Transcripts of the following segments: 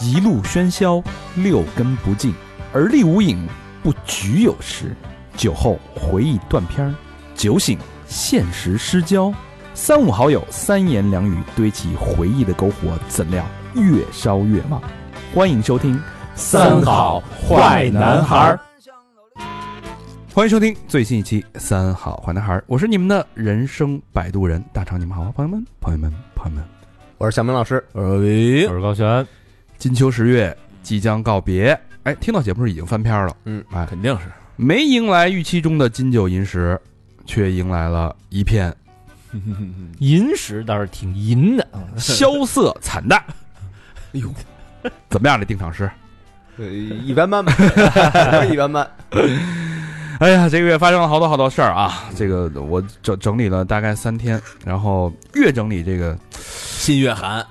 一路喧嚣，六根不净，而立无影，不局有时。酒后回忆断片儿，酒醒现实失焦。三五好友，三言两语堆起回忆的篝火，怎料越烧越旺。欢迎收听《儿。欢迎收听最新一期《三好坏男孩》，我是你们的人生摆渡人大长，你们好吗？朋友们，朋友们，朋友们。我是小明老师，哎我是高璇，金秋十月即将告别，哎，听到节目是已经翻篇了，嗯，哎，肯定是没迎来预期中的金九银十，却迎来了一 片银石倒是挺银的，萧瑟惨淡。哎呦，怎么样？这定场诗？呃 一般般吧，一般般。哎呀，这个月发生了好多好多事儿啊！这个我整整理了大概三天，然后越整理这个心越寒，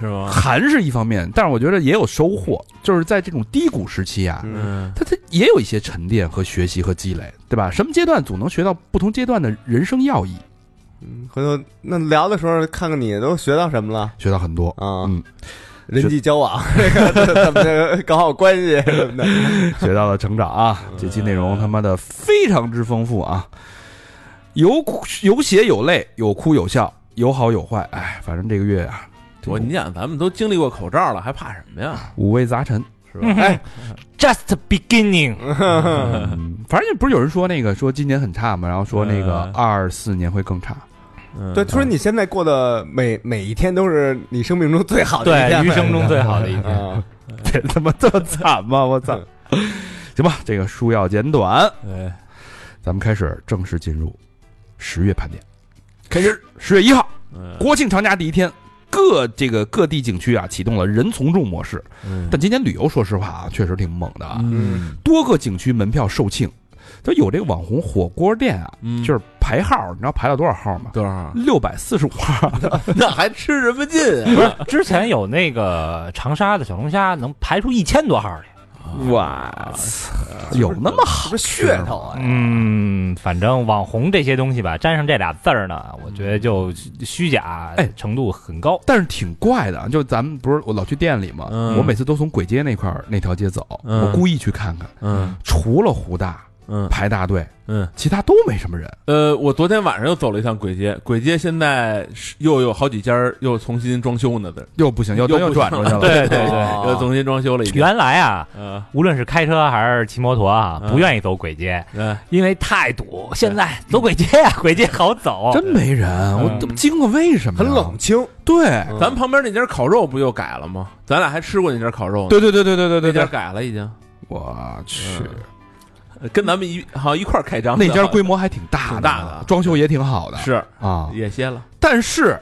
是啊吗？寒是一方面，但是我觉得也有收获，就是在这种低谷时期啊，嗯，嗯，它它也有一些沉淀和学习和积累，对吧？什么阶段总能学到不同阶段的人生要义，嗯回头那聊的时候，看看你都学到什么了学到很多。啊？嗯，人际 交往，这个怎么着搞好关系什么的。 学到了成长啊！这期内容他妈的非常之丰富啊，有哭有血有泪，有哭有笑，有好有坏。哎，反正这个月啊，这我你想，咱们都经历过嗯口罩了，还怕什么呀？五味杂 陈。是吧？哎， ，just beginning，嗯，反正不是有人说那个说今年很差嘛，然后说那个嗯二四年会更差。 嗯对，突然你现在过的每每一天都是你生命中最好的对，一天，余生中最好的一天。啊，嗯这他妈这么惨吗？我操！ 行吧，这个书要简短，对，咱们开始正式进入十月盘点。开始，十月一号，嗯国庆长假第一天，各这个各地景区啊启动了人从众模式。嗯但今年旅游，说实话啊，确实挺猛的啊，嗯多个景区门票售罄，都有这个网红火锅店啊，嗯就是排号，你知道排到多少号吗？多少？六百四十五号，那还吃什么劲啊？不是，之前有那个长沙的小龙虾能排出一千多号去。哇， 有那么是不是噱头啊？嗯，反正网红这些东西吧，沾上这俩字儿呢，我觉得就虚假哎程度很高。但是挺怪的，啊就咱们不是我老去店里嘛，嗯我每次都从簋街那块儿那条街走，嗯我故意去看看，嗯除了湖大嗯排大队，嗯，其他都没什么人。呃，我昨天晚上又走了一趟簋街，簋街现在是又有好几家儿又重新装修呢的，又不行，又又又不转出去 了。对对对，啊又重新装修了一遍。原来啊，嗯，无论是开车还是骑摩托啊，嗯不愿意走簋街，对，因为太堵。现在走簋街呀， 簋街好走。真没人，我嗯都惊了，为什么？很冷。清，对，嗯咱旁边那家烤肉不又改了吗？咱俩还吃过那家烤肉呢，对对对对对对对那家对，改了已经，我去，呃跟咱们一啊好像一块儿开张的。那家规模还挺大的，挺大的装修也挺好的，是啊。也歇了，但是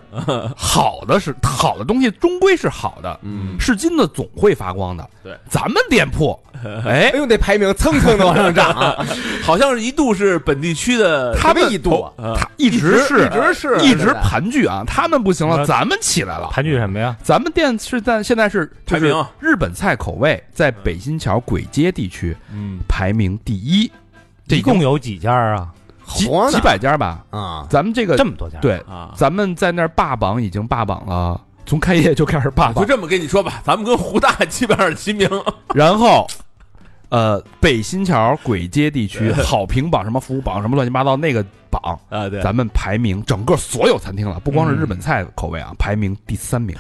好的是好的东西，终归是好的，嗯，是金子总会发光的。对，咱们店铺，哎哎，呦，那排名蹭蹭的往上涨啊，好像是一度是本地区的他们什么一度啊头呃他一直是一直是一直盘踞啊，他们不行了，嗯咱们起来了。盘踞什么呀？咱们店是在现在是就排是名日本菜口味在北新桥簋街地区嗯，排名第一，这一共有几家啊？几黄几的百家吧。啊，咱们这个这么多家？，对，啊，咱们在那儿霸榜已经霸榜了，从开 业就开始霸就榜。这么跟你说吧，咱们跟胡大 基本上齐名，然后，呃，北新桥簋街地区好评榜、什么服务榜、什么乱七八糟那个榜，啊，对，咱们排名整个所有餐厅了，不光是日本菜口味啊，排名第三名。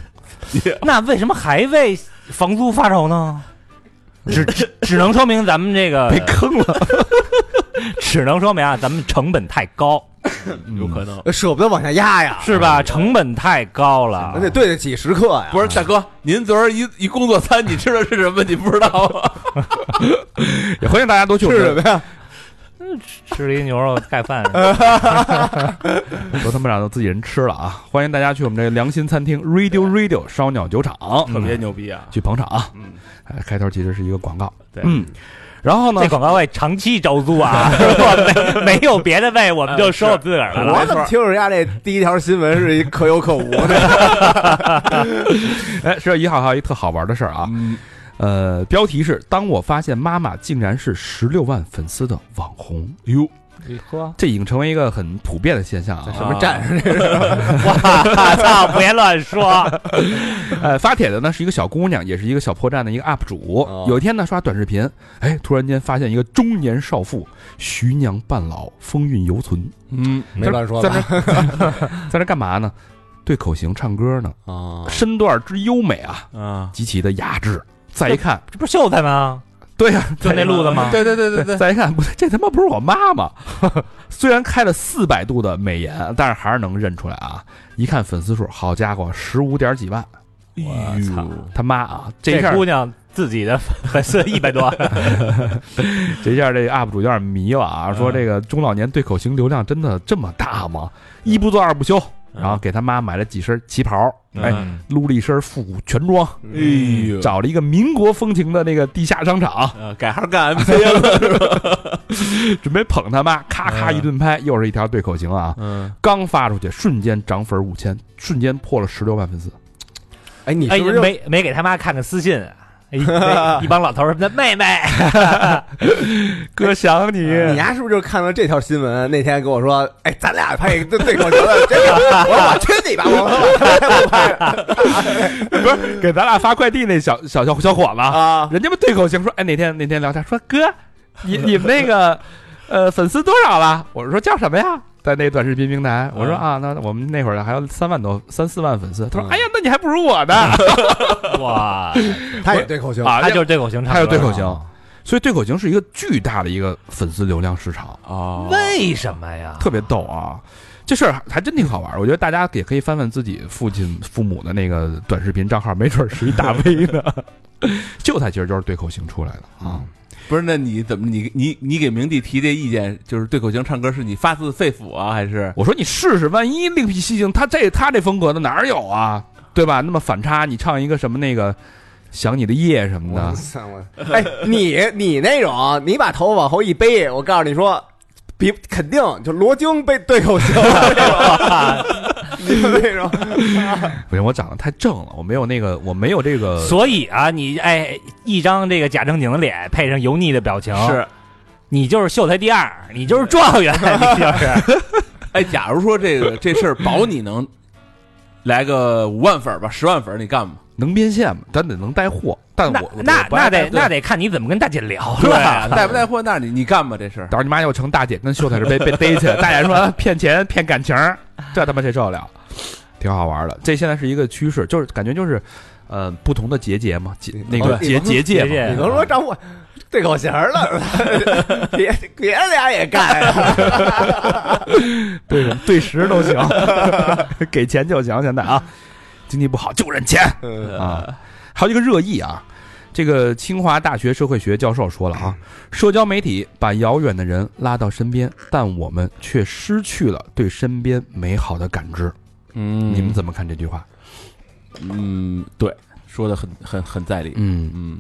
那为什么还为房租发愁 呢？只只能说明咱们这 个被，坑了，只能说明啊，咱们成本太高， 有可能。呃舍不得往下压呀，是吧？成本太高了嗯而。且对得起食客呀，不是大哥，您昨儿一一工作餐，你吃的是什么？你不知道啊吗？ 也欢迎大家都去我是们什么呀？吃了一牛肉盖 饭，都他妈让自己人吃了啊！ 欢迎大家去我们这个良心餐厅 Radio Radio 烧鸟酒厂， 特别牛逼啊！去捧场啊！嗯，哎开头其实是一个广告，对嗯，然后呢这，广告位长期招租 啊，我没没有别的位，我们就收我自个儿的了。我怎么听着人家这第一条新闻是一可有可无的？哎，十月一号还有一特好玩的事儿啊，呃，标题是“当我发现妈妈竟然是十六万粉丝的网红”，哟，喝，这已经成为一个很普遍的现象在啊什。么站上这个？我操，别乱说。呃，发帖的呢是一个小姑娘，也是一个小破站的一个 UP 主哦。有一天呢刷短视频，哎，突然间发现一个中年少妇徐娘半老，风韵犹存，嗯，没乱说在吧？那在那干嘛呢？对口型唱歌呢，啊，身段之优美啊，啊，极其的雅致。再一看，这不是秀才吗？对啊呀、就那路子吗？对对对 对对，再一看，不对，这他妈不是我妈妈。 虽然开了四百度的美颜，但是还是能认出来啊。一看粉丝数，好家伙，十五点几万，哎呦操他妈啊！这一这下姑娘自己的 粉丝一百多，这一下这 UP 主有点迷了啊，说这个中老年对口型流量真的这么大吗？嗯一不做二不休，然后给他妈买了几身旗袍，哎，嗯撸了一身复古全装，哎呦，找了一个民国风情的那个地下商场，哎啊改行干 MC 了，准备捧他妈，咔咔一顿拍，又是一条对口型啊！嗯，刚发出去，瞬间涨粉五千，瞬间破了十六万粉丝。哎，你哎，是不是又没没给他妈看看私 信啊？一那一帮老头儿的妹妹， 哎哥想你，你丫是不是就看了这条新闻？那天跟我说，哎，咱俩拍一个对口球的，真的，我说我去你吧，我说我拍了 不是给咱俩发快递那小小小小伙子啊啊，人家们对口型说，哎，哪天哪天聊天说哥， 你你们那个呃粉丝多少了？我说叫什么呀？在那短视频平台，我说嗯啊，那我们那会儿还有三万多、三四万粉丝。他说，嗯哎呀，那你还不如 我呢。哇， 他也对口球啊，他就是对口型唱歌，他有对口 型，所以对口型是一个巨大的一个粉丝流量市场，哦，为什么呀？特别逗啊。这事儿还真挺好玩儿，我觉得大家也可以翻翻自己父亲、父母的那个短视频账号，没准儿是一大 V 呢。秀才其实就是对口型出来的啊，嗯不是，那你怎么你你你给明帝提这意见，就是对口型唱歌，是你发自肺腑啊，还是我说你试试，万一另辟蹊径，他这他这风格的哪儿有啊？对吧？那么反差，你唱一个什么那个想你的夜什么我的，操我！哎，你你那种，你把头发往后一背，我告诉你说，比肯定就罗京被对口型了， 你就那种不行，我长得太正了，我没有那个，我没有这个，所以啊，你哎，一张这个假正经的脸配上油腻的表情，是？你就是秀才第二，你就是状 元，你就是哎，假如说这个这事儿保你能来个五万粉儿吧，十万粉儿，你干吗？能变现嘛，咱得能带货。但那我我那不爱带那货得那得看你怎么跟大姐聊对 啊了。， 带不带货？那你你干吧，这事儿。到时候你妈又成大姐跟秀才是被被逮去，大姐说啊骗钱骗感情儿，这他妈谁受得了？挺好玩的，这现在是一个趋势，就是感觉就是，呃，不同的结节嘛，结那个哦结结界结界嘛，你都说张我对口型了，别别人俩也干啊呀，对什么对时都行， 给钱就行。现在啊，经济不好就认钱嗯呃啊。还有一个热议啊，这个清华大学社会学教授说了啊，社交媒体把遥远的人拉到身边，但我们却失去了对身边美好的感知。嗯你们怎么看这句话？嗯，对，说的很很很在理。嗯嗯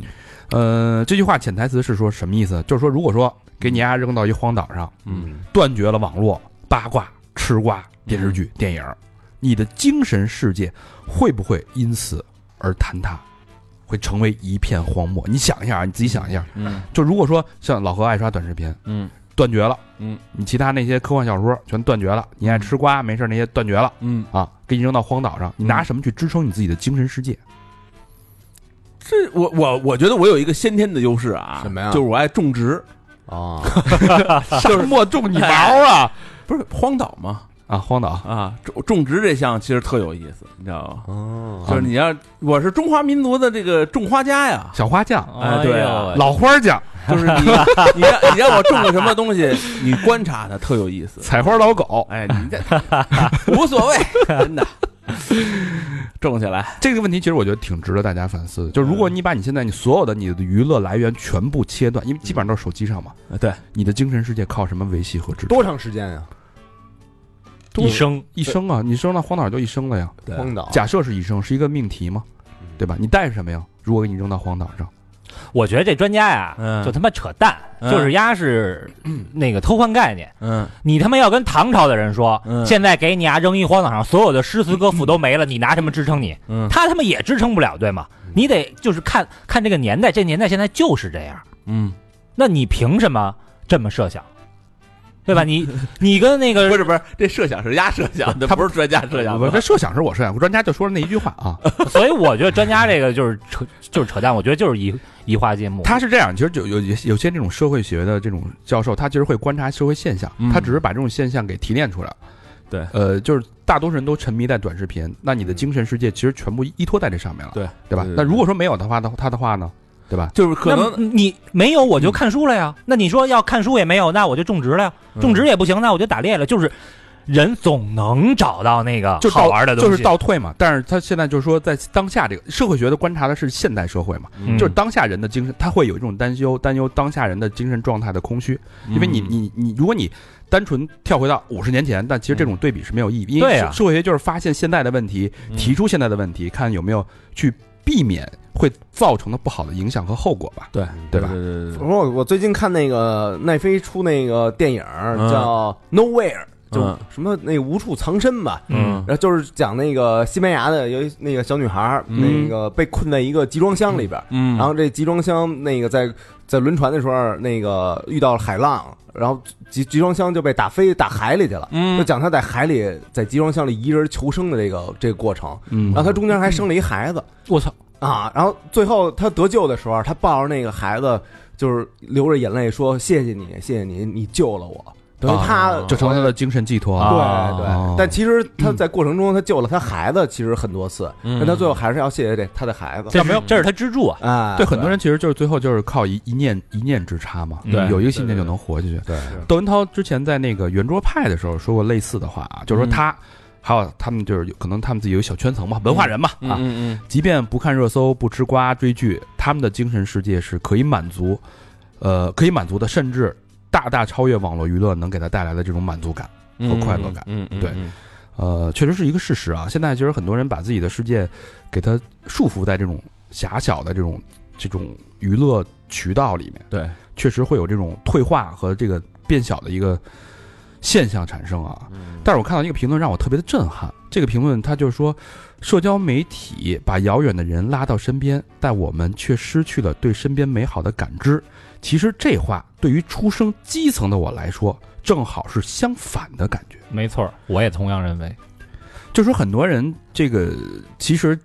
呃，这句话潜台词是说什么意思？就是说，如果说给你丫扔到一荒岛上，嗯，断绝了网络、八卦、吃瓜、电视剧、嗯电影儿，你的精神世界会不会因此而坍塌，会成为一片荒漠？你想一下啊，你自己想一下。嗯就如果说像老何爱刷短视频，嗯断绝了，嗯，你其他那些科幻小说全断绝了，你爱吃瓜没事儿那些断绝了嗯，啊，给你扔到荒岛上，你拿什么去支撑你自己的精神世 界？这我我我觉得我有一个先天的优势啊，什么呀就是我爱种植，啊，沙漠种你毛 啊！不是荒岛嘛啊，荒岛，啊，种种植这项其实特有意思，你知道吗？哦，就是你要我是中华民族的这个种花家 呀，小花匠，哎对啊呦喂老花匠，就是你你让你让我种个什么东西，你观察它特有意思。采花老狗。哎，你这无所谓，真的种起来，这个问题其实我觉得挺值得大家反思的。就是如果你把你现在你所有的你的娱乐来源全部切断，因为基本上都是手机上嘛，对，你的精神世界靠什么维系和支撑？多长时间呀？一生一生啊，你生到荒岛就一生了呀。对荒岛，假设是一生，是一个命题嘛，对吧？你带什么呀？如果给你扔到荒岛上，我觉得这专家呀嗯，就他妈扯淡，嗯就是丫 是那个偷换概念。嗯，你他妈要跟唐朝的人说，嗯现在给你啊扔一荒岛上，所有的诗词歌赋都没了，你拿什么支撑你？嗯他他妈也支撑不了，对吗？你得就是看看这个年代，这年代现在就是这样，嗯，那你凭什么这么设想？对吧？ 你你跟那不个是不是，这设想是压设想的，他不是专家设想我的这。设想是我设想，专家就说了那一句话啊，所以我觉得专家这个就是扯，就是扯淡。我觉得就是移移花接木。他是这样，其实就有有有些这种社会学的这种教授，他其实会观察社会现象，嗯他只是把这种现象给提炼出来。对呃，就是大多数人都沉迷在短视频，那你的精神世界其实全部依托在这上面了，对对吧？对对那如果说没有的话，的他的话呢，对吧？就是可那能你没有我就看书了呀。那你说要看书也没有，那我就种植了呀。种植也不行，那我就打猎了。就是人总能找到那个就好玩的东西，就是倒退嘛。但是他现在就是说，在当下这个社会学的观察的是现代社会嘛，嗯就是当下人的精神，他会有一种担忧，担忧当下人的精神状态的空虚，因为你嗯嗯你你，如果你单纯跳回到五十年前，但其实这种对比是没有意义，因嗯对为啊嗯社会学就是发现现在的问题，提出现在的问题，看有没有去避免会造成的不好的影响和后果吧，对对吧？对我说我最近看那个奈飞出那个电影儿叫《Nowhere》，就嗯什么那个无处藏身吧。嗯然后就是讲那个西班牙的有一那个小女孩儿，嗯那个被困在一个集装箱里边儿，嗯，然后这集装箱那个在在轮船的时候，那个遇到了海浪，然后集集装箱就被打飞打海里去了。就嗯讲她在海里在集装箱里一人求生的这个这个过程，嗯然后她中间还生了一孩子，我操，啊，然后最后他得救的时候，他抱着那个孩子，就是流着眼泪说：“谢谢你，谢谢你，你救了我。”等于他、啊就成为他的精神寄托对啊对、哦但其实他在过程中他救了他孩子，其实很多次，嗯但他最后还是要谢谢这他的孩子。这没有，这是他支柱啊。啊，对很多人其实就是最后就是靠一一念一念之差嘛，对有一个信念就能活下去。对窦文涛之前在那个圆桌派的时候说过类似的话啊，嗯就是说他、还有他们就是有可能他们自己有小圈层嘛，文化人嘛、啊，嗯即便不看热搜、不吃瓜、追剧，他们的精神世界是可以满足，呃，可以满足的，甚至大大超越网络娱乐能给他带来的这种满足感。嗯和快乐感嗯嗯对呃，确实是一个事实啊。现在其实很多人把自己的世界给他束缚在这种狭小的这种这种娱乐渠道里面，对，确实会有这种退化和这个变小的一个现象产生啊。但是我看到一个评论让我特别的震撼，这个评论他就是说，社交媒体把遥远的人拉到身边，但我们却失去了对身边美好的感知。其实这话对于出生基层的我来说，正好是相反的感觉。没错，嗯我也同样认为。就说很多人这个其实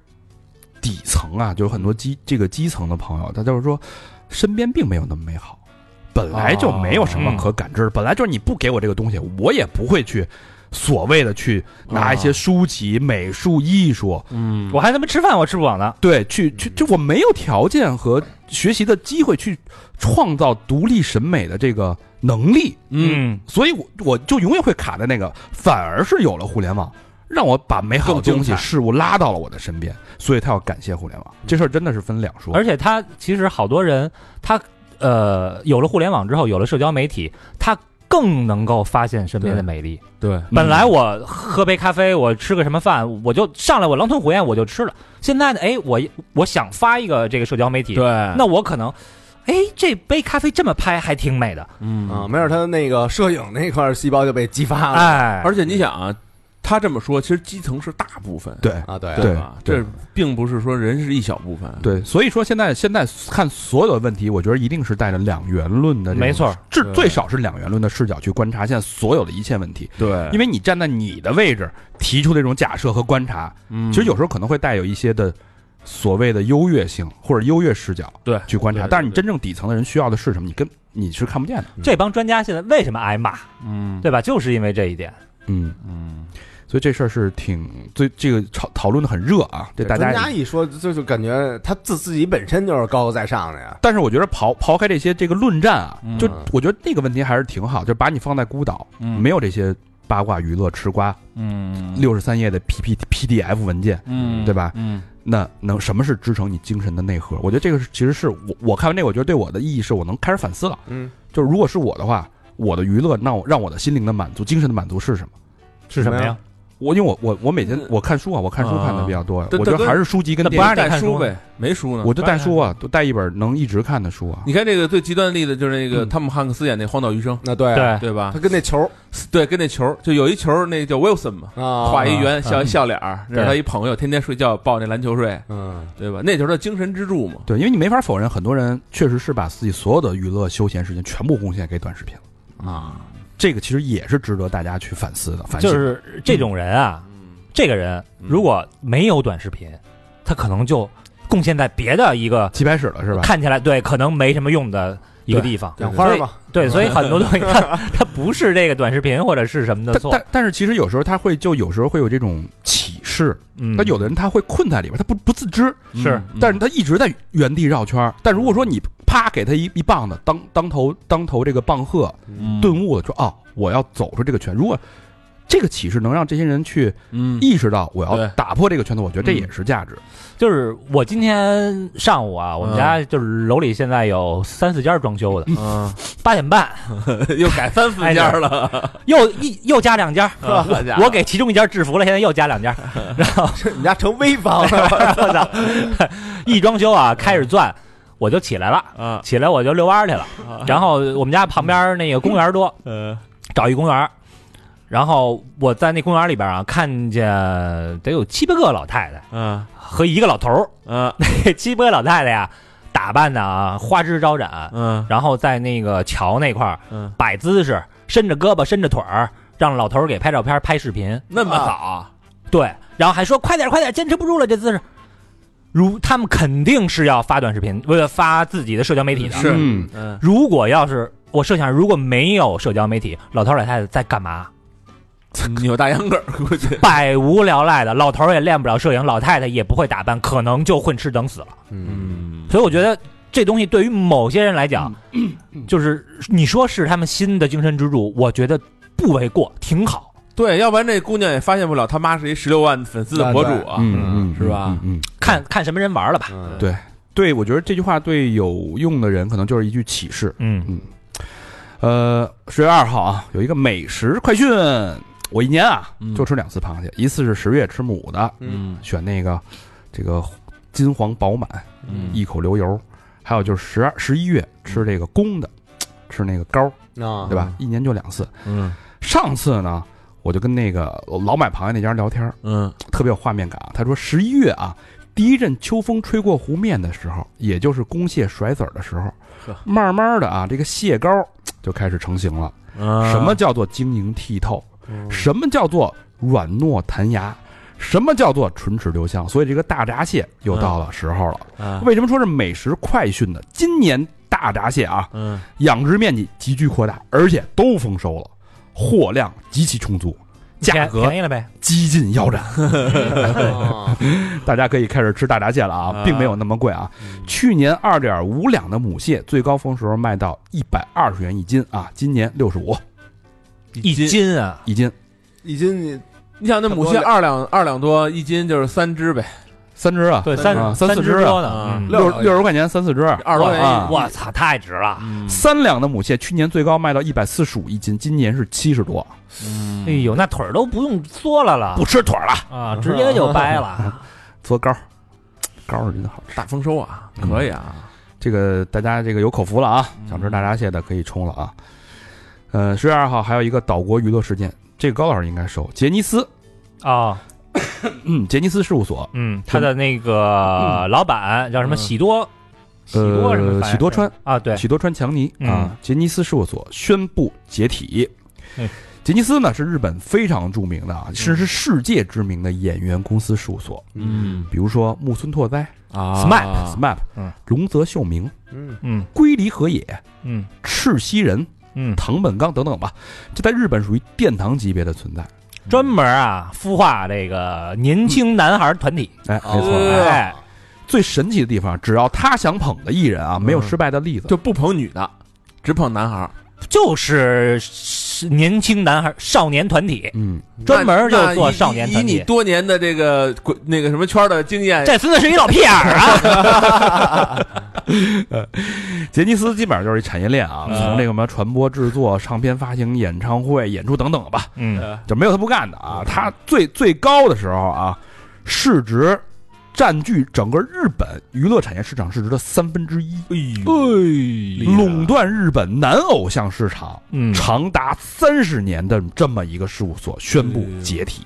底层啊，就是很多基这个基层的朋友，他就是说身边并没有那么美好，本来就没有什么可感知，本来就是你不给我这个东西，我也不会去所谓的去拿一些书籍、美术、艺术，嗯我还他妈吃饭我吃不饱呢。对，去去就我没有条件和学习的机会去创造独立审美的这个能力，嗯，所以我我就永远会卡在那个，反而是有了互联网，让我把美好的更东精西彩嗯事物拉到了我的身边，所以他要感谢互联网。这事儿真的是分两说，而且他其实好多人，他呃有了互联网之后，有了社交媒体，他更能够发现身边的美丽。对本来我喝杯咖啡，我吃个什么饭，我就上来我狼吞虎咽我就吃了。现在呢，哎，我我想发一个这个社交媒体，对，那我可能，哎，这杯咖啡这么拍还挺美的，嗯啊，没准他那个摄影那块细胞就被激发了、哎，而且你想啊，他这么说，其实基层是大部分，对啊，对对吧？对这并不是说人是一小部分，对，所以说现在现在看所有的问题，我觉得一定是带着两元论的这种，没错至对最少是两元论的视角去观察现在所有的一切问题，对因为为你站在你的位置提出这种假设和观察，嗯其实有时候可能会带有一些的所谓的优越性或者优越视角对去观察，对对但是你对真正底层的人需要的是什么，你跟你是看不见的。这帮专家现在为什么挨骂，嗯对吧？就是因为这一点。嗯，嗯所以这事儿是挺最这个讨讨论的很热啊，这大专家家。一说，就就感觉他自自己本身就是高高在上的呀。但是我觉得刨刨开这些这个论战啊，嗯就我觉得那个问题还是挺好，就把你放在孤岛，嗯没有这些八卦娱乐吃瓜嗯六十三页的 P P P D F 文件，嗯对吧？嗯那能什么是支撑你精神的内核？我觉得这个是其实是我我看完这个，我觉得对我的意义是我能开始反思了。嗯，就是如果是我的话，我的娱乐让我让我的心灵的满足、精神的满足是什么？是什么呀？我因为我我我每天嗯我看书啊，我看书看的比较多，对我对觉得对还是书籍跟那电不影让。你带看书书呗，没书嗯呢。我就带书啊，都带一本能一直看的书啊。你看这个最极端的例子，就是那个嗯哎汤姆汉克斯演那《荒岛余生那对，啊对》，，哎对吧他？跟那球对，跟那球就有一球，那叫 Wilson 嘛，啊，画一圆笑嗯笑脸儿，对让他一朋友天天睡觉抱那篮球睡，嗯，对吧？那就是他精神支柱嘛。对，因为你没法否认，很多人确实是把自己所有的娱乐休闲时间全部贡献给短视频了啊，这个其实也是值得大家去反思的，反省就的。是这种人嗯啊，这个人如果没有短视频，他可能就贡献在别的一个棋牌室了是吧？看起来对可能没什么用的一个对地方。养花儿吧，对，所以很多东西它它不是这个短视频或者是什么的但错，但但是其实有时候他会就有时候会有这种启示，嗯但有的人他会困在里边，他不不自知，是嗯但是他一直在原地绕圈儿。但如果说你啪给他一一棒子，当当头当头这个棒喝，嗯顿悟了说哦，我要走出这个圈。如果这个启示能让这些人去嗯意识到我要对打破这个圈子，我觉得这也是价值。就是我今天上午啊，我们家就是楼里现在有三四家装修的，嗯，八点半 又改三四家了，又一又加两家，好家伙我给其中一家制服了，现在又加两家， 你家成危房了，我操！一装修啊，开始钻，我就起来了，啊，起来我就遛弯儿去了。然后我们家旁边那个公园多， 呃，找一公园儿，然后我在那公园里边啊，看见得有七八个老太太嗯和一个老头儿。嗯这 七八个老太太呀，打扮的啊花枝招展，嗯然后在那个桥那块儿嗯，摆姿势，伸着胳膊伸着腿儿，让老头儿给拍照片、拍视频。那么啊早，对，然后还说快点快点，坚持不住了这姿势。如他们肯定是要发短视频，为了发自己的社交媒体的。是嗯嗯如果要是我设想，如果没有社交媒体，老头儿老太太在干嘛？扭大秧歌儿估计，百无聊赖的，老头儿也练不了摄影，老太太也不会打扮，可能就混吃等死了。嗯所以我觉得这东西对于某些人来讲， 就是你说是他们新的精神支柱，我觉得不为过，挺好。对，要不然这姑娘也发现不了他妈是一十六万粉丝的博主啊，嗯嗯，是吧？嗯嗯。嗯看看什么人玩了吧。对，对对，我觉得这句话对有用的人可能就是一句启示。嗯呃，十月二号啊，有一个美食快讯，我一年啊嗯就吃两次螃蟹，一次是十月吃母的，嗯选那个这个金黄饱满，嗯一口流油；还有就是十二十一月吃这个公的，吃那个膏，啊对吧？一年就两次。嗯上次呢，我就跟那个老买螃蟹那家聊天，嗯特别有画面感啊。他说十一月啊，第一阵秋风吹过湖面的时候，也就是公蟹甩籽儿的时候呵，慢慢的啊，这个蟹膏嘖就开始成型了。嗯什么叫做晶莹剔透？什么叫做软糯弹牙？什么叫做唇齿留香？所以这个大闸蟹又到了时候了。啊为什么说是美食快讯呢？今年大闸蟹啊，嗯养殖面积急剧扩大，而且都丰收了，货量极其充足，价便格便宜了呗。几近腰斩。 啊大家可以开始吃大闸蟹了啊，啊并没有那么贵啊。去年二点五两的母蟹最高峰时候卖到一百二十元一斤啊，今年六十五一斤啊，一斤，一斤你你想那母蟹二两二两多，一斤就是三只呗，三只啊，对，三啊嗯三三四只只啊多呢啊。嗯六六十块钱三四只，二十多钱啊一我操，太值了！嗯三两的母蟹去年最高卖到一百四十五一斤，今年是七十多，嗯哎呦，那腿儿都不用缩了了不吃腿儿了，啊，直接就掰了。做膏，膏是真的好吃。大丰收啊，可以啊，这个大家这个有口福了啊，嗯想吃大闸蟹的可以冲了啊。呃，十月二号还有一个岛国娱乐事件，这个高老师应该熟，杰尼斯，啊，嗯，杰尼斯事务所，嗯，他的那个老板叫什么？嗯喜多，喜多什么呃，反正是？喜多川啊，对，喜多川强尼嗯啊，杰尼斯事务所宣布解体哎。嗯杰尼斯呢是日本非常著名的啊，甚至是世界知名的演员公司事务所，嗯比如说木村拓哉、啊 Smart SMAP 嗯、龙泽秀明、嗯嗯龟梨和也、嗯赤西仁、嗯，藤本刚等等吧，这在日本属于殿堂级别的存在。专门啊孵化这个年轻男孩团体，哎，没错。呃哎哎，最神奇的地方，只要他想捧的艺人啊，没有失败的例子。就不捧女的，只捧男孩儿，就是是年轻男孩少年团体，嗯，专门那就做少年以以团你体。多年的这个滚那个什么圈儿的经验，这孙子是一老屁眼儿 啊！杰尼斯基本上就是一产业链啊，嗯从这个什么传播、制作、唱片发行、演唱会、演出等等吧，嗯呃就没有他不干的啊。他最最高的时候啊，市值占据整个日本娱乐产业市场市值的三分之一，哎呦垄断日本男偶像市场嗯长达三十年的这么一个事务所宣布解体。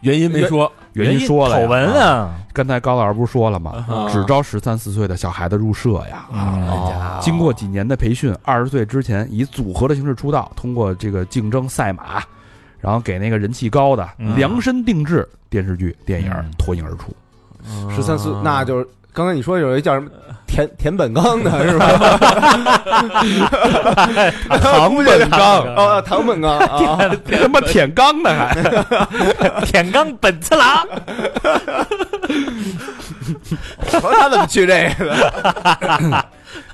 原因没说，哎原因说了呀口吻啊，啊，刚才高老师不是说了吗？啊只招十三四岁的小孩子入社呀。哎哦啊经过几年的培训，二十岁之前以组合的形式出道，通过这个竞争赛马，然后给那个人气高的、嗯量身定制电视剧、电影、嗯脱颖而出。 十三啊四，那就是刚才你说有一叫什么田田本刚呃的 是吧？啊唐本刚 哦，唐本刚 啊，他妈舔缸的 还舔缸哦本次郎，我说他怎么去这个的？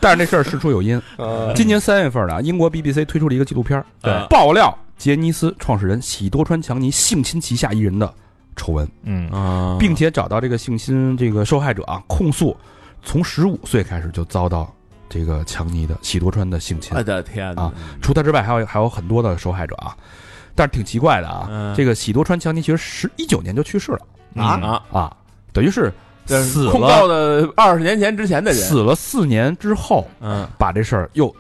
但是这事儿事出有因。啊嗯今年三月份呢，英国 BBC 推出了一个纪录片儿，对爆料杰尼斯创始人喜多川强尼性侵旗下艺人的丑闻，嗯啊，并且找到这个性侵这个受害者啊，控诉从十五岁开始就遭到这个强尼的喜多川的性侵我。的哎天哪啊，除他之外，还有还有很多的受害者啊。但是挺奇怪的啊，嗯这个喜多川强尼其实十一九年就去世了啊，啊，啊，等于是这死控了告的二十年前之前的人，死了四年之后，嗯，把这事儿又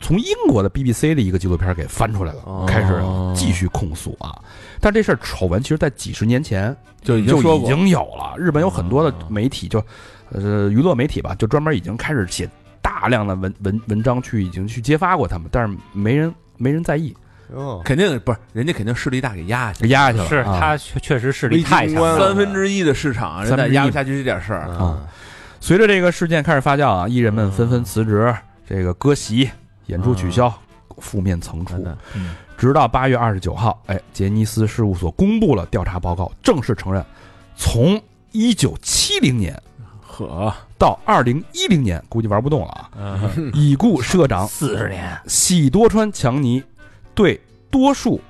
从英国的 BBC 的一个纪录片给翻出来了哦，开始继续控诉啊。但这事儿丑闻其实，在几十年前就已就经说已过，经有了，日本有很多的哦媒体就，呃，娱乐媒体吧，就专门已经开始写大量的文文文章去已经去揭发过他们，但是没人没人在意，哦，肯定不是人家肯定势力大给压下给去，压下去了。是啊他确确实势力太强微了，观三分之一的市场，人三分家之一压不下去这点事儿，啊随着这个事件开始发酵啊，艺人们纷纷辞嗯职，这个割席、演出取消，负面层出真。的嗯直到八月二十九号，哎，杰尼斯事务所公布了调查报告，正式承认，从一九七零年呵，到二零一零年，估计玩不动了啊，嗯已故社长四十年，喜多川强尼对多数。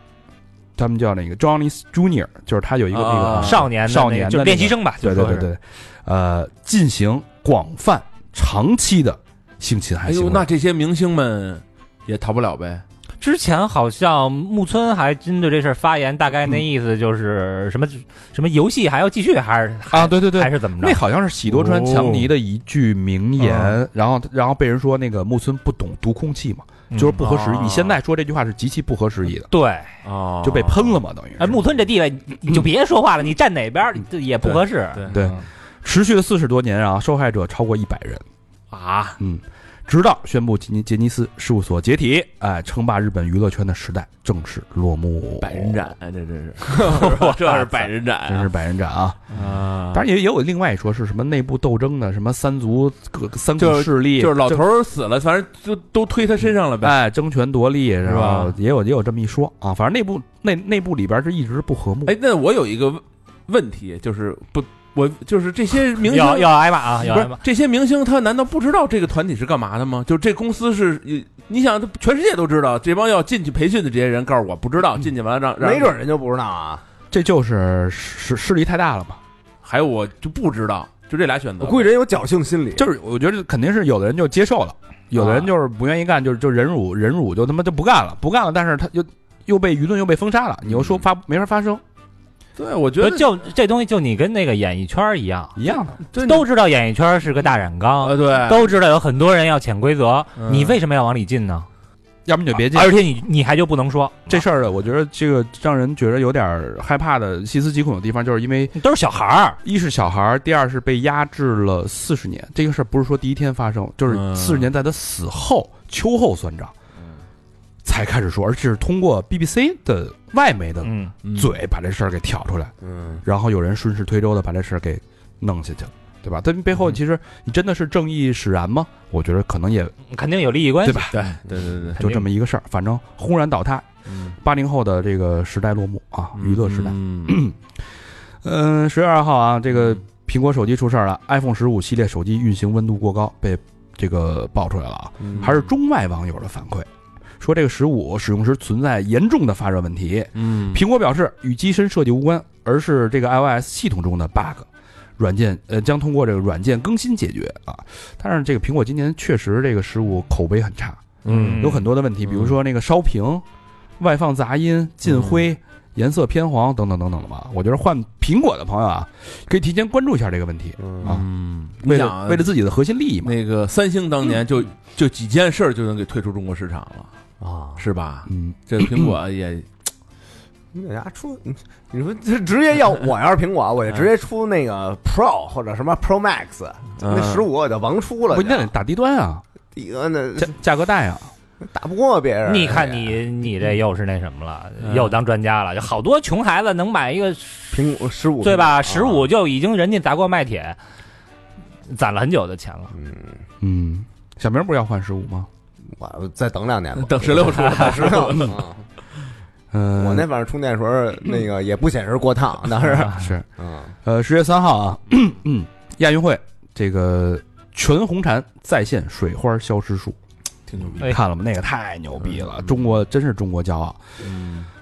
他们叫那个 Johnny Junior，就是他有一个那个啊少年的那个少年的就是那个练习生吧，对对对就说是，对，呃，进行广泛长期的性侵害哎行呦，为。那这些明星们也逃不了呗，之前好像木村还针对这事儿发言，大概嗯那意思就是什么什么游戏还要继续，还是啊，对对还对，是怎么那着？好像是喜多川强尼的一句名言，然后然后被人说那个木村不懂读空气嘛，嗯就是不合时宜。哦你现在说这句话是极其不合时宜的，啊对，哦就被喷了嗯嘛，等于是。哎，木村这地位你你就别说话了，你站哪边儿这也不合适。 对对持续了四十多年啊，受害者超过一百人，啊，嗯，直到宣布吉尼杰尼斯事务所解体，哎，称霸日本娱乐圈的时代正式落幕。百人，斩，哎这 真是，这是百人斩真是啊百人斩啊！啊，当然也也有另外一说是什么内部斗争的，什么三足各三股就是势力，就是老头儿死了，反正就都推他身上了呗，哎，争权夺利是是吧吧？也有也有这么一说啊，反正内部内内部里边是一直不和睦。哎，，那我有一个问问题，就是不，我就是这些明星要要挨骂啊！要不挨是骂，这些明星，他难道不知道这个团体是干嘛的吗？就这公司是，呃你想，全世界都知道，这帮要进去培训的这些人告诉我不知道，进去完了让让没准人就不知道啊。这就是势势力太大了嘛。还有我就不知道，就这俩选择。我估计人有侥幸心理，就是我觉得肯定是有的人就接受了，有的人就是不愿意干，就是就忍辱忍辱，就他妈就不干了，不干了。但是他又又被舆论又被封杀了，你又说发没法发声，对，我觉不得是就这东西，就你跟那个演艺圈儿一样，一样的。对都知道演艺圈儿是个大染啊，呃缸，对，都知道有很多人要潜规则，嗯你为什么要往里进呢？要么你就别进。而且你你还就不能说啊哎这事儿，我觉得这个让人觉得有点儿害怕的、细思极恐的地方，就是因为你都是小孩儿，一是小孩儿，第二是被压制了四十年。这个事儿不是说第一天发生，就是嗯四十年在他死后、秋后算账，才开始说，而且是通过 BBC 的外媒的嗯，嗯嘴把这事儿给挑出来，嗯，然后有人顺势推舟的把这事儿给弄下去了。对吧？但背后嗯其实你真的是正义使然吗？我觉得可能也嗯肯定有利益关系对，吧？对对对对，就这么一个事儿，反正轰然倒塌，嗯八零后的这个时代落幕啊，娱乐时代。嗯嗯，十月二号啊，这个苹果手机出事儿了，iPhone 十五系列手机运行温度过高，被这个爆出来了啊，嗯还是中外网友的反馈，说这个十五使用时存在严重的发热问题。嗯苹果表示与机身设计无关，而是这个 iOS 系统中的 bug。软件呃将通过这个软件更新解决啊，但是这个苹果今年确实这个十五口碑很差，嗯有很多的问题，比如说那个烧屏、外放杂音、进灰、颜色偏黄等等等等的吧。我觉得换苹果的朋友啊，可以提前关注一下这个问题，啊嗯，为你了、想啊为了自己的核心利益嘛。那个三星当年就就几件事儿就能给退出中国市场了，嗯啊，是吧？嗯，这个苹果也你给大家出，你你说这直接要我要是苹果，我就直接出那个 Pro 或者什么 Pro Max，、那嗯十五我就甭出了不，就。那得打低端啊，一个那价价格带啊，打不过别人，你看你你这又是那什么了，嗯又当专家了。就好多穷孩子能买一个，苹果十五对？吧？十啊五就已经人家砸锅卖铁，攒了很久的钱啊了。嗯，小明不是要换十五吗？我再等两年吧，等16出 来，十六。嗯嗯，我那反正充电时候那个也不显示过烫，当时，是嗯，呃十月三号啊， 嗯，亚运会这个全红婵再现水花消失术，挺牛逼哎看了吗？那个太牛逼了，中国真是中国骄傲。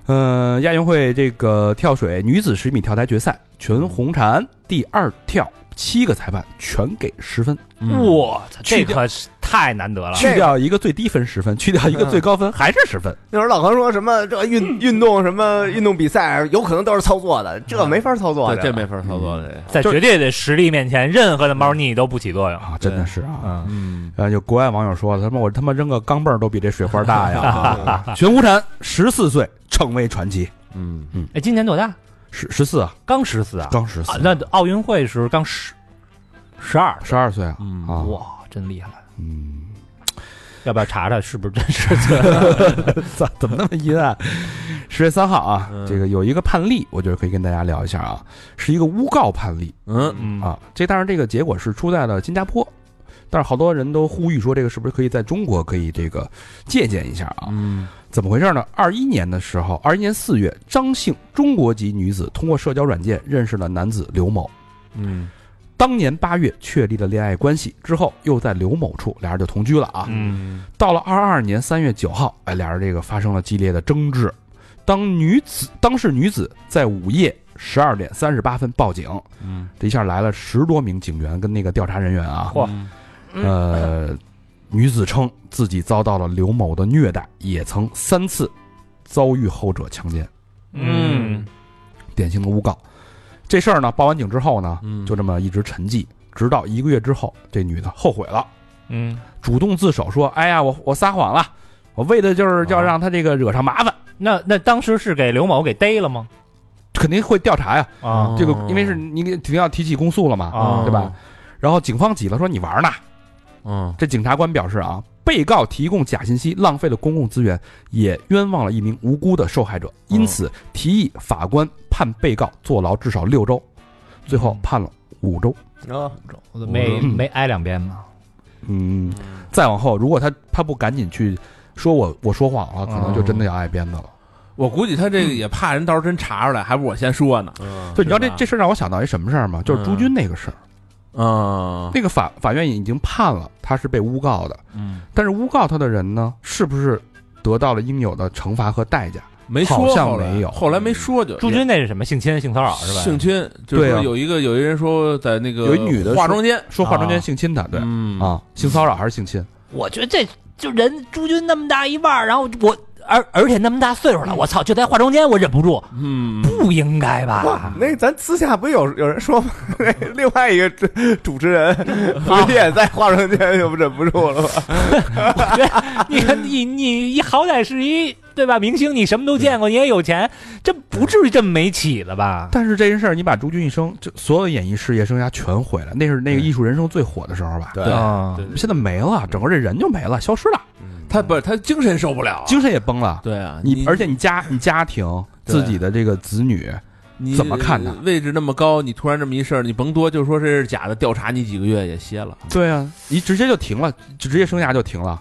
嗯、亚运会这个跳水女子十米跳台决赛，全红婵第二跳，七个裁判全给十分，嗯哇，这去掉可是太难得了。去掉一个最低分十分，去掉一个最高分还是十分。那会儿老何说什么这运运动什么运动比赛，有可能都是操作的，这没法操作对，的，这没法操作的。在就是绝对的实力面前，任何的猫腻都不起作用。啊，真的是啊。嗯，嗯，呃，有国外网友说了，他妈我他妈扔个钢镚儿都比这水花大 呀！啊全红婵十四岁成为传奇，嗯，哎，今年多大？十十四啊，刚十四啊？刚十四啊，那奥运会时候刚十十二。十二岁啊，嗯啊，哇，真厉害！嗯，要不要查查是不是真是？ 咋怎么那么阴暗？啊十月三号啊，嗯这个有一个判例，我觉得可以跟大家聊一下啊，是一个诬告判例嗯，嗯啊。这当然这个结果是出在了新加坡，但是好多人都呼吁说，这个是不是可以在中国可以这个借鉴一下啊？嗯，怎么回事呢？二一年的时候，二一年四月，张姓中国籍女子通过社交软件认识了男子刘某，嗯，当年八月确立了恋爱关系，之后又在刘某处俩人就同居了啊。嗯到了二二年三月九号，哎，俩人这个发生了激烈的争执。当女子当事女子在午夜十二点三十八分报警，嗯，这一下来了十多名警员跟那个调查人员啊。嚯嗯，呃，女子称自己遭到了刘某的虐待，也曾三次遭遇后者强奸，嗯，典型的诬告。这事儿呢，报完警之后呢，嗯就这么一直沉寂，直到一个月之后，这女的后悔了。嗯，主动自首说：“哎呀，我我撒谎了，我为的啊就是要让他这个惹上麻烦，那那当时是给刘某给逮了吗？肯定会调查呀。啊这个哦因为是你肯定要提起公诉了嘛，啊对吧？？然后警方急了，说你玩呢？嗯，这检察官表示啊，被告提供假信息，浪费了公共资源，也冤枉了一名无辜的受害者，啊因此提议法官判被告坐牢至少六周，最后嗯判了五周。啊，哦没没挨两鞭吗？嗯，再往后，如果他他不赶紧去说我我说谎了，可能啊就哦真的要挨鞭子了。”我估计他嗯这个也怕人到时候真查出来，还不如我先说呢。对，你知道这是吧这事儿让我想到一什么事儿吗？就是朱军那个事儿，嗯那个法法院已经判了他是被诬告的，嗯，但是诬告他的人呢，是不是得到了应有的惩罚和代价？没说，好像后来没有嗯后来没说就朱军那是什么性侵、性骚扰是吧？性侵，就是对说啊有一个有一人说在那个有一女的说化妆间，说化妆间啊性侵他，对嗯，啊，性骚扰还是性侵？我觉得这就人朱军那么大一腕儿，然后我而而且那么大岁数了，我操，就在化妆间我忍不住，嗯，不应该哇吧？那咱私下不是有有人说吗？ 那另外一个主主持人不是也在化妆间就忍不住了吗？你看你你你好歹是一对吧明星，你什么都见过，你也有钱，这不至于这么没起子吧？但是这件事儿，你把朱军一生这所有演艺事业生涯全毁了，那是那个对艺术人生最火的时候吧？ 对啊啊对，对现在没了，整个这人就没了，消失了，嗯他不是他精神受不了啊，精神也崩了。对啊，你而且你家你家庭对自己的这个子女，你怎么看他位置那么高，你突然这么一事儿，你甭多就说这是假的，调查你几个月也歇了。对啊，你直接就停了，职业生涯就停了。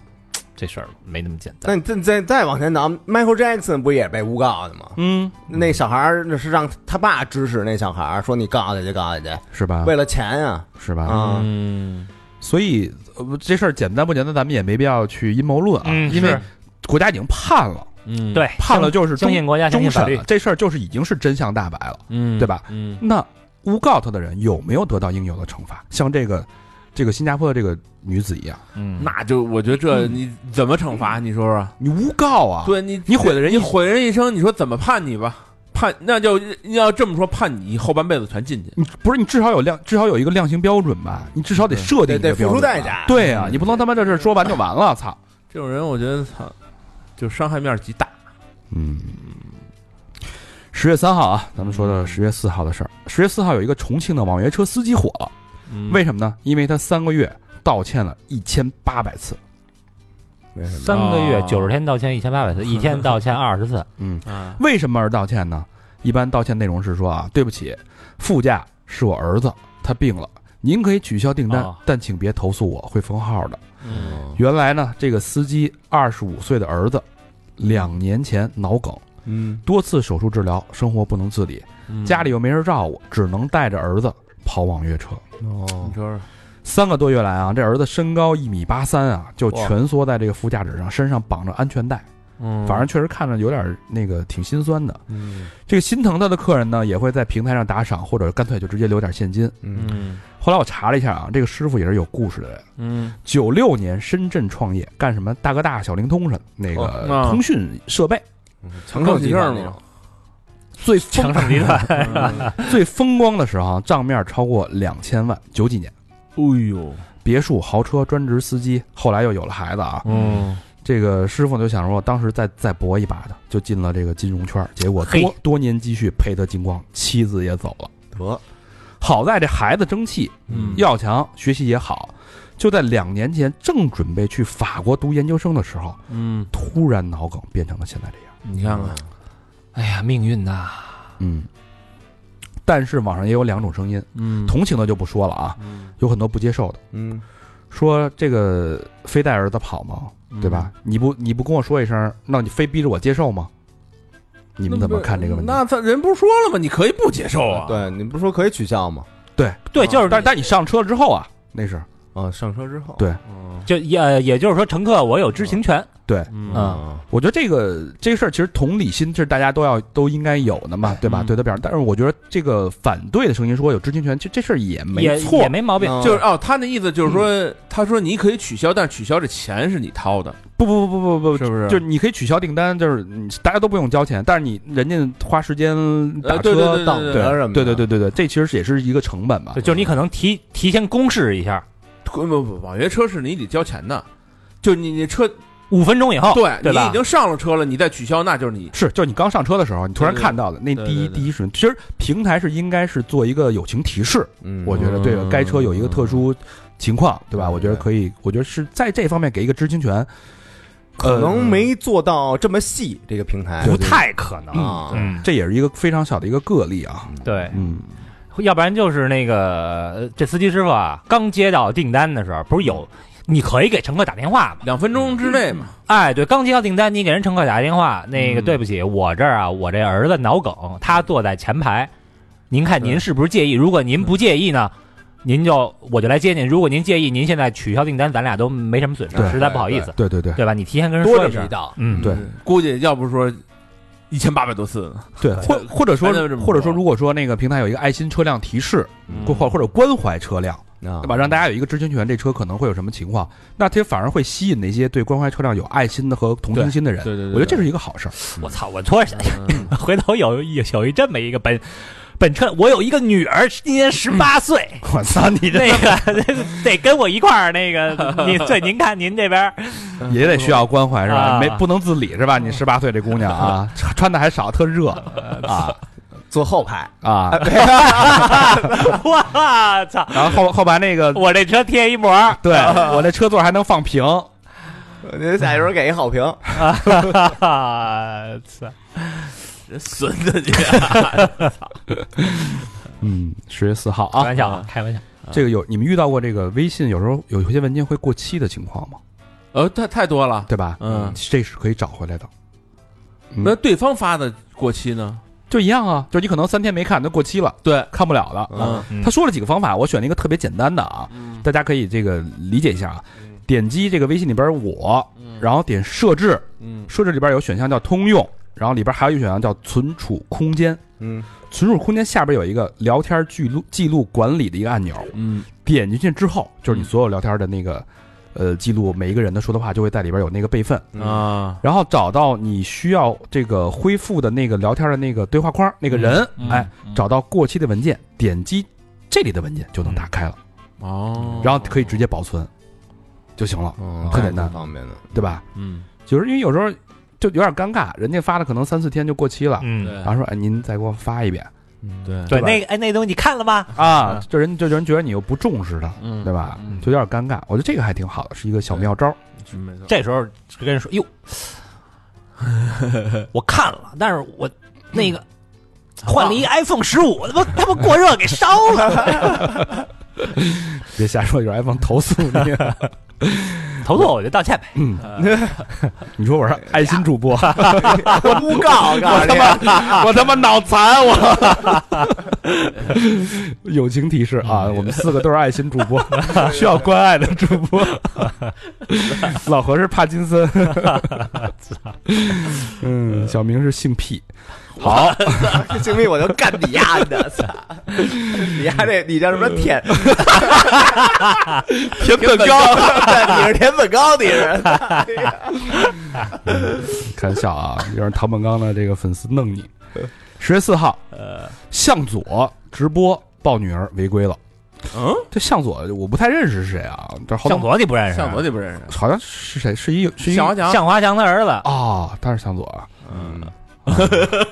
这事儿没那么简单那。你再再再往前倒，Michael Jackson 不也被诬告的吗？嗯，那小孩儿那是让他爸指使那小孩儿说你告他去告他去，是吧？为了钱呀是吧？啊！嗯，所以呃这事儿简单不简单，咱们也没必要去阴谋论啊，嗯因为是国家已经判了，嗯，对，判了就是相终信国家，相终信法审律了，。这事儿就是已经是真相大白了。嗯，对吧嗯那诬告他的人有没有得到应有的惩罚？像这个这个新加坡的这个女子一样，嗯，那就我觉得这你怎么惩罚？你说说，你诬告啊，对你你毁了人你家毁人一生，你说怎么判你吧？判那就要这么说，判你后半辈子全进去。你不是你至少有量，至少有一个量刑标准吧？你至少得对设定得一个得标付出准吧代。价。嗯对啊，你不能他妈这事儿说完就完了，操！嗯这种人，我觉得操，就伤害面极大。嗯，十月三号啊，咱们说的十月四号的事儿。十月四号有一个重庆的网约车司机火了，嗯为什么呢？因为他三个月道歉了一千八百次。没什么三个月哦九十天道歉一千八百次，一天道歉二十次，嗯，啊为什么而道歉呢？一般道歉内容是说啊，对不起，副驾是我儿子，他病了，您可以取消订单，哦但请别投诉我，会封号的。嗯原来呢，这个司机二十五岁的儿子，两年前脑梗，嗯，多次手术治疗，生活不能自理，嗯家里又没人照顾，只能带着儿子跑网约车。你哦，说说三个多月来啊，这儿子身高一米八三啊，就蜷缩在这个副驾驶上，身上绑着安全带，嗯反正确实看着有点那个挺心酸的。嗯这个心疼他的客人呢，也会在平台上打赏，或者干脆就直接留点现金。嗯嗯后来我查了一下啊，这个师傅也是有故事的人。嗯九六年深圳创业，干什么大哥大、小灵通上那哦个那通讯设备。强盛集团那那种种，最强风盛集团 最风光的时候啊，账面超过两千万，九几年，哎呦，别墅、豪车、专职司机，后来又有了孩子啊。嗯这个师傅就想说，当时再再搏一把的，就进了这个金融圈儿，结果嘿多多年积蓄赔得精光，妻子也走了。得，好在这孩子争气，嗯要强，学习也好。就在两年前，正准备去法国读研究生的时候，嗯，突然脑梗，变成了现在这样。你看看，哎呀，命运呐！嗯，但是网上也有两种声音，嗯同情的就不说了啊，嗯有很多不接受的，嗯，说这个非带儿子跑吗？嗯嗯对吧？？你不你不跟我说一声，那你非逼着我接受吗？你你们怎么看这个问题？那他人不是说了吗？你可以不接受啊。，嗯对，你不是说可以取消吗？对，就是但但你上车之后啊，那是啊，上车之后，对嗯就也也就是说，乘客我有知情权，嗯嗯啊，我觉得这个这个事儿其实同理心是大家都要都应该有的嘛，对吧？嗯对他表示，但是我觉得这个反对的声音说有知情权，这这事儿也没也错嗯也，没毛啊病。就是哦，他那意思就是说，他说你可以取消，但是取消这钱是你掏的，不不不不不不，是不是？就是你可以取消订单，就是你大家都不用交钱，但是你人家花时间打呃对车对到，对对对对对对对对对，这其实也是一个成本吧对，。就是你可能提提前公示一下，不不不，网约车是你得交钱的，就你你车五分钟以后，哦对对你已吧？经上了车了，你再取消，那就是你是，就是你刚上车的时候，你突然对对看到的那对第一对对第一瞬间，其实平台是应该是做一个友情提示，嗯，我觉得对嗯该车有一个特殊情况，对吧？对我觉得可以，我觉得是在这方面给一个知情权，可能没做到这么细，这个平台不太可能。啊，嗯，呃这也是一个非常小的一个个例啊。对，嗯，要不然就是那个呃这司机师傅啊，刚接到订单的时候，不是有你可以给乘客打电话吗？两分钟之内嘛。哎，对，刚接到订单，你给人乘客打电话，那个嗯对不起，我这儿啊，我这儿子脑梗，他坐在前排，您看您是不是介意？如果您嗯不介意呢，您就我就来接您；如果您介意，您现在取消订单，咱俩都没什么损失对，实在不好意思，对对对 对吧？你提前跟人多说这一么声一，道，嗯，对嗯，估计要不说一千八百多次呢。对，或或者说还能这么或者说，说如果说那个平台有一个爱心车辆提示，嗯或或者关怀车辆，啊对吧？让大家有一个知情权，这车可能会有什么情况，那它反而会吸引那些对关怀车辆有爱心的和同情心的人。对对对对我觉得这是一个好事儿。我操，我突然想， 回头有有有一这么一个本本车，我有一个女儿，今年十八岁， 我操，你 那个得跟我一块儿那个，您对，您看您这边儿，也得需要关怀是吧？啊没不能自理是吧？你十八岁这姑娘啊，穿穿的还少，特热啊坐后排，啊！我操！然后后后排那个，我这车贴一膜儿， 对我那车座还能放平，您下一轮给一好评，啊，操！这损的你。啊嗯，十月四号开啊，玩笑，啊，开玩笑。这个有你们遇到过这个微信有时候有有些文件会过期的情况吗？ 呃，太太多了。对吧？嗯这是可以找回来的。嗯那对方发的过期呢？就一样啊，就你可能三天没看，它过期了，对，看不了了。嗯嗯他说了几个方法，我选了一个特别简单的啊，嗯大家可以这个理解一下啊。点击这个微信里边我，然后点设置，嗯设置里边有选项叫通用，然后里边还有一个选项叫存储空间。嗯，存储空间下边有一个聊天记录记录管理的一个按钮，嗯点进去之后，就是你所有聊天的那个，呃，记录每一个人的说的话就会在里边有那个备份，啊，然后找到你需要这个恢复的那个聊天的那个对话框那个人，嗯哎，找到过期的文件，点击这里的文件就能嗯打开了，哦，然后可以直接保存就行了，嗯特简单方便的，对吧？嗯就是因为有时候就有点尴尬，人家发的可能三四天就过期了，嗯，对然后说哎您再给我发一遍对对，嗯对吧那个哎，那东西你看了吗？啊，就人就人觉得你又不重视他，嗯对吧嗯？就有点尴尬，我觉得这个还挺好的，是一个小妙招。是嗯没错，这时候就跟人说，哟，我看了，但是我那个 换了一 iPhone 十五，他妈他妈过热给烧了，别瞎说，有 iPhone 投诉 你。 投诉我就道歉呗。嗯，你说我是爱心主播，哎啊我诬 告，我告诉你，啊我他妈脑残，我友情提示嗯啊，我们四个都是爱心主播， 需要关爱的主播。老何是帕金森，嗯，小明是性癖。好，经理我就干你丫的，操！你丫这你叫什么 舔甜粉糕？ 对你是舔粉糕，你是。开玩笑啊，要是唐本刚的这个粉丝弄你。十月四号，呃，向左直播抱女儿违规了。嗯，这向左我不太认识是谁啊？这好向像左你不认识？啊向左你不认啊识，好像是谁？是一是一向华强，向华强的儿子，哦，他是向左啊，嗯，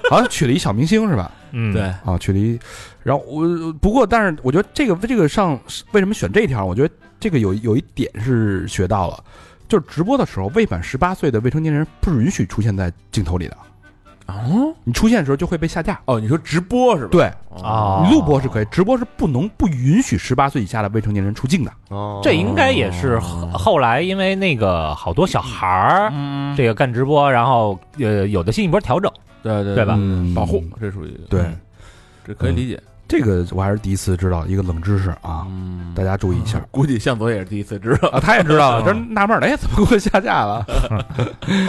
好像娶了一小明星是吧？嗯，对，啊，娶了一，然后我不过但是我觉得这个这个上为什么选这条？我觉得这个有有一点是学到了，就是直播的时候未满十八岁的未成年人不允许出现在镜头里的，哦你出现的时候就会被下架。哦，你说直播是吧？对哦你录播是可以，直播是不能不允许十八岁以下的未成年人出镜的。哦这应该也是后后来因为那个好多小孩儿。嗯，这个干直播，然后呃，有的新一波调整，对对对吧嗯保护这属于对嗯这可以理解，这个我还是第一次知道一个冷知识啊，嗯大家注意一下。估计向左也是第一次知道，啊，他也知道了，嗯真纳闷儿，哎，怎么给我下架了？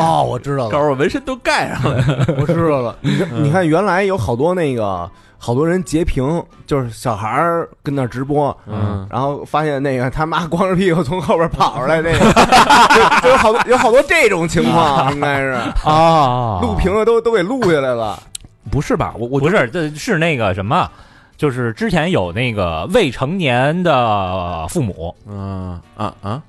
哦，我知道告，诉我纹身都盖上了，我知道了。你看，你看，原来有好多那个好多人截屏，就是小孩儿跟那儿直播，嗯然后发现那个他妈光着屁股从后边跑出来，那个就就有好多有好多这种情况，应该是啊录屏的都都给录下来了。不是吧？我我不是，这是那个什么，就是之前有那个未成年的父母，嗯啊啊，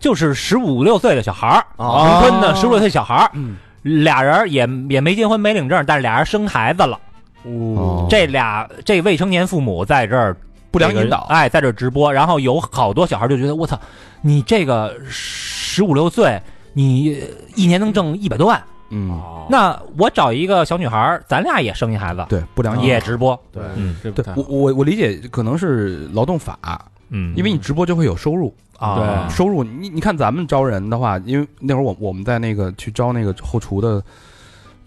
就是十五六岁的小孩儿，哦农村的十五六岁小孩儿，嗯俩人儿也也没结婚没领证，但是俩人生孩子了。哦这俩这未成年父母在这儿不良这个引导哎，在这儿直播，然后有好多小孩就觉得我操，你这个十五六岁，你一年能挣一百多万，嗯，那那我找一个小女孩儿，咱俩也生一孩子，对，不良引也直播，对嗯，这导。不啊对太我好我我理解可能是劳动法，嗯，因为你直播就会有收入，啊，对收入你你看咱们招人的话，因为那会儿我我们在那个去招那个后厨的。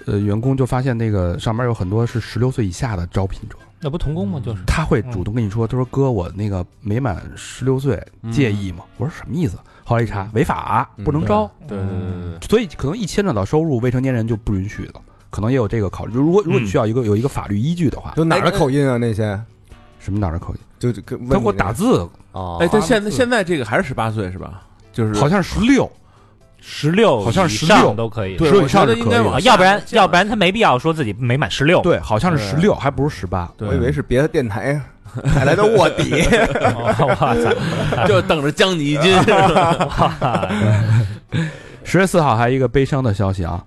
呃，员工就发现那个上面有很多是十六岁以下的招聘者，那不童工吗？就是他会主动跟你说，他说哥，我那个没满十六岁，嗯介意吗？我说什么意思？后来一查，违法，不能招。对对对对所以可能一牵扯到收入，未成年人就不允许了，可能也有这个考虑。就如果如果你需要一个、有一个法律依据的话，就哪儿的口音啊？那些什么哪儿的口音？就就跟他给我打字哦，哎，但现八在字现在这个还是十八岁是吧？就是好像是哦十六，十六好像以16上都可以，对对，十六我以上觉得是应可该以往啊，下要不然下要不然他没必要说自己没满十六，对，嗯好像是十六，还不是十八。对我以为是别的电 台带来的卧底。 哦，我操，就等着将嗯你一军，十月四号还有一个悲伤的消息啊，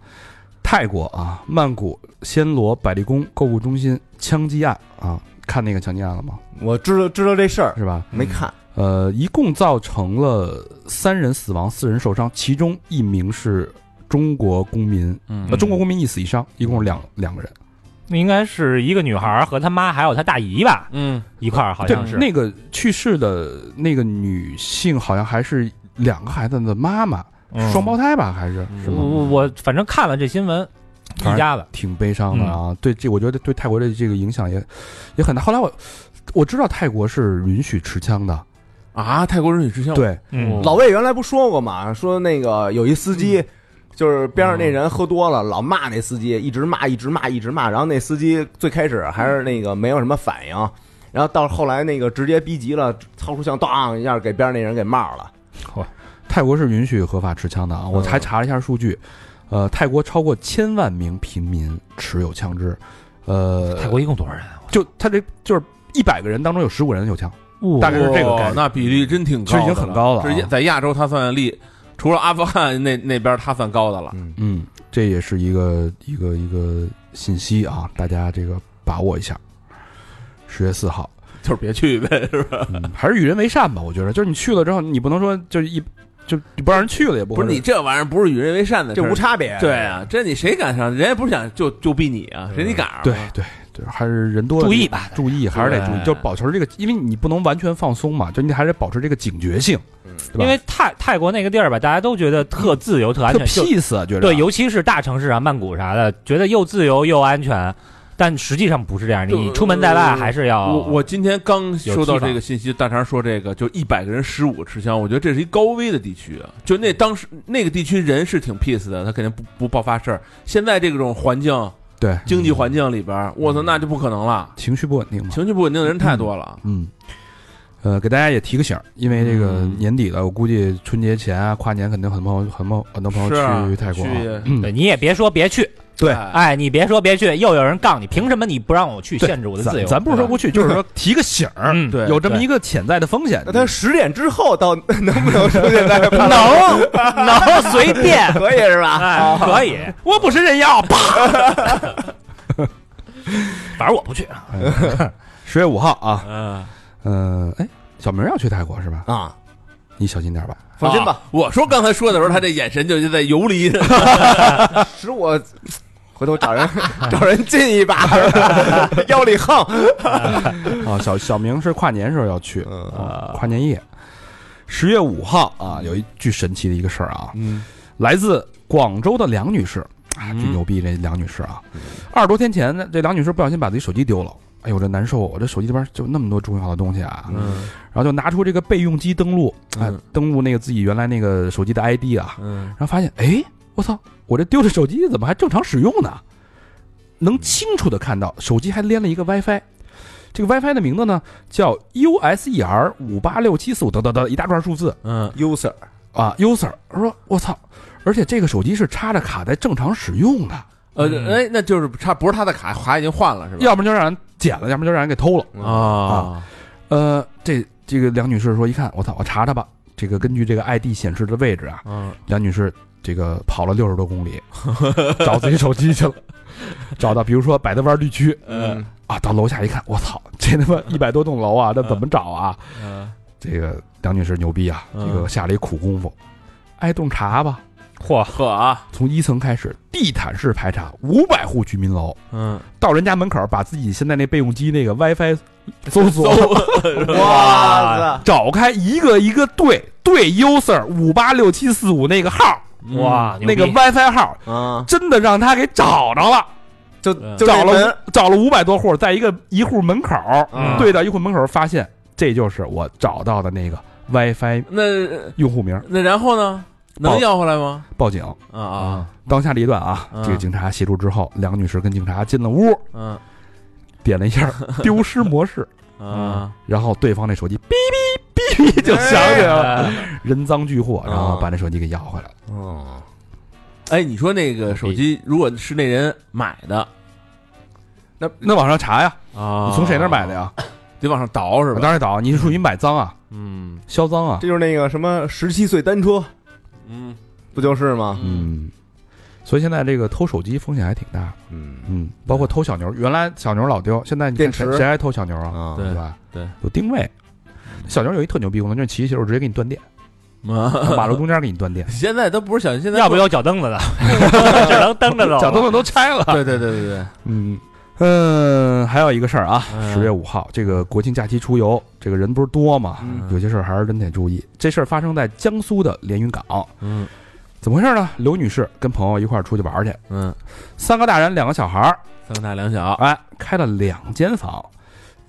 泰国啊，曼谷暹罗百丽宫购物中心枪击案啊，看那个枪击案了吗？ 我知道知道这事儿，是吧？没看。呃，一共造成了三人死亡，四人受伤，其中一名是中国公民，嗯呃，中国公民一死一伤，一共两两个人。那 应该是一个女孩儿和她妈还有她大姨吧嗯一块儿，好对像，是那个去世的那个女性好像还是两个孩子的妈妈，嗯双胞胎吧，还是嗯是我吗？我我反正看了这新闻，反正一家的，挺悲伤的啊。嗯对这，我觉得对泰国的这个影响也也很大。后来我我知道泰国是允许持枪的，啊，泰国人女之枪，对，嗯，老魏原来不说过嘛，说那个有一司机，就是边上那人喝多了，老骂那司机，一直骂，一直骂，一直骂。然后那司机最开始还是那个没有什么反应，然后到后来那个直接逼急了，掏出枪，当一下给边上那人给骂了。泰国是允许合法持枪的啊。我嗯还查了一下数据，呃，泰国超过千万名平民持有枪支，呃，泰国一共多少人啊？就他这就是一百个人当中有十五人有枪，我大概是这个概哦率那比例真挺高其实的了，已经很高了啊这是在亚洲它算例除了阿富汗那那边，他算高的了。嗯，嗯，这也是一个一个一个信息啊，大家这个把握一下。十月四号，就是别去呗，是吧？嗯，还是与人为善吧。我觉得，就是你去了之后，你不能说就是一就就不让人去了，也不不合是适你这玩意儿不是与人为善的事这儿，无差别。对啊，这你谁敢上？人家不是想就就毙你啊，谁你敢啊？对对对，还是人多注意吧，注意，还是得注意，对就保持这个，因为你不能完全放松嘛，就你还得保持这个警觉性，对吧因为泰泰国那个地儿吧，大家都觉得特自由、特安特全，就 peace 啊，觉得对，尤其是大城市啊，曼谷啥的，觉得又自由又安全，但实际上不是这样。就你出门在呃外还是要我我今天刚收有到提防这个信息，大肠说这个就一百个人十五持枪，我觉得这是一高危的地区啊。就那当时那个地区人是挺 peace 的，他肯定不不爆发事儿。现在这种环境、对嗯经济环境里边儿，我操，那就不可能了，情绪不稳定嘛。情绪不稳定的人太多了。嗯，呃，给大家也提个醒儿，因为这个嗯年底了，我估计春节前啊，跨年肯定很多朋友、很多很多朋友是啊去泰国、啊，去嗯 对，你也别说别去，对哎哎，你别说别去，又有人杠你，凭什么你不让我去，对限制我的自咱由？咱不是说对吧不去，就是说提个醒儿，嗯对有这么一个潜在的风险那。他十点之后到 能不能出现在，能能 随便可以是吧？哦哎，可以，我不是人妖，啪，反正我不去。哎十月五号啊， 嗯，嗯、哎，小明要去泰国是吧？啊，你小心点儿吧。放心吧啊，我说刚才说的时候，他这眼神就就在游离。使我回头找人 找人进一把， 腰里横。啊，小小明是跨年时候要去，嗯啊，跨年夜，十月五号啊，有一巨神奇的一个事儿啊，嗯，来自广州的梁女士嗯啊，巨牛逼这梁女士啊，二十多天前呢，这梁女士不小心把自己手机丢了。哎呦，这难受！我这手机里边就那么多重要的东西啊，嗯然后就拿出这个备用机登录，哎嗯，登录那个自己原来那个手机的 ID 啊，嗯，然后发现，哎，我操，我这丢的手机怎么还正常使用呢？能清楚的看到，手机还连了一个 WiFi，这个 WiFi 的名字呢叫 USER 五八六七四五等等等一大串数字嗯， user 啊，user 说，我操，而且这个手机是插着卡在正常使用的，呃，嗯哎，那就是差不是他的卡，卡已经换了是吧？要不然就让人捡了，要不然就让人给偷了。啊，呃，这这个梁女士说，一看，我操，我查查吧。这个根据这个 ID 显示的位置啊，嗯，梁女士这个跑了六十多公里，找自己手机去了，找到比如说百德湾地区，嗯啊，到楼下一看，我操，这他妈一百多栋楼啊，那怎么找啊？嗯，这个梁女士牛逼啊，这嗯个下了一苦功夫，挨冻查吧，嚯，呵啊，从一层开始地毯式排查五百户居民楼，嗯，到人家门口把自己现在那备用机那个 WiFi 搜索哇塞，找开，一个一个对对 user 五八六七四五那个号，哇，那个牛逼 WiFi 号，啊，真的让他给找着了。就嗯就找这了门五找了五百多户，在一个一户门口，嗯对到一户门口发现，这就是我找到的那个 WiFi 那用户名，那然后呢？能要回来吗？报警啊啊，！当下这一段啊，嗯这个警察协助之后，梁女士跟警察进了屋，嗯点了一 下丢失模式，啊， 然后对方那手机哔哔哔哔就响起来了，哎 人赃俱获，啊然后把那手机给要回来了。嗯，哎，你说那个手机如果是那人买的那网上查呀，啊你从谁那儿买的？呀？得往上倒是我吧？当然倒，你是属于买赃啊，嗯销赃啊这，就是那个什么十七岁单车，嗯，不就是吗？嗯。所以现在这个偷手机风险还挺大的。嗯嗯，包括偷小牛，原来小牛老丢，现在你看电池谁谁还偷小牛啊？啊，对吧？对，有定位。小牛有一特牛逼功能，就是骑一骑我直接给你 断电，啊，马路中间给你断电现在都不是小，现在要不有脚蹬子 的， 只能蹬着走。小动物都拆 了。对对对对对，嗯嗯，还有一个事儿啊，嗯十月五号这个国庆假期出游，这个人不是多嘛，嗯有些事儿还是真得注意。这事儿发生在江苏的连云港，嗯怎么回事呢？刘女士跟朋友一块儿出去玩儿去，嗯，三个大人两个小孩儿，三个大两小，哎，开了两间房，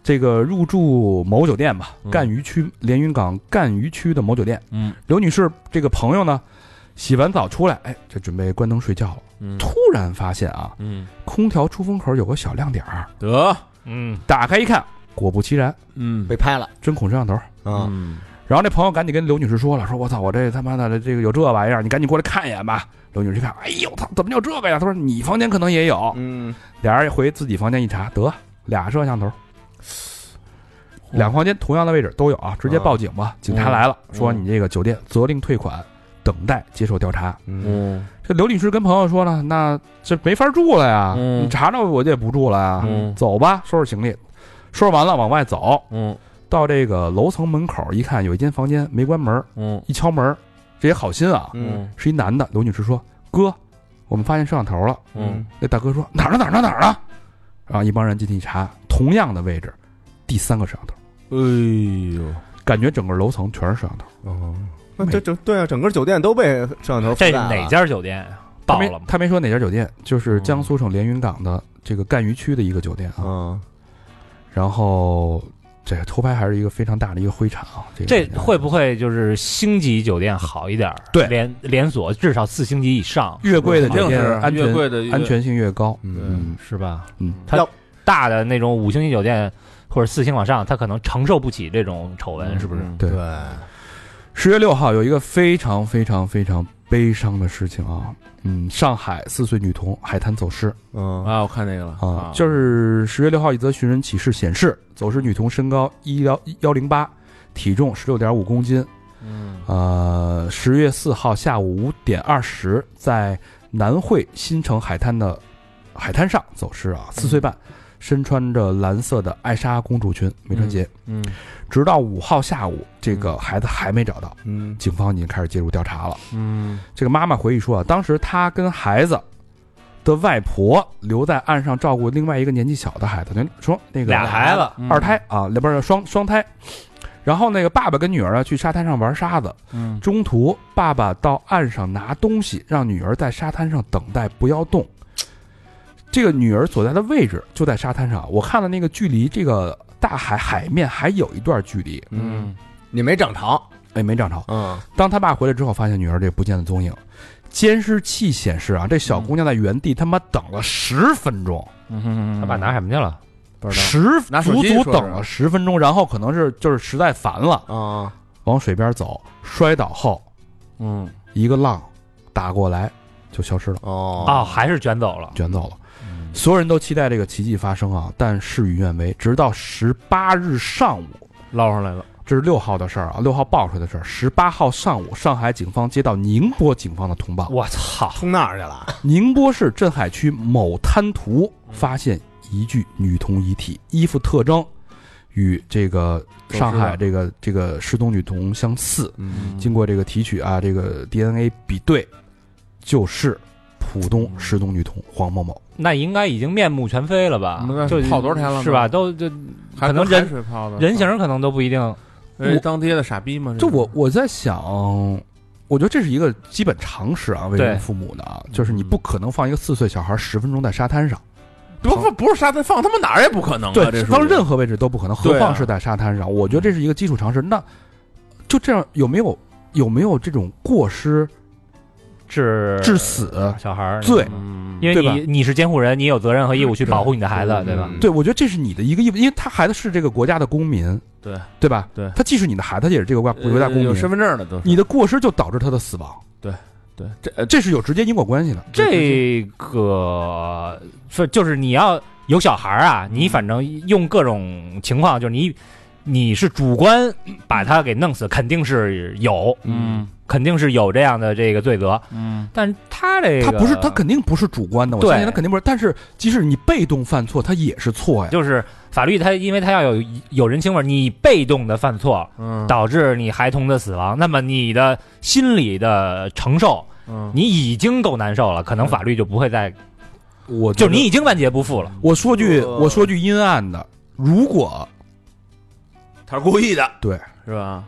这个入住某酒店吧，嗯赣榆区连云港赣榆区的某酒店。嗯刘女士这个朋友呢，洗完澡出来，哎，就准备关灯睡觉了，嗯突然发现啊，嗯，空调出风口有个小亮点儿，得，嗯，打开一看，果不其然，嗯被拍了针孔摄像头。啊，嗯然后那朋友赶紧跟刘女士说了，说我操，我这他妈的这个有这玩意儿，你赶紧过来看一眼吧。刘女士一看，哎呦，操，怎么有这个呀？她说你房间可能也有。嗯，俩人回自己房间一查，得俩摄哦像头，哦两房间同样的位置都有啊，直接报警吧。警察来了，说你这个酒店责令退款，等待接受调查。嗯嗯这刘律师跟朋友说了，那这没法住了呀，嗯你查查我就也不住了呀，嗯走吧，收拾行李，收拾完了往外走，嗯到这个楼层门口一看，有一间房间没关门，嗯一敲门，这也好心啊，嗯是一男的。刘女士说：“哥，我们发现摄像头了。”嗯那大哥说：“哪儿呢？哪儿呢？哪儿呢？”然后一帮人进去一查，同样的位置，第三个摄像头，嗯，哎呦，感觉整个楼层全是摄像头。哦，那这整对啊，整个酒店都被摄像头覆这盖是了哪家酒店啊他爆没了吗？他没说哪家酒店，就是江苏省连云港的这个赣榆区的一个酒店啊。嗯，然后这个偷拍还是一个非常大的一个灰产啊。这个这酒店会不会就是星级酒店好一点儿？对连连锁至少四星级以上，越贵的肯酒定店啊是安啊越全贵的越安。全性越高？嗯，是吧？嗯，它要大的那种五星级酒店或者四星往上，它可能承受不起这种丑闻，是不是？嗯对对，十月六号有一个非常非常非常悲伤的事情啊，嗯，上海四岁女童海滩走失嗯啊，我看那个了啊，就是十月六号一则寻人启事显示，走失女童身高一幺幺零八，体重十六点五公斤，嗯呃，十月四号下午五点二十，在南汇新城海滩的海滩上走失啊，四岁半，身穿着蓝色的艾莎公主裙，没穿鞋，嗯直到五号下午，这个孩子还没找到，嗯警方已经开始介入调查了。嗯这个妈妈回忆说啊，当时她跟孩子的外婆留在岸上照顾另外一个年纪小的孩子，等于说那个俩孩子，嗯二胎啊，里边是双双胎。然后那个爸爸跟女儿啊去沙滩上玩沙子，嗯中途爸爸到岸上拿东西，让女儿在沙滩上等待，不要动。这个女儿所在的位置就在沙滩上，我看了那个距离这个大海海面还有一段距离，嗯，你没长长，哎，没涨潮。嗯当他爸回来之后，发现女儿这不见了踪影。监视器显示啊，这小姑娘在原地他妈等了十分钟，嗯他爸拿什么去了？不知道十拿手足机足说是等了十分钟，然后可能是就是实在烦了，啊往水边走，摔倒后嗯一个浪打过来就消失了，哦哦，还是卷走了。卷走了。嗯所有人都期待这个奇迹发生啊，但事与愿违。直到十八日上午，捞上来了，这是六号的事儿啊，六号爆出来的事儿。十八号上午，上海警方接到宁波警方的通报，我操！冲那儿去了，宁波市镇海区某滩涂发现一具女童遗体，衣服特征与这个上海这个这个失踪女童相似。嗯经过这个提取啊，这个 DNA 比对，就是浦东失踪女童黄某某。那应该已经面目全非了吧嗯那？就泡多少天了呢是吧？都就还可能跟海人水泡的人形儿可能都不一定。人家当爹的傻逼吗？这是我我在想，我觉得这是一个基本常识啊，为对人父母的啊，就是你不可能放一个四岁小孩十分钟在沙滩上，不不不是沙滩，放他妈哪儿也不可能啊！这放任何何位置都不可能，对何啊况是在沙滩上？我觉得这是一个基础常识。那就这样，有没有有没有这种过失呃致致死？小孩儿罪嗯因为对吧你你是监护人，你有责任和义务去保护你的孩子，嗯对吧？嗯对，我觉得这是你的一个义务，因为他孩子是这个国家的公民，对对吧？对他既是你的孩子，他也是这个国家国家公呃有民。身份证的都是你的过失就导致他的死亡，对这呃这是有直接因果关系的。这个是就是你要有小孩儿啊，你反正用各种情况，就是你你是主观把他给弄死，肯定是有，嗯肯定是有这样的这个罪责。嗯但是他这个他不是，他肯定不是主观的，我对相信他肯定不是。但是即使你被动犯错，他也是错呀。就是法律它因为它要有有人情味儿，你被动的犯错嗯导致你孩童的死亡，那么你的心理的承受。嗯你已经够难受了，可能法律就不会再，我就就是你已经万劫不复了。我说句呃我说句阴暗的，如果他是故意的，对是吧？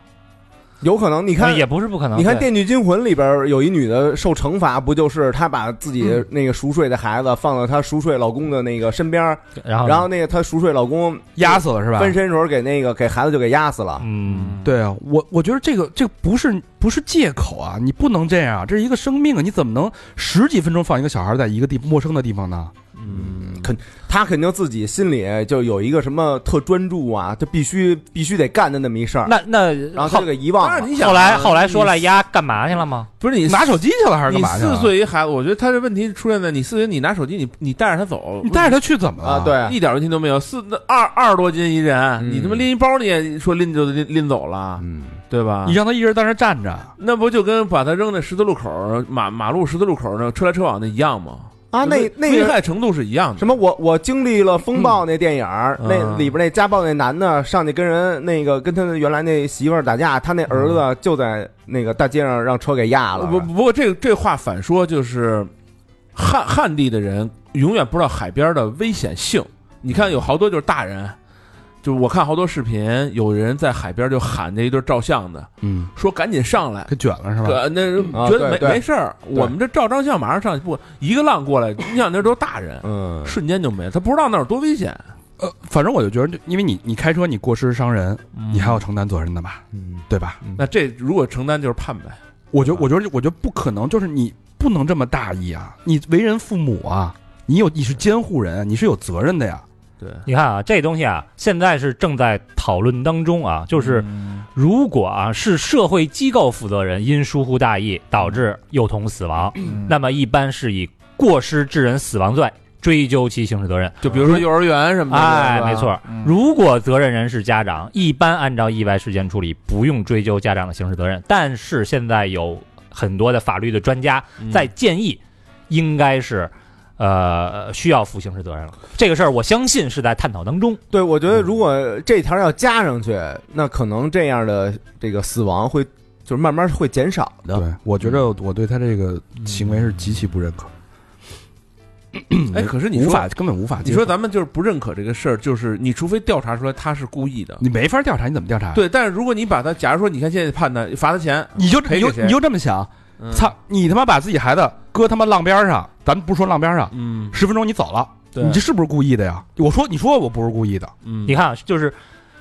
有可能你看也不是不可能。你看《对电锯惊魂》里边有一女的受惩罚，不就是她把自己那个熟睡的孩子放到她熟睡老公的那个身边儿，然后呢然后那个她熟睡老公压死了是吧？翻嗯身时候给那个给孩子就给压死了。嗯，对啊，我我觉得这个这个不是不是借口啊，你不能这样，这是一个生命啊，你怎么能十几分钟放一个小孩在一个地陌生的地方呢？嗯肯他肯定自己心里就有一个什么特专注啊，就必须必须得干的那么一事儿，那那然后他后就给遗忘当了然。你想啊，后来后来说了你丫干嘛去了吗？不是你拿手机去了还是干你嘛去了？四，岁一孩子，我觉得他这问题出现在你四岁，你拿手机，你你带着他走，你带着他去怎么了？啊，对，一点问题都没有。四那二二十多斤一人，嗯你他妈拎一包你也说拎就拎拎走了，嗯，对吧你？让他一人在那儿站着，那不就跟把他扔在十字路口马马路十字路口那车来车往那一样吗？啊，那就是那危个害程度是一样的。什么，我我经历了风暴那电影儿，嗯那里边那家暴那男的上去跟人那个跟他的原来那媳妇儿打架，他那儿子就在那个大街上让车给压了。不不过这个这话反说就是，汉汉地的人永远不知道海边的危险性。你看有好多就是大人，就是我看好多视频，有人在海边就喊着一对照相的，嗯，说赶紧上来。给卷了是吧？对，那人啊觉对得没、对没事儿，对我们这照张相马上上去，不一个浪过来，你想那都是大人，嗯，瞬间就没了，他不知道那有多危险。呃，反正我就觉得，因为你你开车你过失伤人，嗯你还要承担责任的吧，嗯对吧？那这如果承担就是判呗，我觉得，我觉得，我觉得不可能，就是你不能这么大意啊！你为人父母啊，你有你是监护人，啊你是有责任的呀。对，你看啊，这东西啊，现在是正在讨论当中啊，嗯就是如果啊是社会机构负责人因疏忽大意导致幼童死亡，嗯那么一般是以过失致人死亡罪追究其刑事责任。就比如说幼儿园什么的，哎嗯是，吧嗯没错，，如果责任人是家长，一般按照意外事件处理，不用追究家长的刑事责任。但是现在有很多的法律的专家嗯在建议，应该是。呃，需要负刑事责任了。这个事儿，我相信是在探讨当中。对，我觉得如果这条要加上去，那可能这样的这个死亡会就是慢慢会减少的。对，我觉得我对他这个行为是极其不认可，哎，可是你无说法根本无法接你受。说咱们就是不认可这个事儿，就是你除非调查出来他是故意的，你没法调查，你怎么调查？，对。但是如果你把他，假如说你看现在判的罚他钱，你就赔你给就谁你就这么想，嗯操，你他妈把自己孩子搁他妈浪边上，咱们不说浪边上，嗯，十分钟你走了，对你这是不是故意的呀？我说，你说我不是故意的，嗯你看啊，就是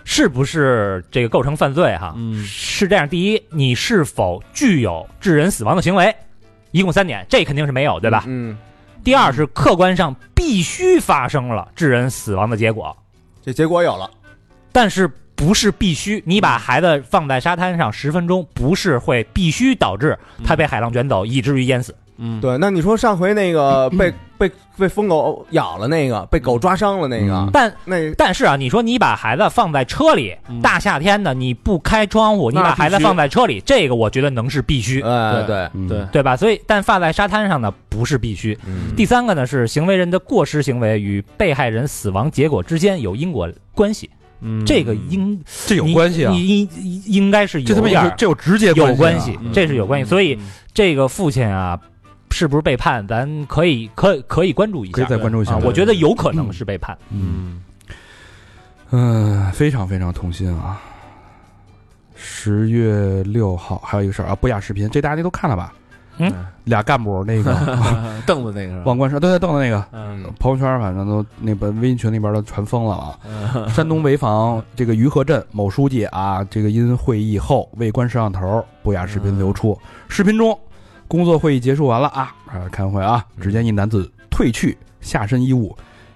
是不是这个构成犯罪哈？嗯是这样：第一，你是否具有致人死亡的行为，一共三点，这肯定是没有，对吧？嗯，第二是客观上必须发生了致人死亡的结果，这结果有了，但是不是必须？你把孩子放在沙滩上十分钟，不是会必须导致他被海浪卷走，以至于淹死？嗯，对，那你说上回那个被被被疯狗咬了那个，被狗抓伤了那个嗯，但那但是啊，你说你把孩子放在车里，嗯大夏天的你不开窗户，你那把必须孩子放在车里，这个我觉得能是必须。哎对，嗯对，对吧？所以，但放在沙滩上呢，不是必须。嗯第三个呢是行为人的过失行为与被害人死亡结果之间有因果关系，嗯这个应这有关系啊，你你你应该是这他有妈点有儿这有直接有关关啊系，嗯这是有关系。所以嗯这个父亲啊，是不是被判？咱可以可以可以关注一可以下再关注一下啊，对我觉得有可能是被判。嗯嗯嗯，非常非常痛心啊！十月六号还有一个事儿啊，博雅视频，这大家都看了吧？嗯，俩干部那 个啊凳子那个是吧往官说，对对，瞪的那个嗯朋友圈，反正都那个微信群里边都传疯了啊。嗯 山东潍坊这个余河镇某书记啊，这个因会议后未关摄像头，博雅视频流出。视频中，工作会议结束完了啊，啊开完会啊，只见一男子褪去下身衣物，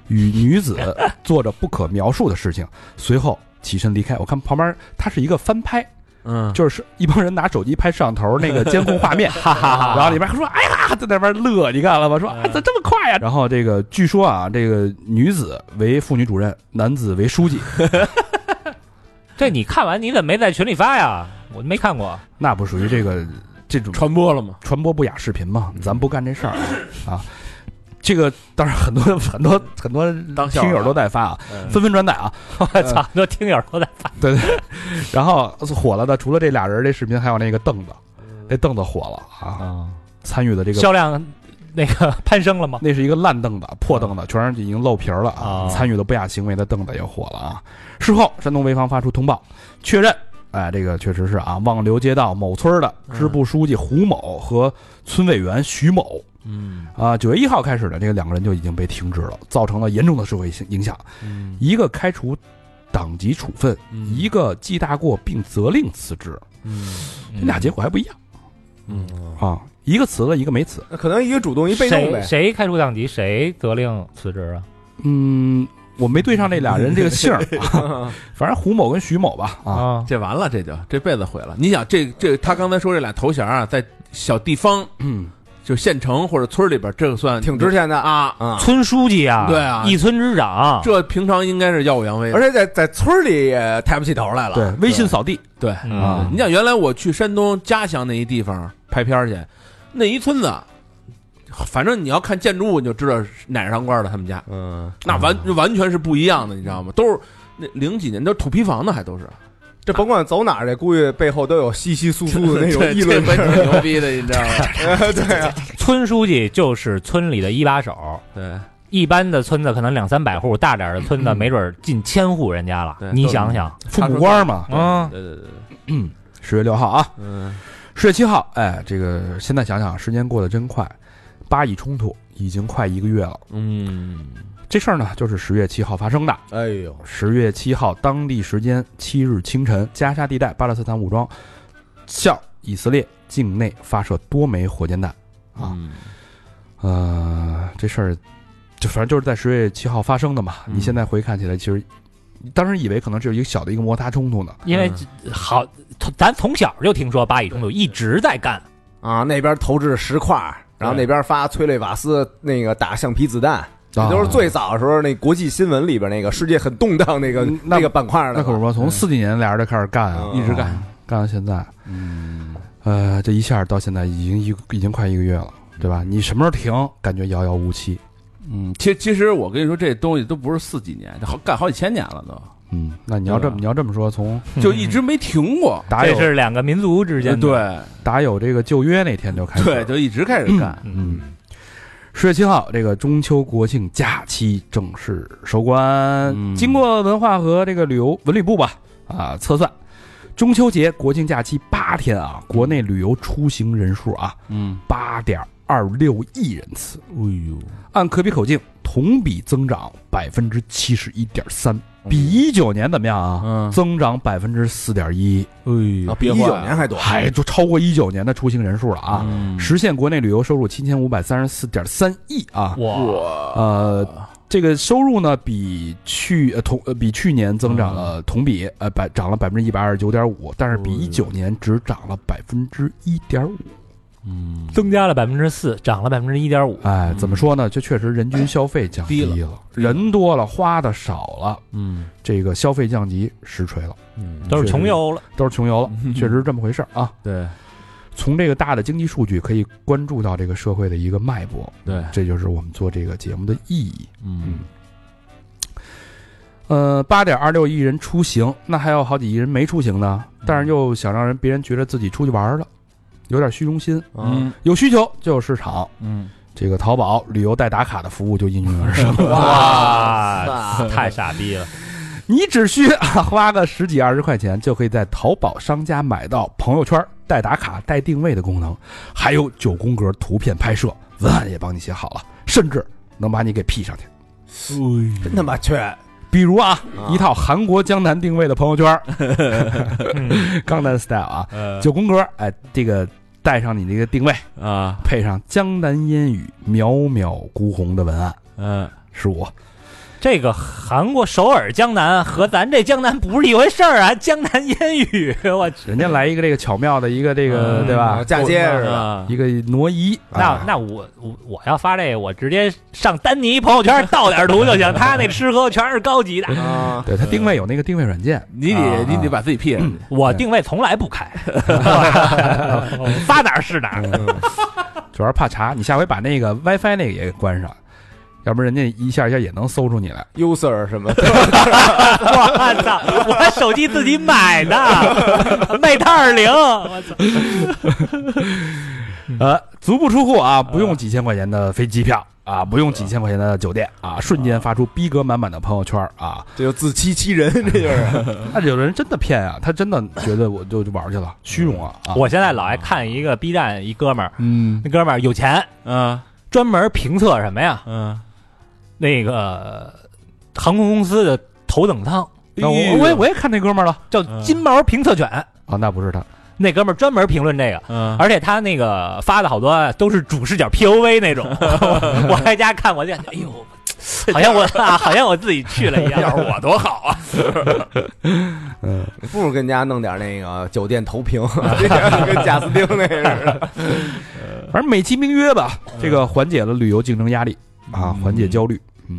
与女子做着不可描述的事情，随后起身离开。我看旁边他是一个翻拍，嗯，就是一帮人拿手机拍摄像头那个监控画面，哈哈哈！然后里边还说：“哎呀，在那边乐，你看了吗？说啊，咋这么快呀、然后这个据说啊，这个女子为妇女主任，男子为书记，这你看完你怎么没在群里发呀？我没看 过。那不属于这个这种传播了嘛，传播不雅视频嘛？咱不干这事儿啊。这个当然很多很多很多当笑话听友都在发啊，嗯纷纷转载啊。我操，很多听友都在发。然后火了的除了这俩人这视频，还有那个凳子，那凳子火了啊。参与的这个销量那个攀升了吗？那是一个烂凳子、破凳子，全是已经漏皮儿了啊！啊参与了不雅行为的凳子也火了啊！事后，山东潍坊发出通报，确认，哎，这个确实是啊，望流街道某村儿的支部书记胡某和村委员徐某嗯啊，九月一号开始呢，这个两个人就已经被停职了，造成了严重的社会性影响，嗯一个开除党籍处分，嗯一个记大过并责令辞职，嗯这俩结果还不一样嗯啊，一个辞了，一个没辞。那可能一个主动一被动谁呗，谁开除党籍，谁责令辞职啊？嗯，我没对上这俩人这个姓儿，反正胡某跟徐某吧啊，啊，这完了，这就这辈子毁了。你想，这这他刚才说这俩头衔啊，在小地方，嗯，就县城或者村里边，这个算挺值钱的啊啊。啊！村书记啊，对啊一村之长，这平常应该是耀武扬威的而。且在在村儿里也抬不起头来了。对，微信扫地对嗯啊你想，原来我去山东家乡那一地方拍片儿去，那一村子，反正你要看建筑物，你就知道是哪上官的他们家，嗯，那完、完全是不一样的，你知道吗？都是那零几年都是土坯房的，还都是这甭管走哪儿，这估计背后都有稀稀疏疏的那种 对议这论回声。挺牛逼的，你知道吗？ 对啊，村书记就是村里的一把手。对，一般的村子可能两三百户，大点儿的村子没准儿近千户人家了对。你想想，父母官嘛，嗯，对对对啊对，十月六号啊，嗯，十月七号，哎，这个现在想想，时间过得真快，巴以冲突已经快一个月了。嗯，这事儿呢，就是十月七号发生的。哎呦，十月七号当地时间七日清晨，加沙地带巴勒斯坦武装向以色列境内发射多枚火箭弹。啊嗯呃，这事儿就反正就是在十月七号发生的嘛。嗯你现在回看起来，其实当时以为可能只有一个小的一个摩擦冲突呢。因为好，从咱从小就听说巴以冲突一直在干，啊，那边投掷石块儿，然后对那边发催泪瓦斯，那个打橡皮子弹，啊这都是最早的时候那国际新闻里边那个世界很动荡那个嗯那那个板块儿的。那可不，从四几年俩人就开始干啊，嗯一直干干到现在。呃，这一下到现在已经一已经快一个月了，对吧？你什么时候停？感觉遥遥无期。嗯，其其实我跟你说，这东西都不是四几年，这好干好几千年 了都，嗯，那你要这对么吧你要这么说，从就一直没停过。打这有是两个民族之间的。对打有这个旧约那天就开始，对，，就一直开始干。嗯，十月七号，这个中秋国庆假期正式收官。嗯经过文化和这个旅游文旅部吧啊测算，中秋节国庆假期八天啊，国内旅游出行人数啊嗯，八点二六亿人次，哎呦，按可比口径同比增长百分之七十一点三，比一九年怎么样啊？嗯增长百分之四点一，哎呦啊，比一九年还多。还就超过一九年的出行人数了啊！嗯实现国内旅游收入七千五百三十四点三亿啊！哇，哇，呃，这个收入呢，比去呃同呃比去年增长了同比呃百涨了百分之一百二十九点五，但是比一九年只涨了百分之一点五。嗯，增加了百分之四，涨了百分之一点五。哎，怎么说呢？这确实人均消费降低低了，人多了，花的少了，嗯这个消费降级实锤了，嗯都是穷游了，。都是穷游了，嗯确实是这么回事儿啊。对从这个大的经济数据可以关注到这个社会的一个脉搏，对，这就是我们做这个节目的意义。嗯呃，八点二六亿人出行，那还有好几亿人没出行呢，嗯但是又想让人别人觉得自己出去玩了，有点虚荣心。嗯，有需求就有市场，啊嗯，这个淘宝旅游带打卡的服务就应运而生哇哇塞， 太傻逼了！你只需啊 花个十几二十块钱，就可以在淘宝商家买到朋友圈带打卡、带定位的功能，还有九宫格图片拍摄，文案也帮你写好了，甚至能把你给 P 上去。真他妈缺比如啊，啊一套韩国江南定位的朋友圈，江南 style 啊，呃，九宫格，哎，这个带上你这个定位，啊配上江南烟雨渺渺孤鸿的文案，嗯，是我这个韩国首尔江南和咱这江南不是一回事儿啊！江南烟雨，我去，人家来一个这个巧妙的一个这个嗯对吧，嫁接似的。啊一个挪移，啊那那我我我要发这个，我直接上丹尼朋友圈盗点图就行，他那吃喝全是高级的，啊，对它定位有那个定位软件，啊你得你得把自 己 P 上去，我定位从来不开，发哪儿是哪儿。主要是怕查，你下回把那个 WiFi 那个也给关上，要不然人家一下一下也能搜出你来。 user 什么我操！我手机自己买的，Mate 二零，我操！嗯呃，足不出户啊，不用几千块钱的飞机票啊，不用嗯几千块钱的酒店啊，瞬间发出逼格满满的朋友圈啊，这就自欺欺人，这就是嗯那有的人真的骗啊，他真的觉得我就就玩去了，虚荣啊嗯啊！我现在老爱看一个 B 站一哥们儿，嗯那哥们儿有钱，嗯专门评测什么呀？嗯，那个航空公司的头等舱，哎那我我也我也看那哥们儿了叫嗯金毛评测犬。啊，那不是他，那哥们儿专门评论这个，嗯而且他那 个发的好多都是主视角 POV 那种。我在家看，我就感觉，哎呦，好像我啊，好像我自己去了一样。 要是我多好啊！嗯，不如跟家弄点那个酒店投屏，这样跟贾斯汀那个似的。嗯反正美其名曰吧，这个缓解了旅游竞争压力啊，缓解焦虑。嗯，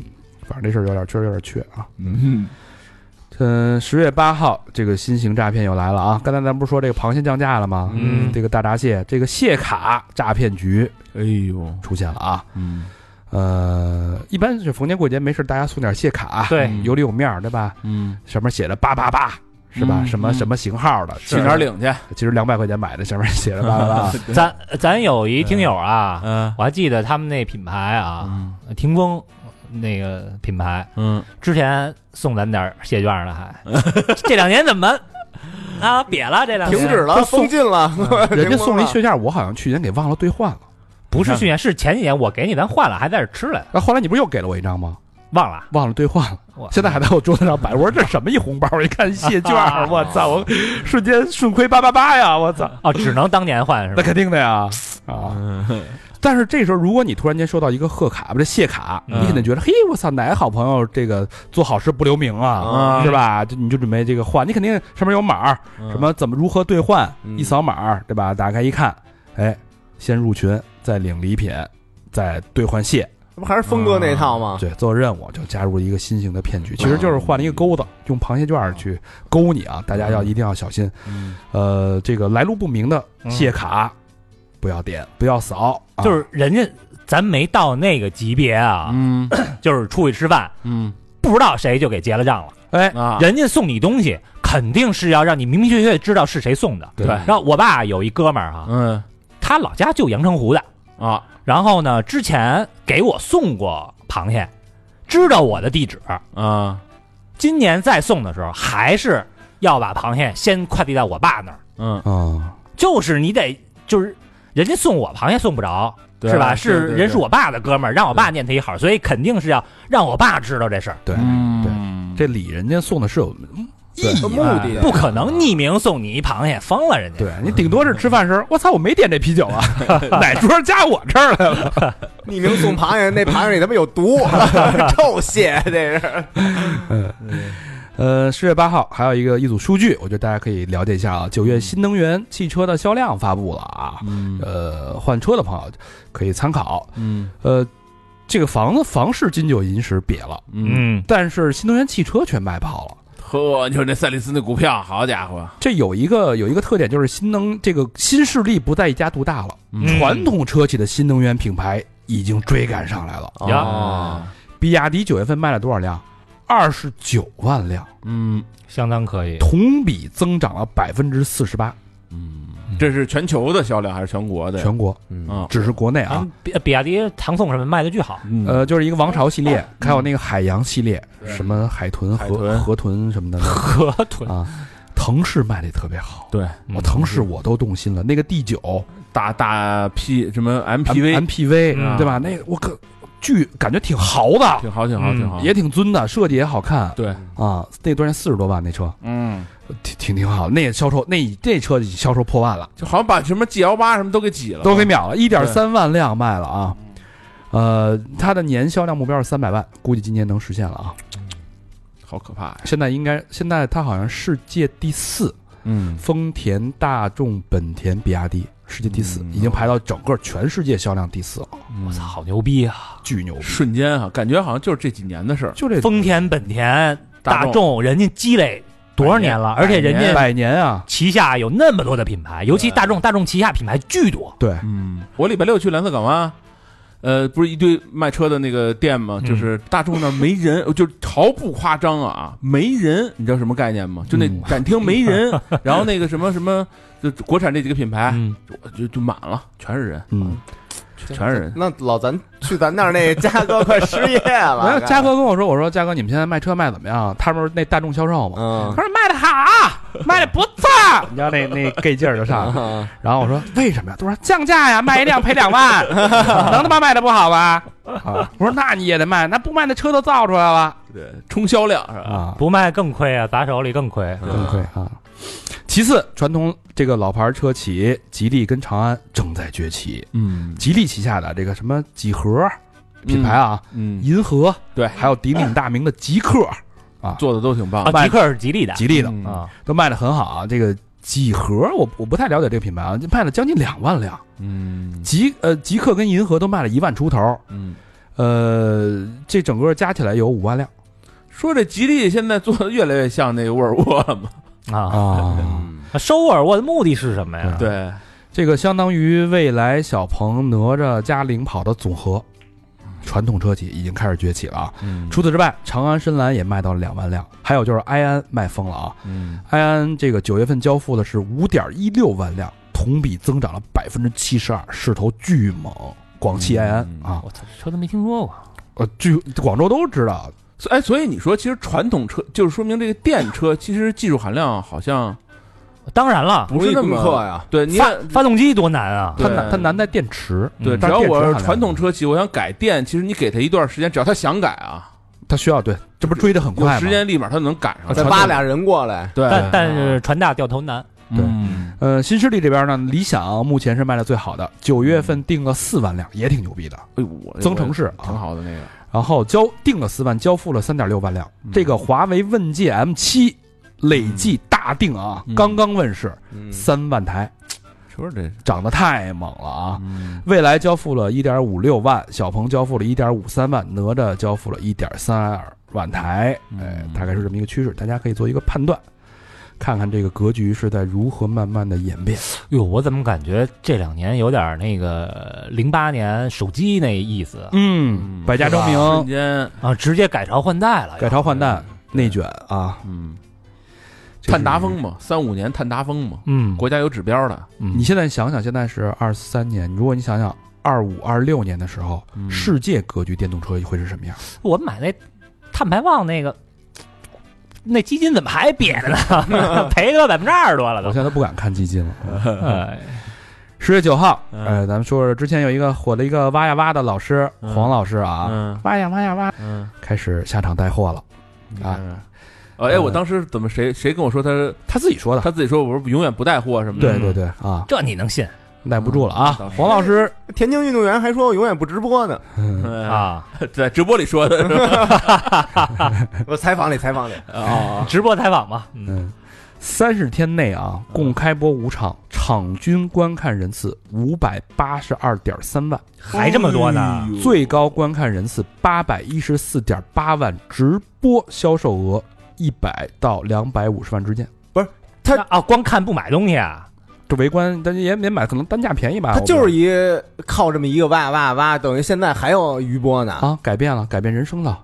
反正这事儿有点确实有点缺啊。嗯，嗯，十月八号，这个新型诈骗又来了啊！刚才咱不是说这个螃蟹降价了吗？嗯这个大闸蟹，这个蟹卡诈骗局哎呦，出现了啊。嗯呃，一般是逢年过节没事，大家送点蟹卡，啊对有里有面儿，对吧？嗯，上面写着八八八，是吧？嗯什么嗯什么型号的？去哪儿？领去？其实两百块钱买的，上面写着八八啊八。咱咱有一听友啊，嗯我还记得他们那品牌啊，嗯霆锋那个品牌，嗯，之前送咱点儿蟹券呢，还 这两年怎么啊瘪了？这两年停止了，封禁了， 人 家送了一血价，我好像去年给忘了兑换了。不是去年，是前几年我给你，咱换了，还在这儿吃来了，那后来你不是又给了我一张吗？忘了。忘了兑换了，我现在还在我桌子上摆。我说这是什么一红包？我一看蟹券 啊，我操！我瞬间顺亏八八八呀！我操！哦，只能当年换是那吧？肯定的呀啊！嗯但是这时候，如果你突然间收到一个贺卡，不是蟹卡，嗯你肯定觉得，嘿，我操，哪个好朋友这个做好事不留名啊，啊嗯是吧？就你就准备这个换，你肯定上面有码儿，什么怎么如何兑换，嗯一扫码儿，对吧？打开一看，哎，先入群，再领礼品，再兑换蟹，这不还是峰哥那套啊吗？对，做任务就加入一个新型的骗嗯局，其实就是换了一个钩子，用螃蟹券去勾你啊！大家嗯要一定要小心，呃，这个来路不明的蟹卡不要点，不要扫，啊嗯就是人家咱没到那个级别啊，嗯就是出去吃饭，嗯不知道谁就给结了账了。哎，啊，人家送你东西，肯定是要让你明明确确知道是谁送的。对然后我爸有一哥们儿啊，嗯他老家就阳澄湖的，啊，然后呢，之前给我送过螃蟹，知道我的地址。啊今年再送的时候，还是要把螃蟹先快递到我爸那儿。嗯，啊，就是你得，就是人家送我螃蟹送不着，对是吧？对是对对人是我爸的哥们儿，让我爸念他一好，所以肯定是要让我爸知道这事儿。对对，嗯这礼人家送的是有意有义目的。的啊啊不可能匿名送你一螃蟹，疯了人家。对你顶多是吃饭时候，我操，我没点这啤酒 啊，哪桌加我这儿来了？匿名送螃蟹，那螃蟹里他妈有毒，臭蟹这是。呃，十月八号还有一个一组数据，我觉得大家可以了解一下啊。九月新能源汽车的销量发布了啊，嗯呃，换车的朋友可以参考。嗯呃，这个房子房市金九银十瘪了，嗯，嗯，但是新能源汽车全卖跑了。呵，就是那赛利斯那股票，好家伙，这有一个有一个特点，就是新能这个新势力不再一家独大了，嗯传统车企的新能源品牌已经追赶上来了。呀啊，比亚迪九月份卖了多少辆？二十九万辆，嗯相当可以。同比增长了百分之四十八，嗯，这是全球的销量还是全国的呀？全国嗯，啊，只是国内啊啊。，比比亚迪唐宋什么卖的巨好，嗯呃，就是一个王朝系列，还有那个海洋系列，什么海豚、海河豚河豚什么的 河豚啊。腾势卖的也特别好，对，我腾势我都动心了。那个 D 九大大 P 什么 MPV MPV，、嗯对吧？那我可巨感觉挺豪的，挺好，挺好，嗯挺好，也挺尊的，设计也好看。对，啊，那多少钱？四十多万那车，嗯，挺挺挺好。那也销售，那已那车已经销售破万了，就好像把什么 G 幺八什么都给挤了，都给秒了，一点三万辆卖了啊。呃，它的年销量目标是三百万，估计今年能实现了啊。好可怕呀，现在应该，现在它好像世界第四，嗯丰田、大众、本田、比亚迪，世界第四，嗯已经排到整个全世界销量第四了，我操，好牛逼啊！巨牛逼！瞬间啊，感觉好像就是这几年的事儿，就这丰田、本田、大大众众，人家积累多少年了，而且人家百年啊，旗下有那么多的品牌，尤其大众，大众旗下品牌巨多。对，嗯，我礼拜六去蓝色港湾，呃，不是一堆卖车的那个店吗？嗯就是大众那儿没人， 呃就是毫不夸张啊，没人，你知道什么概念吗？就那嗯展厅没人，然后那个什么什么，就国产这几个品牌嗯，就就就满了，全是人，嗯，全全是人，那老咱去咱那儿那嘉哥快失业然后了，嘉哥跟我说，我说嘉哥，你们现在卖车卖怎么样？啊他们是那大众销 售嘛，嗯他说卖的好，啊卖的不错， 你知道那那 gay 劲儿就上。来了。啊，然后我 说为什么呀？他说降价呀，卖一辆赔两 万，能他妈卖的不好吧？啊，我说那你也得卖，那不卖那车都造出来了对，冲销量是吧？啊，不卖更亏啊，砸手里更亏。崩溃啊。其次，传统这个老牌车企吉利跟长安正在崛起，嗯吉利旗下的这个什么几何品牌啊，嗯，银河，对还有鼎鼎大名的极 客，做的都挺棒啊，卖极客是吉利的吉利的嗯啊，都卖的很好啊。这个几何，我我不太了解这个品牌啊，就卖了将近两万辆，嗯极呃极客跟银河都卖了一万出头，嗯。呃，这整个加起来有五万辆说这吉利现在做的越来越像那个沃尔沃了嘛？啊，啊。嗯那收沃尔沃的目的是什么呀？啊对对， 这个相当于未来小鹏、哪吒加领跑的总和，传统车企已经开始崛起了啊。嗯除此之外，长安深蓝也卖到了两万辆，还有就是埃安卖疯了啊！嗯埃安这个九月份交付的是五点一六万辆，同比增长了百分之七十二，势头巨猛。广汽埃安嗯啊，我操，这车都没听说过。呃，据广州都知道，所哎，所以你说，其实传统车就是说明这个电 车其实技术含量好像当然了，不是那么功课呀，对，你发看发动机多难啊！它对难它难在电池，对，嗯只要但是电池我含量是传统车企，我想改电，其实你给他一段时间，只要他想改啊，它需要对，这不是追得很有快时吗？间立马他能赶上啊来。再传统挖俩人过来，对嗯但但是船大掉头难，对呃，新势力这边呢，理想目前是卖的最好的，九月份定了四万辆，也挺牛逼的。哎呦，我增程式挺好的那个，然后交定了四万，交付了三点六万辆嗯。这个华为问界 M 七累计大定啊嗯，刚刚问世嗯三万台，说这涨得太猛了啊！嗯蔚来交付了一点五六万，小鹏交付了一点五三万，哪吒交付了一点三二万台，哎嗯，大概是这么一个趋势，大家可以做一个判断，看看这个格局是在如何慢慢的演变。哟，我怎么感觉这两年有点那个零八年手机那意思嗯百家争瞬鸣，间，啊？直接改朝换代了，改朝换代，内卷啊，嗯，这是碳达峰嘛，三五年碳达峰嘛，嗯，国家有指标的，嗯你现在想想，现在是二三年，如果你想想二五二六年的时候，嗯世界格局电动车会是什么样？我买那碳排放那个那基金怎么还瘪着呢？赔了百分之二十多了我都现。在都不敢看基金了。哎，十月九号，嗯呃，咱们说说之前有一个火的一个挖呀挖的老师，嗯黄老师啊，嗯挖呀挖呀挖，嗯开始下场带货了。啊啊。哦嗯哎，我当时怎么谁谁跟我说他他自己说的，他自己说我是永远不带货什么的，对对对啊，这你能信耐不住了啊嗯，黄老 师，田径运动员还说我永远不直播呢，嗯对，啊？ 在直播里说的是吧？ 我采访里采访里，啊，直播采访吧，嗯，嗯，三十天内啊，共开播五场，场均观看人次五百八十二点三万。还这么多呢哎？嗯呦最高观看人次八百一十四点八万，直播销售额一百到两百五十万之间。他那啊，光看不买东西啊？这围观，但是也也买，可能单价便宜吧。他啊我就是不知一靠这么一个挖挖挖，等于现在还有余波呢道。啊，改变了，改变人生了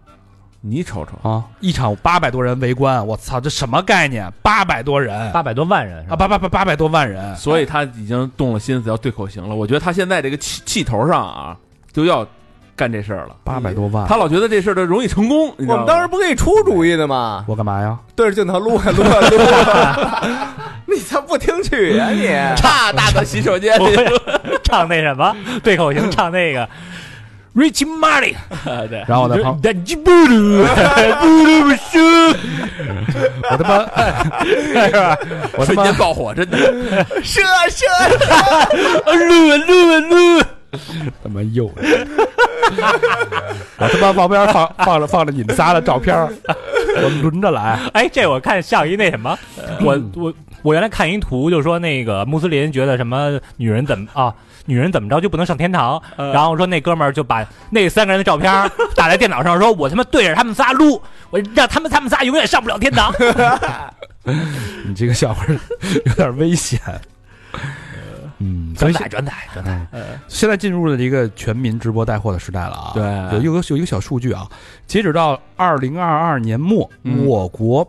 你瞅瞅，啊！一场八百多人围观，我操，这什么概念？八百多人啊，八百多万人是吧八八八八百多万人，所以他已经动了心思要对口型了。我觉得他现在这个气气头上啊，就要干这事儿了。八百多万，他老觉得这事儿他容易成功。你知我道们吗当时不给你出主意的吗？我干嘛呀？对着镜头撸啊撸啊撸啊， 你咋不听曲啊你？差大的洗手间不是唱那什么对口型唱那个 Rich Money，对，然后我在旁但吉布鲁布鲁不输，我他妈， 是吧？我他 瞬妈间爆火，真 的。射射，撸啊撸啊撸，他妈幼稚！ 我他妈旁边放放着放着你们仨的照片儿，我轮着来。 哎，这我看像一那什么，我我我原来看一图，就说那个穆斯林觉得什么女人怎么啊，女人怎么着就不能上天堂，然后说那哥们儿就把那三个人的照片儿打在电脑上，说我他妈对着他们仨撸，我让他们他们仨永远上不了天堂。你这个笑话有点危险。嗯，所转以载现转载转载，现在进入了一个全民直播带货的时代了啊。对有有一个有一个小数据啊，截止到二零二二年末，嗯我国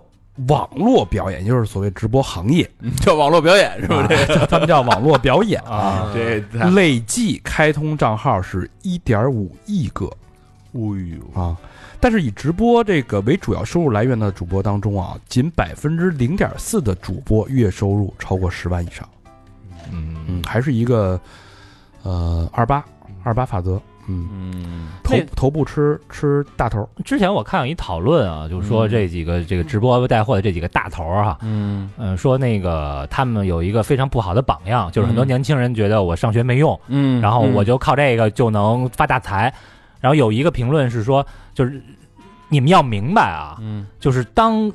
网络表演，也就是所谓直播行业，叫网络表演是啊吧？他们叫网络表演嗯啊，这这，哎累计开通账号是一点五亿个。呦，啊。但是以直播这个为主要收入来源的主播当中啊，仅百分之零点四的主播月收入超过十万以上。嗯，还是一个呃二八二八法则。嗯，嗯，头那头部吃吃大头，之前我看有一讨论啊，就说这几个这个直播带货的这几个大头儿哈、嗯，嗯，说那个他们有一个非常不好的榜样，就是很多嗯年轻人觉得我上学没用，嗯然后我就靠这个就能发大财。然后有一个评论是说，就是你们要明白啊，嗯就是当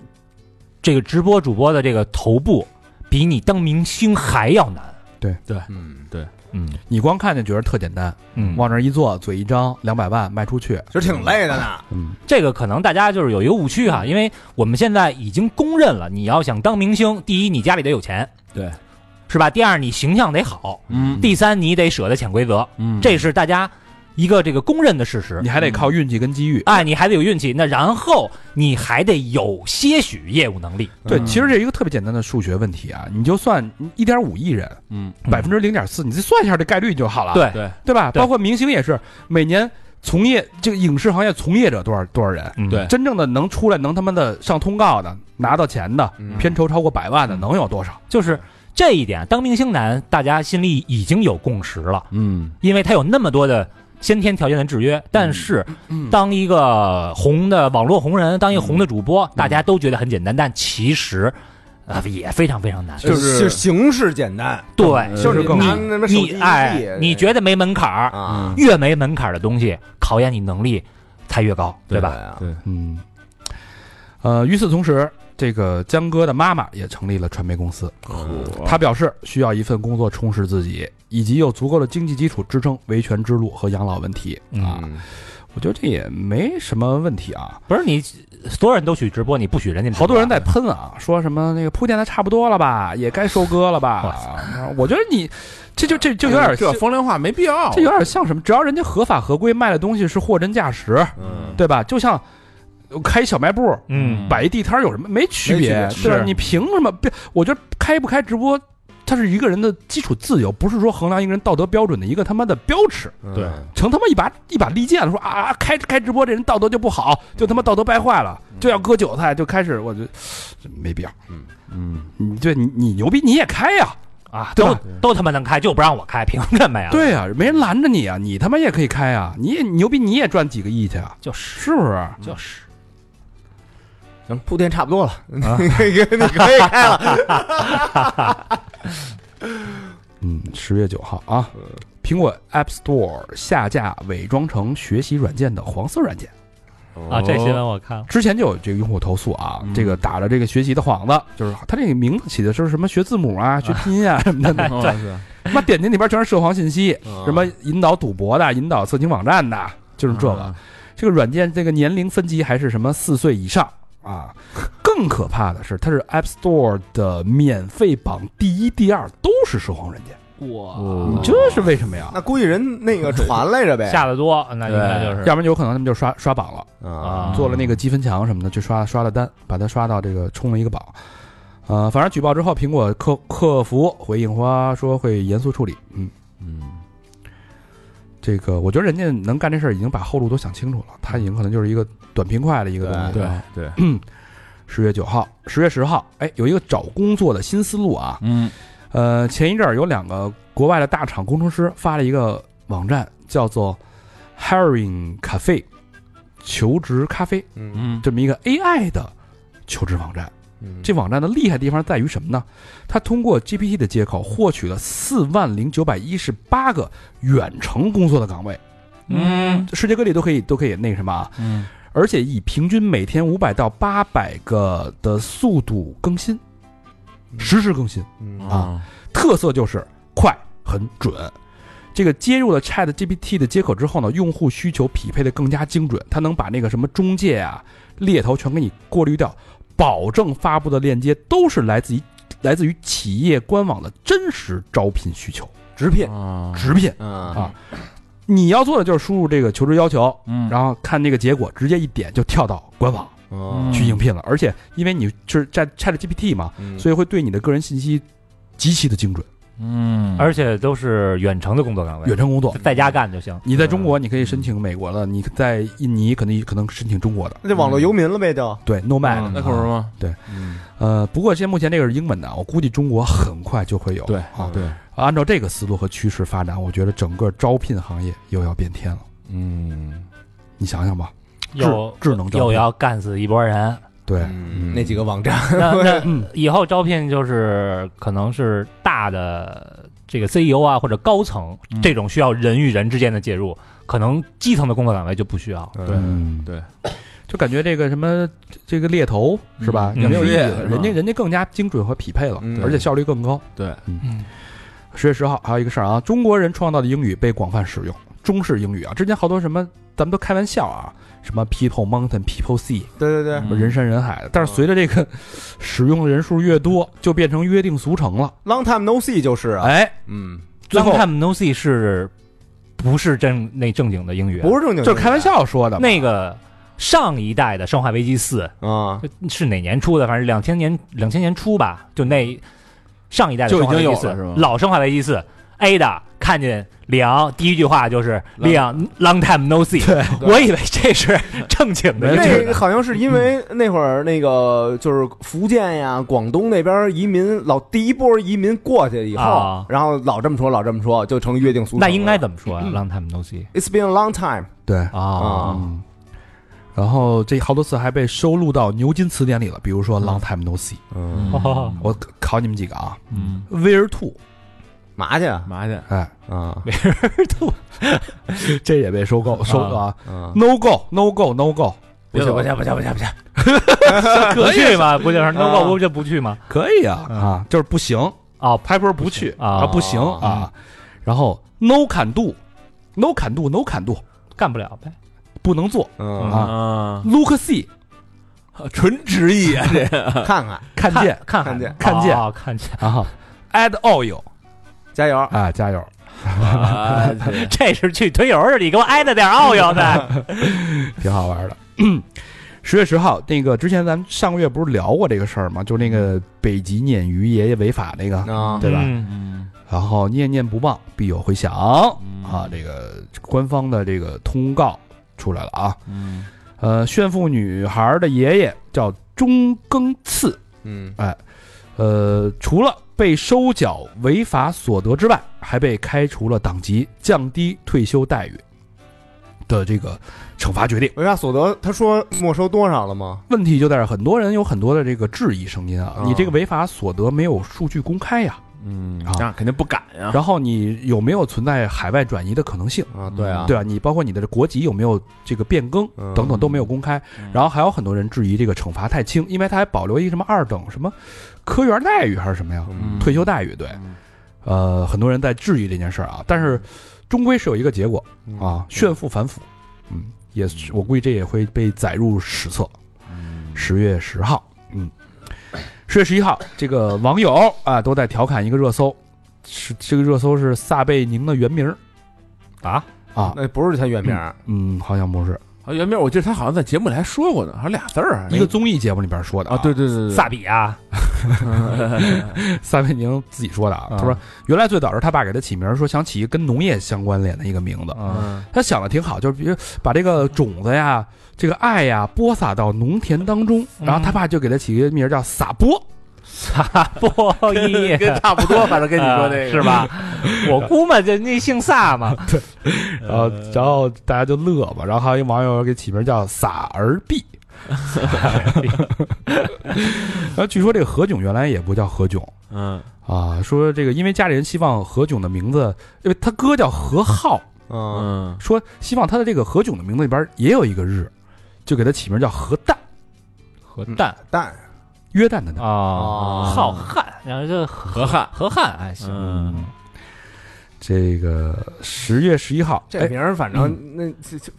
这个直播主播的这个头部比你当明星还要难。嗯，嗯你光看就觉得特简单，嗯，往那儿一坐，嘴一张，两百万卖出去，其实挺累的呢。嗯，这个可能大家就是有一个误区哈，因为我们现在已经公认了，你要想当明星，第一你家里得有钱，对，是吧？第二你形象得好，嗯第三你得舍得潜规则，嗯这是大家一个这个公认的事实你。还得靠运气跟机遇。哎，你还得有运气，那然后你还得有些许业务能力。对，其实这一个特别简单的数学问题啊，你就算一点五亿人，嗯百分之零点四，你再算一下这概率就好了，对，对对吧？对包括明星也是，每年从业这个影视行业从业者多少多少人，嗯对真正的能出来能他妈的上通告的、拿到钱的、嗯片酬超过百万的，能有多少？就是这一点，当明星难，大家心里已经有共识了。嗯因为它有那么多的先天条件的制嗯约。但是，当一个红的网络红人，当一个红的主播，大家都觉得很简单，但其实啊、也非常非常难。就是形形式简单，对，就呃就是是你更拿你那么手机一你记哎，你觉得没门槛儿，啊，越没门槛儿的东西，考验你能力才越高，对吧？啊？嗯，呃，与此同时，这个江哥的妈妈也成立了传媒公司。他表示需要一份工作充实自己，以及有足够的经济基础支撑维权之路和养老问题啊。嗯我觉得这也没什么问题啊。不是你所有人都许直播，你不许 人家直播，好多人在喷啊，说什么那个铺垫的差不多了吧，也该收割了吧。我觉得你这就这就有点这像风凉话没必要，这有点像什么？只要人家合法合规卖的东西是货真价实，嗯，对吧？就像我开小卖部，嗯摆一地摊儿有什么没区别没？别区对吧？是你凭什么？不我觉得开不开直播，它是一个人的基础自由，不是说衡量一个人道德标准的一个他妈的标尺，嗯对成他妈一把一把利剑了。说啊啊，开开直播这人道德就不好，就他妈道德败坏了，就要割韭菜，就开始，我觉得这没必要。嗯你对你你牛逼你也开呀、啊，对都吧都他妈能开，就不让我开，凭什么呀？，对呀、没人拦着你啊，你他妈也可以开啊，你也牛逼你也赚几个亿去啊，就是是不是？就是。行，铺垫差不多了， 你可以开了。嗯，十月九号啊，苹果 App Store 下架伪装成学习软件的黄色软件。哦啊，这新闻我看了。之前就有这个用户投诉啊，嗯这个打着这个学习的幌子，就是他这个名字起的就是什么学字母啊、学拼音啊什么的，哎对他妈点进里边全是涉黄信息，啊什么引导赌博的、引导色情网站的，就是这啊个。这个软件这个年龄分级还是什么四岁以上啊？更可怕的是，它是 App Store 的免费榜第一、第二都是涉黄软件，哇哦你这是为什么呀？那估计人那个传来着呗， 下的多，那应该就是要不然就有可能他们就刷刷榜了。啊，做了那个积分墙什么的，去刷刷了单，把它刷到这个冲了一个榜。呃，反正举报之后，苹果客客服回应花说会严肃处理。嗯，嗯这个我觉得人家能干这事儿已经把后路都想清楚了，他已经可能就是一个短平快的一个东西。对对十月九号、十月十号，哎，有一个找工作的新思路啊。嗯呃，前一阵儿有两个国外的大厂工程师发了一个网站，叫做 Hiring Cafe，求职咖啡，嗯嗯这么一个 AI 的求职网站。嗯这网站的厉害地方在于什么呢？它通过 GPT 的接口获取了四万零九百一十八个远程工作的岗位，嗯世界各地都可以都可以那个什么啊，嗯而且以平均每天五百到八百个的速度更新，实时更新，嗯啊特色就是快很准。这个接入了 Chat GPT 的接口之后呢，用户需求匹配的更加精准，它能把那个什么中介啊、猎头全给你过滤掉，保证发布的链接都是来自于来自于企业官网的真实招聘需求，直聘啊直聘。啊，你要做的就是输入这个求职要求，嗯然后看那个结果，直接一点就跳到官网嗯嗯去应聘了。而且因为你是 Chat Chat GPT 嘛，所以会对你的个人信息极其的精准，嗯而且都是远程的工作岗位，远程工作。在家干就行。你在中国你可以申请美国的，你在印尼可能可能申请中国的，那就网络游民了呗，就对，Nomad 嗯那可不是吗？嗯呃，不过现在目前这个是英文的，我估计中国很快就会有。对啊，对，按照这个思路和趋势发展，我觉得整个招聘行业又要变天了。嗯你想想吧，又智智能招聘又要干死一波人，对，嗯那几个网站那那嗯以后招聘就是可能是大的这个 CEO 啊或者高层嗯这种需要人与人之间的介入，可能基层的工作岗位就不需要。对嗯，对，就感觉这个什么这个猎头是吧，嗯也没有意义嗯了，人家人家更加精准和匹配了嗯，而且效率更高。对，嗯，十月十号还有一个事儿啊，中国人创造的英语被广泛使用，中式英语啊，之前好多什么咱们都开玩笑啊，什么 people mountain people sea， 对对对，嗯人山人海的。但是随着这个 使用的人数越多，就变成约定俗成了。 Long time no see 就是啊，哎，嗯，最后 long time no see 是不是正那正经的英语啊？不是正经，就是开玩笑说的嘛。那个上一代的《生化危机四》啊，是哪年出的？反正两千年两千年初吧，就那上一代的就已生化经危有机了是吧四，老生化危机四 A 的看见梁，第一句话就是狼梁 long time no see，我以为这是正经的没英错语，那个好像是因为那会儿那个就是福建呀、广东那边移民老第一波移民过去以后啊，然后老这么说老这么说，就成约定俗成了。那应该怎么说呀？long time no see It's been a long time 对，啊，嗯。然后这好多次还被收录到牛津词典里了，比如说 long time no see。嗯。哦我考你们几个啊嗯， ，where to？嘛去啊？嘛去？哎，啊这也被收购收购啊啊！ ，no go，no go，no go，不去行嗯不去不去不去不去，可啊去吗？不就是 no 啊 go 不就不去吗？可以啊啊，就是不行，哦，他不是不去啊不行啊。然后 no can do，no can do，no can do，干不了呗。不能做。嗯，啊啊， look see，纯直译 啊，这看看，看见看看见看见啊看见， 啊，add oil 加油！啊，加油。啊对这是去推油似的，你给我挨着点奥哟的。挺好玩的。十月十号，那个之前咱们上个月不是聊过这个事儿吗？就那个北极鲶鱼爷爷违法那个，啊，对吧？嗯嗯然后念念不忘，必有回响啊！这个官方的这个通告出来了啊。嗯呃，炫富女孩的爷爷叫中更次，嗯呃，除了被收缴违法所得之外，还被开除了党籍，降低退休待遇的这个惩罚决定。维法所得，他说没收多少了吗？问题就在这儿，很多人有很多的这个质疑声音啊啊，你这个违法所得没有数据公开呀，嗯啊，那肯定不敢呀。然后你有没有存在海外转移的可能性？啊，对啊，对啊，你包括你的国籍有没有这个变更嗯等等都没有公开，然后还有很多人质疑这个惩罚太轻，因为他还保留一个什么二等什么科员待遇还是什么呀，嗯退休待遇对，呃，很多人在质疑这件事儿啊，但是终归是有一个结果啊，炫富反腐，嗯，也是我估计这也会被载入史册。十月十号，嗯，十月十一号，这个网友啊都在调侃一个热搜，是这个热搜是撒贝宁的原名儿啊啊，那不是他原名儿，嗯，好像不是啊，袁明，我记得他好像在节目里还说过呢，好像俩字儿还啊是一个综艺节目里边说的哎啊，对对对对，萨比啊，撒贝宁自己说的啊，他说原来最早是他爸给他起名儿，说想起一个跟农业相关联的一个名字，嗯他想的挺好，就是比如把这个种子呀、这个爱呀播撒到农田当中，嗯然后他爸就给他起一个名儿叫撒播， 波伊跟差不多，反正跟你说这这啊是？个吧？ 我估摸着那姓萨嘛，然后呃然后大家就乐吧，然后还有一网友给起名叫撒儿币。然后据说这个何炅原来也不叫何炅嗯啊，说这个因为家里人希望何炅的名字，因为他哥叫何浩，嗯嗯说希望他的这个何炅的名字里边也有一个日，就给他起名叫何旦，何旦蛋约旦的旦。啊，啊浩瀚，然后这何何汉，何瀚还哎行， 嗯，这个十月十一号，这哎名儿，反嗯正那这这，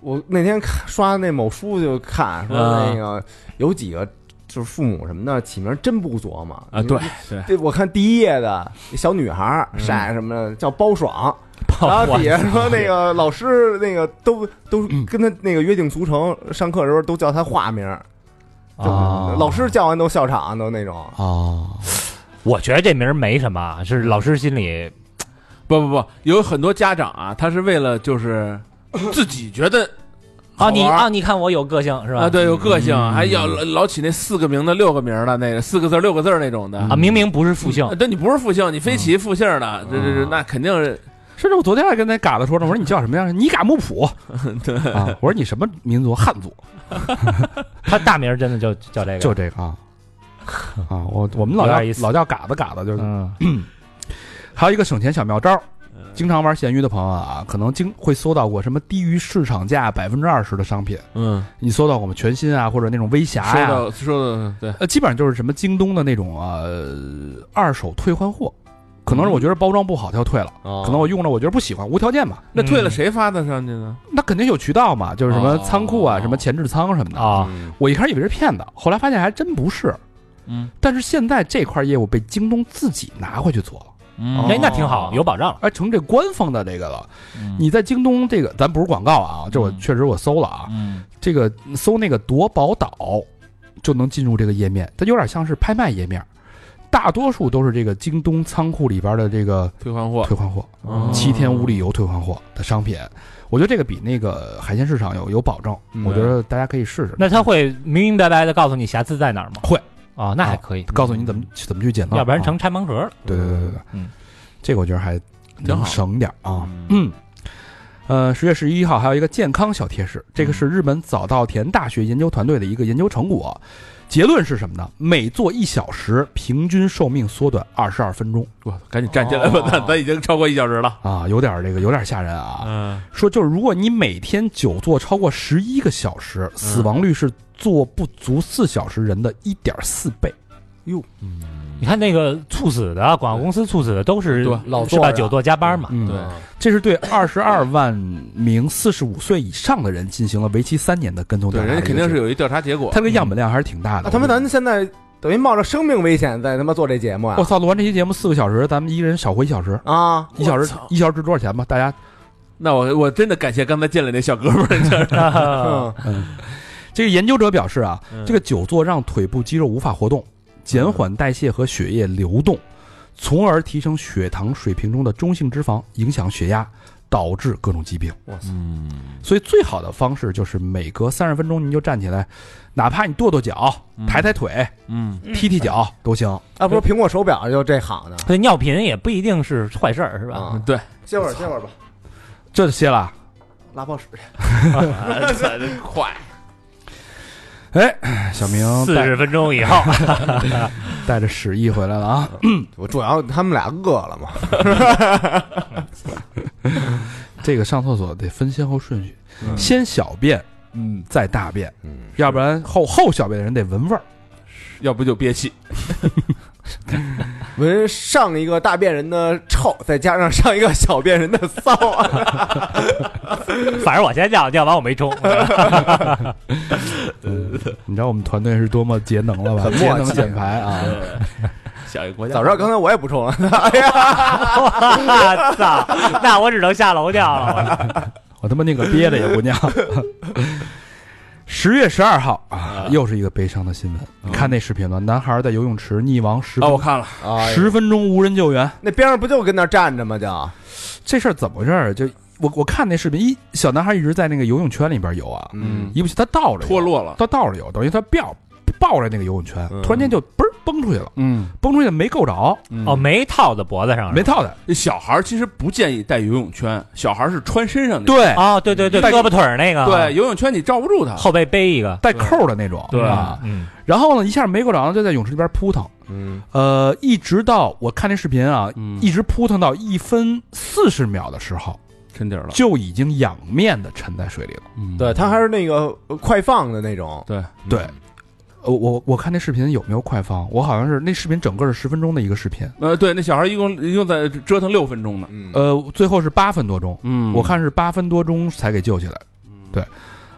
我那天看刷那某书就看说啊那个有几个就是父母什么的起名真不琢磨啊，对。对，嗯这我看第一页的小女孩儿晒什么的叫包爽，哦然后底下说那个老师那个都都嗯跟他那个约定俗成，上课的时候都叫他化名儿，就哦啊老师叫完都笑场都那种。啊，我觉得这名儿没什么，是老师心里不不不，有很多家长啊，他是为了就是自己觉得啊，你好玩啊，你看我有个性是吧？啊，对，有个性，还要老老起那四个名的、六个名的那个四个字儿、六个字儿那种的啊，明明不是复姓啊，对你不是复姓，你非起复姓的，这这这那肯定是甚至我昨天还跟那嘎子说呢，我说你叫什么呀？你嘎木普，对啊，我说你什么民族？汉族，他大名儿真的就叫这个，就这个啊啊，我我们老有叫点意思老叫嘎子嘎子，就是嗯还有一个省钱小妙招儿，经常玩闲鱼的朋友啊，可能经会搜到过什么低于市场价百分之二十的商品，嗯，你搜到过吗？全新啊，或者那种微瑕说呀、到说的对，呃，基本上就是什么京东的那种呃二手退换货，可嗯能是我觉得包装不好，它就退了。可哦可能我用着我觉得不喜欢，无条件嘛，那退了谁发的上去呢？那肯定有渠道嘛，就是什么哦仓库啊，什么前置仓什么的。啊，嗯我一开始以为是骗子，后来发现还真不是。嗯，但是现在这块业务被京东自己拿回去做了，嗯哎，那挺好，有保障了。哎，成这官方的这个了。你在京东这个，咱不是广告啊，这我嗯确实我搜了啊，嗯这个搜那个夺宝岛，就能进入这个页面，它有点像是拍卖页面，大多数都是这个京东仓库里边的这个退换货，退换货，哦七天无理由退换货的商品，我觉得这个比那个海鲜市场有有保证，嗯我觉得大家可以试试。那他会明明白白的告诉你瑕疵在哪儿吗？会啊，那还可以，告诉你怎么怎么去捡漏，要不然啊成拆盲盒了。对对对对对，嗯，这个我觉得还挺好能省点儿啊。嗯，呃，十月十一号还有一个健康小贴士，这个是日本早稻田大学研究团队的一个研究成果，结论是什么呢？每做一小时，平均寿命缩短二十二分钟我操赶紧站起来吧，哦咱咱已经超过一小时了。啊，有点儿这个有点儿吓人啊。嗯，说就是如果你每天久坐超过十一个小时，嗯死亡率是坐不足四小时人的一点四倍。你看那个猝死的广告公司猝死的都是对老是坐吧？着久坐加班嘛。嗯对这是对二十二万名四十五岁以上的人进行了为期三年的跟踪调对，查。人家肯定是，有一啊调查结果他。这个样本量还是挺大的。啊那他妈我觉得咱现在等于冒着生命危险在他妈做这节目啊我操，录完这期节目四个小时，咱们一人少活一小哦时，啊！一小时我操一小时值多少钱吧？大家，那我我真的感谢刚才进来那小哥们儿， 这是啊嗯嗯，这个研究者表示啊，这个久坐让腿部肌肉无法活动，减缓代谢和血液流动，从而提升血糖水平中的中性脂肪，影响血压，导致各种疾病。嗯所以最好的方式就是每隔三十分钟您就站起来，哪怕你跺跺脚、抬抬腿、嗯，踢踢脚都行。啊，不是苹果手表就这行的对，尿频也不一定是坏事儿，是吧？啊。 对，歇会儿，歇会儿吧，这些了，拉泡屎去。快，哎，小明四带十分钟 以后，带着屎意回来了啊。我主要他们俩饿了嘛，这个上厕所得分先后顺序，先小便，嗯，再大便，嗯，要不然后后小便的人得闻味儿。要不就憋气。闻上一个大便人的臭，再加上上一个小便人的骚 啊，反正我先尿，尿完我 没冲。 嗯你知道我们团队是多么节能了吧？很节默能契减排啊！ 下一个国家，早知道刚才我也不冲啊了。我操！那我只能下楼尿了。我他妈宁可憋着也不尿。 十月十二号啊，又是一个悲伤的新闻。你看那视频了，男孩在游泳池溺亡十啊，分我看了，十分钟无人救援，哎那边上不就跟那儿站着吗？就这事儿怎么回事儿？就我我看那视频，一小男孩一直在那个游泳圈里边游啊，嗯，一不小心他倒着游脱，落了。他倒着游，等于他抱抱着那个游泳圈，嗯突然间就嘣儿蹦出去了，嗯，蹦出去没够着，哦，没套在脖子上是嗯没吧。套他。小孩儿其实不建议带游泳圈，小孩儿是穿身上的。对，哦，对对对，带胳膊腿儿那个，对，，游泳圈你罩不住他。后背背一个。带扣的那种，对啊。嗯，然后呢，一下没够着，就在泳池里边扑腾，嗯，呃，一直到我看那视频啊，嗯一直扑腾到一分四十秒的时候，沉底儿了。就已经仰面的沉在水里了。嗯对，他还是那个呃快放的那种，对，对，呃，我我看那视频有没有快放？我好像是那视频整个是十分钟的一个视频，呃，对，那小孩儿一共一共在折腾六分钟呢。嗯，呃，最后是八分多钟，嗯我看是八分多钟才给救起来。对，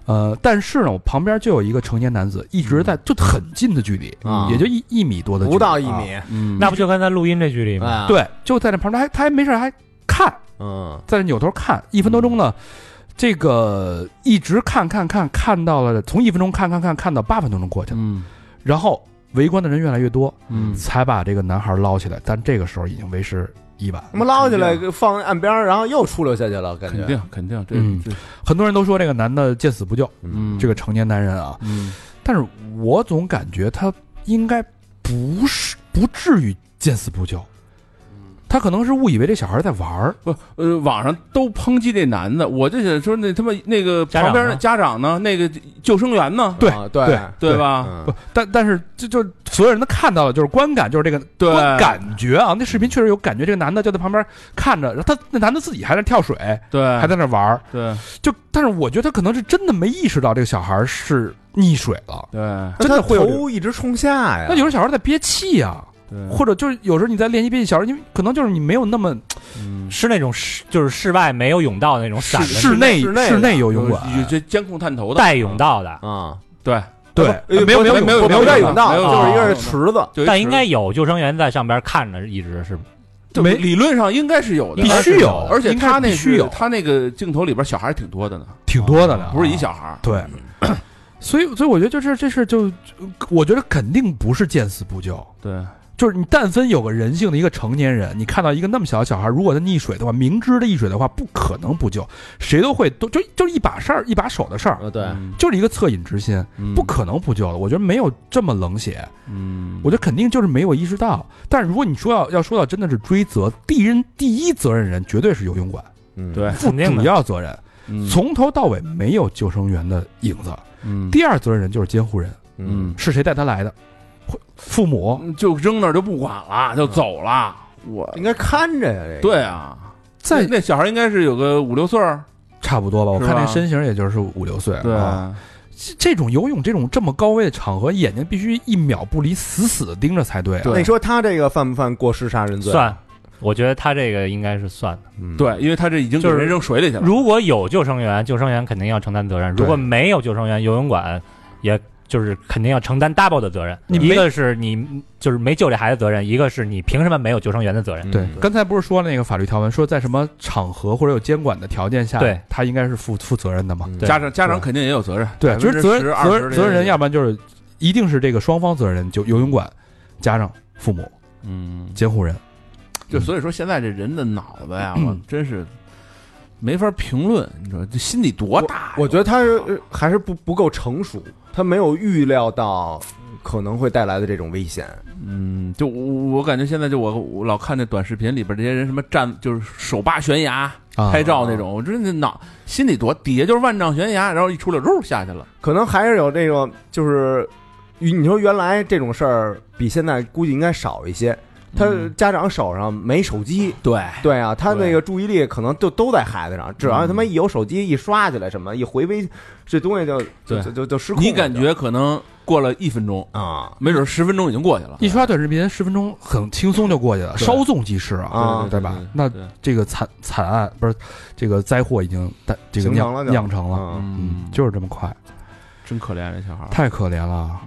呃，但是呢，我旁边就有一个成年男子一直在就很近的距离，啊也就一一米多的距离，不到一啊米，嗯，那不就跟咱录音这距离吗？啊，对，就在那旁边还他还没事儿还看，嗯，在那扭头看，一分多钟呢，这个一直看看看看到了，从一分钟看看看看到八分多钟过去了，嗯然后围观的人越来越多，嗯才把这个男孩捞起来，但这个时候已经为时已晚。他妈捞起来放岸边儿，然后又出溜下去了，感肯觉，定肯定，这嗯这很多人都说这个男的见死不救，嗯这个成年男人啊，嗯但是我总感觉他应该不是不至于见死不救，他他可能是误以为这小孩在玩儿，不，呃，网上都抨击这男的，我就想说那他妈那个家旁长边呢的家长呢，那个救生员呢，对啊对对对吧？嗯不，但但是这就是所有人都看到了，就是观感，就是这个对观感觉啊。那视频确实有感觉，这个男的就在旁边看着，然后他那男的自己还在跳水，对，还在那玩儿。对就但是我觉得他可能是真的没意识到这个小孩是溺水了，对真的会有那这他种头一直冲下哎呀。那有时候小孩在憋气呀、对，或者就是有时候你在练习憋气，小孩因为可能就是你没有那么嗯是那种室就是室外没有泳道那种散的室内室内的室内游有泳馆，有这监控探头的带泳，道嗯的，啊，对，对呃，没有不没有没有不没有不没带有泳道，没有就是一没个有池子。就一但池应该有救生员在上边看着，一直是就没理论上应该是有的，必须有而且应该他那必须是有他那个镜头里边小孩挺多的呢，挺多的呢，不是一啊小孩，对。 所以，所以我觉得这事儿这事儿就，我觉得肯定不是见死不救，对就是你但凡有个人性的一个成年人，你看到一个那么小的小孩，如果他溺水的话，明知的溺水的话，不可能不救，谁都会都就就是一把事儿一把手的事儿，呃，对，就是一个恻隐之心，不不可能不救的。我觉得没有这么冷血，嗯，我觉得肯定就是没有意识到。但是如果你说要要说到真的是追责，第一人第一责任人绝对是游泳馆嗯对负肯定的主要责任，嗯从头到尾没有救生员的影子。嗯第二责任人就是监护人，嗯是谁带他来的？或父母就扔那儿就不管了，就走了，我应该看着呀，这个对，啊。在那那小孩应该是有个五六岁儿，差不多吧，我是看那吧身形也就是五六岁。啊啊这这种游泳这种这么高危的场合，眼睛必须一秒不离，死死的盯着才对啊。对那你说他这个犯不犯过失杀人罪？算，我觉得他这个应该是算的。嗯，对，因为他这已经给就是人扔水里去了，如果有救生员，救生员肯定要承担责任；对如果没有救生员，游泳馆也就是肯定要承担 double 的责任。你没一个是你就是没救这孩子责任，一个是你凭什么没有救生员的责任。嗯对，刚才不是说那个法律条文说在什么场合或者有监管的条件下，对他应该是负负责任的嘛？嗯对家长家长对肯定也有责任，对，啊就是责任10%责任责任人，要20%不然就是一定是这个双方责任人，就游泳馆、家长、父母、嗯，监护人。就所以说现在这人的脑子呀，我真是没法评论，你说这心里多大呀？我觉得他是呃还是不不够成熟，他没有预料到可能会带来的这种危险。嗯，就我我感觉现在就我我老看那短视频里边这些人什么站就是手扒悬崖啊拍照那种，我真的脑心里多底下就是万丈悬崖，然后一出溜溜下去了，可能还是有这种，就是与你说原来这种事儿比现在估计应该少一些。他嗯家长手上没手机，对 对啊，他对那个注意力可能就都在孩子上，只要他妈一有手机一刷起来什么，一回微，这东西就就对就就就失控了你就。感觉可能过了一分钟，啊没准十分钟已经过去了，一刷短视频，十分钟很轻松就过去了，对稍纵即逝啊！啊对对对吧对那对这个惨惨案不是这个灾祸已经带这个形成酿了就酿成了，啊，嗯嗯，，就是这么快，真可怜这小孩儿，太可怜了。啊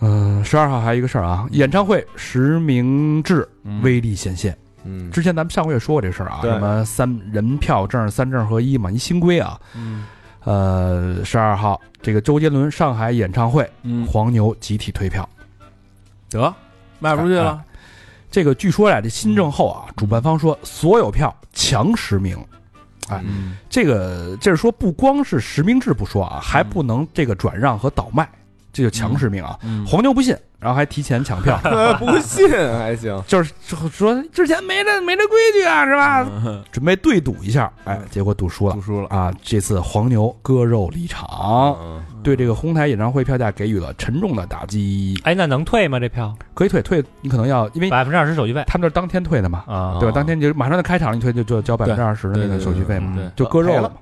嗯，十二号还有一个事儿啊，演唱会实名制嗯威力显现。嗯之前咱们上个月说过这事儿啊，对，什么三人票证三证合一嘛，一新规啊。嗯呃，十二号这个周杰伦上海演唱会，嗯黄牛集体退票。得卖不出去了，这个据说呀，这新政后啊，主办方说所有票强实名。哎嗯这个这是说不光是实名制不说啊，还不能这个转让和倒卖，这就强实名啊。嗯黄牛不信，然后还提前抢票呃 不信还行，就是说之前没这没这规矩啊，是吧？嗯准备对赌一下，哎，结果赌输了不输了，啊！这次黄牛割肉离场，嗯对这个哄抬演唱会票价给予了沉重的打击。哎，那能退吗？这票可以退退，你可能要因为百分之二十手续费他们这是当天退的嘛，啊对吧？啊当天你就马上就开场，你退就就交百分之二十的那对个对手续费嘛，嘛对，就割肉赔了了嘛。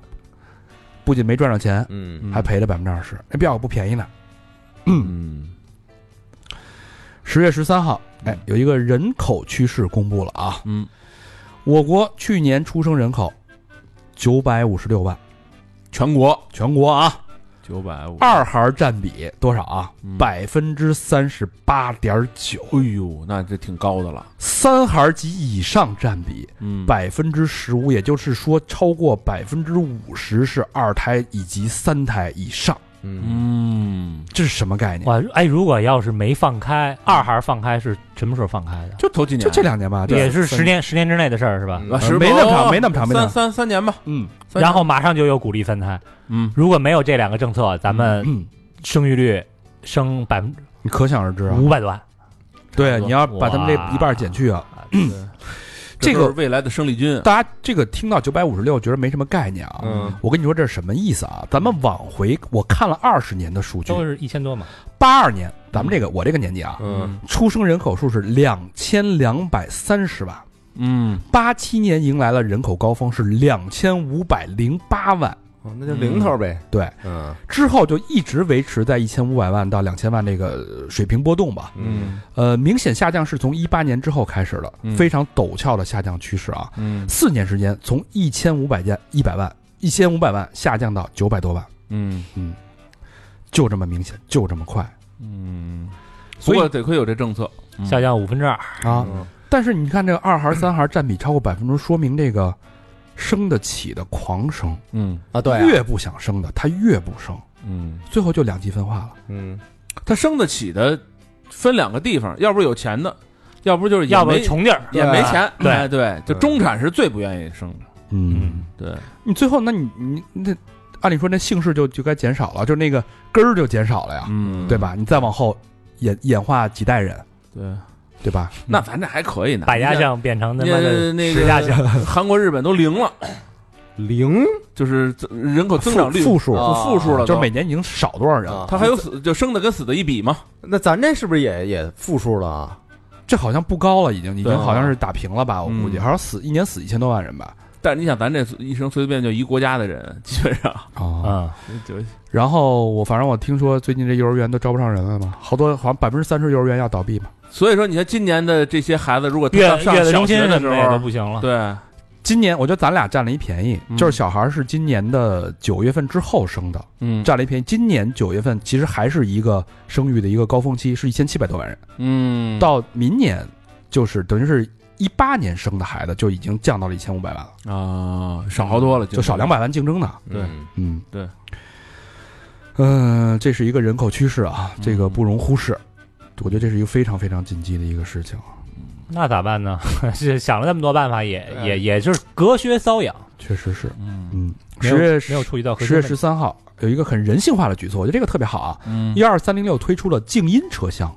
不仅没赚着钱，嗯嗯还赔了百分之二十，哎那票可不便宜呢。嗯十月十三号，哎嗯，有一个人口趋势公布了啊，嗯我国去年出生人口九百五十六万，全国全国啊，九百五二孩占比多少啊？嗯百分之三十八点九，哎呦，那这挺高的了，三孩及以上占比嗯百分之十五，也就是说超过百分之五十是二胎以及三胎以上，嗯，嗯，这是什么概念？哇！哎，如果要是没放开，二孩放开是什么时候放开的？就头几年，就这两年吧，也是三十，年十年之内的事儿是吧？嗯啊，呃十没那么长没那么长没那么长三三三年吧，嗯三年然后马上就有鼓励三胎。嗯，如果没有这两个政策，咱们嗯，生育率升百分之你可想而知啊，五百多万。对，你要把他们这哇一半减去啊，这嗯都是个未来的生力军啊，大家这个听到九百五十六觉得没什么概念啊，嗯我跟你说这是什么意思啊？咱们往回我看了二十年的数据，都是一千多嘛，八二年咱们这个我这个年纪啊，嗯出生人口数是两千两百三十万，嗯，八七年迎来了人口高峰是两千五百零八万，哦那就零头呗。对，嗯之后就一直维持在一千五百万到两千万这个呃水平波动吧。嗯呃，明显下降是从一八年之后开始的，嗯非常陡峭的下降趋势啊。嗯四年时间从一千五百件一百万，一千五百万下降到九百多万，嗯就这么明显，就这么快嗯，不所以过得亏有这政策，嗯下降五分之二，啊！嗯但是你看这个二孩、三孩占比超过百分之，说明这个生得起的狂生，嗯啊，对啊，越不想生的他越不生，嗯，最后就两极分化了。嗯他生得起的分两个地方，要不是有钱的，要不就是也要不没然穷地儿，也没钱，对哎对，就对中产是最不愿意生的，嗯，对，你最后那你你那按理说那姓氏就就该减少了，就那个根儿就减少了呀，嗯对？吧？嗯你再往后演演化几代人，对，对吧？那反正还可以呢，百家将变成他妈的呃那十家将，个韩国、日本都零了，零就是增人口增长率啊负负数就负数了都，就是每年已经少多少人了？啊他还有死就生的跟死的一比嘛，那咱这是不是也也负数了啊？这好像不高了，已经已对啊经好像是打平了吧？我估计嗯好像死一年死一千多万人吧。但是你想，咱这一生随随便就一国家的人，基本上啊，嗯，就然后我反正我听说最近这幼儿园都招不上人了嘛，好多好像百分之三十幼儿园要倒闭嘛。所以说，你看今年的这些孩子，如果 他月上上月子小中心学的什时么的也都候，不行了，对，今年我觉得咱俩占了一便宜，嗯就是小孩是今年的九月份之后生的，嗯占了一便宜。今年九月份其实还是一个生育的一个高峰期，是一千七百多万人。嗯，到明年就是等于是一八年生的孩子就已经降到了一千五百万了，啊少好多了，就少两百，百万竞争呢。对嗯嗯，对。嗯、这是一个人口趋势啊，嗯这个不容忽视。我觉得这是一个非常非常紧急的一个事情啊，那咋办呢？ 是想了那么多办法，也对也也就是隔靴搔痒，确实是。嗯嗯，十没有月没有触及到核十心月问题十三号有一个很人性化的举措，我觉得这个特别好啊。嗯幺二三零六推出了静音车厢。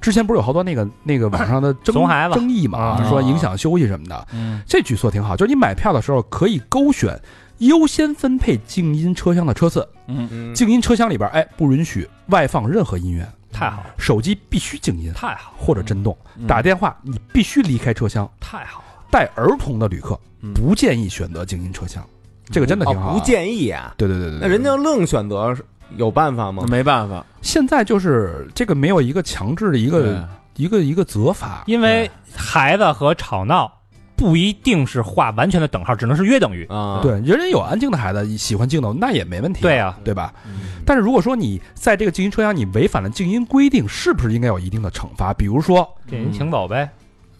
之前不是有好多那个那个网上的争怂孩子争议嘛，啊说影响休息什么的，嗯这举措挺好，就是你买票的时候可以勾选优先分配静音车厢的车次，嗯嗯静音车厢里边，哎，不允许外放任何音乐，太好了，手机必须静音太好了，或者震动，嗯打电话你必须离开车厢，太好了，带儿童的旅客嗯不建议选择静音车厢，这个真的挺好、哦，不。建议啊。对对对对，那人家愣选择有办法吗那？没办法，现在就是这个没有一个强制的一个一个一个责罚，因为孩子和吵闹不一定是画完全的等号，只能是约等于。啊，对，人人有安静的孩子喜欢静的，那也没问题，对啊，对吧？嗯但是如果说你在这个静音车厢你违反了静音规定，是不是应该有一定的惩罚？比如说给嗯人请走呗，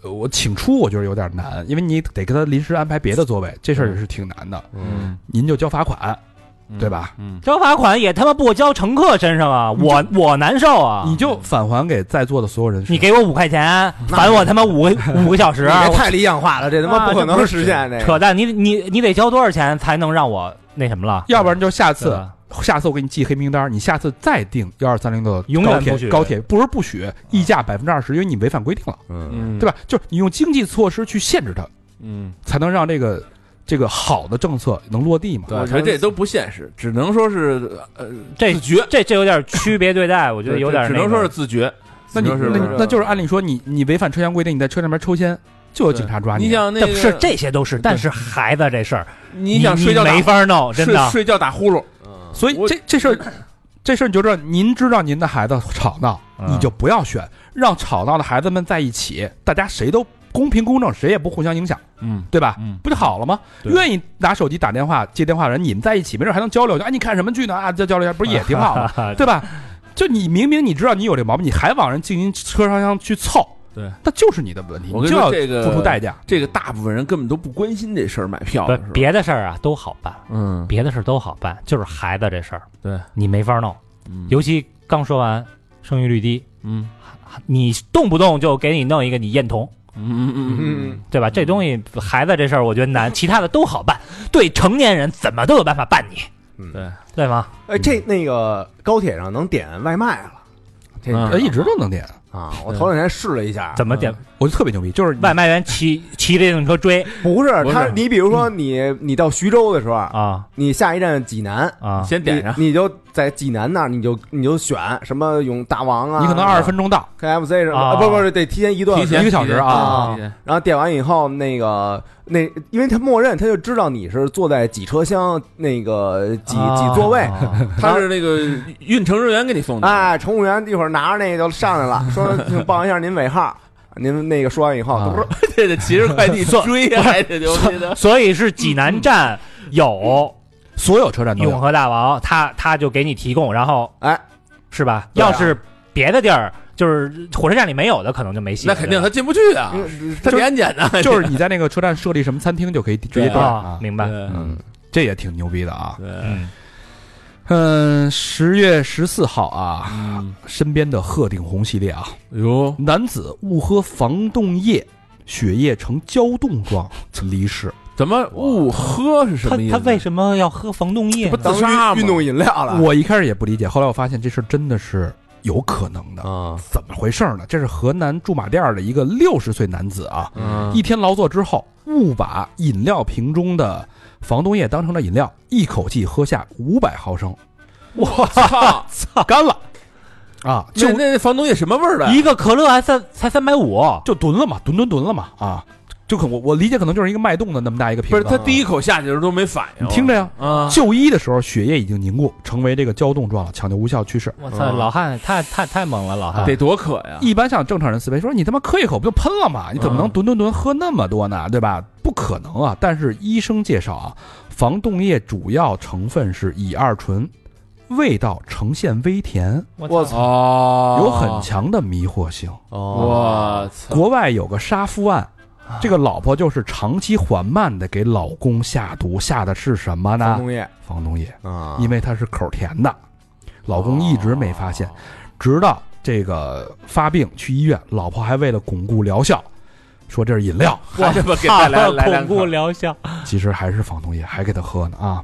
呃我请出，我觉得有点难，因为你得给他临时安排别的座位，这事儿也是挺难的。嗯，您就交罚款，对吧？嗯交罚款也他妈不交乘客身上啊，我我难受啊！你就返还给在座的所有人。你给我五块钱，返我他妈 五个五个小时，啊这也我太理想化了，这他妈不可能实现哎这扯个。淡！你你你得交多少钱才能让我那什么了？要不然就下对次，吧下次我给你记黑名单，你下次再订幺二三零的永远高不许啊铁，高铁不是不许溢价百分之二十，因为你违反规定了，嗯嗯对？吧？就是你用经济措施去限制它，嗯，才能让这个这个好的政策能落地嘛。我觉得这都不现实，只能说是呃这自觉，这这有点区别对待，哎我觉得有点只那能个说是自觉。那你只那能说你是那就是按理说你你违反车厢规定，你在车上面抽签，就有警察抓你你想那啊这个是这些都是，但是孩子这事儿，你想睡觉打没法弄，真睡的。睡觉打呼噜，嗯所以我这这事儿，这事儿你就知道，您知道您的孩子吵闹，嗯你就不要选，让吵闹的孩子们在一起，大家谁都公平公正，谁也不互相影响，嗯对吧？嗯不就好了吗？对愿意拿手机打电话接电话的人，你们在一起，没准还能交流。哎，你看什么剧呢？啊，再交流一下，不是也挺好啊吗？对吧？就你明明你知道你有这毛病，你还往人静音车厢去凑，对，那就是你的问题，我跟你就说要这个付出代价。这个大部分人根本都不关心这事儿，买票不的时候，别的事儿啊都好办，嗯别的事儿都好办，就是孩子这事儿，对你没法弄。嗯尤其刚说完生育率低，嗯你动不动就给你弄一个你验童，嗯嗯嗯对吧？这东西孩子这事儿我觉得难，其他的都好办，对成年人怎么都有办法办你，嗯对对吗？哎，这那个高铁上能点外卖了，这嗯呃，一直都能点，啊！我头两天试了一啊下，怎么点我就特别牛逼，就是你外卖员骑 骑着电动车追不是不是他，你比如说你你到徐州的时候，啊你下一站济南，嗯啊！先点上，你你就在济南那儿，你就你就选什么永大王啊，你可能二十分钟到， KFC 什么，啊啊不不是得提前一段提时间前一个小时啊提前然后点完以后，那个那，因为他默认他就知道你是坐在几车厢那个几几座位，啊他是那个运程人员给你送的，啊哎，乘务员一会儿拿着那个就上来了，说请报一下您尾号，您那个说完以后，啊不是 这得骑着快递追呀，还得牛逼的。啊所以是济南站有所有车站都永有。和大王，他他就给你提供，然后哎，是吧？对啊要是别的地儿，就是火车站里没有的，可能就没戏了。那肯定对吧他进不去啊，嗯他点检呢， 就是你在那个车站设立什么餐厅就可以直接对点啊，啊，明白。嗯，这也挺牛逼的啊。对，嗯，嗯，十月十四号啊，嗯，哎身边的鹤顶红系列啊，哟，男子误喝防冻液，血液呈胶冻状离 世。怎么误喝是什他么意思？他为什么要喝防冻液这不呢？自杀当吗运运动饮料啊了我一开始也不理解，后来我发现这事儿真的是有可能的。啊，怎么回事呢？这是河南驻马店儿的一个六十岁男子啊，嗯一天劳作之后，误把饮料瓶中的防冻液当成了饮料，一口气喝下五百毫升，我操，干了啊！就那那房东液什么味儿的？一个可乐还三才三百五，就吨了嘛，吨吨吨了嘛啊！就可我我理解可能就是一个脉动的那么大一个瓶不子。是他第一口下去的时候都没反应，你听着呀，啊，就医的时候血液已经凝固，成为这个胶冻状了，抢救无效去世。我嗯汉太太太猛了，老得多渴呀！一般像正常人思维说，你他妈喝一口不就喷了吗？你怎么能嗯吨吨吨喝那么多呢？对吧？不可能啊！但是医生介绍啊，防冻液主要成分是乙二醇，味道呈现微甜，我操啊哦，有很强的迷惑性。我操，国外有个杀夫案，啊这个老婆就是长期缓慢的给老公下毒，下的是什么防呢？冻液防冻液，啊，因为它是口甜的，老公一直没发现。直到这个发病去医院，老婆还为了巩固疗效，说这是饮料，还这么给他来来两啊恐怖口疗效，其实还是防冻液，还给他喝呢啊。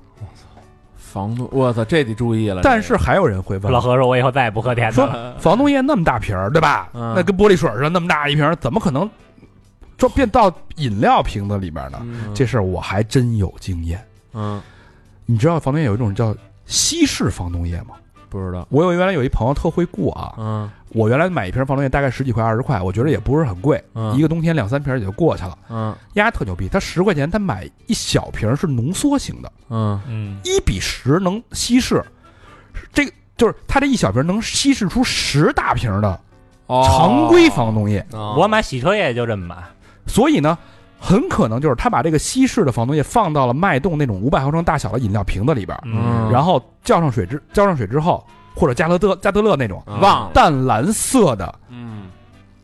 房东，我操，这得注意了。但是还有人会问老，何说：“我以后再也不喝甜的说了。防冻液那么大瓶儿，对吧？嗯那跟玻璃水似的那么大一瓶儿，怎么可能装变到饮料瓶子里面呢？嗯这事儿我还真有经验。嗯你知道防冻液有一种叫稀释防冻液吗？不知道，我有原来有一朋友特会雇啊，嗯我原来买一瓶防冻液大概十几块二十块，我觉得也不是很贵，嗯一个冬天两三瓶儿也就过去了。嗯丫特牛逼，他十块钱他买一小瓶儿是浓缩型的，嗯”嗯，一比十能稀释，这个就是他这一小瓶儿能稀释出十大瓶儿的哦常规防冻液，我买洗车液就这么买，所以呢，很可能就是他把这个稀释的防冻液放到了脉动那种五百毫升大小的饮料瓶子里边儿，嗯嗯然后浇上水之浇上水之后，或者加德勒加德勒那种忘了，淡蓝色的嗯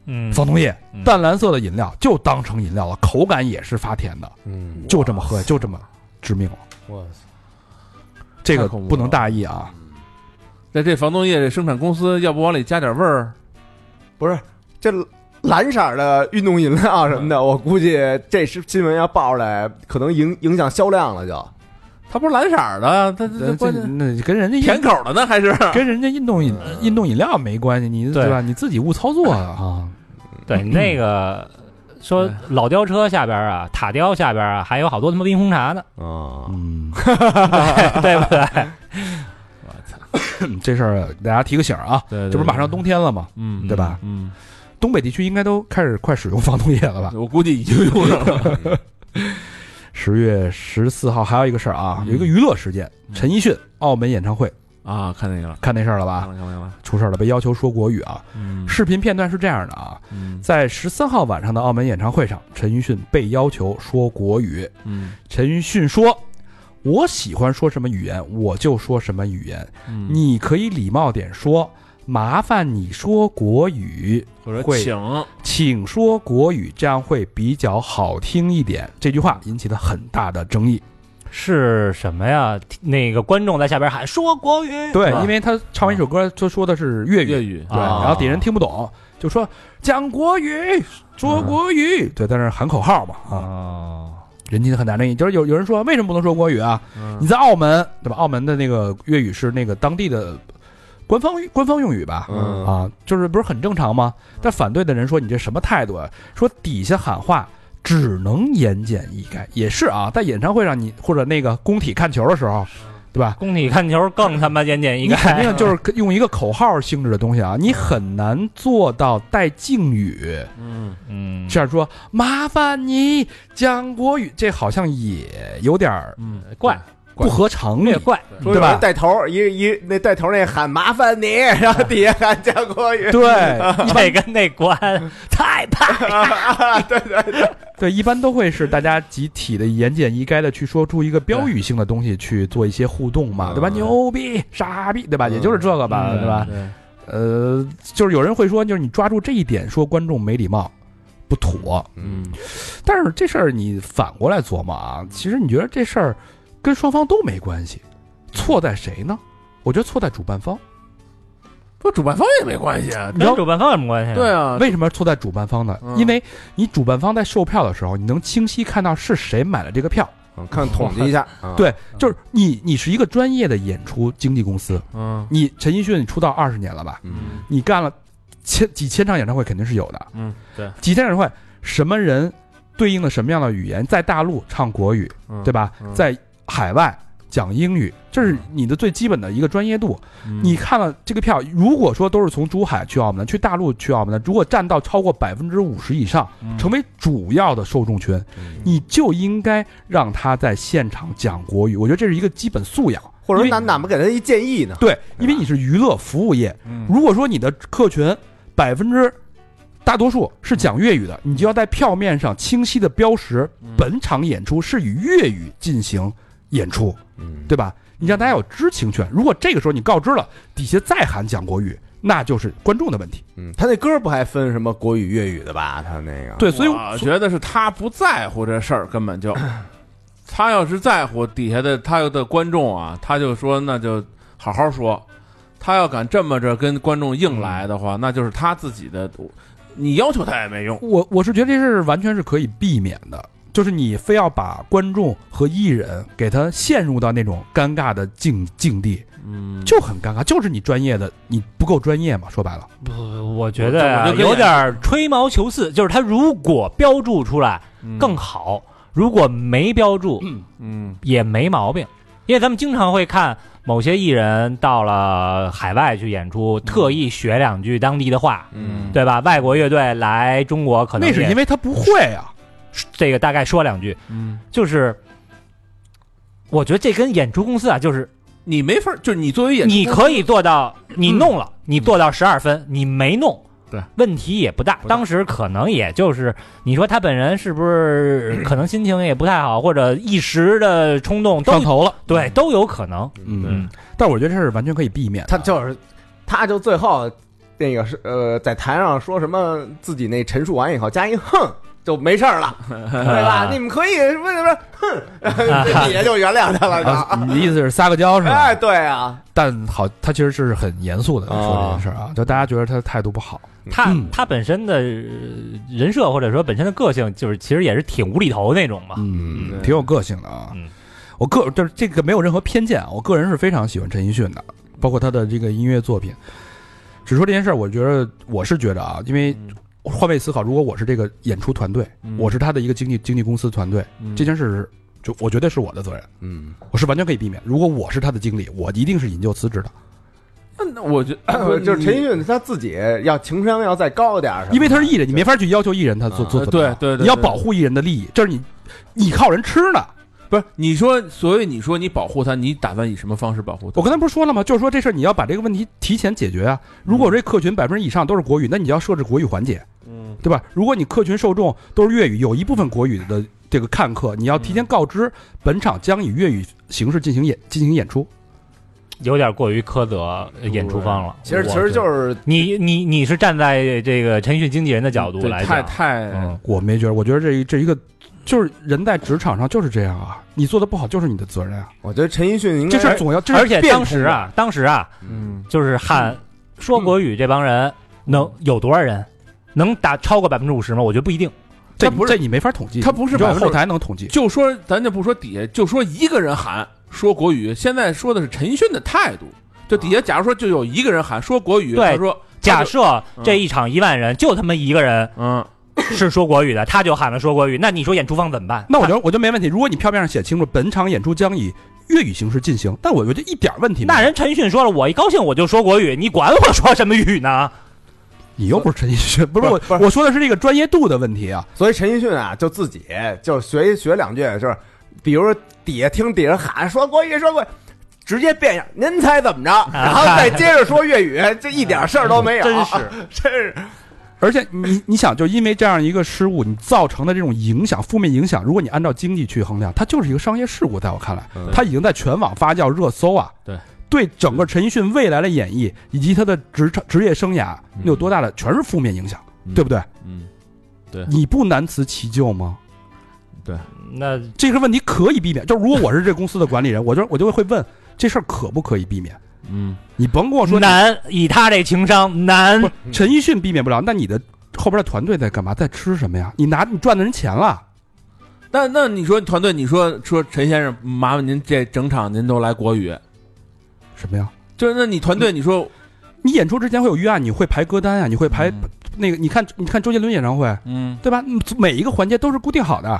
嗯，防冻液嗯，淡蓝色的饮料就当成饮料了，口感也是发甜的，嗯，就这么喝，就这么致命了。我这个太恐怖了不能大意啊！那这防冻液这生产公司要不往里加点味儿？不是这蓝色儿的运动饮料什么的，我估计这是新闻要爆出来，可能影影响销量了就。它不是蓝色儿的，它它它这关键那跟人家甜饮口的呢还是？跟人家运动饮运动饮料没关系，你嗯对对吧？你自己误操作啊！对，那个说对老吊车下边啊，塔吊下边啊，还有好多他妈冰红茶呢，啊嗯，对不对？我操，这事儿大家提个醒儿啊！对，这不是马上冬天了吗？嗯对吧？嗯，东北地区应该都开始快使用防冻液了吧？我估计已经用上了。十月十四号还有一个事儿啊，有一个娱乐事件，嗯陈奕迅澳门演唱会， 啊，看那个了，啊看那事儿了看吧？了看了看了，出事儿了，被要求说国语啊。嗯视频片段是这样的啊，嗯在十三号晚上的澳门演唱会上，陈奕迅被要求说国语，嗯陈奕迅说：“我喜欢说什么语言，我就说什么语言。嗯，你可以礼貌点说，麻烦你说国语，或者会请请说国语，这样会比较好听一点。”这句话引起了很大的争议。是什么呀？那个观众在下边喊说国语，对是吧，因为他唱完一首歌，他说的是粤粤语，语对，啊然后底下人听不懂，就说讲国语，说国语，对，在那儿喊口号嘛啊。哦，人家很大争议，就是有有人说为什么不能说国语啊？嗯你在澳门对吧？澳门的那个粤语是那个当地的官方官方用语吧，嗯啊，就是不是很正常吗？但反对的人说你这什么态度啊？说底下喊话只能言简意赅，也是啊，在演唱会上你或者那个工体看球的时候，对吧？工体看球更他妈言简意你肯赅，定就是用一个口号性质的东西啊，你很难做到带敬语，嗯，嗯，这样说麻烦你讲国语，这好像也有点儿嗯，怪不合常理略。 怪，说对有吧人带头，一一那带头那喊麻烦你，然后底下喊江国宇，对这跟那关太怕， 对，一般都会是大家集体的言简意赅的去说出一个标语性的东西去做一些互动嘛，嗯对吧？牛逼，傻逼，对吧？嗯也就是这个吧，嗯对吧？对，呃，就是有人会说，就是你抓住这一点说观众没礼貌，不妥。嗯，但是这事儿你反过来琢磨啊，其实你觉得这事儿跟双方都没关系，错在谁呢？我觉得错在主办方。说主办方也没关系啊，你知道跟主办方有什么关系？对，啊，为什么错在主办方呢？嗯因为你主办方在售票的时候，你能清晰看到是谁买了这个票。嗯看统计一下，啊对，就是你，你是一个专业的演出经纪公司，嗯你陈奕迅出道二十年了吧？嗯你干了千几千场演唱会肯定是有的，嗯，对，几千场演唱会什么人对应的什么样的语言，在大陆唱国语，嗯对吧？嗯在海外讲英语，这是你的最基本的一个专业度。嗯你看了这个票，如果说都是从珠海去澳门，去大陆去澳门的，如果占到超过百分之五十以上，成为主要的受众群，你就应该让他在现场讲国语。我觉得这是一个基本素养，或者说因为咱咱们给他一建议呢？对，因为你是娱乐服务业，如果说你的客群百分之大多数是讲粤语的，你就要在票面上清晰的标识本场演出是以粤语进行演出，嗯，对吧？你让大家有知情权。如果这个时候你告知了底下再喊讲国语，那就是观众的问题。嗯，他那歌不还分什么国语、粤语的吧？他那个，对，所以我觉得是他不在乎这事儿，根本就，他要是在乎底下的他的观众啊，他就说那就好好说，他要敢这么着跟观众硬来的话，那就是他自己的，你要求他也没用。我我是觉得这事儿完全是可以避免的，就是你非要把观众和艺人给他陷入到那种尴尬的境境地，嗯，就很尴尬。就是你专业的你不够专业嘛，说白了，不，我觉得啊我就跟你有点吹毛求疵，就是他如果标注出来嗯更好，如果没标注嗯也没毛病，因为咱们经常会看某些艺人到了海外去演出，特意学两句当地的话，嗯，对吧？外国乐队来中国可能那是也因为他不会啊。这个大概说两句，嗯，就是我觉得这跟演出公司啊，就是你没法，就是你作为演出你可以做到，你弄了，你做到十二分，你没弄，对，问题也不大。当时可能也就是你说他本人是不是可能心情也不太好，或者一时的冲动都上头了，对都有可能。嗯，但我觉得这事儿完全可以避免的。他就是，他就最后那个是呃，在台上说什么自己那陈述完以后加一哼。就没事 儿了，对吧？你们可以为什么 哼，也就原谅他了啊，就。你的意思是撒个娇是吧哎，？对啊，但好，他其实是很严肃的说这件事儿啊，就大家觉得他的态度不好。他嗯他本身的呃人设或者说本身的个性，就是其实也是挺无厘头那啊种嘛。嗯嗯，挺有个性的啊。嗯我个就是这个没有任何偏见啊，我个人是非常喜欢陈奕迅的，包括他的这个音乐作品。只说这件事儿，我觉得我是觉得啊，因为嗯换位思考，如果我是这个演出团队，我是他的一个经纪经纪公司团队，嗯这件事是就我觉得是我的责任，嗯，我是完全可以避免。如果我是他的经理，我一定是引咎辞职的，那那我觉嗯就是陈奕迅他自己要情商要再高点嗯儿什么的，因为他是艺人，你没法去要求艺人他做啊做怎么对样，嗯呃对对，你要保护。护艺人的利益，这是你你靠人吃呢。不是你说，所以你说你保护他，你打算以什么方式保护他？我刚才不是说了吗？就是说这事儿你要把这个问题提前解决啊。如果这客群百分之以上都是国语，那你就要设置国语环节，嗯对吧？如果你客群受众都是粤语，有一部分国语的这个看客，你要提前告知本场将以粤语形式进行演进行演出。有点过于苛责呃演出方了。其实其实是就是你你你是站在这个陈奕迅经纪人的角度对来太讲，太、嗯我没觉得，我觉得这一这一个就是人在职场上就是这样啊，你做的不好就是你的责任啊，哎我觉得陈奕迅应这该事儿总要这是而且变当时啊，当时啊，嗯就是喊说国语这帮人能有多少人？能打超过百分之五十吗？我觉得不一定。通的，这他不是这你没法统计，他不是只有百分之后台能统计。就说咱就不说底下，就说一个人喊说国语。现在说的是陈奕迅的态度，就底下假如说就有一个人喊说国语，对他说假他就设嗯这一场一万人，就他妈一个人嗯，是说国语的，他就喊了说国语，那你说演出方怎么办？那我觉得我就没问题。如果你票面上写清楚本场演出将以粤语形式进行，但我觉得一点问题没有。那人陈奕迅说了，我一高兴我就说国语，你管我说什么语呢？你又不是陈奕迅，不是我不是我说的是这个专业度的问题啊。所以陈奕迅啊，就自己就学学两句，就是比如底下听底下喊说国语说国语，直接变样，您猜怎么着？然后再接着说粤语，这一点事儿都没有，真是，啊真是。而且你你想，就因为这样一个失误，你造成的这种影响，负面影响，如果你按照经济去衡量，它就是一个商业事故。在我看来，嗯它已经在全网发酵热搜啊。对，对整个陈奕迅未来的演绎以及他的职场职业生涯嗯有多大的，全是负面影响，嗯对不对？嗯，你不难辞其咎吗？嗯那这个问题可以避免。就如果我是这公司的管理人，我就我就会问这事儿可不可以避免？嗯，你甭跟我说你难，以他这情商难不。是陈奕迅避免不了，那你的后边的团队在干嘛？在吃什么呀？你拿你赚的人钱了，那那你说团队，你说说陈先生，麻烦您这整场您都来国语，什么呀？就是那你团队，你说你演出之前会有预案，你会排歌单呀，你会排、嗯那个，你看你看周杰伦演唱会，嗯对吧？嗯每一个环节都是固定好的。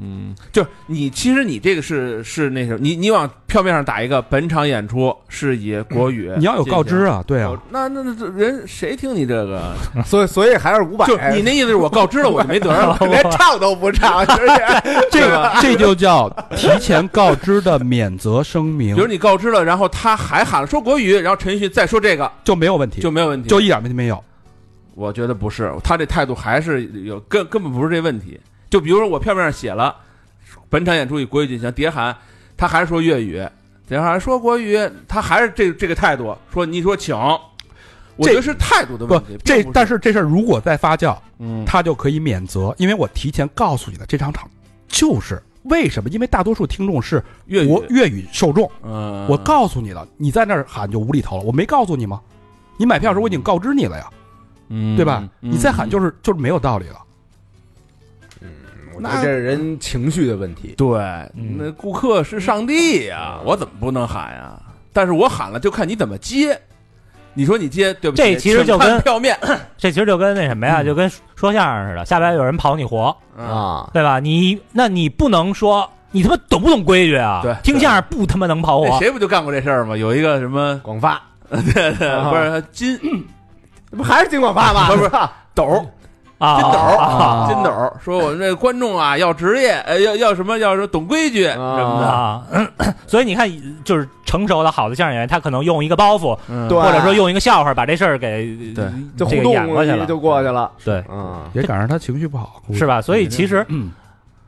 嗯，就是你其实你这个是是那什么，你你往票面上打一个，本场演出是以国语，哦你要有告知。啊，对啊，那那那这人谁听你这 个？所以所以还是五百，？就是你那意思是我告知了我就没责 任了连唱都不唱，就是这个啊这就叫提前告知的免责声明比 如，你告知了，然后他还喊了说国语，然后陈奕迅再说这个就没有问题，就没有问题。就一点问题没有。我觉得不是，他这态度还是有根根本不是这问题。就比如说我票面上写了，本场演出以国语进行，碟喊他还是说粤语，碟喊说国语，他还是这这个态度，说你说请，我这觉得是态度的不问题。，这并不但是是这事儿如果再发酵，嗯，他就可以免责，因为我提前告诉你的这场场就是为什么？因为大多数听众是粤语国，粤语受众，嗯，我告诉你了，你在那儿喊就无厘头了，我没告诉你吗？你买票的时候我已经告知你了呀，嗯，对吧？嗯你再喊就是就是没有道理 了。我觉得这是人情绪的问题。对，嗯那顾客是上帝呀，我怎么不能喊呀？但是我喊了，就看你怎么接。你说你接，对不起，这其实就请看跟票面这其实就跟那什么呀，就跟说相声似的，下边有人跑你活，啊，啊，对吧？你那你不能说你他妈懂不懂规矩啊？对听相声不他妈能跑那活。哎谁不就干过这事儿吗？有一个什 么广发不是金这 不还是金广发吗？不是不斗儿啊，金斗儿啊 金斗儿说我们这观众啊要职业，呃要要什么要说懂规矩什么的，啊， 所以你看，就是成熟的好的相声演员，他可能用一个包袱，嗯对或者说用一个笑话把这事儿给对就这互个动演过去了，就过去了。对，嗯，也赶上他情绪不好，嗯是吧？所以其实，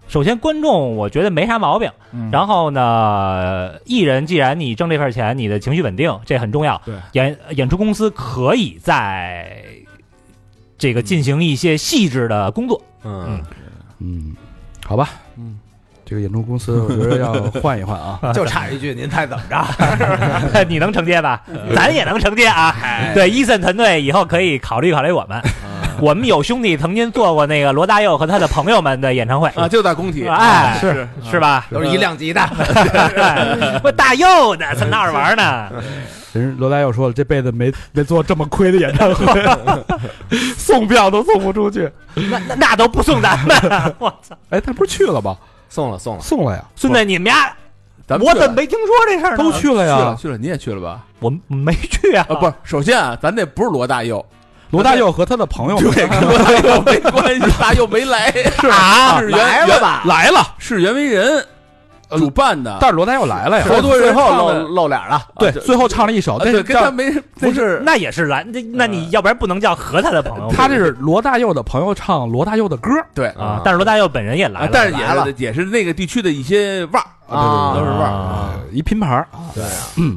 首先观众我觉得没啥毛病，嗯然后呢，艺人既然你挣这份钱，你的情绪稳定，这很重要。对，演演出公司可以在这个进行一些细致的工作。嗯，嗯，好吧，嗯，这个演出公司我觉得要换一换啊。 就差一句，您猜怎么着？你能承接吧？咱也能承接啊。对，伊森团队以后可以考虑考虑我们。我们有兄弟曾经做过那个罗大佑和他的朋友们的演唱会，啊就在工体，哎，是是吧？都是一量级的。 我大佑呢，才闹着玩呢。人罗大佑说了，这辈子没没做这么亏的演唱会，送票都送不出 去。那那那都不送咱们，我操！哎，他不是去了吧？送了送了，送了呀，孙子，你们家咱们我去怎了么没听说这事儿呢？都去了去了呀。去了，你也去了吧？我没去啊啊，不是，首先啊，咱这不是罗大佑，罗大佑和他的朋友们 对，跟罗大佑没关系，大佑没来， 是啊！是来袁了吧？来了，是袁惟仁呃主办的，但是罗大佑来了呀。好多最人后唱露的露脸了。对，就最后唱了一首，啊但对是跟他叫没不是那也是蓝，那那你嗯要不然不能叫和他的朋友，呃他这是罗大佑的朋友唱罗大佑的歌，对啊。但是罗大佑本人也来啊了，，但是来了也是也是那个地区的一些腕儿，啊都是腕儿，啊呃一拼盘儿啊。对啊，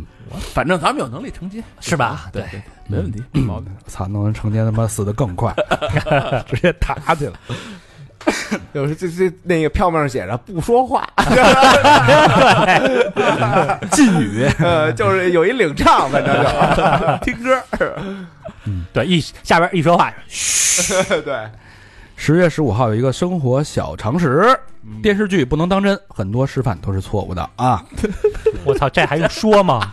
反正咱们有能力承接，是吧？对，没问题，没毛病。操，弄人成天他妈死的更快， 直接打起来。就是这这那个票面上写着不说话， 禁语，呃，就是有一领唱，反正就听歌。对，一下边一说话， 对，十月十五号有一个生活小常识，嗯电视剧不能当真，很多示范都是错误的啊。我操，这还用说吗？嗯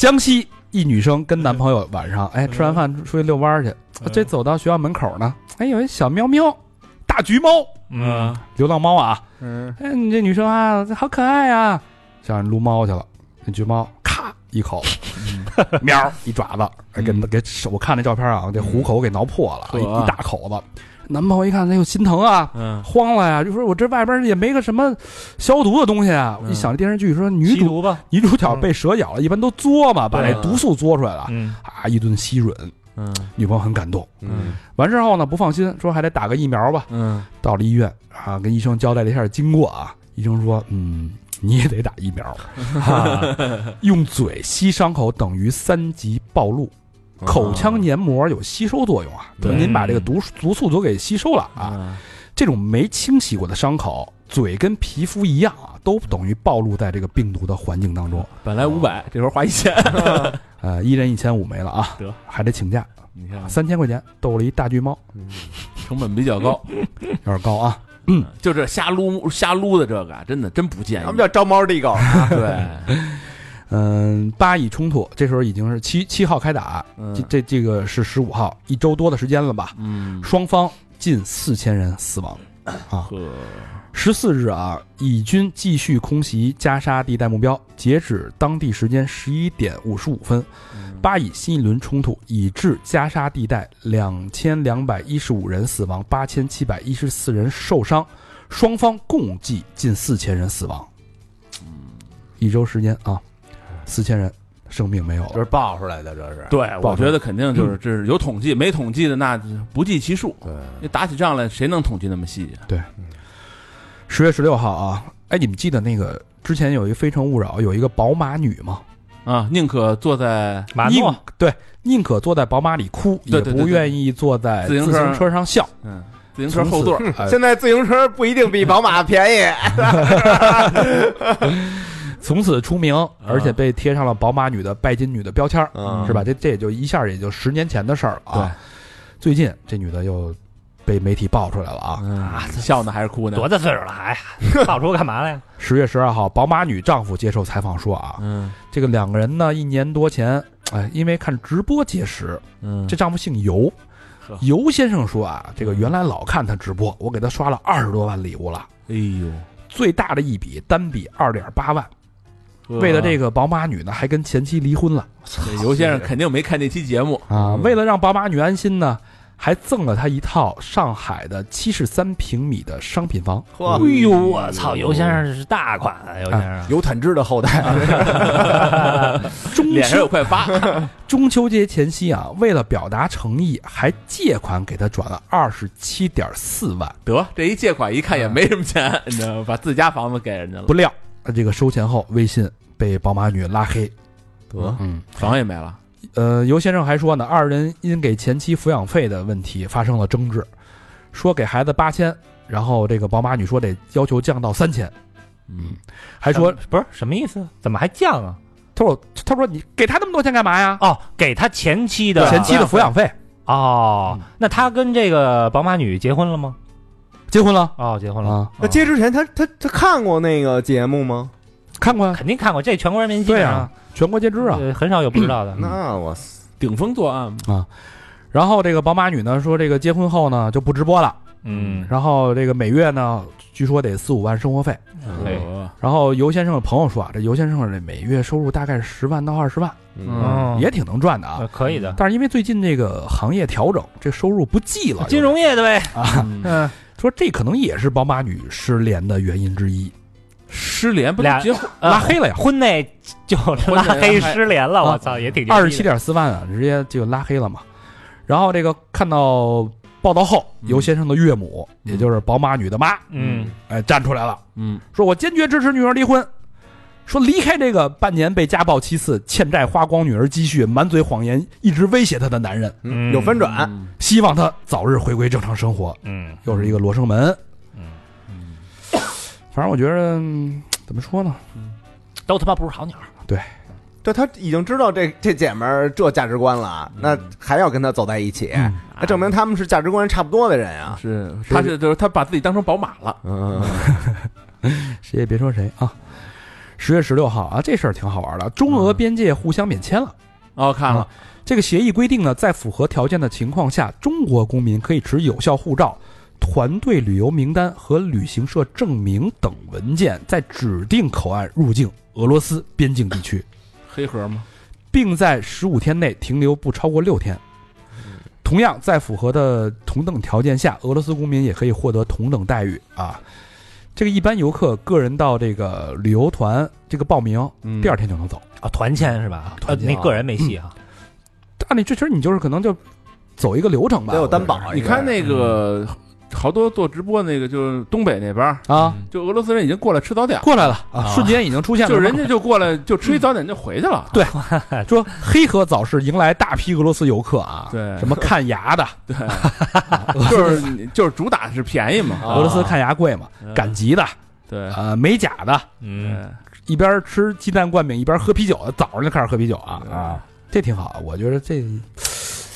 江西一女生跟男朋友晚上，哎，吃完饭出去遛弯儿去，啊嗯这走到学校门口呢，哎，有一小喵喵，大橘猫，嗯，流浪猫啊，嗯，哎，你这女生啊，好可爱啊，想让人撸猫去了，那橘猫咔一口，嗯喵一爪子，哎给给手，我看那照片啊，这虎口给挠破了，嗯啊一一大口子，男朋友一看，哎呦心疼啊。嗯，慌了呀，就说我这外边也没个什么消毒的东西啊！我一想这电视剧说女嗯吸主毒吧，女主角被蛇咬了，一般都嘬嘛，把对啊那毒素嘬出来了，嗯啊，一顿吸吮，嗯女朋友很感动。嗯完事后呢，不放心，说还得打个疫苗吧。嗯到了医院啊，跟医生交代了一下经过啊，医生说，嗯，你也得打疫苗， 啊、用嘴吸伤口等于三级暴露，口腔黏膜有吸收作用啊，啊对您把这个毒毒素都给吸收了啊。啊，这种没清洗过的伤口，嘴跟皮肤一样啊，都等于暴露在这个病毒的环境当中。本来五百，这会儿花一千，呃，一人一千五没了啊，得还得请假， 你看三千块钱逗了一大橘猫，成本比较 高，有点高啊。就这瞎撸瞎撸的这个，啊真的真不建议啊咱们。叫招猫递狗，对，嗯，巴以冲突这时候已经是七七号开打，这这这个是十五号，一周多的时间了吧？嗯，双方近四千人死亡。呵，十四日啊，以军继续空袭加沙地带目标，截止当地时间十一点五十五分，巴以新一轮冲突已致加沙地带两千两百一十五人死亡，八千七百一十四人受伤，双方共计近四千人死亡。一周时间啊，四千人生命没有这了。是爆出来的，这是对，报我出来觉得肯定就是这是有统计，没统计的那不计其数。对，你打起仗来，谁能统计那么细啊？十月十六号啊，哎，你们记得那个之前有一个《非诚勿扰》有一个宝马女吗？啊，宁可坐在马宁诺，对，宁可坐在宝马里哭，也对对对不对愿意坐在自自行车行车上笑。嗯自行车后座，哎现在自行车不一定比宝马便宜， 从此出名，啊而且被贴上了“宝马女”的“拜金女”的标签儿，嗯是吧？这这也就一下也就十年前的事儿了啊。最近这女的又被媒体爆出来了啊！啊，笑呢还是哭呢？多大岁数了还爆出干嘛来呀？十月十二号，宝马女丈夫接受采访说啊，嗯这个两个人呢一年多前，哎，因为看直播结识，嗯，这丈夫姓尤呵。嗯尤先生说啊，这个原来老看他直播，我给他刷了二十多万礼物了，哎呦，最大的一笔单笔二点八万。呵为了这个宝马女呢，还跟前妻离婚了。这尤先生肯定没看这期节目，啊，为了让宝马女安心呢，还赠了她一套上海的七十三平米的商品房。哎嚯，呦，我操！尤先生是大款啊，尤先生，有坦之的后代，中脸上有秋块疤。中秋节前夕啊，为了表达诚意，还借款给她转了二十七点四万。得，这一借款一看也没什么钱，你知道吗？把自家房子给人家了不，料，啊这个收钱后，微信被宝马女拉黑。得嗯，房也没了。呃，尤先生还说呢，二人因给前妻抚养费的问题发生了争执，说给孩子八千，然后这个宝马女说得要求降到三千，嗯，还说不是什么意思？怎么还降啊？他说他说你给他那么多钱干嘛呀？哦，给他前妻的啊前妻的抚养费，哦，那他跟这个宝马女结婚了吗？结婚了哦，结婚了。啊？那接之前他他他看过那个节目吗？看过呀，肯定看过，这全国人民基对本啊上，全国皆知啊。呃很少有不知道的。那我操顶风作案嘛。然后这个宝马女呢说，这个结婚后呢就不直播了，嗯，然后这个每月呢，据说得四五万生活费。哎得然后尤先生的朋友说啊，这尤先生这每月收入大概是十万到二十万，嗯哦也挺能赚的啊呃。可以的，但是因为最近这个行业调整，这收入不济了。金融业的呗。嗯嗯，说这可能也是宝马女失联的原因之一，失联不俩就结婚呃拉黑了呀，婚内就拉黑失联了，啊我操，也挺二十七点四万啊，直接就拉黑了嘛。然后这个看到报道后，嗯尤先生的岳母，嗯也就是宝马女的妈，嗯，哎，站出来了，嗯，说我坚决支持女儿离婚，说离开这个半年被家暴七次、欠债花光女儿积蓄、满嘴谎言一直威胁她的男人，嗯有翻啊转，嗯希望她早日回归正常生活。嗯又是一个罗生门，嗯反正我觉得嗯怎么说呢，都他妈不是好鸟。这他已经知道这这姐们儿这价值观了，啊那还要跟他走在一起，那证明他们是价值观差不多的人啊。是，他是就是他把自己当成宝马了。嗯，谁也别说谁啊。十月十六号啊，这事儿挺好玩的，中嗯俄边界互相免签了。哦，看了，这个协议规定呢，在符合条件的情况下，中国公民可以持有效护照、团队旅游名单和旅行社证明等文件，在指定口岸入境俄罗斯边境地区，黑盒吗？并在十五天内停留不超过六天。同样，在符合的同等条件下，俄罗斯公民也可以获得同等待遇啊。这个一般游客个人到这个旅游团这个报名，嗯第二天就能走。啊，团签是吧？呃，团签那啊个人没戏啊。但你这其实你就是可能就走一个流程吧，得有担保我觉啊。你应该看那个嗯好多做直播那个，就是东北那边儿，得啊。就俄罗斯人已经过来吃早点了，过来了，啊瞬间已经出现了，就人家就过 来就吃一早点就回去了。说黑河早市迎来大批俄罗斯游客啊，对什么看牙的，对，就是你就是主打是便宜嘛，啊俄罗斯看牙贵嘛，嗯赶集的，对，呃，美甲的，嗯，一边吃鸡蛋灌饼一边喝啤酒的，早上就开始喝啤酒啊对啊，这挺好，我觉得这。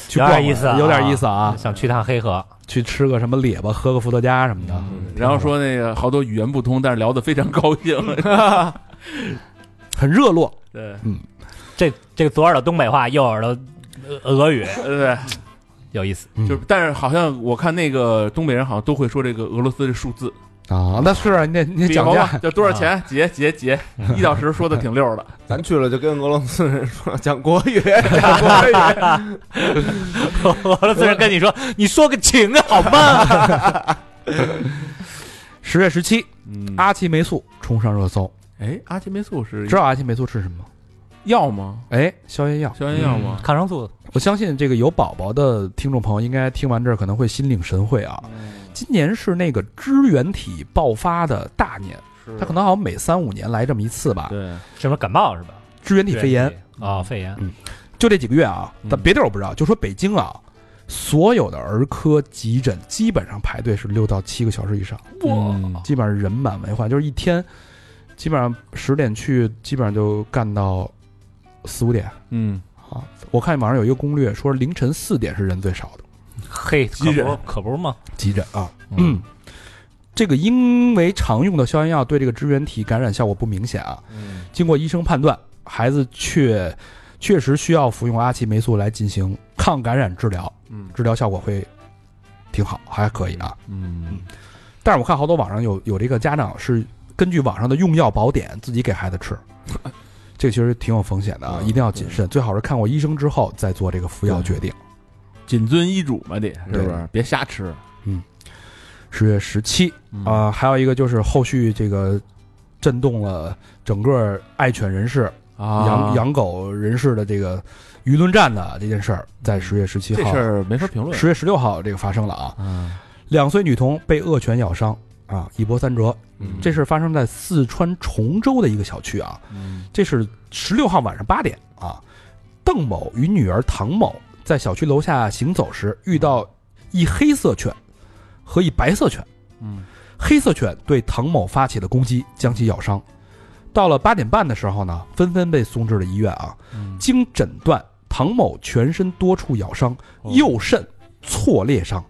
去有逛点逛意思啊有点意思啊！想去趟黑河，去吃个什么列巴，喝个伏特加什么的。对然后说那个好多语言不通，但是聊得非常高兴。 很热络，对这这个左耳朵东北话，右耳朵呃俄语，对，有意思。 嗯就是但是好像我看那个东北人好像都会说这个俄罗斯的数字，啊，那是啊，你得你得比讲方价啊吧，就多少钱，结结结，一到十说的挺溜的。咱去了就跟俄罗斯人说讲国 语，讲国语，俄罗斯人跟你说，你说个情啊，好吗？十月十七，嗯，阿奇霉素冲上热搜，哎，阿奇霉素是知道阿奇霉素嗯是什么吗？药吗？哎，消炎药。消炎药吗？嗯抗生素我相信这个有宝宝的听众朋友，应该听完这儿可能会心领神会啊。嗯今年是那个支原体爆发的大年，是它可能好像每三五年来这么一次吧。对，什么感冒是吧？支原体肺炎啊，肺炎就这几个月啊，嗯但别地儿我不知道，就说北京啊，所有的儿科急诊基本上排队是六到七个小时以上，嗯基本上人满为患，就是一天基本上十点去，基本上就干到四五点嗯，啊。我看网上有一个攻略说凌晨四点是人最少的。嘿，可急不诊可不是吗？急诊啊。嗯，这个因为常用的消炎药对这个支原体感染效果不明显啊，嗯经过医生判断，孩子确确实需要服用阿奇霉素来进行抗感染治疗，嗯治疗效果会挺好，还可以啊。嗯但是我看好多网上有有这个家长是根据网上的用药宝典自己给孩子吃。这个其实挺有风险的啊，嗯一定要谨慎，最好是看过医生之后再做这个服药决定。谨遵医嘱嘛，得是不对是？别瞎吃十月十七，啊。啊、还有一个就是后续这个震动了整个爱犬人士、啊养养狗人士的这个舆论战的这件事儿，在十月十七嗯这号事、儿没法评论。十月十六号这个发生了啊，嗯，两岁女童被恶犬咬伤啊，一波三折。嗯这事儿发生在四川崇州的一个小区啊，嗯这是十六号晚上八点啊，邓某与女儿唐某在小区楼下行走时，遇到一黑色犬和一白色犬。嗯黑色犬对唐某发起了攻击，将其咬伤。到了八点半的时候呢，纷纷被送至了医院啊。嗯经诊断，唐某全身多处咬伤，右肾挫裂伤。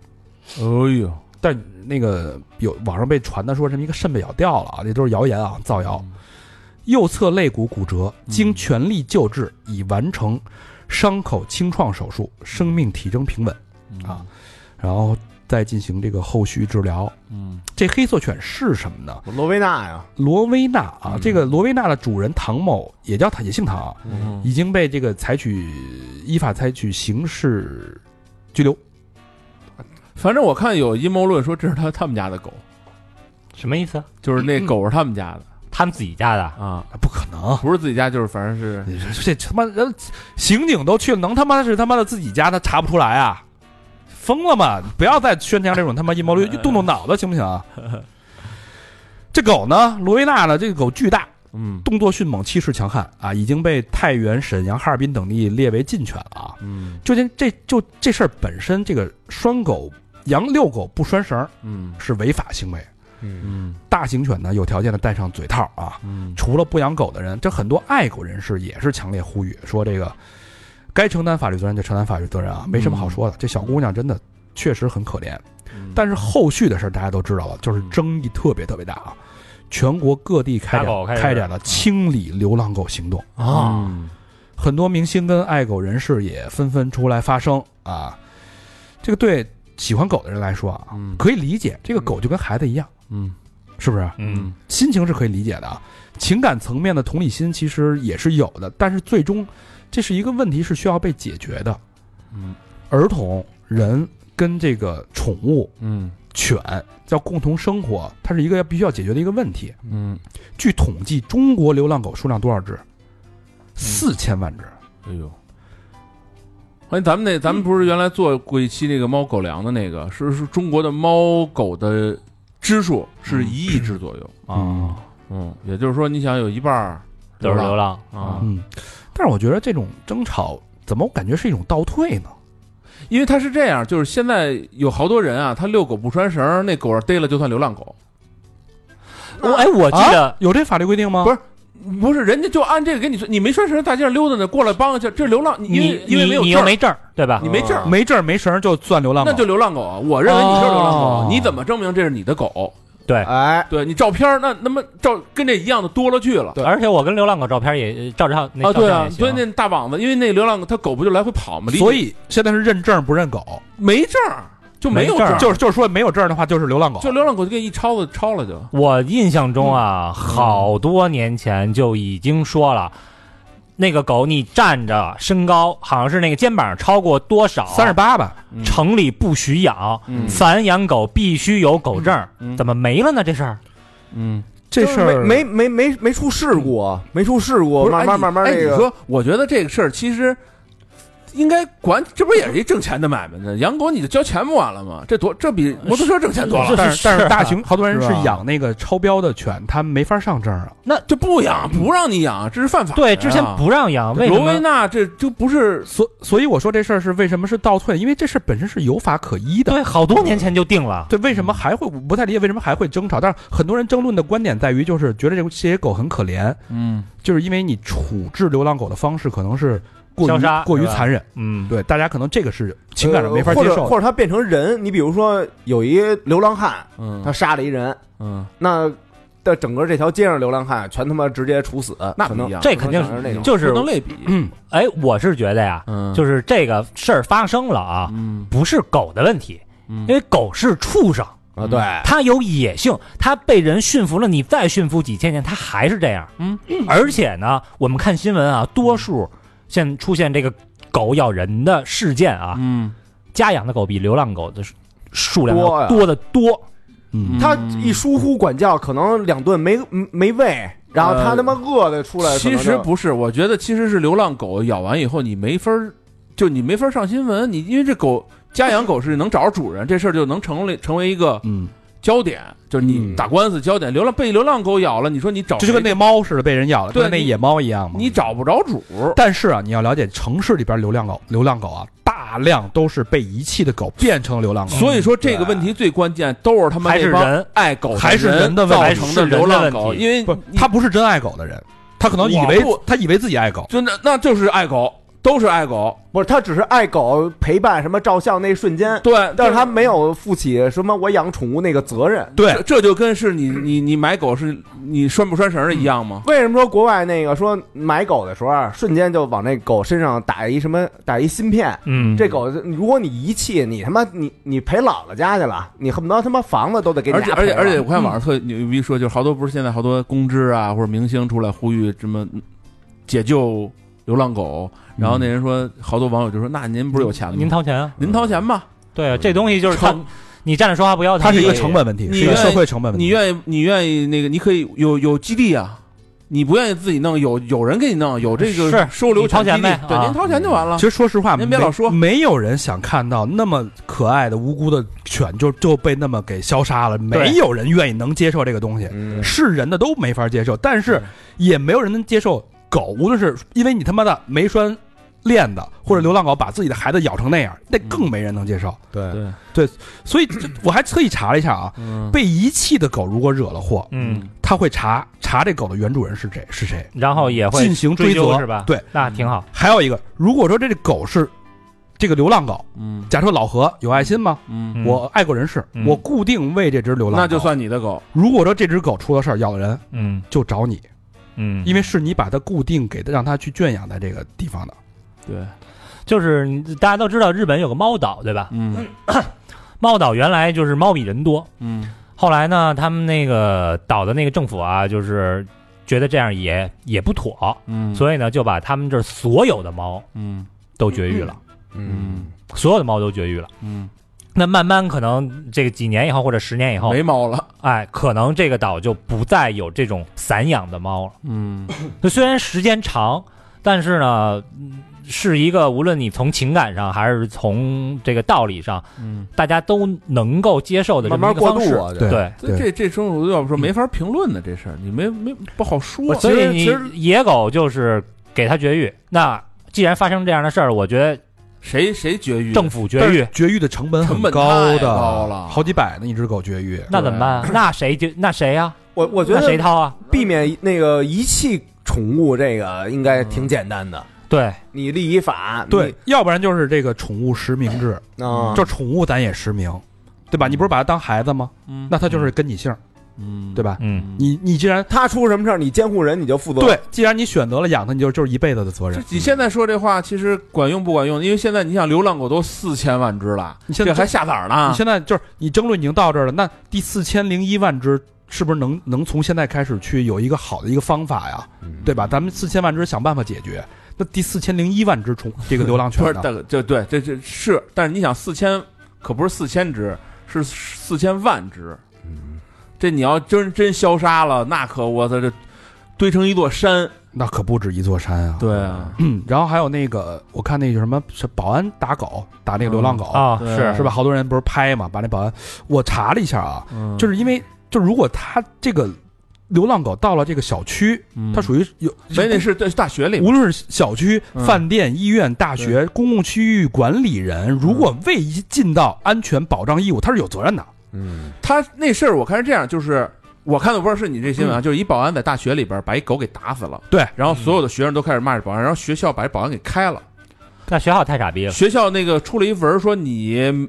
哎呦，但那个有网上被传的说什么一个肾被咬掉了啊，这都是谣言啊，造谣。嗯右侧肋骨骨折，经全力救治已完成伤口清创手术，生命体征平稳，啊然后再进行这个后续治疗。嗯，这黑色犬是什么呢？罗威纳呀，罗威纳啊，嗯这个罗威纳的主人唐某也叫也姓唐啊，嗯已经被这个采取依法采取刑事拘留，反正我看有阴谋论说这是他他们家的狗，什么意思？啊就是那狗是他们家的他们自己家的，啊，啊不可能！不是自己家，就是反正是你说这他妈人刑警都去了，能他妈是他妈的自己家，他查不出来啊？疯了吗？不要再宣扬这种他妈阴 谋论，就动动脑子行不行啊？这狗呢，罗威纳呢，这个狗巨大，嗯动作迅猛，气势强悍啊，已经被太原、沈阳、哈尔滨等地列为禁犬了啊。嗯就这这就这事儿本身，这个拴狗、养遛狗不拴绳儿嗯是违法行为。嗯，嗯大型犬呢，有条件的戴上嘴套啊。嗯除了不养狗的人，这很多爱狗人士也是强烈呼吁说，这个该承担法律责任就承担法律责任啊，没什嗯么好说的。这小姑娘真的嗯确实很可怜，但是后续的事儿大家都知道了，就是争议特别特别大啊。全国各地开打狗展开始嗯开展了清理流浪狗行动。啊，很多明星跟爱狗人士也纷纷出来发声啊。这个对喜欢狗的人来说啊，嗯可以理解，这个狗就跟孩子一样，嗯是不是？嗯，心情是可以理解的啊，情感层面的同理心其实也是有的，但是最终这是一个问题，是需要被解决的。嗯儿童、人跟这个宠物嗯犬要共同生活，它是一个要必须要解决的一个问题。嗯，据统计，中国流浪狗数量多少只？四千万只。哎呦。哎，咱们那咱们不是原来做过一期那个猫狗粮的那个，是是中国的猫狗的只数是一亿只左右，嗯嗯，也就是说你想有一半儿都是流浪浪啊，嗯，但是我觉得这种争吵怎么我感觉是一种倒退呢？因为他是这样，就是现在有好多人啊，他遛狗不穿绳儿，那狗要逮了就算流浪狗，我哎，我记啊得有这法律规定吗？呃不是不是人家就按这个跟你说，你没穿绳儿，大街上溜达呢，过来帮个这这流浪，因你为因为没有你证又儿没证儿，对吧你？没证儿，没证儿没绳儿就算流浪狗，那就流浪狗啊。我认为你就是流浪狗，啊哦你怎么证明这是你的狗？对，哎，对你照片儿，那那么照跟这一样的多了去了。对而且我跟流浪狗照片也照照那啊，照片对也啊，行所以那大膀子，因为那流浪狗，它狗不就来回跑吗？离所以现在是认证儿不认狗，没证儿就没有没证儿就就是就是说没有证儿的话就是流浪狗。就流浪狗就给你一抄子抄了就。我印象中啊，好多年前就已经说了，那个狗你站着身高好像是那个肩膀超过多少，三十八吧，嗯城里不许养，嗯散养狗必须有狗证儿，嗯怎么没了呢？这事儿嗯，这就是事儿没没没没没出事故啊，没出事故，不是慢慢慢慢哎这你，哎个你说，我觉得这个事儿其实应该管，这不也是一挣钱的买卖呢？养狗你就交钱不完了吗？这多这比摩托车挣钱多了是，但但是啊大型好多人是是吧养那个超标的犬，他没法上证儿啊。那这不养不让你养，这是犯法的呀。对，之前不让养，为什罗威么？纳这就不是所所以我说这事儿是为什么是倒退？因为这事儿本身是有法可依的。对，好多年前就定了，对，为什么还会我不太理解为什么还会争吵？但是很多人争论的观点在于，就是觉得这些狗很可怜，嗯就是因为你处置流浪狗的方式可能是过消于杀过于是吧残忍，嗯，对大家可能这个是情感上没法接呃或者受的。或者他变成人，你比如说有一流浪汉，他嗯杀了一人，嗯，那的整个这条街上流浪汉全他妈直接处死，那可不能一样，这肯定是那种就是不能类比，嗯，哎，我是觉得呀，嗯就是这个事儿发生了啊，嗯不是狗的问题，嗯因为狗是畜生。啊，对，它有野性，它被人驯服了，你再驯服几千年，它还是这样。嗯，而且呢，我们看新闻啊，多数现出现这个狗咬人的事件啊，嗯，家养的狗比流浪狗的数数量多呀要多得多。嗯他一疏忽管教，可能两顿没没喂，然后他呃他妈饿的出来，其可实能就不是，我觉得其实是流浪狗咬完以后，你没法儿，就你没法儿上新闻，你因为这狗家养狗是能找着主人，这事儿就能成为成为一个嗯，焦点，就是你嗯打官司焦点。流浪被流浪狗咬了，你说你找这就跟谁那猫似的被人咬了，对跟那你野猫一样嘛。你找不着主，但是啊，你要了解城市里边流浪狗，流浪狗啊，大量都是被遗弃的狗变成流浪狗，所以说这个问题最关键都是他们还是那帮人爱狗的还是人的问造题成还是的人的流浪问狗，题因为不，你他不是真爱狗的人，他可能以为我不他以为自己爱狗，真的那就是爱狗，都是爱狗，不是他只是爱狗陪伴什么照相那瞬间，对，但是他这没有负起什么我养宠物那个责任。对这，这就跟是你你你买狗是你拴不拴绳儿一样吗？为什么说国外那个说买狗的时候啊，瞬间就往那狗身上打一什么打一芯片？嗯，这狗如果你遗弃，你他妈你你陪姥姥家去了，你恨不得他妈房子都得给你而且俩而且赔了嗯而且，我看网上特牛逼说，就是好多不是现在好多公知啊或者明星出来呼吁什么解救流浪狗，然嗯后那人说，好多网友就说，那您不是有钱吗？您掏钱啊？您掏钱吧，对啊，这东西就是成它，你站着说话不腰疼。它是一个成本问题，你是一个愿意社会成本问题。你愿意你愿意那个，你可以有有基地啊，你不愿意自己弄，有有人给你弄，有这个是收留你掏犬钱基地呗，对，啊您掏钱就完了其。实说实话，您别老说没，没有人想看到那么可爱的无辜的犬就就被那么给消杀了，对没有人愿意能接受这个东西，嗯，是人的都没法接受，但是也没有人能接受狗，无论是因为你他妈的没拴链子，或者流浪狗把自己的孩子咬成那样，那嗯更没人能接受。对，对，所以这我还特意查了一下啊，嗯被遗弃的狗如果惹了祸，嗯，他会查查这狗的原主人是谁是谁，然后也会进行追责究是吧？对，那挺好。还有一个，如果说这只狗是。这个流浪狗，嗯假设老何有爱心吗？嗯，嗯我爱狗人士，嗯我固定喂这只流浪狗。那就算你的狗，如果说这只狗出了事儿咬了人，嗯就找你，嗯，因为是你把它固定给它，让它去圈养在这个地方的。对，就是你大家都知道日本有个猫岛对吧？嗯猫岛原来就是猫比人多，嗯后来呢，他们那个岛的那个政府啊，就是觉得这样也也不妥，嗯，以所以呢，就把他们这儿所有的猫嗯都绝育了，嗯所有的猫都绝育了。嗯，那慢慢可能这个几年以后或者十年以后没，猫了，哎，可能这个岛就不再有这种散养的猫了。嗯就虽然时间长，但是呢，嗯是一个无论你从情感上还是从这个道理上，嗯，大家都能够接受的这慢么慢一个过方渡式。啊，对嗯对，这这这生我要说没法评论的这事儿，你没没不好说，所以其实你野狗就是给它绝育。那既然发生这样的事儿，我觉得谁谁绝育政府绝但育是，绝育的成本成很本高太的，高了好几百呢，一只狗绝育。那怎么办？那谁就那谁呀、我我觉那谁得掏啊？避免那个遗弃宠物这个应该挺简单的，对，你立一法，对，嗯要不然就是这个宠物实名制，你啊，就宠物咱也实名，对吧？你不是把它当孩子吗？嗯那它就是跟你姓，嗯对吧？嗯，你你既然他出什么事儿，你监护人你就负责。对，既然你选择了养它，你就就是一辈子的责这任。你现在说这话其实管用不管用？因为现在你想流浪狗都四千万只了，你现在这还下崽儿呢你？现在就是你争论已经到这儿了，那第四千零一万只是不是能能从现在开始去有一个好的一个方法呀？嗯，对吧？咱们四千万只想办法解决，那第四千零一万只宠这个流浪不犬 是，呢？大哥，这对这这是，但是你想四千可不是四千只，是四千万只。嗯这你要真真消杀了，那可我操这堆成一座山。那可不止一座山啊！对啊，嗯， 然后还有那个，我看那个什么是保安打狗，打那个流浪狗，啊、对是是吧？好多人不是拍嘛，把那保安，我查了一下啊，嗯就是因为就如果他这个流浪狗到了这个小区，它于属于有没嗯那是对大学里无论是小区、嗯饭店、医院、大学、公共区域管理人，如果未尽到安全保障义务，他是有责任的。嗯，他那事儿，我看是这样，就是我看的不知道是你这嗯新闻啊，就是一保安在大学里边把一狗给打死了，对，然后所有的学生都开始骂这保安，然后学校把这保安给开了。哎那学校太傻逼了。学校那个出了一文儿说你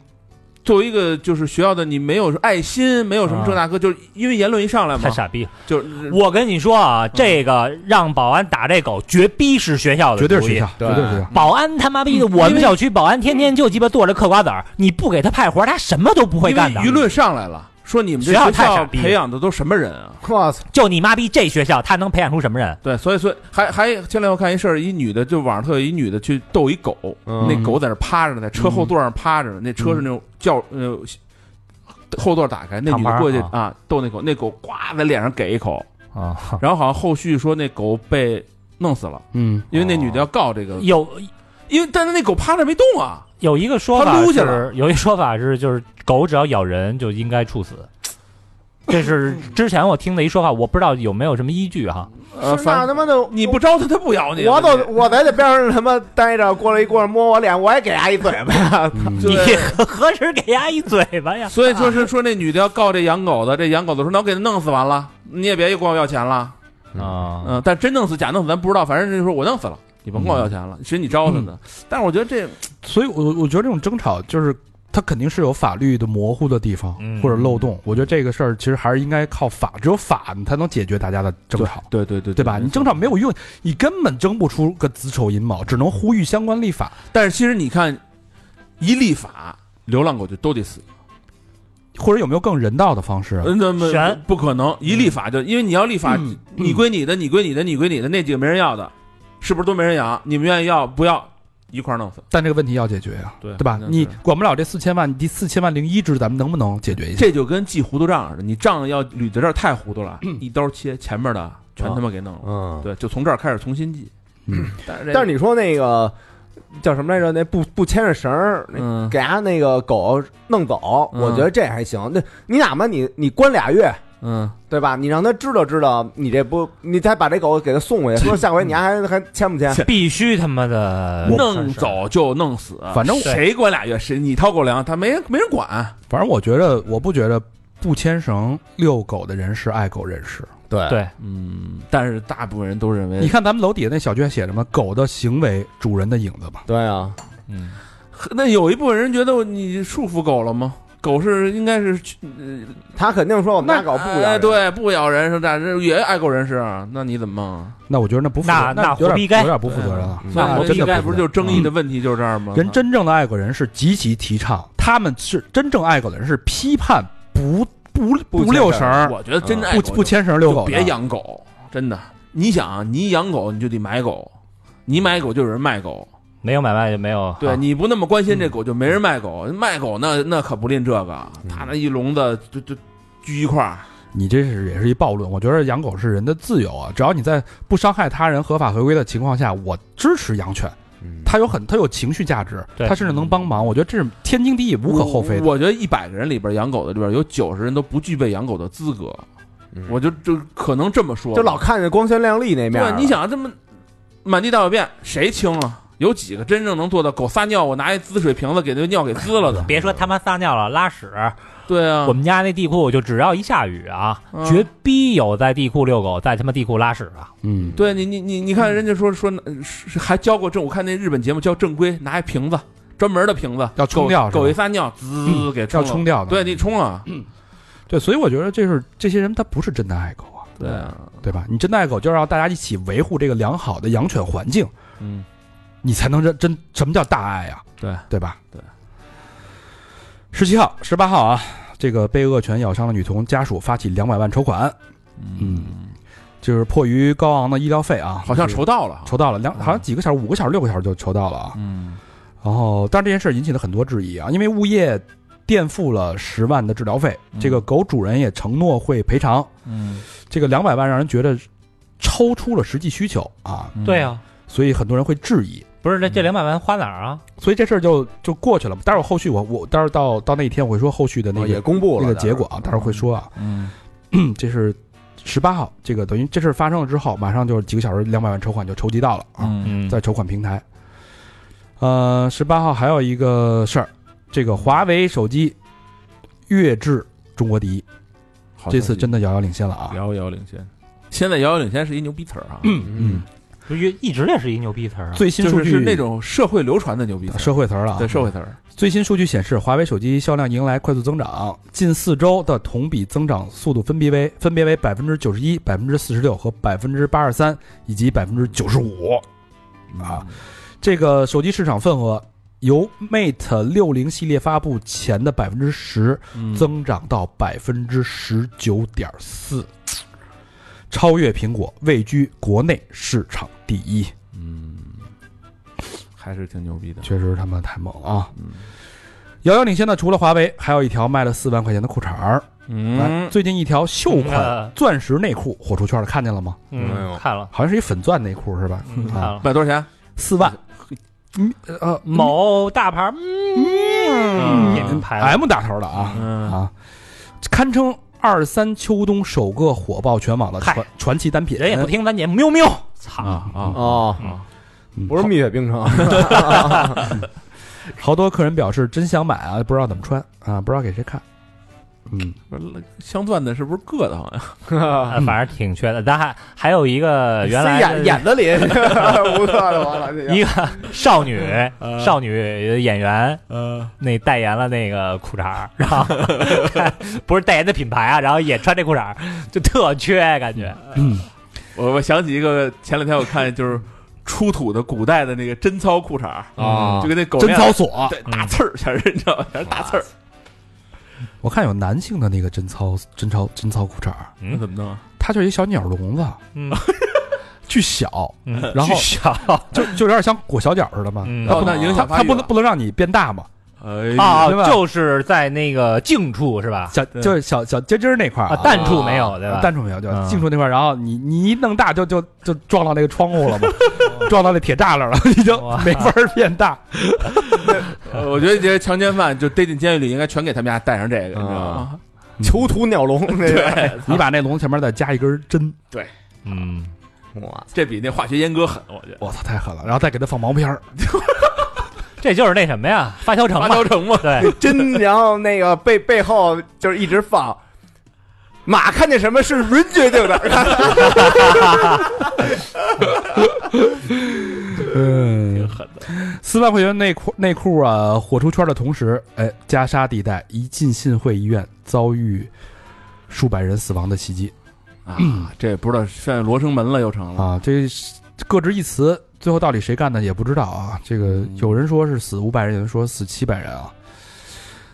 作为一个就是学校的你没有爱心，没有什么这那个，就是因为言论一上来嘛啊太，傻逼了！就是我跟你说啊，这个让保安打这狗，绝逼是学校的，绝对是学校。，绝对对是学校。保安他妈逼的，嗯我因们为小区保安天天就鸡巴剁着嗑瓜子儿，你不给他派活儿，他什么都不会因为干的。舆论上来了，说你们这学校学太傻校逼培养的都什么人啊？我操，就你妈逼这学校，他能培养出什么人？对，所以所以还还前两天我看一事儿，一女的就网上特有一女的去逗一狗，嗯那狗在那趴着呢，在车后座上趴着呢，那车是那种轿呃后座打开，那躺女盘的儿过去啊啊逗那狗，那狗呱在脸上给一口，啊，然后好像后续说那狗被弄死了，嗯，因为那女的要告这个，有因为但是那狗趴着没动啊，有一个说法他撸下是，有一说法是，就是狗只要咬人就应该处 死。这是之前我听的一说法，我不知道有没有什么依据哈。呃，是反那他妈的你不招它，它不咬你，啊我都都我在这边上他妈待着，过来一过来摸我脸，我也给他一嘴巴。嗯你对何时给丫一嘴巴呀？所以说是说那女的要告这养狗的，这养狗的说那我给它弄死完了，你也别管我要钱了，啊，嗯，但真弄死假弄死咱不知道，反正就是说我弄死了，你甭管我要钱了，谁你招他呢？但是我觉得这所以我，我觉得这种争吵就是它肯定是有法律的模糊的地方嗯或者漏洞。我觉得这个事儿其实还是应该靠法，只有法才能解决大家的争吵，对对对对吧？你争吵没有用，你根本争不出个子丑寅卯，只能呼吁相关立法。但是其实你看，一立法，流浪狗就都得死。或者有没有更人道的方式啊？嗯，那么悬不可能，一立法就因为你要立法，嗯你归你的，你归你的，你归你的，那几个没人要的，是不是都没人养？你们愿意要不要？一块儿弄死，但这个问题要解决啊呀、对对吧？那是你管不了这四千万，你第四千万零一只，咱们能不能解决一下？这就跟记糊涂账似的，你账要捋到这儿太糊涂了，一刀切，前面的全他妈给弄了。 嗯，对，就从这儿开始重新记。嗯，哦但是这但是你说那个叫什么来着？那不不牵着绳儿，那嗯给他那个狗弄走，嗯我觉得这还行。那你哪怕你你关俩月，嗯，对吧？你让他知道知道，你这不，你再把这狗给他送回去，说下回你还还签不签？必须他妈的弄。走就弄死，啊反正我谁管俩月？谁你掏狗粮，他没人没人管。反正我觉得，我不觉得不牵绳遛狗的人是爱狗人士。 对对，嗯，但是大部分人都认为你看咱们楼底下那小区还写着什么“狗的行为，主人的影子”吧？对啊，嗯，那有一部分人觉得你束缚狗了吗？狗是应该是去他肯定说我们家狗不咬哎人，对，不咬人是但是也爱狗人士，那你怎么弄啊？那我觉得那不负责，那那有活点逼该有点不负责任了。嗯所以那我我觉得嗯真的不这嗯不是就是争议的问题就是这儿吗？人真正的爱国人是极其提倡，他们是真正爱狗的人是批判不不不不遛绳儿，我觉得真爱不狗不牵绳儿遛就狗的，别养狗，真的。你想啊，你养狗你就得买狗，你买狗就有人卖狗，没有买卖就没有。对，啊你不那么关心这狗嗯就没人卖狗，卖狗那那可不吝这个，他那一笼子就就聚一块儿，你这是也是一暴论。我觉得养狗是人的自由啊，只要你在不伤害他人、合法合规的情况下，我支持养犬。嗯它有很，它有情绪价值，对它甚至能帮忙。我觉得这是天经地义、无可厚非的。我我觉得一百个人里边养狗的里边有九十人都不具备养狗的资格，嗯我就就可能这么说吧，就老看见光鲜亮丽那面儿对，你，想这么满地大小便，谁清啊？有几个真正能做到狗撒尿，我拿一滋水瓶子给那尿给 滋了的？别说他妈撒尿了、拉屎，对啊，我们家那地库就只要一下雨啊，嗯绝逼有在地库遛狗，在他妈地库拉屎的。嗯，对你你你你看人家说说是是还教过正，我看那日本节目教正规，拿一瓶子专门的瓶子要冲狗尿是吧嗯狗一撒尿滋给要冲了冲掉的。对你冲啊，对，所以我觉得这是这些人他不是真的爱狗啊，对啊，对吧？你真的爱狗，就让大家一起维护这个良好的养犬环境，嗯，你才能真真什么叫大爱啊？对对吧？对。十七号、十八号啊，这个被恶犬咬伤的女童家属发起两百万筹款，嗯，就是迫于高昂的医疗费啊，好像就是筹到了，筹到了两，嗯好像几个小时，五个小时、六个小时就筹到了啊。嗯然后，但是这件事引起了很多质疑啊，因为物业垫付了十万的治疗费，嗯这个狗主人也承诺会赔偿，嗯，这个两百万让人觉得超出了实际需求啊，对，啊，所以很多人会质疑。不是这这嗯两百万花哪儿啊？所以这事儿就就过去了。待会儿后续我我待会儿到到那一天我会说后续的那哦个也公布了那个结果啊，待会儿会说啊。嗯嗯， 这是十八号，这个等于这事儿发生了之后，马上就几个小时两百万筹款就筹集到了啊，嗯嗯，在筹款平台。呃，十八号还有一个事儿，这个华为手机跃至中国第一，这次真的遥遥领先了啊！遥遥领先。现在遥遥领先是一牛逼词儿啊，嗯，不是一直也是一牛逼词儿啊。最新就数是据是那种社会流传的牛逼词儿，社会词儿了啊，对社会词儿，最新数据显示，华为手机销量迎来快速增长，近四周的同比增长速度分别为分别为百分之九十一、百分之四十六和百分之八十三以及百分之九十五。啊，这个手机市场份额由 Mate 六零系列发布前的百分之十嗯增长到百分之十九点四，超越苹果，位居国内市场第一。嗯，还是挺牛逼的，确实他妈太猛了啊！嗯遥遥领先的除了华为，还有一条卖了四万块钱的裤衩儿。哎嗯，最近一条秀款嗯钻石内裤火出圈了，看见了吗？哎呦嗯，看了，好像是一粉钻内裤是吧？嗯，看啊，了。卖多少钱？四万，嗯呃某大牌儿，嗯，品牌了 M 打头的啊嗯啊，堪称二三秋冬首个火爆全网的嗨传传奇单品。人也不听咱节目，喵喵，啊操，啊，哦，嗯，不是好蜜雪冰 城，好多客人表示真想买啊，不知道怎么穿啊，不知道给谁看。嗯，镶钻的是不是硌得慌呀？呃反正挺缺的。咱还还有一个原来塞眼的眼子里， 无色的完了这 一个，个少女少女演员，呃，那代言了那个裤衩儿，然后不是代言的品牌啊，然后也穿这裤衩儿，就特缺感觉。哎 嗯我我想起一个，前两天我看就是出土的古代的那个贞操裤衩儿啊就跟那狗贞那操样，锁，对，大刺儿全是，你知道吗？全是大刺儿，我看有男性的那个贞操贞操贞操裤衩儿，那怎么弄啊？它就是一小鸟笼子，嗯， 巨小，嗯然后巨小就就有点像裹小脚似的嘛。嗯它不哦那影响它它发育不能了不能让你变大嘛，哎啊，对吧就是在那个静处是吧？小就是小小尖尖儿那块儿啊，啊，淡处没有对吧？淡处没有，对吧？嗯近处那块儿，然后你你一弄大就就就撞到那个窗户 了嘛，撞到那铁栅栏了， 你就哇没法儿变 大。呃 我觉得这些强奸犯就逮进监狱里，应该全给他们家带上这个，你知道吗？囚徒鸟 笼那个，你把那笼前面再加一根针，嗯，哇，这比那化学阉割狠，我觉得。我操，太狠了！然后再给它放毛片儿， 这就是那什么呀，发条城发嘛条。城嘛，对，真，然后那个背背后就是一直放。马看见什么是人决 定的，嗯，狠的。四万块元内裤内裤啊，火出圈的同时，哎，加沙地带一进信会医院遭遇数百人死亡的袭击啊，这也不知道现在罗生门了又成了。啊，这是各执一词，最后到底谁干的也不知道啊。这个嗯有人说是死五百人，有人说死七百人啊。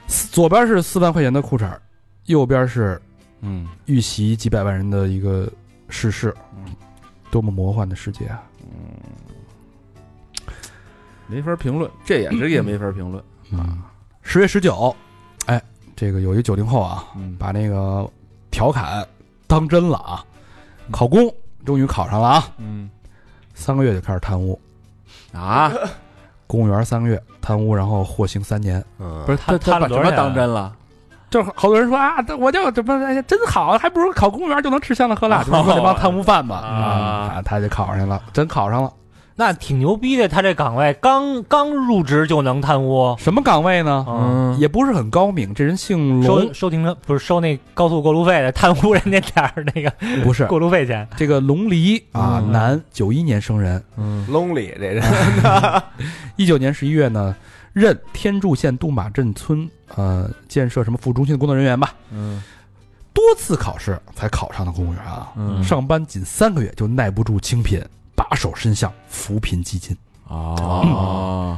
四左边是四万块钱的裤衩儿，右边是嗯，遇袭几百万人的一个世事，嗯多么魔幻的世界啊！没法评论，这也是也没法评论。嗯，十月十九，哎，这个有一九零后啊，嗯，把那个调侃当真了啊，考公终于考上了啊，嗯三个月就开始贪污，啊，公务员三个月贪污，然后获刑三年。嗯，不是他他他把他什么当真了？就是好多人说啊，这我就怎么哎呀真好，还不如考公务员就能吃香的喝辣，哦就说这帮贪污犯吧啊啊，他就考上去了，真考上了。 那挺牛逼的，他这岗位刚刚入职就能贪污，什么岗位呢？嗯，也不是很高明，这人姓龙收，收停车不是收那高速过路费的，贪污人家点儿那个不是过路费钱，这个龙离啊，嗯男，九一年生人， lonely 这人，一九年十一月呢，任天柱县杜马镇村呃建设什么服务中心的工作人员吧，嗯多次考试才考上的公务员啊，嗯上班仅三个月就耐不住清贫，把手伸向扶贫基金，哦，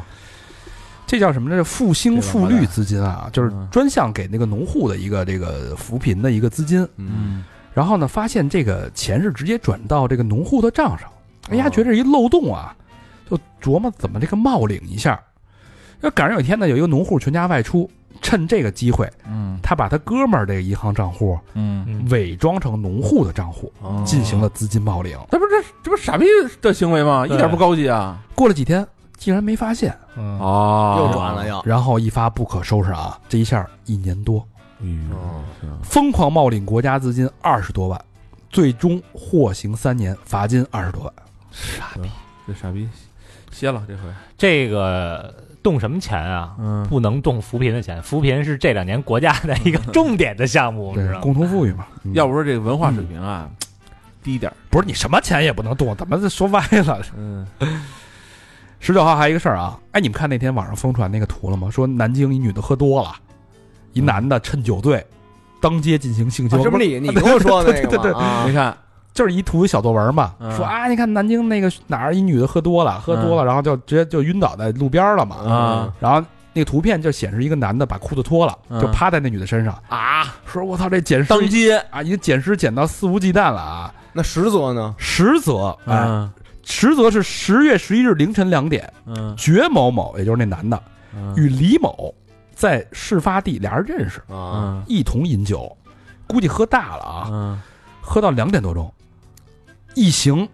这叫什么？这叫复兴复这王绿八蛋资金啊，就是嗯专项给那个农户的一个这个扶贫的一个资金。嗯，然后呢，发现这个钱是直接转到这个农户的账上，哎呀，哦觉得一漏洞啊，就琢磨怎么这个冒领一下。要赶上有一天呢，有一个农户全家外出，趁这个机会，嗯他把他哥们儿这个银行账户嗯，嗯，伪装成农户的账户，进行了资金冒领。那不是哦这这不是傻逼的行为吗？一对点不高级啊！过了几天，竟然没发现，嗯哦又转了，又，然后一发不可收拾啊！这一下一年多，哎疯狂冒领国家资金二十多万，最终获刑三年，罚金二十多万。这傻逼歇了这回。这个动什么钱啊？嗯不能动扶贫的钱，扶贫是这两年国家的一个重点的项目，知对，道吗？共同富裕嘛。嗯要不说这个文化水平啊低点儿。不是你什么钱也不能 动，怎么说歪了？嗯十九号还有一个事儿啊，哎，你们看那天网上疯传那个图了吗？说南京一女的喝多了，一男的趁酒醉，当街进行性侵，这不啊不是 你你跟我说的那对对对个对吗？啊你看，就是一图小作文嘛，嗯说啊，你看南京那个哪儿一女的喝多了，喝多了，然后就直接就晕倒在路边了嘛，啊然后。那个图片就显示一个男的把裤子脱了，嗯就趴在那女的身上，啊，说：“我操，这捡尸当街啊，已经捡尸捡到肆无忌惮了啊！那实则呢？实则，哎，嗯实则是十月十一日凌晨两点，嗯觉某某，也就是那男的，与李某在事发地俩人认识，啊，嗯一同饮酒，估计喝大了啊，嗯喝到两点多钟，一行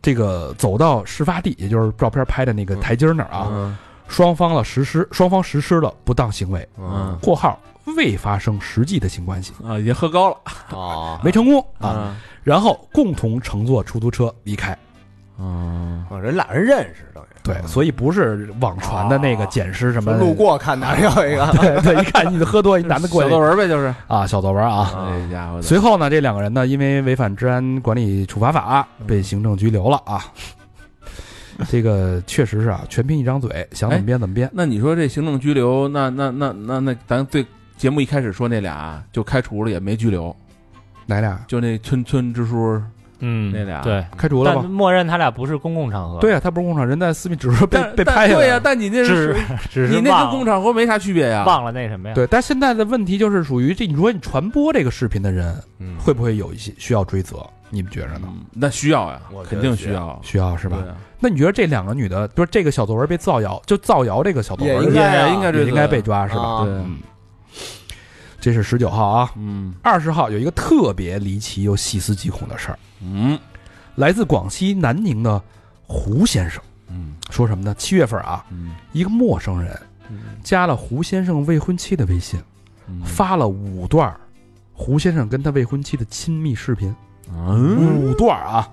这个走到事发地，也就是照片拍的那个台阶儿那儿啊，嗯双方了实施双方实施了不当行为嗯（括号未发生实际的性关系啊，已经喝高了），啊，没成功啊，啊然后共同乘坐出租车离开。嗯哦人俩人认识等于。对，所以不是网传的那个捡尸什么嗯说路，过看哪儿有一个， 对对，一看你喝多，一男的过小去作文呗，就是啊，小作文啊，这家哎伙的随后呢，这两个人呢，因为违反治安管理处罚法嗯被行政拘留了 啊。这个确实是啊，全凭一张嘴，哎想怎么编怎么编。那你说这行政拘留，那那那那那，咱最节目一开始说那俩啊就开除了，也没拘留，哪俩就那村村支书嗯，那俩对，啊开除了但吗？默认他俩不是公共场合，对，啊，他不是工厂人，在私密只是被但被但拍下来对呀、了。但你只那是 只是你那跟忘工了厂活没啥区别呀、忘了那什么呀？对，但现在的问题就是属于这，你说你传播这个视频的人嗯会不会有一些需要追责？你们觉着呢？嗯那需要呀我，觉肯得定需要，需要是是吧？吧？那你觉得这两个女的，比如这个小作文被造谣，就造谣这个小作也文应该啊应该也追责应该被抓是吧？啊对，嗯，这是十九号啊，嗯二十号有一个特别离奇又细思极恐的事儿，嗯来自广西南宁的胡先生嗯说什么呢？七月份啊，嗯一个陌生人加了胡先生未婚妻的微信，嗯发了五段儿胡先生跟他未婚妻的亲密视频，嗯五段儿啊。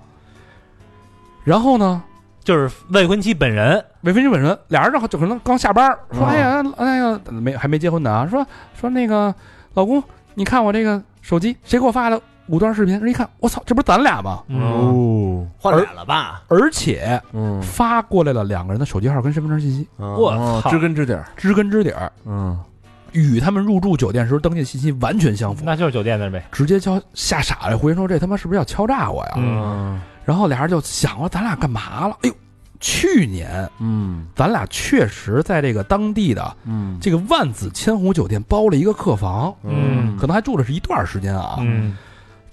然后呢，就是未婚妻本人，未婚妻本人俩人正好就可能刚下班儿，说：“嗯哎呀，哎呀，没还没结婚呢啊！”说说那个老公，你看我这个手机，谁给我发的五段视频，人一看，我操，这不是咱俩吗？嗯哦，换脸了吧？而且嗯，发过来了两个人的手机号跟身份证信息，啊我哦操知根知底儿，知根知底儿，嗯，与他们入住酒店时候登记信息完全相符，那就是酒店那呗。直接敲吓傻了。胡言说这他妈是不是要敲诈我呀？嗯然后俩人就想了，咱俩干嘛了？哎呦，去年嗯咱俩确实在这个当地的嗯这个万紫千湖酒店包了一个客房，嗯可能还住了是一段时间啊。嗯，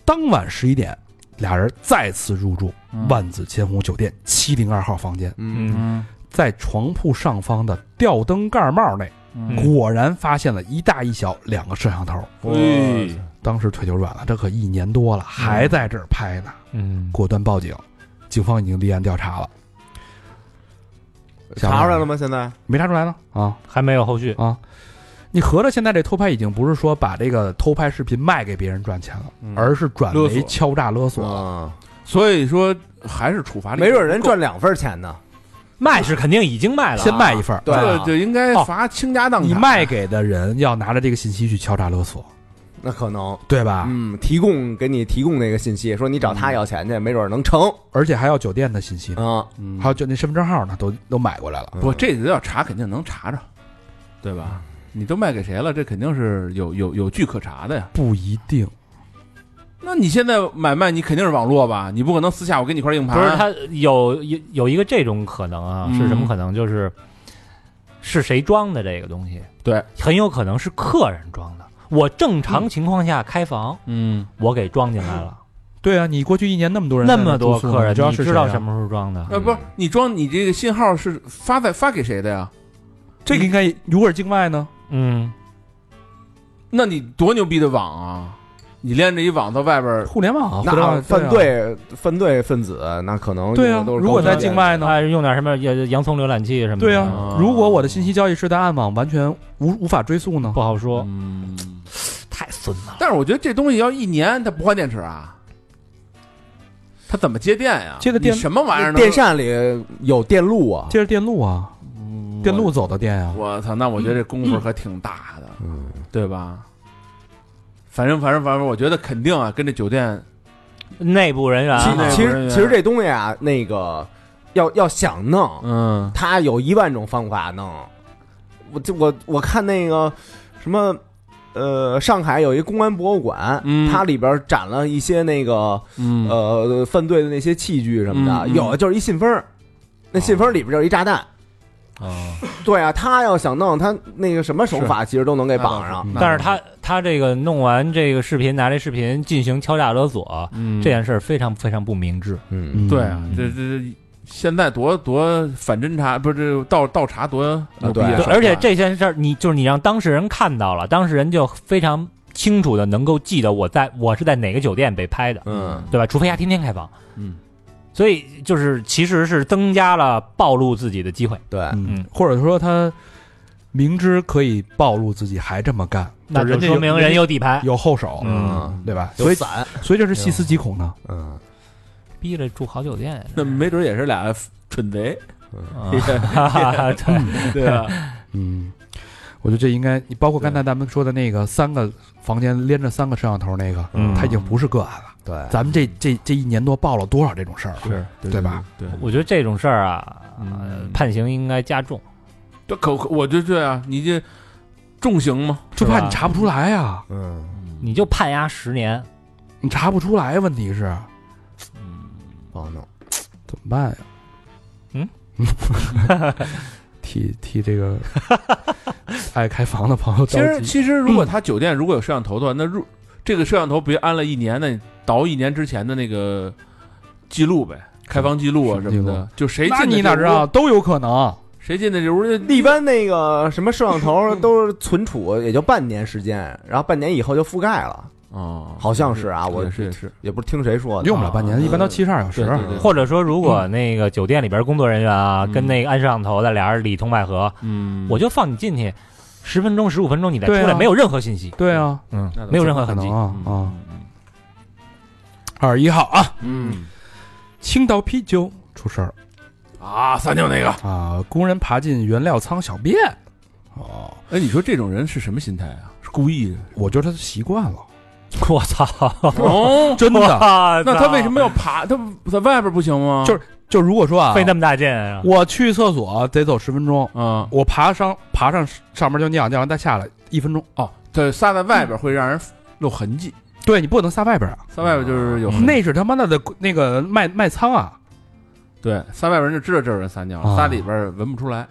当晚十一点，俩人再次入住嗯万紫千湖酒店七零二号房间，嗯嗯在床铺上方的吊灯盖帽内，嗯，果然发现了一大一小两个摄像头。哎，当时腿就软了，这可一年多了，还在这儿拍呢。嗯，果断报警，警方已经立案调查了，查出来了吗？现在没查出来呢啊还没有后续。啊！你合着现在这偷拍已经不是说把这个偷拍视频卖给别人赚钱了，嗯而是转勒为索敲诈勒索了。嗯，所以说还是处罚力没准人不够赚两份钱呢。卖是肯定已经卖了啊，先卖一份儿，对啊这就应该罚倾家荡产。你卖给的人要拿着这个信息去敲诈勒索，那可能，对吧？嗯，提供给你提供那个信息，说你找嗯他要钱去，没准能成而且还要酒店的信息呢，啊。嗯还有酒店身份证号呢，都都买嗯过来了。不，这个要查肯定能查着，对吧？你都卖给谁了？这肯定是有有有据可查的呀。不一定，那你现在买卖，你肯定是网络吧？你不可能私下我跟你一块儿硬盘。不是他有有有一个这种可能啊，嗯是什么可能？就是是谁装的这个东西？对，很有可能是客人装的。我正常情况下开房，嗯，我给装进来了，对啊，你过去一年那么多人那在么多住宿呢客人，知道你是知谁道啊什么时候装的？呃，不是，你装你这个信号是发在发给谁的呀？这个应该如果是境外呢？嗯，那你多牛逼的网啊！你连着一网到外边儿，互联网啊，互联嗯那网犯，罪犯罪分子，那可能对啊都是如果高在级境外呢？还是用点什么洋洋葱浏览器什么的？对啊呀、嗯如果我的信息交易是在暗网，完全无无法追溯呢不？好说，嗯，太损了。但是我觉得这东西要一年，它不换电池啊，它怎么接电呀？接的电你什么玩意儿？电，扇里有电路啊，接着电路啊，电路走的啊电呀、我操，那我觉得这功夫可挺大的，嗯，对吧？反正反正反正，我觉得肯定啊，跟这酒店内部人员其啊其内部人实员其实这东西啊，那个要要想弄，嗯他有一万种方法弄。我就我我看那个什么，呃，上海有一公安博物馆，嗯它里边展了一些那个嗯呃犯罪的那些器具什么的，嗯嗯有的就是一信封儿，那信封儿里边就是一炸弹。啊，对啊，他要想弄他那个什么手法，其实都能给绑上。嗯但是他他这个弄完这个视频，拿这视频进行敲诈勒索，嗯这件事儿非常非常不明智。嗯嗯对啊，这这这现在多多反侦查不是这倒倒查多牛逼啊对对，而且这件事儿，你就是你让当事人看到了，当事人就非常清楚的能够记得我在我是在哪个酒店被拍的，嗯，对吧？除非他天天开房，嗯，所以就是其实是增加了暴露自己的机会，对，嗯嗯，或者说他明知可以暴露自己还这么干，那就人就家说有明人有底牌，有后手，嗯，对吧？有所以伞，所以这是细思极恐呢。嗯，逼着住好酒店，那没准也是俩蠢贼，嗯啊 对，啊对吧？嗯，我觉得这应该，你包括刚才咱们说的那个三个房间连着三个摄像头那个，嗯他已经不是个案了。对，咱们这这这一年多报了多少这种事儿了？是，对吧？对，我觉得这种事儿啊，呃嗯判刑应该加重，这可可我就对啊，你这重刑吗？就怕你查不出来呀、嗯，你就判押十年，你查不出来，问题是嗯不 Oh 好弄。怎么办呀？嗯， 替替这 个爱开房的朋友其着实急。嗯其实，如果他酒店如果有摄像头的话，那入这个摄像头别安了一年，那你倒一年之前的那个记录呗，开房记录啊什么什记录么的，就谁进那的哎你这哪屋知道？都有可能。谁进的这屋？一般那个什么摄像头都是存储也就半年时间，然后半年以后就覆盖了，哦，好像是啊，我也是也是，也不是听谁说的，啊用不了半年，一般都七十二小时对。对对或者说如果那个酒店里边工作人员啊，嗯跟那个安摄像头的俩人里通外合，嗯，我就放你进去，十分钟、十五分钟你再对啊出来，没有任何信息，对啊，嗯那倒，是没有任何可痕迹能。啊啊！嗯二十一号啊，嗯青岛啤酒出事儿啊，撒尿那个。啊，工人爬进原料仓小便。哦，哎，你说这种人是什么心态啊？是故意的？我觉得他习惯了，我操！ 哦，真的。哇那他为什么要操爬？他不在外边不行吗？就是就如果说啊费，那么大劲啊？我去厕所得走十分钟，啊，我爬上爬上上面就尿，尿完再下来一分钟。哦，对，撒在外边会让人露痕迹，对你不能撒外边啊，撒外边就是有痕迹那是他妈的的那个卖卖仓啊。对撒外边人就知道这有人撒尿啊了，撒里边闻不出来。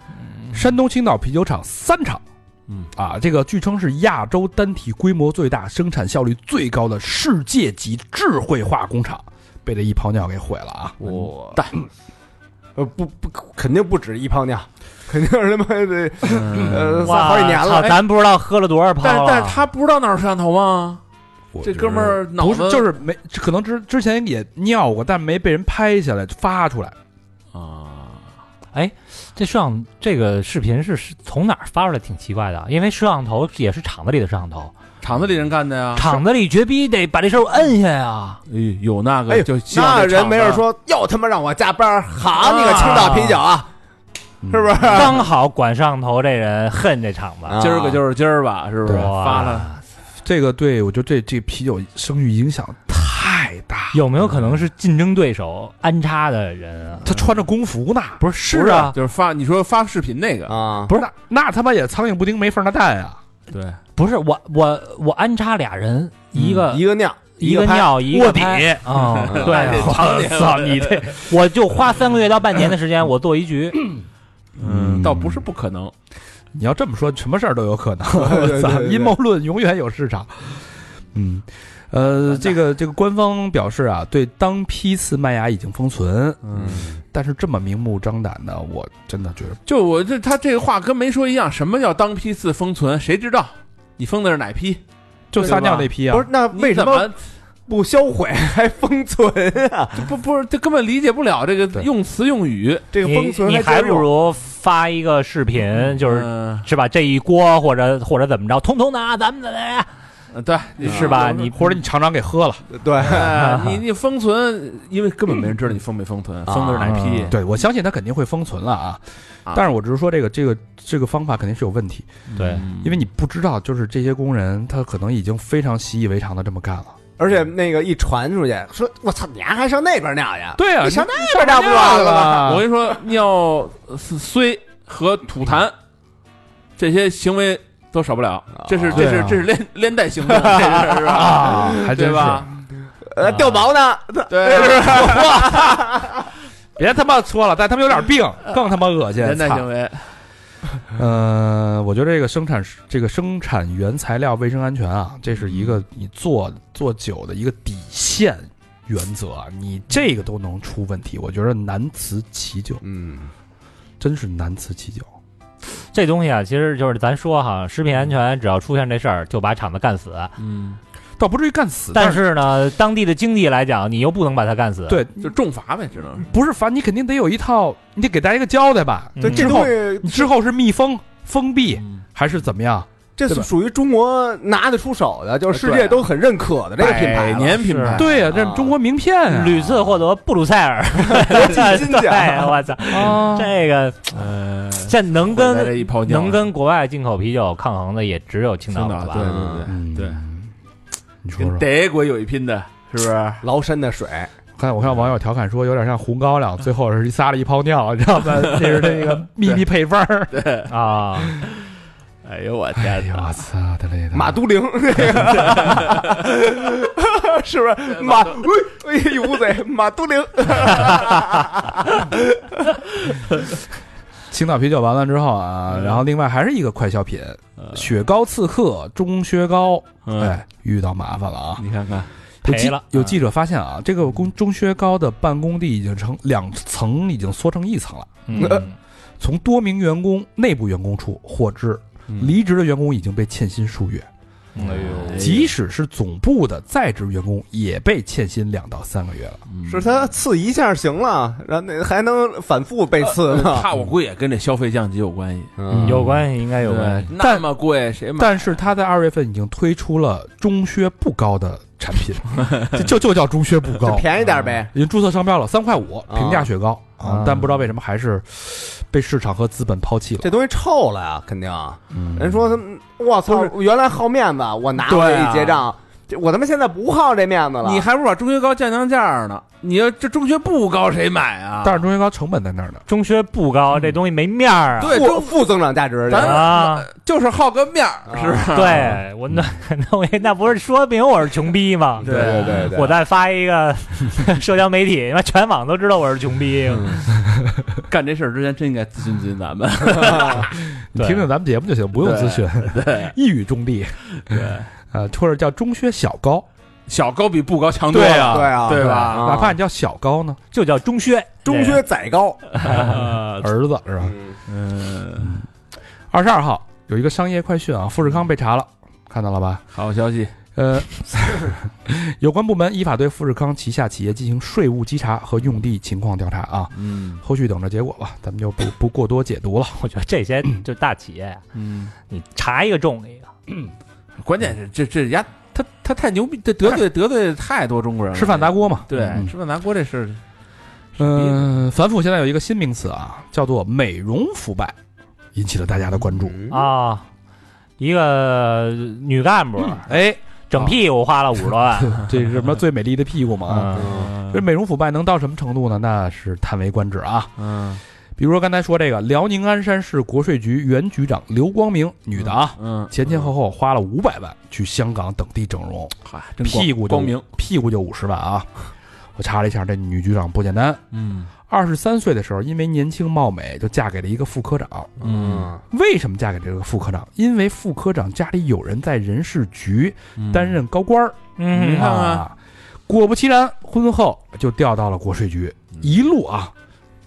山东青岛啤酒厂三厂，嗯啊，这个据称是亚洲单体规模最大、生产效率最高的世界级智慧化工厂，被这一泡尿给毁了啊！我呃，不不，肯定不止一泡尿，肯定是他妈的 呃哇撒好几年了操。咱不知道喝了多少泡但了。哎但是他不知道哪有摄像头啊，我这觉哥们得儿脑不子是就是没，可能之之前也尿过，但没被人拍下来发出来。啊，这摄像这个视频是是从哪儿发出来？挺奇怪的，因为摄像头也是厂子里的摄像头，厂子里人干的呀。厂子里绝逼得把这事儿摁下呀。哎有那哎个呦就那人没有人说，又他妈让我加班，好你个青岛啤酒啊，嗯是不是？刚好管摄像头这人恨这厂子，今儿个就是今儿吧，啊是不是？对发了，这个对我觉得这这啤酒声誉影响太大。嗯有没有可能是竞争对手安插的人啊？他穿着工服呢，不是不是啊，就是发你说发视频那个，啊，不是那那他妈也苍蝇不叮没缝儿的蛋啊！对，不是我我我安插俩人，嗯一个啊一个尿，一个拍，尿一卧底啊， 嗯对啊，我操你这， 我就花三个月到半年的时间，我做一局，嗯倒不是不可能。你要这么说，什么事儿都有可 能。对对我操，对阴谋论永远有市场。嗯，呃，这个这个官方表示啊，对当批次麦芽已经封存，嗯，但是这么明目张胆的，我真的觉得就我这他这个话跟没说一样，什么叫当批次封存？谁知道你封的是哪批？就撒尿那批啊不，是那你为什怎么么不销毁还封存啊？这不不是这根本理解不了这个对用词用语？这个封你存你还还真有不如发一个视频，就是嗯是吧？这一锅或者或者怎么着，通通拿，咱们怎么来，啊呃对，你是吧？你你或者你尝尝给喝了。对， 哎你你封存，因为根本没人知道你封没封存，封的是哪批啊？对，我相信他肯定会封存了啊啊。但是我只是说这个这个这个方法肯定是有问题，对嗯因为你不知道，就是这些工人他可能已经非常习以为常的这么干了。而且那个一传出去，说我操，你还还上那边尿去？对啊，你上那那边尿不完了吗？嗯我跟你说，尿虽和吐痰这些行为都少不了，这是这对是啊这是连连带行动，这是是吧？啊，还真嗯对是。吧？呃，掉毛呢？ 对，别他妈说了，但他们有点病，呃更他妈恶心。连带操行为，呃，我觉得这个生产这个生产原材料卫生安全啊，这是一个嗯你做做酒的一个底线原则啊，你这个都能出问题，我觉得难辞其咎，嗯，真是难辞其咎。这东西啊，其实就是咱说哈，食品安全只要出现这事儿，就把厂子干死。嗯，倒不至于干死，但是是呢，当地的经济来讲，你又不能把它干死。对，就重罚呗，只能是。不是罚你肯定得有一套，你得给大家一个交代吧？嗯，对，这之东后西你之后是密封、封闭嗯还是怎么样？这对是吧属于中国拿得出手的，就是世界都很认可的这个啊品牌百了，年品牌，对呀、这啊中国名片啊，屡次获得布鲁塞尔金对，奖我操，啊，这个呃，这能回来这跟一泡尿能跟国外进口啤酒抗衡的，也只有青岛青了岛，吧？对嗯对对你说对，说跟。德国有一拼的，是不是？崂山的水，看我看网友调侃说，有点像红高粱，最后是撒了一泡尿，你知道吗？这是那个秘密配方。啊，哎呦我哎天呦，哪我！操的嘞的！马都 灵，这个是不是马？哎，哎一乌贼，马都灵， 青岛啤酒完了之后啊，然后另外还是一个快消品，雪糕刺客中薛高，嗯哎，遇到麻烦了啊！你看看，有赔记了嗯有记者发现啊，这个公中薛高的办公地已经成两层，已经缩成一层了。嗯从多名员工、内部员工处获知，嗯离职的员工已经被欠薪数月。哎呦，即使是总部的在职员工，也被欠薪两到三个月了。是他刺一下行了，然后那还能反复被刺呢。呃怕我估计也跟这消费降级有关系，嗯有关系，应该有关对系。，那么贵谁买？但是他在二月份已经推出了中靴不高的产品，就就就叫中靴不就高，便宜点呗。已经注册商标了，三块五，啊平价雪糕啊但不知道为什么还是被市场和资本抛弃了。这东西臭了呀，肯定。嗯人说他们，我操！原来好面子，我拿回去一结账，这我他妈现在不好这面子了。你还不如把中学高降降价呢？你要这中学不高谁买啊？但是中学高成本在那儿呢。中学不高，这东西没面儿啊。对负中负增长价值咱的，啊，就是好个面儿，是吧？对我那 那我也那不是说明我是穷逼吗？对对对对，我再发一个 社交媒体，他妈全网都知道我是穷逼。 干这事儿之前真应该咨询咨询咱 们。你听听咱们节目就行，不用咨询， 一语中的。对，呃，或者叫中学小高，小高比不高强多对了，对啊对吧？啊哪怕你叫小高呢，就叫中靴，中学宰高， 呃儿子是吧？嗯嗯，二十二号有一个商业快讯啊，富士康被查了，看到了吧？好消息， 呃，有关部门依法对富士康旗下企业进行税务稽查和用地情况调查啊，嗯后续等着结果吧，咱们 就不不过多解读了。我觉得这些就大企业，嗯，你查一个中一个。关键是这这家他他嗯太牛逼，这得罪得罪太多中国人了，吃饭砸锅嘛，对嗯吃饭砸锅这事儿，嗯、反腐现在有一个新名词啊，叫做“美容腐败”，引起了大家的关注。嗯啊，一个女干部，嗯哎，整屁股花了五十多万。这是什么最美丽的屁股嘛？啊，嗯这美容腐败能到什么程度呢？那是叹为观止啊！嗯比如说刚才说这个辽宁鞍山市国税局原局长刘光明，女的啊，嗯，前前后后花了五百万去香港等地整容，嗨，啊真光屁股就光明，屁股就五十万啊！我查了一下，这女局长不简单。嗯二十三岁的时候，因为年轻貌美，就嫁给了一个副科长。嗯，为什么嫁给这个副科长？因为副科长家里有人在人事局嗯担任高官儿、你嗯看看啊。果不其然，婚后就调到了国税局，一路啊，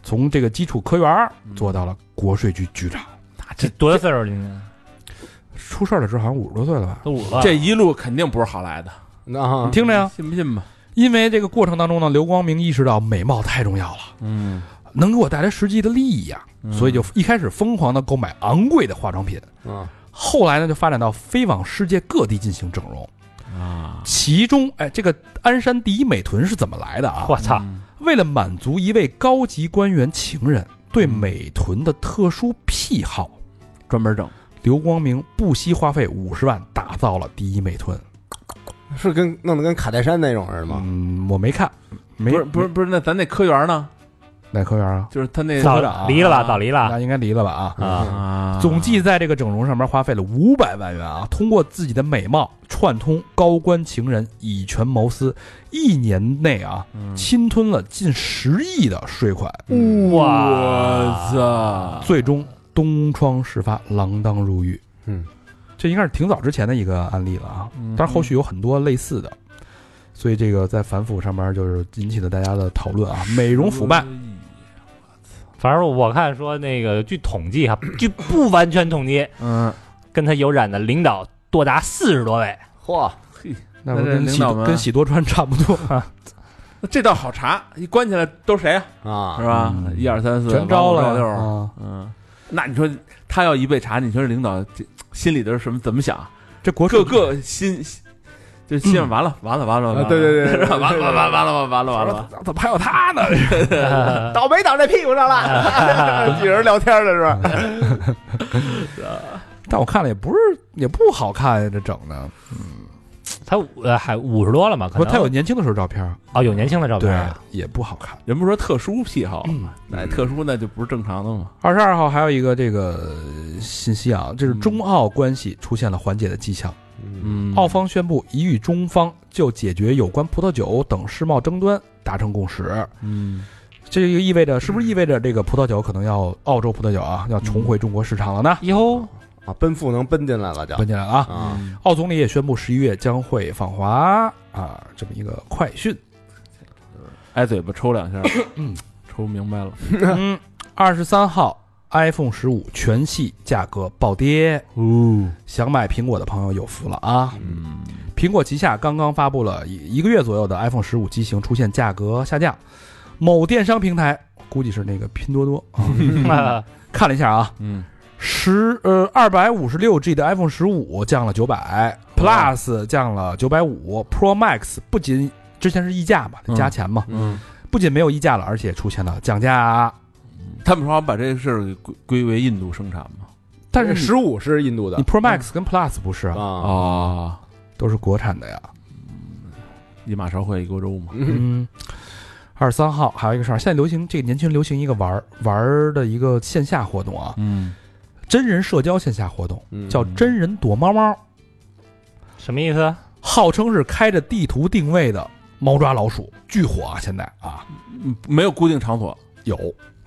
从这个基础科员儿做到了国税局局长。这多大岁数？今年出事儿的时候好像五十多岁了吧？都五十了。这一路肯定不是好来的，那啊你听着呀，信不信吧？因为这个过程当中呢，刘光明意识到美貌太重要了，嗯，能给我带来实际的利益呀、所以就一开始疯狂的购买昂贵的化妆品，嗯后来呢就发展到飞往世界各地进行整容。啊，其中，哎，这个鞍山第一美臀是怎么来的啊？我操！为了满足一位高级官员情人对嗯美臀的特殊癖好，专门整，刘光明不惜花费五十万打造了第一美臀。是跟弄得跟卡戴珊那种似的吗？嗯，我没看，没不是不是不是，那咱那科员呢？哪科员啊？就是他那科长早啊离了吧，早离了那应该离了吧啊。啊。啊，总计在这个整容上面花费了五百万元啊！通过自己的美貌串通高官情人，以权谋私，一年内啊，嗯侵吞了近十亿的税款，我操！最终东窗事发，锒铛入狱。嗯，这应该是挺早之前的一个案例了啊，但是后续有很多类似的，所以这个在反腐上面就是引起了大家的讨论啊。美容腐败，反正我看说那个，据统计哈， 据不完全统计，嗯，跟他有染的领导多达四十多位。嚯，那不那这跟喜领导们跟喜多 川差不多，这倒好查，一关起来都是谁啊？啊是，吧？嗯一二三四，全招八了五六六。啊！嗯，那你说他要一被查，你说这领导这心里头是什么怎么想？这国各个心就嗯心想完了，完了，完了，完了啊对对对对对是吧 完了，完了，完了，完了，完了，怎么还有他呢？呃倒霉倒在屁股上了，几人聊天的是吧？但我看了也不是也不好看呀，这整的。他五呃还五十多了嘛？可不，能他有年轻的时候照片，哦有年轻的照片啊。，也不好看。人不说特殊癖好吗？那特殊那就不是正常的嘛。二十二号还有一个这个呃信息啊，这是中澳关系出现了缓解的迹象。嗯澳方宣布已与中方就解决有关葡萄酒等世贸争端达成共识。嗯，这就意味着，是不是意味着这个葡萄酒可能要澳洲葡萄酒啊，要重回中国市场了呢？哟，啊，奔赴能奔进来了就问起来了啊，啊，澳总理也宣布十一月将会访华啊，这么一个快讯。挨哎嘴巴抽两下，嗯，抽明白了。嗯，二十三号 iPhone 十五全系价格暴跌，哦，想买苹果的朋友有福了啊！嗯苹果旗下刚刚发布了一一个月左右的 iPhone 十五机型出现价格下降，某电商平台估计是那个拼多多啊，呃看了一下啊，嗯，十呃二百五十六 G 的 iPhone 十五降了九百，Plus 降了九百五，Pro Max 不仅之前是溢价嘛，得加钱嘛，嗯，不仅没有溢价了，而且出现了降价。他们说好像把这个事儿给归归为印度生产嘛。但是你十五是印度的你 Pro Max 跟 Plus 不是啊，啊，啊，都是国产的呀。一马勺烩一锅粥嘛。嗯，二十三号还有一个事儿，现在流行这个年轻人流行一个玩儿玩儿的一个线下活动啊，嗯，真人社交线下活动，嗯叫真人躲猫猫，什么意思？号称是开着地图定位的猫抓老鼠，巨火啊！现在啊，没有固定场所有，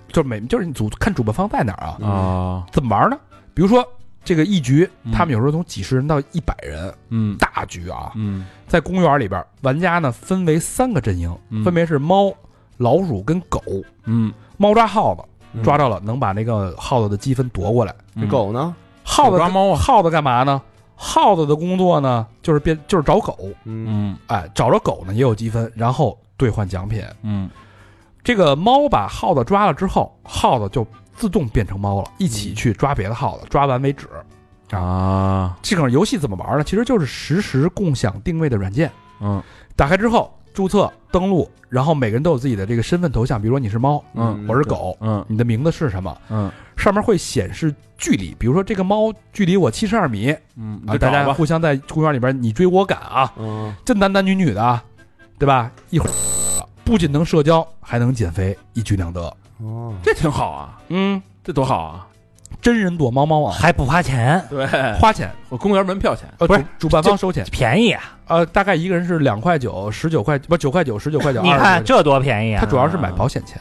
就是每就是你主看主办方在哪儿啊，嗯啊，怎么玩呢？比如说这个一局，嗯他们有时候从几十人到一百人嗯大局啊，嗯在公园里边，玩家呢分为三个阵营，嗯分别是猫、老鼠跟狗。嗯，猫抓耗子，嗯抓到了能把那个耗子的积分夺过来。嗯狗呢？耗子抓猫啊，耗子干嘛呢？耗子的工作呢，就是变就是找狗，嗯嗯哎，找着狗呢也有积分，然后兑换奖品。嗯这个猫把耗子抓了之后，耗子就自动变成猫了，一嗯起去抓别的耗子，抓完为止。啊，这个游戏怎么玩呢？其实就是实时共享定位的软件，嗯打开之后注册、登录，然后每个人都有自己的这个身份头像，比如说你是猫，嗯我是狗，嗯你的名字是什么？嗯上面会显示距离，比如说这个猫距离我七十二米，嗯，你啊，就大找家吧，互相在公园里边你追我赶啊，嗯，这男男女女的，啊，对吧？一会儿不仅能社交，还能减肥，一举两得。哦，这挺好啊，嗯，这多好啊！真人躲猫猫啊，还不花钱，对，花钱，我公园门票钱，呃，不是主主办方收钱，便宜啊！呃，大概一个人是两块九、十九块，不九块九、十九块九，你二看十。这多便宜啊！他主要是买保险钱，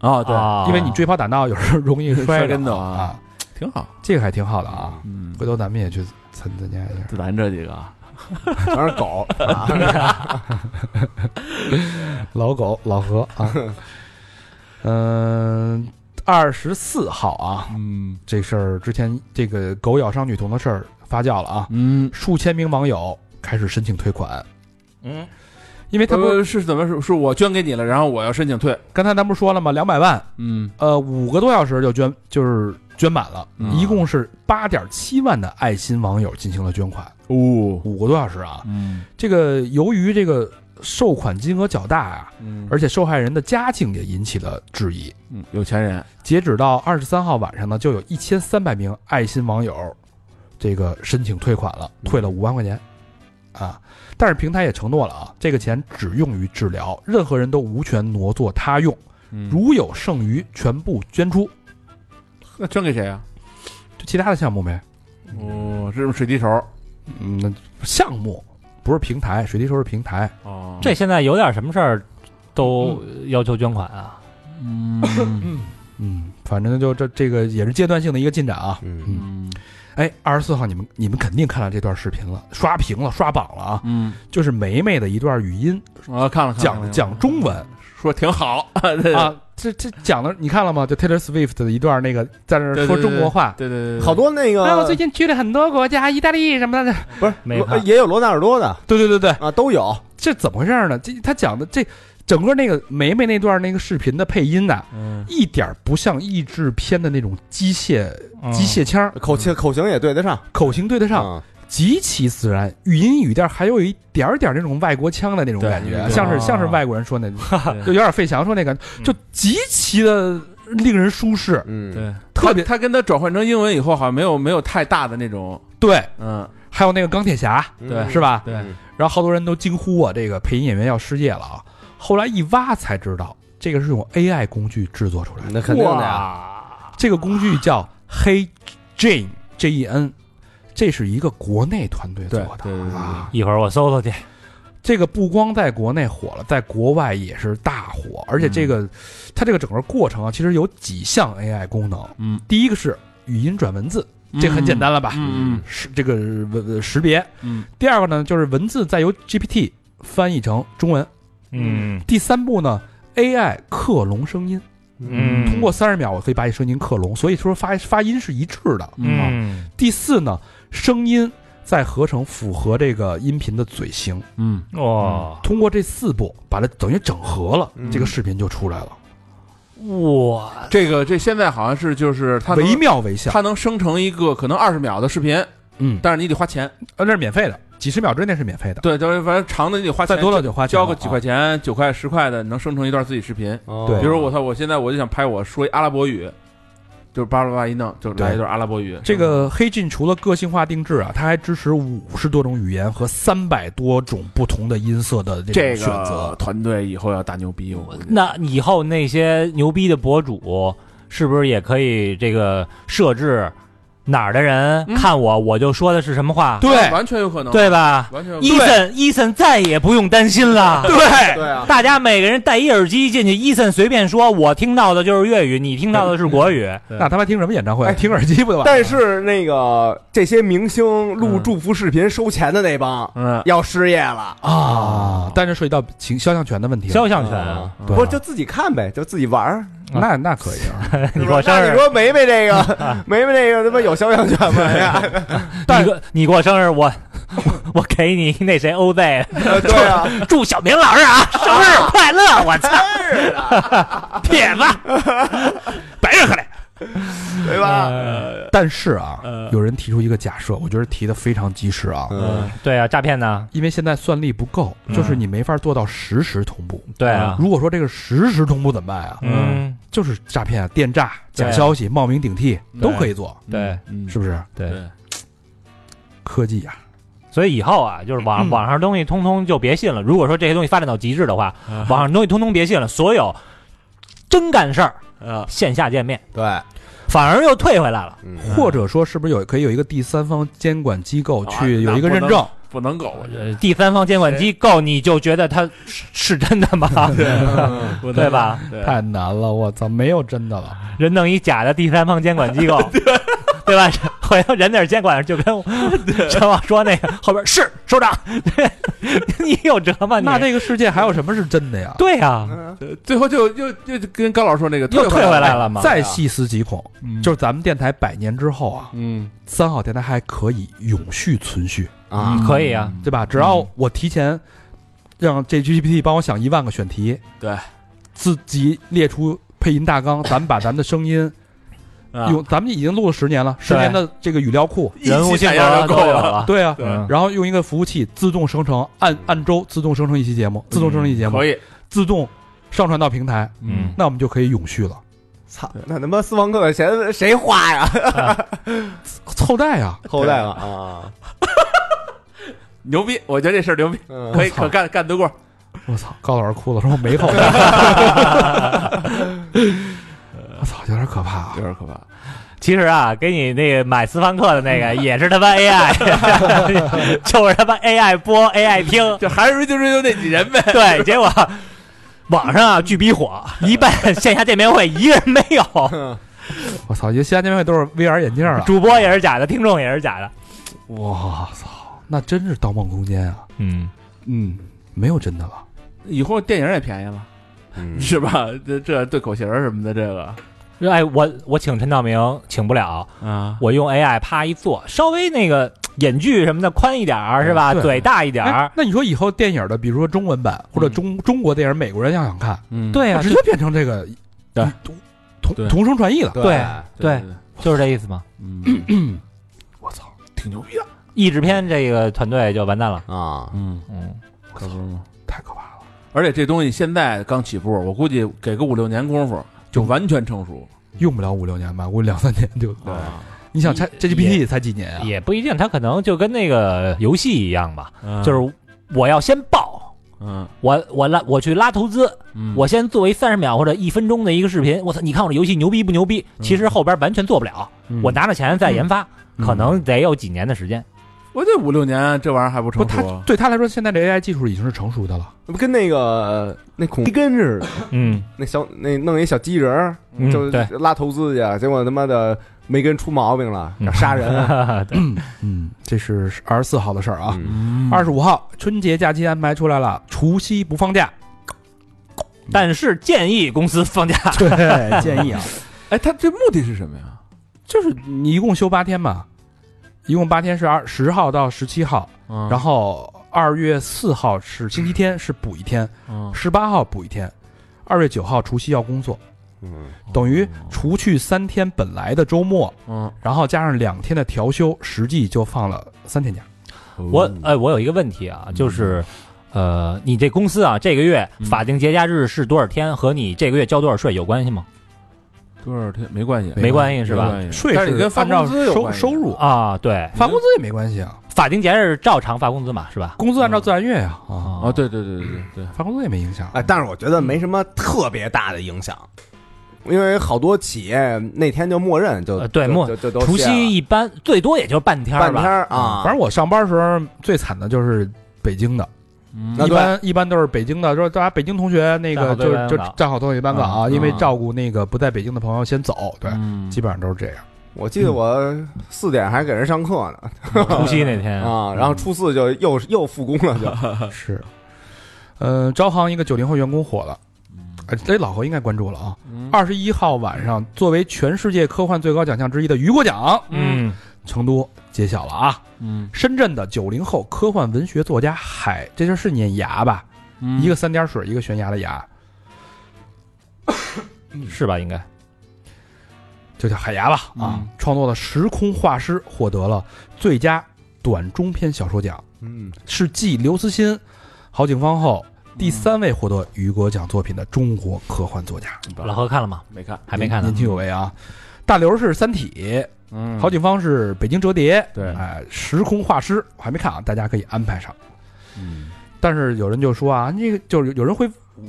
啊，对，啊因为你追跑打闹有时候容易摔摔着跟头啊啊，挺好。这个还挺好的啊。嗯，回头咱们也去参参加一下。就咱这几个啊，全是狗，啊老狗老何 啊，嗯、二十四号啊，嗯这事儿之前这个狗咬伤女童的事儿发酵了啊，嗯，数千名网友开始申请退款，嗯，因为他不、呃是怎么是是我捐给你了，然后我要申请退，刚才咱不是说了吗？两百万，嗯呃，五个多小时就捐，就是捐满了，嗯一共是八点七万的爱心网友进行了捐款，哦，五个多小时啊。嗯这个由于这个受款金额较大啊，嗯而且受害人的家境也引起了质疑。嗯，有钱人，截止到二十三号晚上呢，就有一千三百名爱心网友，这个申请退款了，嗯退了五万块钱，啊，但是平台也承诺了啊，这个钱只用于治疗，任何人都无权挪作他用，如如有剩余全部捐出，那捐给谁啊？就其他的项目呗，哦，这是水滴筹嗯，那项目不是平台，水滴筹是平台，哦，这现在有点什么事儿都要求捐款啊？嗯嗯，反正就这这个也是阶段性的一个进展啊，嗯嗯哎，二十四号你们你们肯定看到这段视频了，刷屏了，刷榜了啊，嗯，就是梅梅的一段语音，我看了看了看讲了讲中文。说挺好 对啊，这这讲的你看了吗？就 Taylor Swift 的一段那个在那儿说中国话，对对呃对，对好多那然后嗯个哎最近去了很多国家，意大利什么的。 不是没看也有罗纳尔多的对对对对，啊，都有，这怎么回事呢？这他讲的这整个那个梅梅那段那个视频的配音呐、啊嗯一点儿不像译制片的那种机械嗯嗯嗯机械腔儿，口气口型也对得上，口型对得上，啊极其自然，语音语调还有一点儿点儿那种外国腔的那种对感觉，对像是啊像是外国人说 那，对就有点费翔说那感觉，嗯就极其的令人舒适，嗯，对，特别他跟他转换成英文以后，好像没有没有太大的那种，对。嗯还有那个钢铁侠对是吧？对嗯然后好多人都惊呼啊，这个配音演员要失业了啊！后来一挖才知道，这个是用 AI 工具制作出来的。那肯定的呀，这个工具叫 Hey Jane J E N，这是一个国内团队做的对对对对啊。一会儿我搜搜去。这个不光在国内火了，在国外也是大火。而且这嗯个、它这个整个过程啊，其实有几项 AI 功能。嗯，第一个是语音转文字，这很简单了吧？嗯识这个文识别。嗯第二个呢，就是文字再由 GPT 翻译成中文。嗯第三步呢，AI 克隆声音，嗯，通过三十秒我可以把你声音克隆，所以说发发音是一致的。啊嗯第四呢，声音再合成符合这个音频的嘴型，嗯哇通过这四步把它等于整合了，嗯这个视频就出来了，哇，这个这现在好像是就是它能惟妙惟肖。它能生成一个可能二十秒的视频，嗯，但是你得花钱，呃，那是免费的，几十秒之内是免费的，对，就是反正长的你得花钱，再多了就花钱交了个几块啊。钱、九块、十块的，能生成一段自己视频。哦对比如我操，我现在我就想拍我说一阿拉伯语，就是巴拉巴拉一弄，就来一段阿拉伯语。这个黑进除了个性化定制啊，它还支持五十多种语言和三百多种不同的音色的这这个种选择。团队以后要大牛逼，我那以后那些牛逼的博主是不是也可以这个设置哪儿的人嗯看我，我就说的是什么话，对完全有可能，，对吧？完全有可伊能。森，伊森再也不用担心了。对，对啊， 大家每个人戴一耳机进去，伊森随便说，我听到的就是粤语，你听到的是国 语。那他妈听什么演唱会？哎听耳机不就完了？但是那个这些明星录祝福视频收钱的那帮嗯，要失业了，啊，但是涉及到情肖像权的问题了。肖像权，啊对不就自己看呗，就自己玩儿。那那可以啊， 你过生那日你，说梅梅这个梅梅这个他妈有肖像权吗？呀你过你过生日，我 我我给你那谁欧贝，对啊，祝小明老师啊 生日快乐！我操，啊 铁子， 白日喝嘞。对吧？ 但是啊 呃，有人提出一个假设，我觉得提的非常及时啊，嗯，对啊，诈骗呢？因为现在算力不够，就是你没法做到实时同步。嗯对啊，如果说这个实时同步怎么办啊？嗯，就是诈骗啊、电诈、对假啊消息、冒名顶替都可以做，对嗯，是不是？对对，科技啊，所以以后啊，就是嗯网网上东西通通就别信了。如果说这些东西发展到极致的话，嗯 网上东西通通别信了，所有真干事儿啊，线下见面，对，反而又退回来了。嗯或者说是不是有可以有一个第三方监管机啊构去有一个认证？不能够，我觉得呃，第三方监管机构，你就觉得它是是真的 吗？不能对吧？对太难了，我操，没有真的了。人弄一假的第三方监管机 构，对吧？回头人那儿监管就跟我陈网说那个后边是首 长， 你有辙吗？你那这个世界还有什么是真的呀？对啊，嗯对最后就又又跟高老师说那个又退回回来来了嘛？再细思极恐，嗯就是咱们电台百年之后啊，嗯三好电台还可以永续存续，啊，嗯可以啊，对吧？只要我提前让这 GPT 帮我想一万个选题，对，自己列出配音大纲，咱们把咱们的声音啊用，咱们已经录了十年了，十对年的这个语料库，人物性一起采样格就够都有了了，对啊，对嗯然后用一个服务器自动生成，按按周自动生成一期节目，自动生成一期节目，嗯可以，自动上传到平台，嗯那我们就可以永续了，操，那他妈私房课的钱谁花呀？后代啊，后代了啊，牛逼，我觉得这事儿牛逼，嗯可以我操可干干得过，我操，高老师哭了，说我没 后代，我操，有点可怕啊有。点可怕。其实啊，给你那个买私房课的那 个也是他妈 AI，就是他妈 AI 播 AI 听，就还是 radio radio 那几人呗， 对，结果网上啊巨逼火，一办线下见面会一个人没 有，我操，这线下见面会都是 VR 眼镜啊了。主播也是假的，听众也是假的，我操，那真是《盗梦空间》啊！嗯，嗯，没有真的了。以后电影也便宜了，嗯是吧？这这对口型儿什么的，这个哎，我我请陈道明请不了，啊，我用 AI 啪一坐，稍微那个眼距什么的宽一点儿是吧？对嘴大一点哎儿，，那你说以后电影的，比如说中文版或者嗯中中国电影，美国人要想看，嗯，对啊它直呀、接变成哎这个对同同对同声传译了。对啊对，就是这意思嘛。嗯，我操，挺牛逼的，译制片这个团队就完蛋了，啊，嗯，嗯，可不是吗？太可怕了！而且这东西现在刚起步，我估计给个五六年功夫就完全成熟。用不了五六年吧，我两三年就。啊，你想，这这 GPT 才几年啊？也不一定，他可能就跟那个游戏一样吧，啊就是是我要先爆，嗯我我拉我去拉投资，嗯，我先做一三十秒或者一分钟的一个视频，我操，你看我这游戏牛逼不牛逼？其实后边完全做不了，嗯我拿着钱再研发，嗯可能得有几年的时间。我这五六年这玩意儿还不不，成他熟，啊对他来说，现在这 AI 技术已经是成熟的了。不跟那个那孔一根似的，嗯，那小那弄一小机器人儿，嗯就对拉投资去，结果他妈的梅根出毛病了，杀人。啊 嗯，这是二十四号的事儿啊。嗯嗯二十五号春节假期安排出来了，除夕不放假。但是建议公司放假，对，建议啊，哎，他这目的是什么呀？就是你一共休八天嘛，一共八天是二十号到十七号，然然后二月四号是星期天是补一天，嗯十八号补一天，二月九号除夕要工作，嗯等于除去三天本来的周末，嗯，然后加上两天的调休，实际就放了三天假。 哦我哎，我有一个问题啊，就是。呃，你这公司啊，这个月嗯法定节假日是多少天，和你这个月交多少税有关系吗？多少天没关系，没关系是吧没关系税但是是你跟发按工照资有收关系收入，啊，对，发工资也没关系啊，法定节日照常发工资嘛，是吧？工资按照自然月呀啊，啊，对对对对对发工资也没影响。哎，但是我觉得没什么特别大的影响，因为好多企业那天就默认就呃对就默就就都除歇了夕一般最多也就是半天儿半吧，嗯天儿啊，反正我上班的时候最惨的就是北京的，那一对，对般一般都是北京的，说大家北京同学那个站好队就搬就岗站好座位搬岗啊，嗯因为嗯照顾那个不在北京的朋友先走，对，嗯基本上都是这样。我记得我四点还给人上课呢、除夕那 天啊，然后初四就又又复工了就，是，呃，招行一个九零后员工火了，哎，这老何应该关注了啊。嗯二十一号晚上，作为全世界科幻最高奖项之一的雨果奖，嗯，成都揭晓了啊！嗯深圳的九零后科幻文学作家海，这就是念崖吧？嗯一个三点水，一个悬崖的崖，嗯是吧？应该就叫海崖吧啊！嗯创作的《时空画师》获得了最佳短中篇小说奖，嗯，是继刘慈欣、郝景芳后第三位获得雨果奖作品的中国科幻作家。老何看了吗？没看，还没看呢年。轻有为啊。大刘是《三体》，嗯郝景芳是《北京折叠》，对嗯哎，《时空画师》我还没看啊，大家可以安排上。嗯但是有人就说啊，那个就是有人会，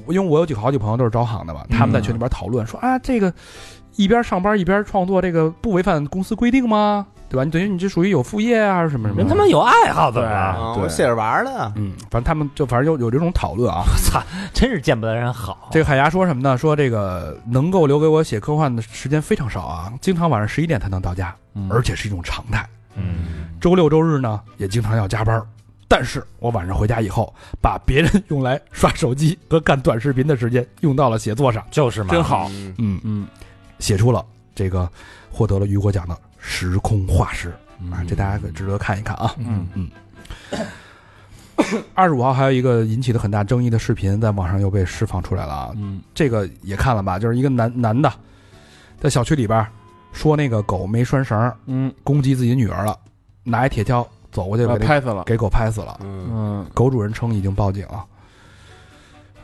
因为我有几个好几个朋友都是招行的嘛，嗯他们在群里边讨论说啊，这个一边上班一边创作，这个不违反公司规定吗？对吧？你等于你这属于有副业啊，还是什么什么？人他妈有爱好怎么了？啊对我写着玩儿的，嗯，反正他们就反正有有这种讨论啊。真是见不得人好。这个海牙说什么呢？说这个能够留给我写科幻的时间非常少啊，经常晚上十一点才能到家，嗯而且是一种常态。嗯，周六周日呢也经常要加班儿，但是我晚上回家以后，把别人 用来刷手机和看短视频的时间用到了写作上，就是嘛，真好，嗯嗯，嗯写出了这个获得了雨果奖的《时空化石》啊，嗯这大家可值得看一看啊。嗯 二十五号还有一个引起了很大争议的视频，在网上又被释放出来了啊，嗯这个也看了吧？就是一个男男的在小区里边儿说那个狗没拴绳儿嗯，攻击自己女儿了，拿一铁锹走过去哦把给那拍死了，给狗拍死了。嗯，嗯狗主人称已经报警了。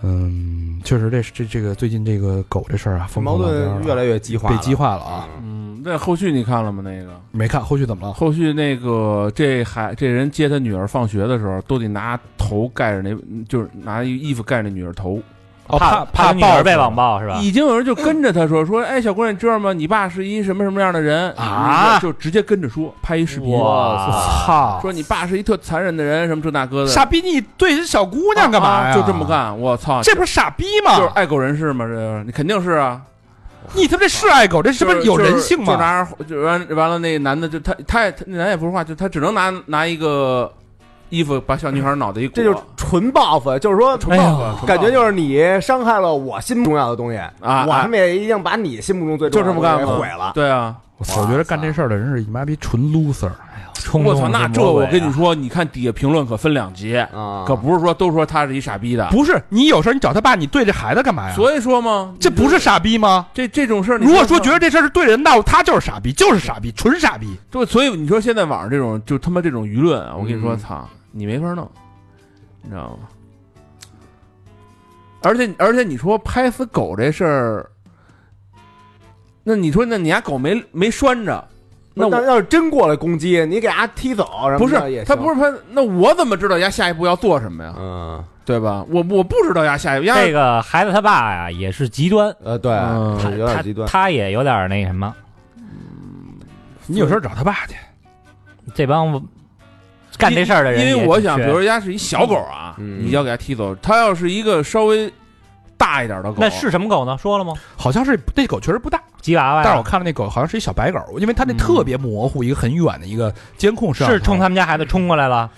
嗯，确实这，这这个最近这个狗这事儿啊，这风矛口浪尖盾了越来越激化了，被激化了啊！啊，嗯，那后续你看了吗？那个没看后续怎么了？后续那个这孩这人接他女儿放学的时候，都得拿头盖着那，就是拿衣服盖着女儿头。哦，怕怕你女儿被报网暴是吧？已经有人就跟着他说说，哎，小姑娘，你知道吗？你爸是一什么什么样的人嗯啊就直接跟着说，拍一视频，复，哇操！说你爸是一特残忍的人，什么这那哥的。啊傻逼，你对人小姑娘干嘛呀？啊就这么，干，我操！这不是傻逼就是吗？爱狗人士吗？这是你肯定是啊，你他妈这是爱狗，这这是不是有人性就吗？拿就完完了，那男的就他他也他那男也不说话，就他只能拿拿一个衣服把小女孩脑袋一裹，这就是纯报复，就是说。纯报复哎呦纯报复感觉就是你伤害了我心目中重要的东西啊我他妈也一定把你心目中最重就要的这么干东西吗？给毁了。对啊，我操我觉得干这事儿的人是你妈逼纯 loser。冲我动操！是那这魔我鬼啊跟你说，你看底下评论可分两极，啊，可不是说都说他是一傻逼的，不是你有事儿你找他爸，你对这孩子干嘛呀？所以说嘛，这不是傻逼吗？这这种事儿你，如果说觉得这事儿是对人的，他就是傻逼，就是傻逼，纯傻逼。就所以你说现在网上这种就他妈这种舆论啊，我跟你说，嗯操、你没法弄，你知道吗？而且而且你说拍死狗这事儿，那你说那你家狗没没拴着，那那我要是真过来攻击，你给他踢走，什么的不也是他行不是拍，那我怎么知道丫下一步要做什么呀？嗯对吧？我我不知道丫下一步，丫这个孩子他爸呀也是极端，呃，对，嗯他有点极他端。他也有点那什么，你有事儿找他爸去。这帮干这事儿的人因也，为我想，比学如人家是一小狗啊，嗯你要给它踢走，它要是一个稍微大一点的狗，那是什么狗呢？说了吗？好像是那狗确实不大，吉娃娃呀，但是我看了那狗好像是一小白狗，因为它那嗯特别模糊，一个很远的一个监控摄像头是冲他们家孩子冲过来了，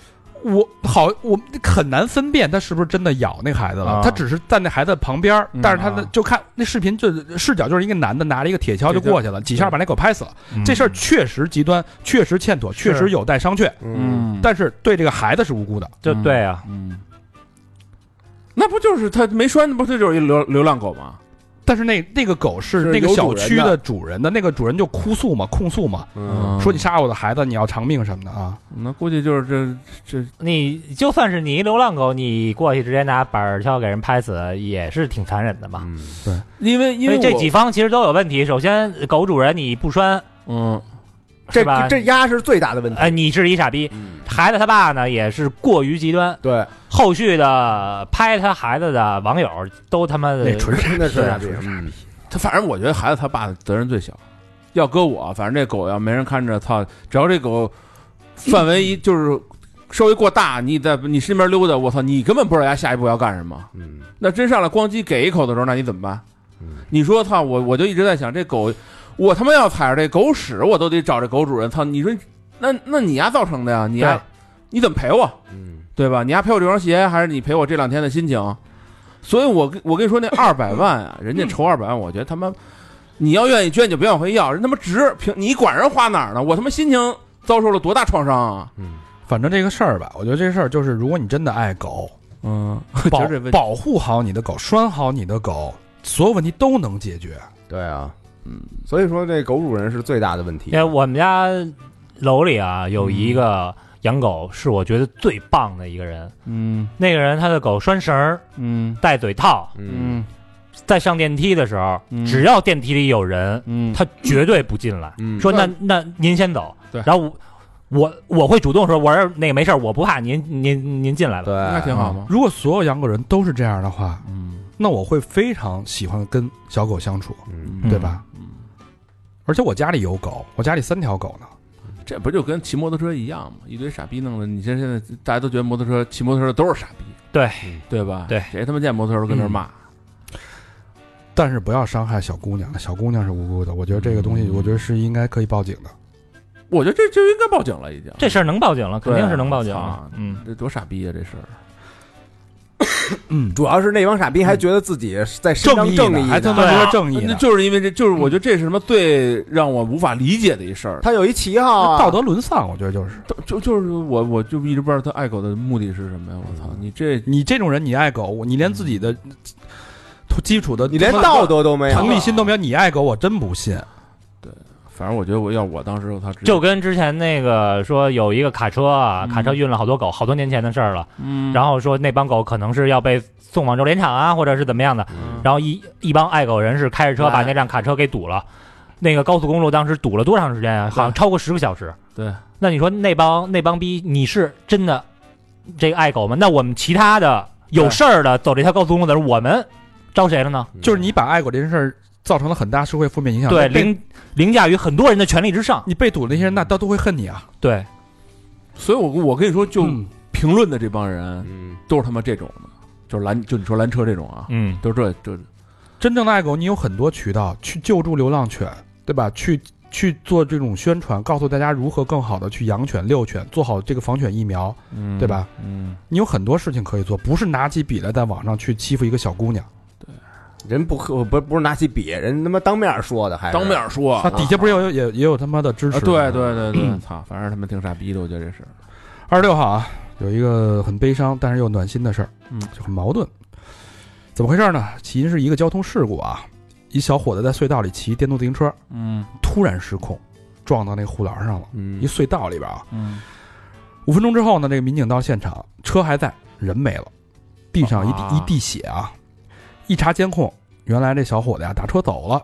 我好我很难分辨它是不是真的咬那孩子了啊，它只是在那孩子旁边儿嗯，但是它的啊就看那视频就视角就是一个男的拿着一个铁锹就过去了，几下把那狗拍死了。嗯这事儿确实极端，确实欠妥，确实有待商榷，嗯，嗯，但是对这个孩子是无辜的。就对啊，嗯，那不就是他没拴，那不这就是一流流浪狗吗？但是那那个狗是是那个有小主人区的的主人的，那个主人就哭诉嘛，控诉嘛，嗯，说你杀我的孩子，你要偿命什么的啊。那估计就是这这你就算是你一流浪狗，你过去直接拿板锹给人拍死，也是挺残忍的吧？嗯因为因因为为哎这我几方其实都有问题。首先，狗主人你不拴，嗯是这吧？这鸭是最大的问题。哎，你是一傻逼。嗯孩子他爸呢也是过于极端， 对，后续的拍他孩子的网友都他妈的那纯 真的是是傻逼，嗯他反正我觉得孩子他爸责任最小。要搁我，反正这狗要没人看着，操！只要这狗范围一就是稍微过大，你在你身边溜达，我操！你根本不知道它下一步要干什么。嗯那真上来咣叽给一口的时候，那你怎么办？嗯你说操，我我就一直在想，这狗，我他妈要踩着这狗屎，我都得找这狗主人。操，你说那那你丫造成的呀？你对丫你怎么赔我？嗯，对吧？你丫赔我这双鞋，还是你赔我这两天的心情？所以我跟我跟你说， 那二百万啊，人家筹二百万，我觉得他妈，你要愿意捐就别往回要，人他妈值。凭你管人花哪儿呢？我他妈心情遭受了多大创伤啊！嗯反正这个事儿吧，我觉得这事儿就是，如果你真的爱狗，嗯，保觉得这问题保护好你的狗，拴好你的狗，所有问题都能解决。对啊，嗯，所以说这狗主人是最大的问因。题为呃我们家楼里啊有一个养狗，是我觉得最棒的一个人。嗯那个人他的狗拴绳儿、嗯戴嘴套，嗯在上电梯的时候，嗯只要电梯里有人，嗯他绝对不进来，嗯说那那您先走。对然后我我我会主动说，我说那个没事儿，我不怕您您您进来吧。对，那挺好吗？如果所有养狗人都是这样的话，嗯，那我会非常喜欢跟小狗相处，嗯对吧？而且我家里有狗，我家里三条狗呢。这不就跟骑摩托车一样吗？一堆傻逼弄的，你这现在大家都觉得摩托车骑摩托车的都是傻逼，嗯对对吧？对嗯谁他妈见摩托车都跟那儿骂？但是不要伤害小姑娘，小姑娘是无辜的。我觉得这个东西，我觉得是应该可以报警的。我觉得这就应该报警了，已经。这事儿能报警了，肯定是能报警对啊了操。嗯，这多傻逼啊！这事儿，主要是那帮傻逼还觉得自己在伸张正义正义呢，还他呢，妈对觉啊得正义那呢，就是因为这就是嗯我觉得这是什么最让我无法理解的一事儿。他有一旗号啊，道德沦丧。我觉得就是他就就是我我就一直不知道他爱狗的目的是什么呀！我嗯操，你这你这种人，你爱狗，我你连自己的基础的你连道德都没有，啊同理心都没有，你爱狗，我真不信。反正我觉得我要我当时我操直接就跟之前那个说有一个卡车啊，卡车运了好多狗，好多年前的事儿了。嗯，然后说那帮狗可能是要被送往州联厂啊，或者是怎么嗯样的。然后一一帮爱狗人士开着车对哎把那辆卡车给堵了，那个高速公路当时堵了多长时间啊？好像超过十个小时。对，那你说那帮那帮逼，你是真的这个爱狗吗？那我们其他的有事儿的走这条高速公路的人，我们招谁了呢？嗯嗯就是你把爱狗这件事儿造成了很大社会负面影响，对，被凌凌驾于很多人的权利之上。你被堵的那些嗯人，那他都会恨你啊。对，所以我我跟你说，就嗯评论的这帮人嗯，都是他妈这种的，就是拦就你说拦车这种啊，嗯，都是这这真正的爱狗，你有很多渠道去救助流浪犬，对吧？去去做这种宣传，告诉大家如何更好的去养犬、遛犬，做好这个防犬疫苗，嗯对？吧？嗯，你有很多事情可以做，不是拿起笔来在网上去欺负一个小姑娘。人不喝不不是拿起笔，人他妈当面说的，还是当面说那啊，底下不是也有也也有他妈的支持？啊对对。对对，操，反正他们挺傻逼的，我觉得这事儿。二十六号啊，有一个很悲伤但是又暖心的事儿，嗯就很矛盾。怎么回事呢？起因是一个交通事故啊，一小伙子在隧道里骑电动自行车，嗯突然失控，撞到那个护栏上了，一嗯隧道里边啊。嗯，五分钟之后呢，这个民警到现场，车还在，人没了，地上一地、啊一地血啊。一查监控，原来这小伙子呀打车走了，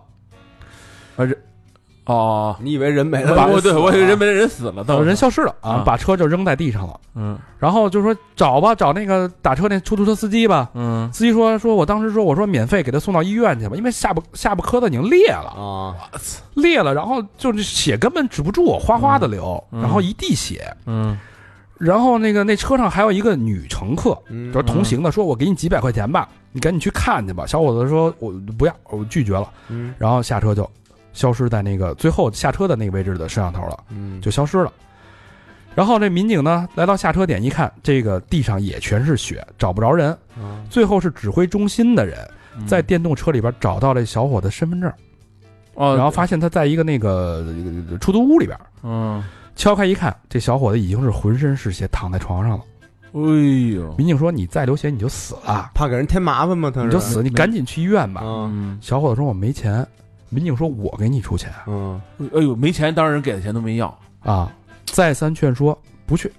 哦，你以为人没了啊吧？我对我以为人没没人死了，呃等人消失了啊啊，把车就扔在地上了。嗯然后就说找吧，找那个打车那出租车司机吧。嗯，司机说说我当时说我说免费给他送到医院去吧，因为下巴下巴磕子已经裂了，啊，裂了，然后就是血根本止不住，哗哗的流，嗯嗯然后一地血。嗯然后那个那车上还有一个女乘客，嗯就是同行的，说我给你几百块钱吧，你赶紧去看去吧。小伙子说我不要，我拒绝了，嗯然后下车就消失在那个最后下车的那个位置的摄像头了，嗯就消失了。然后这民警呢来到下车点一看，这个地上也全是血，找不着人。啊最后是指挥中心的人在电动车里边找到了小伙子身份证，嗯哦，然后发现他在一个那个呃出租屋里边，嗯敲开一看，这小伙子已经是浑身是血躺在床上了。哎呦，民警说你再流血你就死了，怕给人添麻烦吗？他是你就死，你赶紧去医院吧。啊，嗯，小伙子说我没钱，民警说我给你出钱嗯，哎呦，没钱，当然人给的钱都没要，啊，再三劝说不去，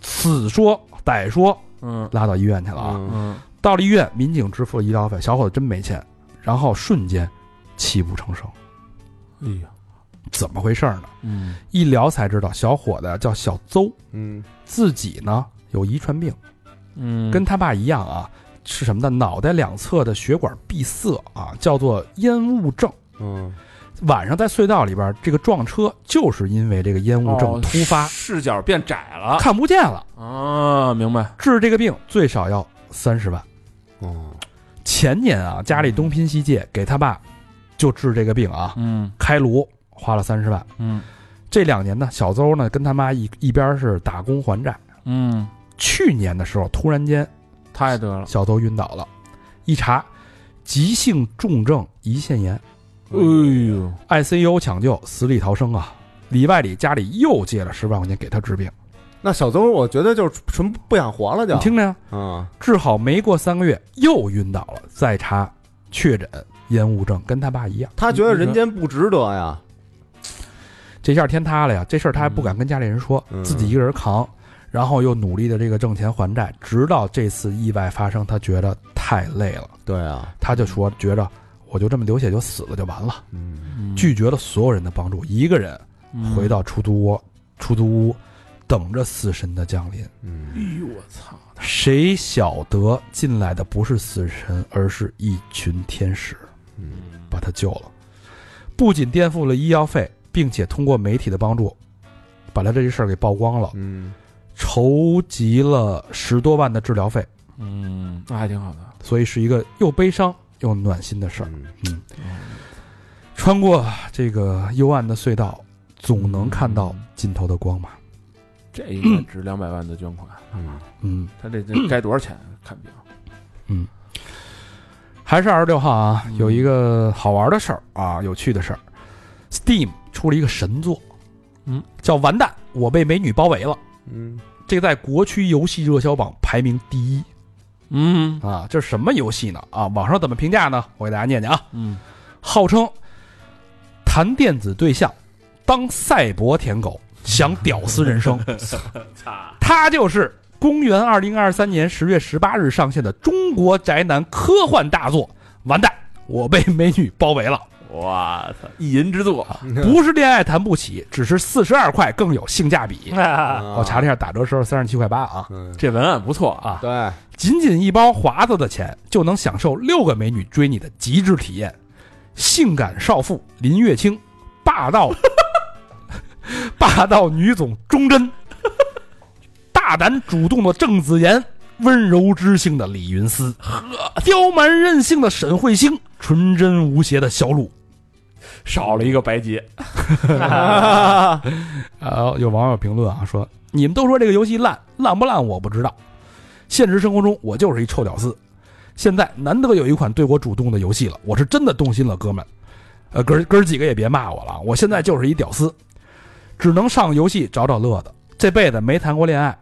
死说歹说嗯拉到医院去了啊。嗯嗯，到了医院，民警支付了医疗费，小伙子真没钱，然后瞬间泣不成声。哎呀，怎么回事呢？嗯，一聊才知道，小伙子叫小邹，嗯自己呢有遗传病，嗯，跟他爸一样啊，是什么呢？脑袋两侧的血管闭塞啊，叫做烟雾症。嗯晚上在隧道里边，这个撞车就是因为这个烟雾症哦突发，视角变窄了看不见了。啊，明白，治这个病最少要三十万。哦，前年啊，家里东拼西借给他爸就治这个病啊，嗯开颅花了三十万。嗯这两年呢，小邹呢跟他妈一一边是打工还债。嗯，去年的时候，突然间太得了，小邹晕倒了，一查，急性重症胰腺炎嗯哎呦， ，ICU 抢救，死里逃生啊！里外里家里又借了十万块钱给他治病，那小邹，我觉得就是纯不想活了，就你听着呀，啊，治好没过三个月又晕倒了，再查确诊烟雾症，跟他爸一样。他觉得人间不值得呀，嗯这下天塌了呀！这事儿他还不敢跟家里人说，嗯自己一个人扛，然后又努力的这个挣钱还债，直到这次意外发生，他觉得太累了，对啊，他就说觉着我就这么流血就死了就完了，嗯拒绝了所有人的帮助，一个人嗯回到出租屋，出租屋等着死神的降临。嗯，哎呦，我操，谁晓得进来的不是死神，而是一群天使，嗯嗯把他救了。不仅垫付了医药费，并且通过媒体的帮助，把他这些事儿给曝光了，嗯筹集了十多万的治疗费，嗯，那还挺好的，所以是一个又悲伤又暖心的事儿。嗯穿过这个幽暗的隧道，总能看到嗯尽头的光嘛。这应该值两百万的捐款，嗯嗯，他这这该多少钱？啊看病，还是二十六号啊，嗯有一个好玩的事儿啊，有趣的事儿。Steam 出了一个神作，嗯，叫《完蛋，我被美女包围了》。嗯这个在国区游戏热销榜排名第一嗯啊！这是什么游戏呢？啊，网上怎么评价呢？我给大家念念啊，嗯，号称谈电子对象，当赛博舔狗，想屌丝人生。操，他就是公元二零二三年十月十八日上线的中国宅男科幻大作《完蛋，我被美女包围了》。我操，一人之作，不是恋爱谈不起，只是四十二块更有性价比。啊啊我查了一下，打折时候三十七块八啊！嗯，这文案不错啊，对，仅仅一包华子的钱，就能享受六个美女追你的极致体验。性感少妇林月清，霸道 霸道女总钟真，大胆主动的郑子妍，温柔知性的李云思，刁蛮任性的沈慧星，纯真无邪的小鲁。少了一个白洁，啊，有网友评论啊说：“你们都说这个游戏烂，烂不烂我不知道。现实生活中我就是一臭屌丝。现在难得有一款对我主动的游戏了，我是真的动心了，哥们。呃，哥儿哥儿几个也别骂我了，我现在就是一屌丝，只能上游戏找找乐子。这辈子没谈过恋爱，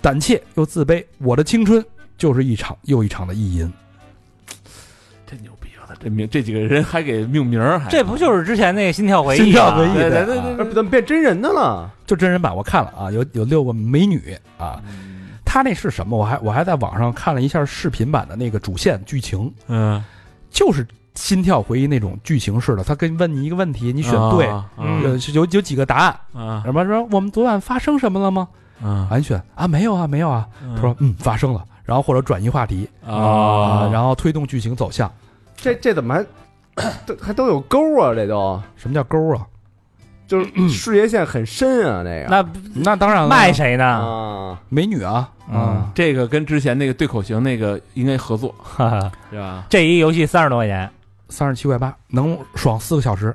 胆怯又自卑，我的青春就是一场又一场的意淫。真牛逼了，这名这几个人还给命名儿，还这不就是之前那个心跳回忆吗？心跳回忆对对的对啊对这怎么变真人的了？就真人版我看了啊，有有六个美女啊，嗯他那是什么？我还我还在网上看了一下视频版的那个主线剧情，嗯，就是《心跳回忆》那种剧情式的，他跟问你一个问题，你选对，啊嗯呃有有几个答案，啊什么说我们昨晚发生什么了吗？啊，俺选啊没有啊没有啊，他他说嗯发生了，然后或者转移话题啊、啊，然后推动剧情走向。这这怎么还 都还都有沟啊？这都什么叫勾啊？就是视界线很深啊，这个那那当然了，卖谁呢？啊，美女啊嗯啊、这个跟之前那个对口型那个应该合作，哈嗯哈是吧？ 这一游戏三十多块钱，三十七块八能爽四个小时。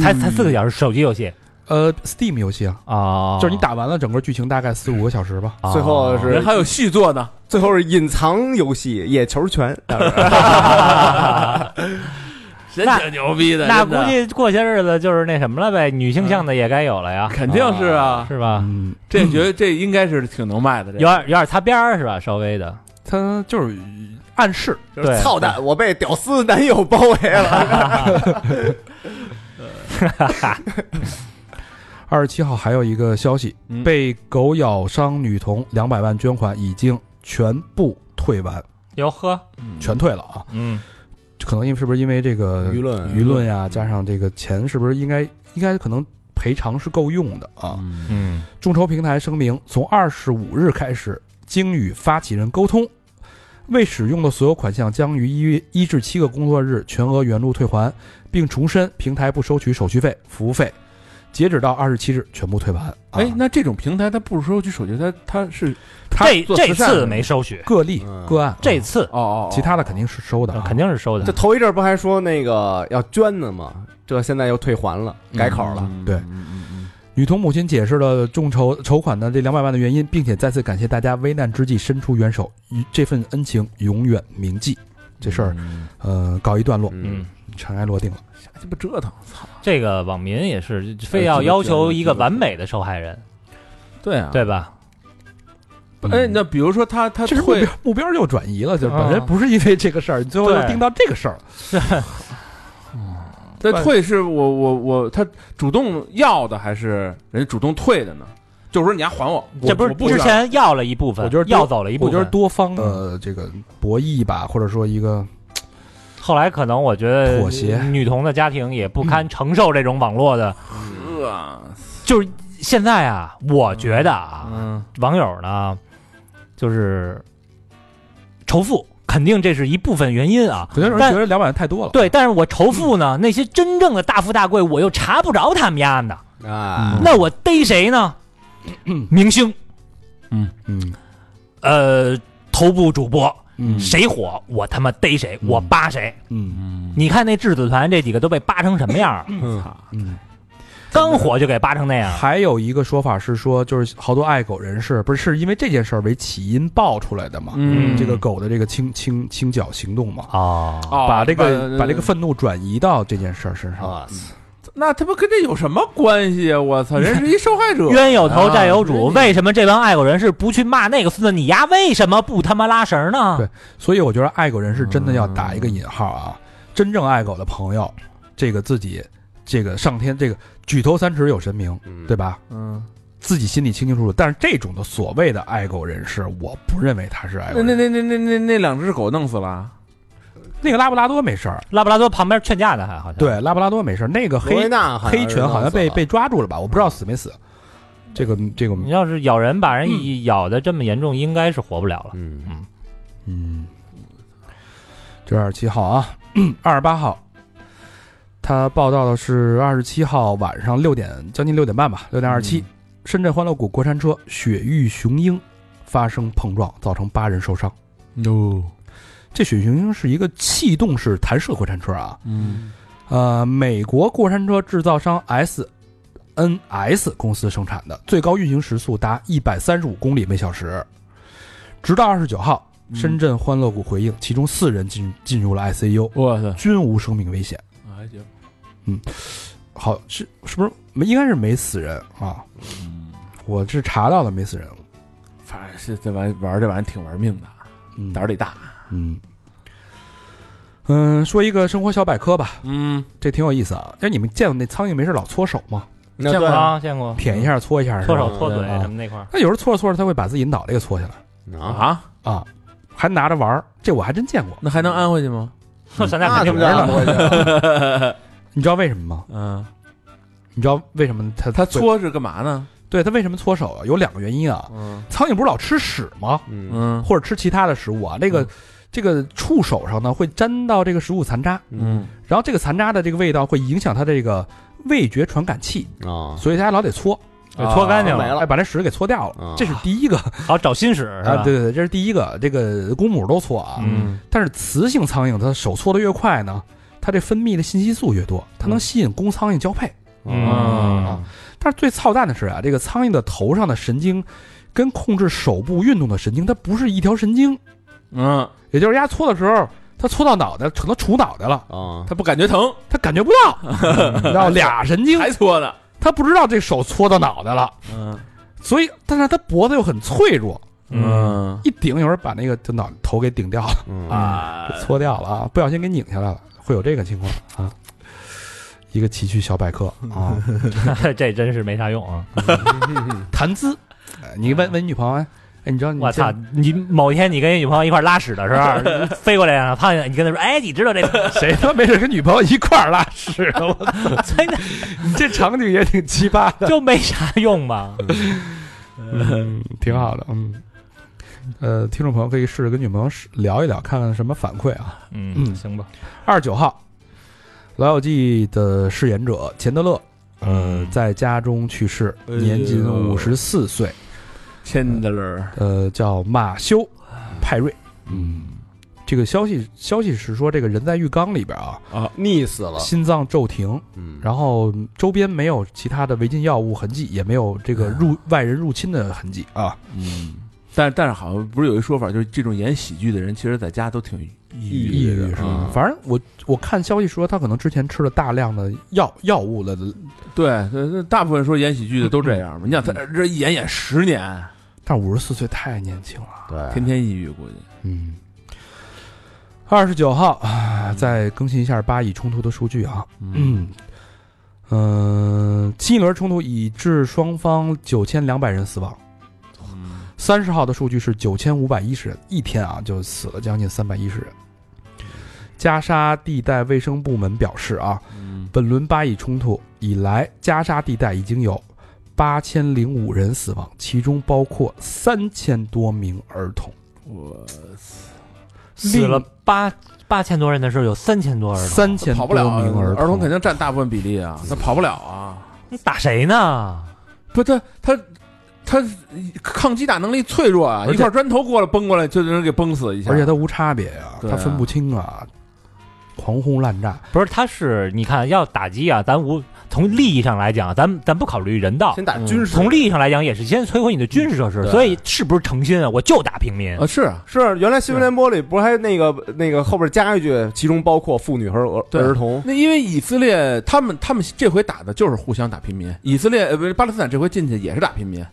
才才四个嗯小时，手机游戏呃，Steam 游戏啊，哦，就是你打完了整个剧情大概四五个小时吧。哦最后是人 还有续作呢，最 后是隐藏游戏，野球拳，真挺牛逼的，那真估的计过些日子就是那什么了呗，女性向的也该有了呀，肯定是啊，是吧？嗯，这觉得这应该是挺能卖的，这有点有点擦边儿是吧？稍微的，他就是暗示，对，操蛋！我被屌丝男友包围了。二十七号还有一个消息，嗯被狗咬伤女童两百万捐款已经全部退完，哟呵，嗯全退了啊！嗯，可能因为是不是因为这个 舆论舆论呀、加上这个钱是不是应该应该可能赔偿是够用的啊？嗯嗯，众筹平台声明，从二十五日开始，经与发起人沟通，未使用的所有款项将于一月一至七个工作日全额原路退还，并重申平台不收取手续费、服务费，截止到二十七日全部退还。啊哎，那这种平台它不收取手续，它它是他这做这慈善的次没收取，个例嗯个案，这次哦哦，哦其他的肯定是收的啊，肯定是收这的。头一阵儿不还说那个要捐呢吗？这现在又退还了，改口了。嗯对嗯嗯女童母亲解释了众筹筹款的这两百万的原因，并且再次感谢大家危难之际伸出援手，与这份恩情永远铭记。这事儿，呃，告一段落，嗯，，尘埃落定了。瞎鸡巴折腾，操！这个网民也是非要要求一个完美的受害人，对啊，对吧？哎，那比如说他他嗯这是目退标目标又转移了，就是啊本身不是因为这个事儿，最后又对盯到这个事儿了。他退是我我我他主动要的还是人家主动退的呢？就是说你还还我，我这不是我不之要前要了一部分，我觉得多要走了一部我觉得分，多方的这个博弈吧，或者说一个后来可能我觉得妥协女童的家庭也不堪承受这种网络的，呃就是现在啊，我觉得啊，嗯网友呢，就是仇富，肯定这是一部分原因啊。有些人但觉得两百万太多了。对，但是我仇富呢，那些真正的大富大贵，我又查不着他们家呢，啊，那我逮 谁呢？明星，嗯呃，头部主播，嗯谁火我他妈逮谁，嗯我扒谁。嗯嗯，你看那质子团这几个都被扒成什么样儿？操！嗯。刚火就给扒成那样儿。还有一个说法是说，就是好多爱狗人士不是是因为这件事儿为起因爆出来的嘛？嗯这个狗的这个清清清剿行动嘛，哦，哦把这个哦把把这个愤怒转移到这件事儿身上。啊，那他妈跟这有什么关系啊？我嗯操，人是一受害者，冤有头债有主，啊为什么这帮爱狗人士不去骂那个孙子？你丫为什么不他妈拉绳呢？对所以我觉得爱狗人士真的要打一个引号啊！真正爱狗的朋友，这个自己这个上天这个举头三尺有神明，嗯对吧？嗯，自己心里清清楚楚。但是这种的所谓的爱狗人士，我不认为他是爱狗那人那士。那那那那那两只狗弄死了，那个拉布拉多没事儿，拉布拉多旁边劝架的还好像，对，拉布拉多没事儿。那个罗黑威纳好像黑犬好像被啊是闹死了嗯被抓住了吧？我不知道死没死。这个这个，你要是咬人把人一咬的这么严重，应该是活不了了。嗯嗯，这二十七号啊， 二十八号，他报道的是二十七号晚上六点，将近六点半吧，六点二十嗯七，深圳欢乐谷国产车雪域雄鹰发生碰撞，造成八人受伤。哟，这雪域雄鹰是一个气动式弹射国产车啊，嗯呃，美国国产车制造商 S。N S 公司生产的，最高运行时速达一百三十五公里每小时，直到二十九号，嗯深圳欢乐谷回应，其中四人进进入了 ICU，我操，均无生命危险。啊还行，好，是是不是没应该是没死人啊？嗯，我是查到了没死人，反正是这玩意玩这玩意挺玩命的，嗯，胆儿得大，嗯嗯，说一个生活小百科吧，嗯，这挺有意思啊。哎，你们见过那苍蝇没事老搓手吗？那见对过啊，见过，舔一下搓一下，是吧搓手搓嘴嗯什么那块儿，那有时候搓着搓着，它会把自己脑袋给搓下来啊，啊，啊，还拿着玩儿，这我还真见过。那还能安回去吗？ 咱俩那肯定怎么不着知啊道。我觉得你知道为什么吗？嗯，你知道为什么它他它搓是干嘛呢？对它为什么搓手啊？有两个原因啊。嗯苍蝇不是老吃屎吗？嗯嗯或者吃其他的食物啊，那个、嗯这个触手上呢会沾到这个食物残渣，嗯然后这个残渣的这个味道会影响它这个味觉传感器，嗯啊，所以大家老得搓，给搓干净啊没 了，了哎，把这屎给搓掉啊了。这是第一个好找新屎是啊，吧？对对对，这是第一个，这个公母都搓啊，嗯但是雌性苍蝇它手搓的越快呢，它这分泌的信息素越多，它能吸引公苍蝇交配。嗯，啊但是最操蛋的是啊，这个苍蝇的头上的神经跟控制手部运动的神经，它不是一条神经，嗯也就是压搓的时候，他搓到脑袋，可能杵脑袋了，啊，他不感觉疼，他感觉不 到，你知道俩神经，还搓呢。他不知道这手搓到脑袋了，嗯所以，但是他脖子又很脆弱，嗯一顶有人把那个就脑头给顶掉了，嗯 啊给搓掉了啊，不小心给拧下来了，会有这个情况啊。一个奇趣小百科 啊， 这真是没啥用啊！谈资，呃你问问你女朋友，哎，哎你知道 你我见操，你某天你跟女朋友一块儿拉屎的 时候，飞过来啊，啪，你跟她说，哎，你知道这个？ 谁他妈没事跟女朋友一块儿拉屎啊？我真的你这场景也挺奇葩的，就没啥用嘛。嗯，挺好的，嗯。呃，听众朋友可以试着跟女朋友试聊一聊，看看什么反馈啊。嗯，行吧，二十九号，《老友记》的饰演者钱德勒，呃，在家中去世，嗯哎呦年仅五十四岁， ，Chandler，呃，叫马修·派瑞。嗯，这个消息消息是说，这个人在浴缸里边啊，溺死了，心脏骤停，嗯，然后周边没有其他的违禁药物痕迹，也没有这个入外人入侵的痕迹嗯啊。嗯，但但是好像不是有一说法，就是这种演喜剧的人，其实在家都挺抑抑郁啊的是吧嗯？反正我我看消息说，他可能之前吃了大量的药药物了，对，呃呃大部分说演喜剧的都这样嘛。你想他这一演演十年，但五十四岁太年轻了。对，天天抑郁，估计嗯，二十九号啊，再更新一下巴以冲突的数据啊。嗯，呃，新一轮冲突已致双方九千两百人死亡。嗯三十号的数据是九千五百一十人，一天啊就死了将近三百一十人。加沙地带卫生部门表示啊，嗯本轮巴以冲突以来，加沙地带已经有八千零五人死亡，其中包括三千多名儿童。我死了八八千多人的时候，有三千多人，三千跑多不了啊，名儿儿童肯定占大部分比例啊，他跑不了啊，那打谁呢？不，他他。他抗击打能力脆弱啊，而且一块砖头过来崩过来就能给崩死一下。而且它无差别啊，对啊它分不清啊，狂轰滥炸，不是，他是你看要打击啊，咱无从利益上来讲，咱咱不考虑人道，先打嗯军事，从利益上来讲也是先摧毁你的军事设施，对所以是不是诚心啊？我就打平民啊，是啊，是原来新闻联播里不是还那个那个后边加一句，其中包括妇女和儿对儿童，那因为以色列他们他们这回打的就是互相打平民，以色列呃不是巴勒斯坦这回进去也是打平民，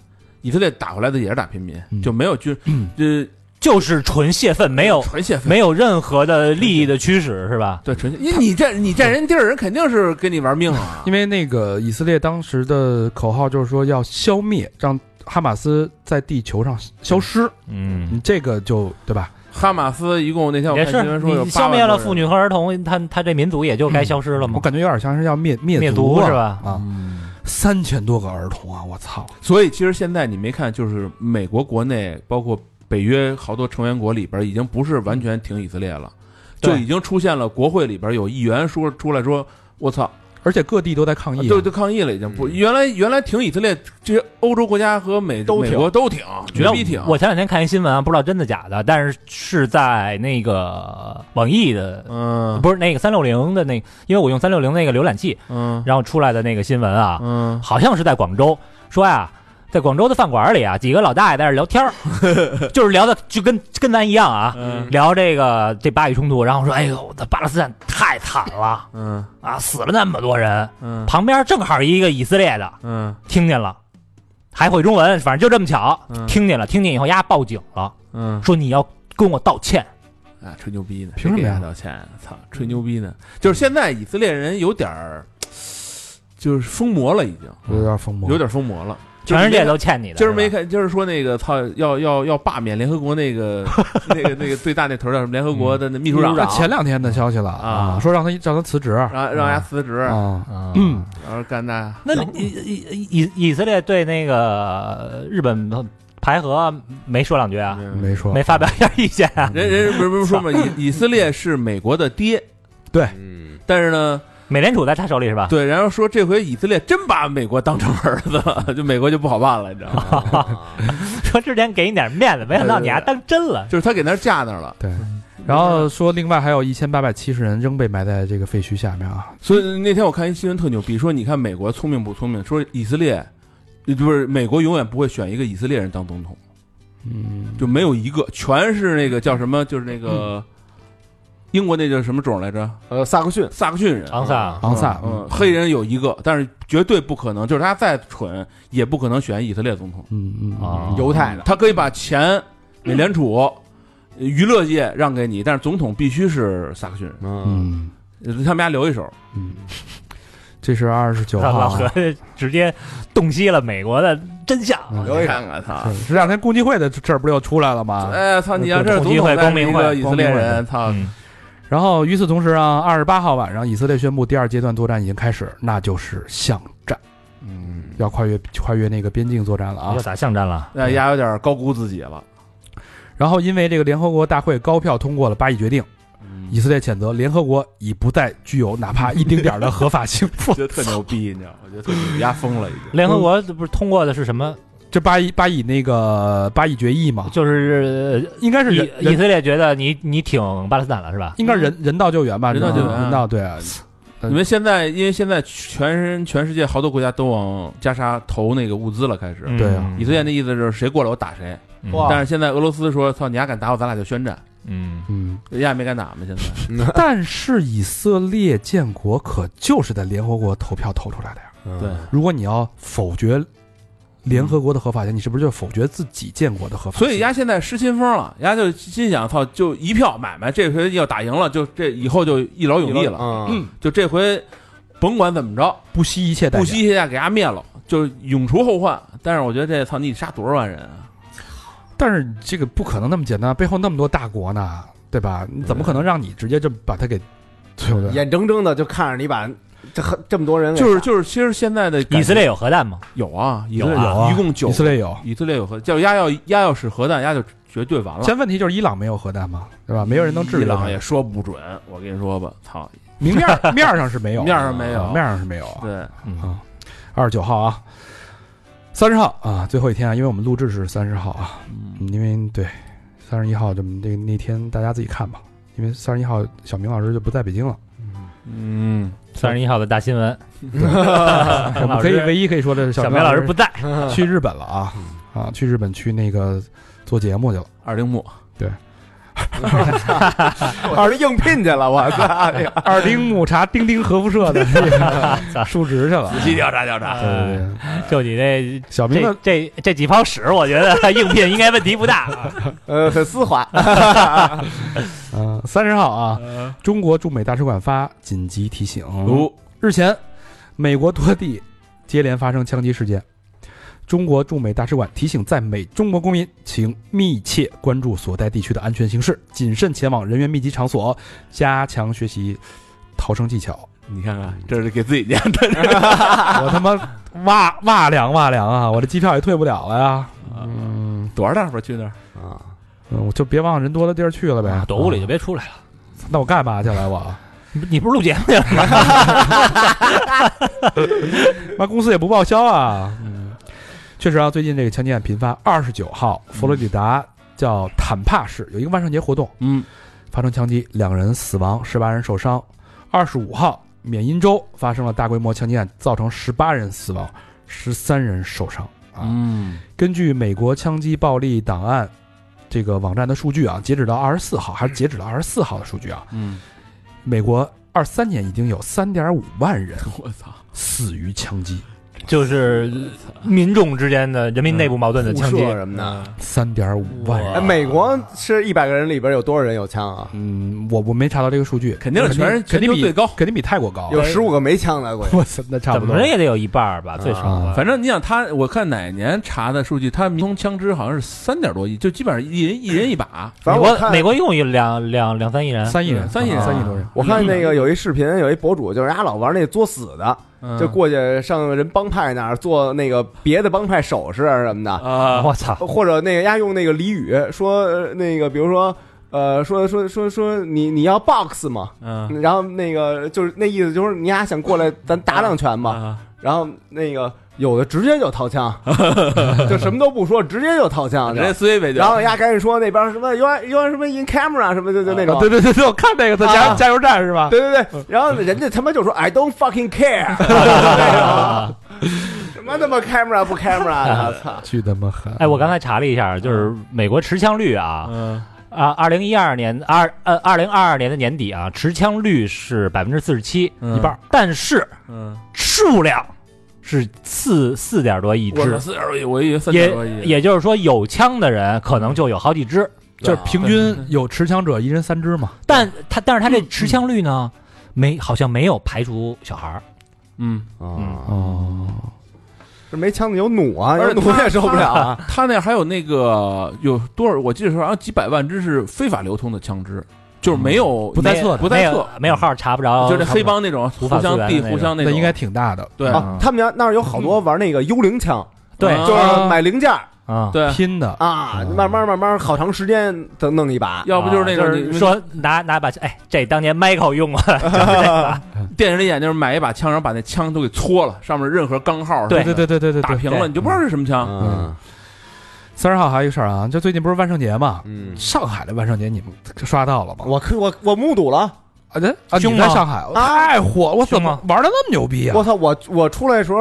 以色列打回来的也是打平民，嗯就没有军呃就是纯泄愤，没有纯泄愤，没有任何的利益的驱使，是吧？对纯泄，因为你占你占人地儿，人肯定是跟你玩命啊，因为那个以色列当时的口号就是说要消灭，让哈马斯在地球上消失，嗯，你这个就对吧？哈马斯一共那天我也看是新闻，说有你消灭了妇女，女和儿童，他他这民族也就该消失我了嗯嘛，感觉有点像是要灭灭灭族族啊是？吧？啊，三千多个儿童啊！我操，所以其实现在你没看，就是美国国内包括北约好多成员国里边，已经不是完全挺以色列了，就对已经出现了国会里边有议员说出来说，我操。而且各地都在抗议啊，都都抗议了，已经不嗯原来原来挺以色列，这些欧洲国家和美都挺美国都挺绝逼挺。我前两天看一新闻啊，不知道真的假的，但是是在那个网易的，嗯不是那个三六零的那，因为我用三六零那个浏览器，嗯然后出来的那个新闻啊，嗯，好像是在广州，说呀，在广州的饭馆里啊，几个老大爷在那儿聊天儿， 就是聊的就跟跟咱一样啊，嗯聊这个这巴以冲突，然后说，哎呦，这巴勒斯坦太惨了嗯啊，死了那么多人，嗯旁边正好一个以色列的嗯听见了，还会中文，反正就这么巧，嗯听见了，听见以后丫报警了，嗯，说你要跟我道歉，啊，吹牛逼呢，凭什么呀谁给他道歉？操，吹牛逼呢！就是现在以色列人有点儿，就是疯魔了，已经有点啊疯魔，有点疯魔了。全世界都欠你的，今儿是吧没看，今儿说那个操，要要要罢免联合国那 个那个那个最大那头儿叫什么？联合国的那嗯秘书长，那前两天的消息了啊说让他让他辞职啊，让让人家辞职，嗯，然后干那那你以以以以色列对那个日本排和没说两句啊，没说没发表一下意见 啊，人人不是不是说嘛，以以色列是美国的爹，嗯，但是呢，美联储在他手里是吧？对，然后说这回以色列真把美国当成儿子了，就美国就不好办了，你知道吗？ 说之前给你点面子，没想到你还当真了。就是他给那儿架那儿了，对。然后说，另外还有一千八百七十人仍被埋在这个废墟下面啊，所以那天我看一新闻特牛逼，说你看美国聪明不聪明？说以色列。呃不是美国永远不会选一个以色列人当总统，嗯，就没有一个，全是那个叫什么，就是那个英国那叫什么种来着？呃，萨克逊，萨克逊啊人，啊昂萨昂萨嗯，黑人有一个，但是绝对不可能，就是他再蠢也不可能选以色列总统。嗯嗯哦啊犹太的，他可以把钱、美联储、呃娱乐界让给你，但是总统必须是萨克逊人。嗯，嗯呃他们家留一手，嗯，这是二十九老老号啊何，直接洞悉了美国的真相。嗯留一手，看看他，是啊这两天共济会的事儿不是又出来了吗？哎操！你要这共总济统会再光是一明个会以色光列明会人，操！嗯，然后与此同时啊，二十八号晚上，以色列宣布第二阶段作战已经开始，那就是巷战，嗯，要跨越跨越那个边境作战了啊要。打巷战了。那丫有点高估自己了。然后因为这个联合国大会高票通过了巴以决定，以色列谴责联合国已不再具有哪怕一丁点儿的合法性。我觉得特牛逼，你知道吗？我觉得特牛逼，丫疯了已嗯经。联合国不是通过的是什么？ 这巴以巴以那个巴以决议嘛，就是呃应该是以人以人色列觉得你你挺巴勒斯坦了是吧？应该是人人道救援吧？嗯人道是吧救援啊人道对啊，你们现在因为现在全全世界好多国家都往加沙投那个物资了，开始。对啊以色列那意思就是谁过来我打谁，嗯哇但是现在俄罗斯说操你丫敢打我，咱俩就宣战，嗯，嗯。人家也没敢打嘛。现在但是以色列建国可就是在联合国投票投出来的呀。嗯对，如果你要否决联合国的合法性，你是不是就否决自己建国的合法性？所以丫现在失心疯了，丫就心想操就一票买卖，这回要打赢了，就这以后就一劳永逸了，嗯，就这回甭管怎么着，不惜一切代价。不惜一下给丫灭了，就永除后患。但是我觉得这操你得杀多少万人啊？但是这个不可能那么简单，背后那么多大国呢，对吧？你怎么可能让你直接就把它给，对不对？眼睁睁的就看着你把这很这么多人给就是就是，其实现在的感觉以色列有核弹吗？有啊，以色列有啊一共九以色列有，以色列有核，叫压要压要使核弹，压就绝对完了。现在问题就是伊朗没有核弹嘛，对吧？没有人能制伊止朗它也。说不准，我跟你说吧，操，明面儿面儿上是没有， 面上没有啊面上是没有啊。对，嗯二十九号啊，三十号啊，最后一天啊，因为我们录制是三十号啊，嗯，因为对三十一号这么那那天大家自己看吧，因为三十一号小明老师就不在北京了，嗯，三十一号的大新闻， 我们可以唯一可以说的是啊小明明老师师不在，嗯去日本了啊啊，去日本去那个做节目去 了。二丁目，我是应聘去了，我操！ 哎呀二丁目查丁丁核辐射的这 个述职去了。仔细调查调查。对对对， 就你这小明这的这这几泡屎，我觉得 应聘应该问题不大啊。呃，很丝滑，呃三十号啊，嗯中国驻美大使馆发紧急提醒：哦如日前，美国多地接连发生枪击事件。中国驻美大使馆提醒在美中国公民，请密切关注所在地区的安全形势，谨慎前往人员密集场所，加强学习逃生技巧。你看看，这是给自己念的。我他妈哇哇凉哇凉啊！我这机票也退不了了呀。嗯， 多少大伙去那儿？啊，嗯，我就别往人多的地儿去了呗，啊啊躲屋里就别出来了。那我干嘛去了？我你不是录节目去 了吗？ 妈公司也不报销啊。嗯，确实啊，最近这个枪击案频发。二十九号，佛罗里达叫坦帕市有一个万圣节活动，嗯，发生枪击，两人死亡，十八人受伤。二十五号，缅因州发生了大规模枪击案，造成十八人死亡，十三人受伤啊。嗯，根据美国枪击暴力档案这个网站的数据啊，截止到二十四号，还是截止到二十四号的数据啊， 嗯，美国二三年已经有三点五万人我操，死于枪击，就是民众之间的人民内部矛盾的互枪嗯射击，什么嗯的。三点五万人。啊哎，美国是一百个人里边有多少人有枪啊？嗯，我我没查到这个数据，肯定是全是肯全定球比最高。肯定比泰国哦高。有十五个没枪的，估 计我操，那差怎不多么着。也得有一半儿吧，最少啊吧。反正你想他，我看哪年查的数据，他民通枪支好像是三点多亿，就基本上一人一人一把。反美正我看国美国一共有两两两三亿人， 三亿人，嗯啊三亿人啊三亿多人。我看那个有一视频，有一博主就是他老玩那作死的，嗯就过去上人帮派那儿做那个别的帮派手势啊什么的，啊，我 操！或者那个丫用那个俚语说呃那个，比如说呃说说说说你你要 box 吗？嗯，然后那个就是那意思就是你俩想过来咱打两拳嗯吧，啊，然后那个有的直接就掏 枪，就什么都不说，直接就掏枪直就，接思维呗就。然后丫赶紧说那边什么 you are you are 什么 in camera 什么的就就那种啊，对对对对，我看那个在加啊加油站是吧？对对对，然后人家他妈就说 I don't fucking care，那种什么他妈 camera 不 camera 的，操！哎巨他妈狠！哎，我刚才查了一下，就是美国持枪率啊，嗯，啊，二零一二年二呃二零二二年的年底啊，持枪率是百分之四十七，嗯一半儿，但是嗯，数量是四四点多亿我只，四十多亿，我以为三十也多亿，也就是说有枪的人可能就有好几支，就是平均有持枪者一人三支嘛，但嗯他但是他这持枪率呢，没好像没有排除小孩儿，嗯，嗯哦，这没枪的有弩啊，而有且弩也受不了啊。 他那还有那个有多少？我记得是好像几百万支是非法流通的枪支，就是没嗯有不在册的不没在有册，没有号儿查不着，就是这黑帮那种互无法相溯源的递那互相那种，应该挺大的，对啊，他们家那儿有好多玩那个幽灵枪，对啊就是买零件儿啊，对，拼的啊，慢慢慢慢好长时间才弄一把。要不就是那啊种你说拿拿把哎，这当年 Michael 用 过的，就是这把电影里演就是买一把枪，然后把那枪都给搓了，上面任何钢号对对对对对对打对。平了，对你就不知道是什么枪。嗯三十号还有一个事儿啊，就最近不是万圣节嘛，嗯，上海的万圣节你们刷到了吗？我可我我目睹了，啊，对啊，凶你在吗上海太火了，我怎凶么吗玩的那么牛逼啊我？操，我我出来的时候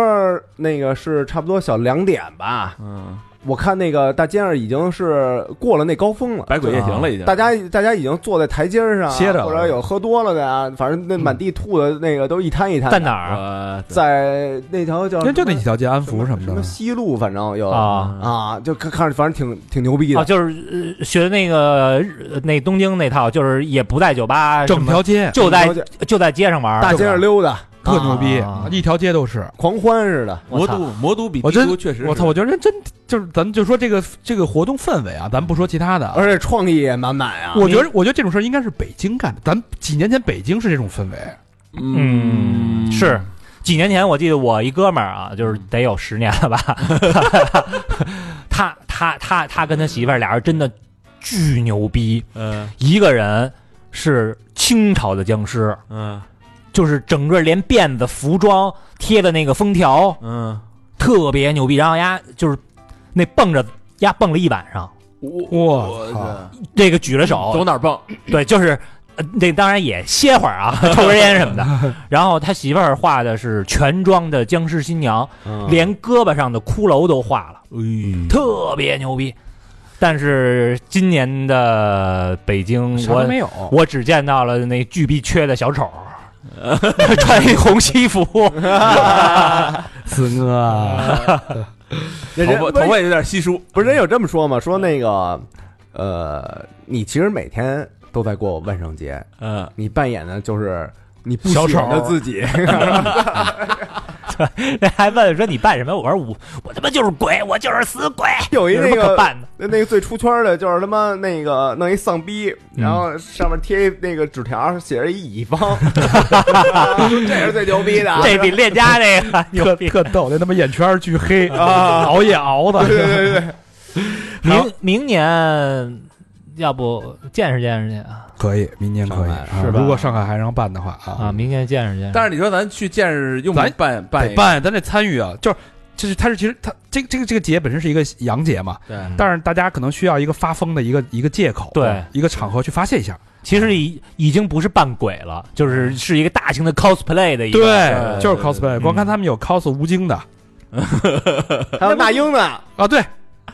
那个是差不多小两点吧，嗯，我看那个大街上已经是过了那高峰了。百鬼夜行了已经。大家大家已经坐在台阶上啊，歇着了或者有喝多了的啊，反正那满地吐的那个都一滩一滩的。在哪儿啊？呃，在那条叫那就那什么几条街，安福什什么么的，西路，反正呃有啊啊，就看看着反正挺挺牛逼啊，的。就是呃学那个日那东京那套，就是也不在酒吧，整条街就在整条就在街上玩儿，大街上溜达，特牛逼啊，一条街都是。狂欢似的。我操魔都比我真确实我操，我觉得人真就是，咱们就说这个这个活动氛围啊，咱不说其他的啊，而且创意也满满啊！我觉得我觉得这种事儿应该是北京干的，咱几年前北京是这种氛围，嗯，是几年前我记得我一哥们儿啊，嗯就是得有十年了 吧，他他他他跟他媳妇儿俩人真的巨牛逼，嗯一个人是清朝的僵尸，嗯就是整个连辫子、服装贴的那个封条嗯，特别牛逼，然后丫就是那蹦着丫蹦了一晚上，我我操，这个举着手嗯走哪儿蹦？对，就是呃那当然也歇会儿 啊，抽根烟什么的。然后他媳妇儿画的是全妆的僵尸新娘，嗯连胳膊上的骷髅都画了，特别牛逼。但是今年的北京，啥都我没有。我只见到了那巨逼缺的小丑。 穿一红西服，四哥啊，人头人发不是头发也有点稀疏。不是人有这么说吗？说那个，呃，你其实每天都在过万圣节，嗯，你扮演的就是你不喜欢的自己。 那还问说你扮什么？我说我我他妈就是鬼，我就是死鬼，有一有什那么可个扮的？那那个最出圈的就是他妈那个弄一丧逼，然后上面贴一那个纸条，写着一乙方， 这是最牛逼的啊。这比链家那 个牛特逼。特逗，那他妈眼圈巨黑啊熬夜熬的，对对对，明明年要不见识见识去啊？可以，明年可以上海啊是吧如果上海还让办的话啊，明年见识见识。但是你说咱去见识用不咱办办得一个办，咱得参与啊，就是。就是，它是其实它这个这个这个节本身是一个洋节嘛，对嗯但是大家可能需要一个发疯的一个一个借口，对，一个场合去发泄一下。其实已已经不是扮鬼了，就是是一个大型的 cosplay 的一个。对，就是 cosplay。嗯光看他们有 cos 吴京的还有那英呢啊，对，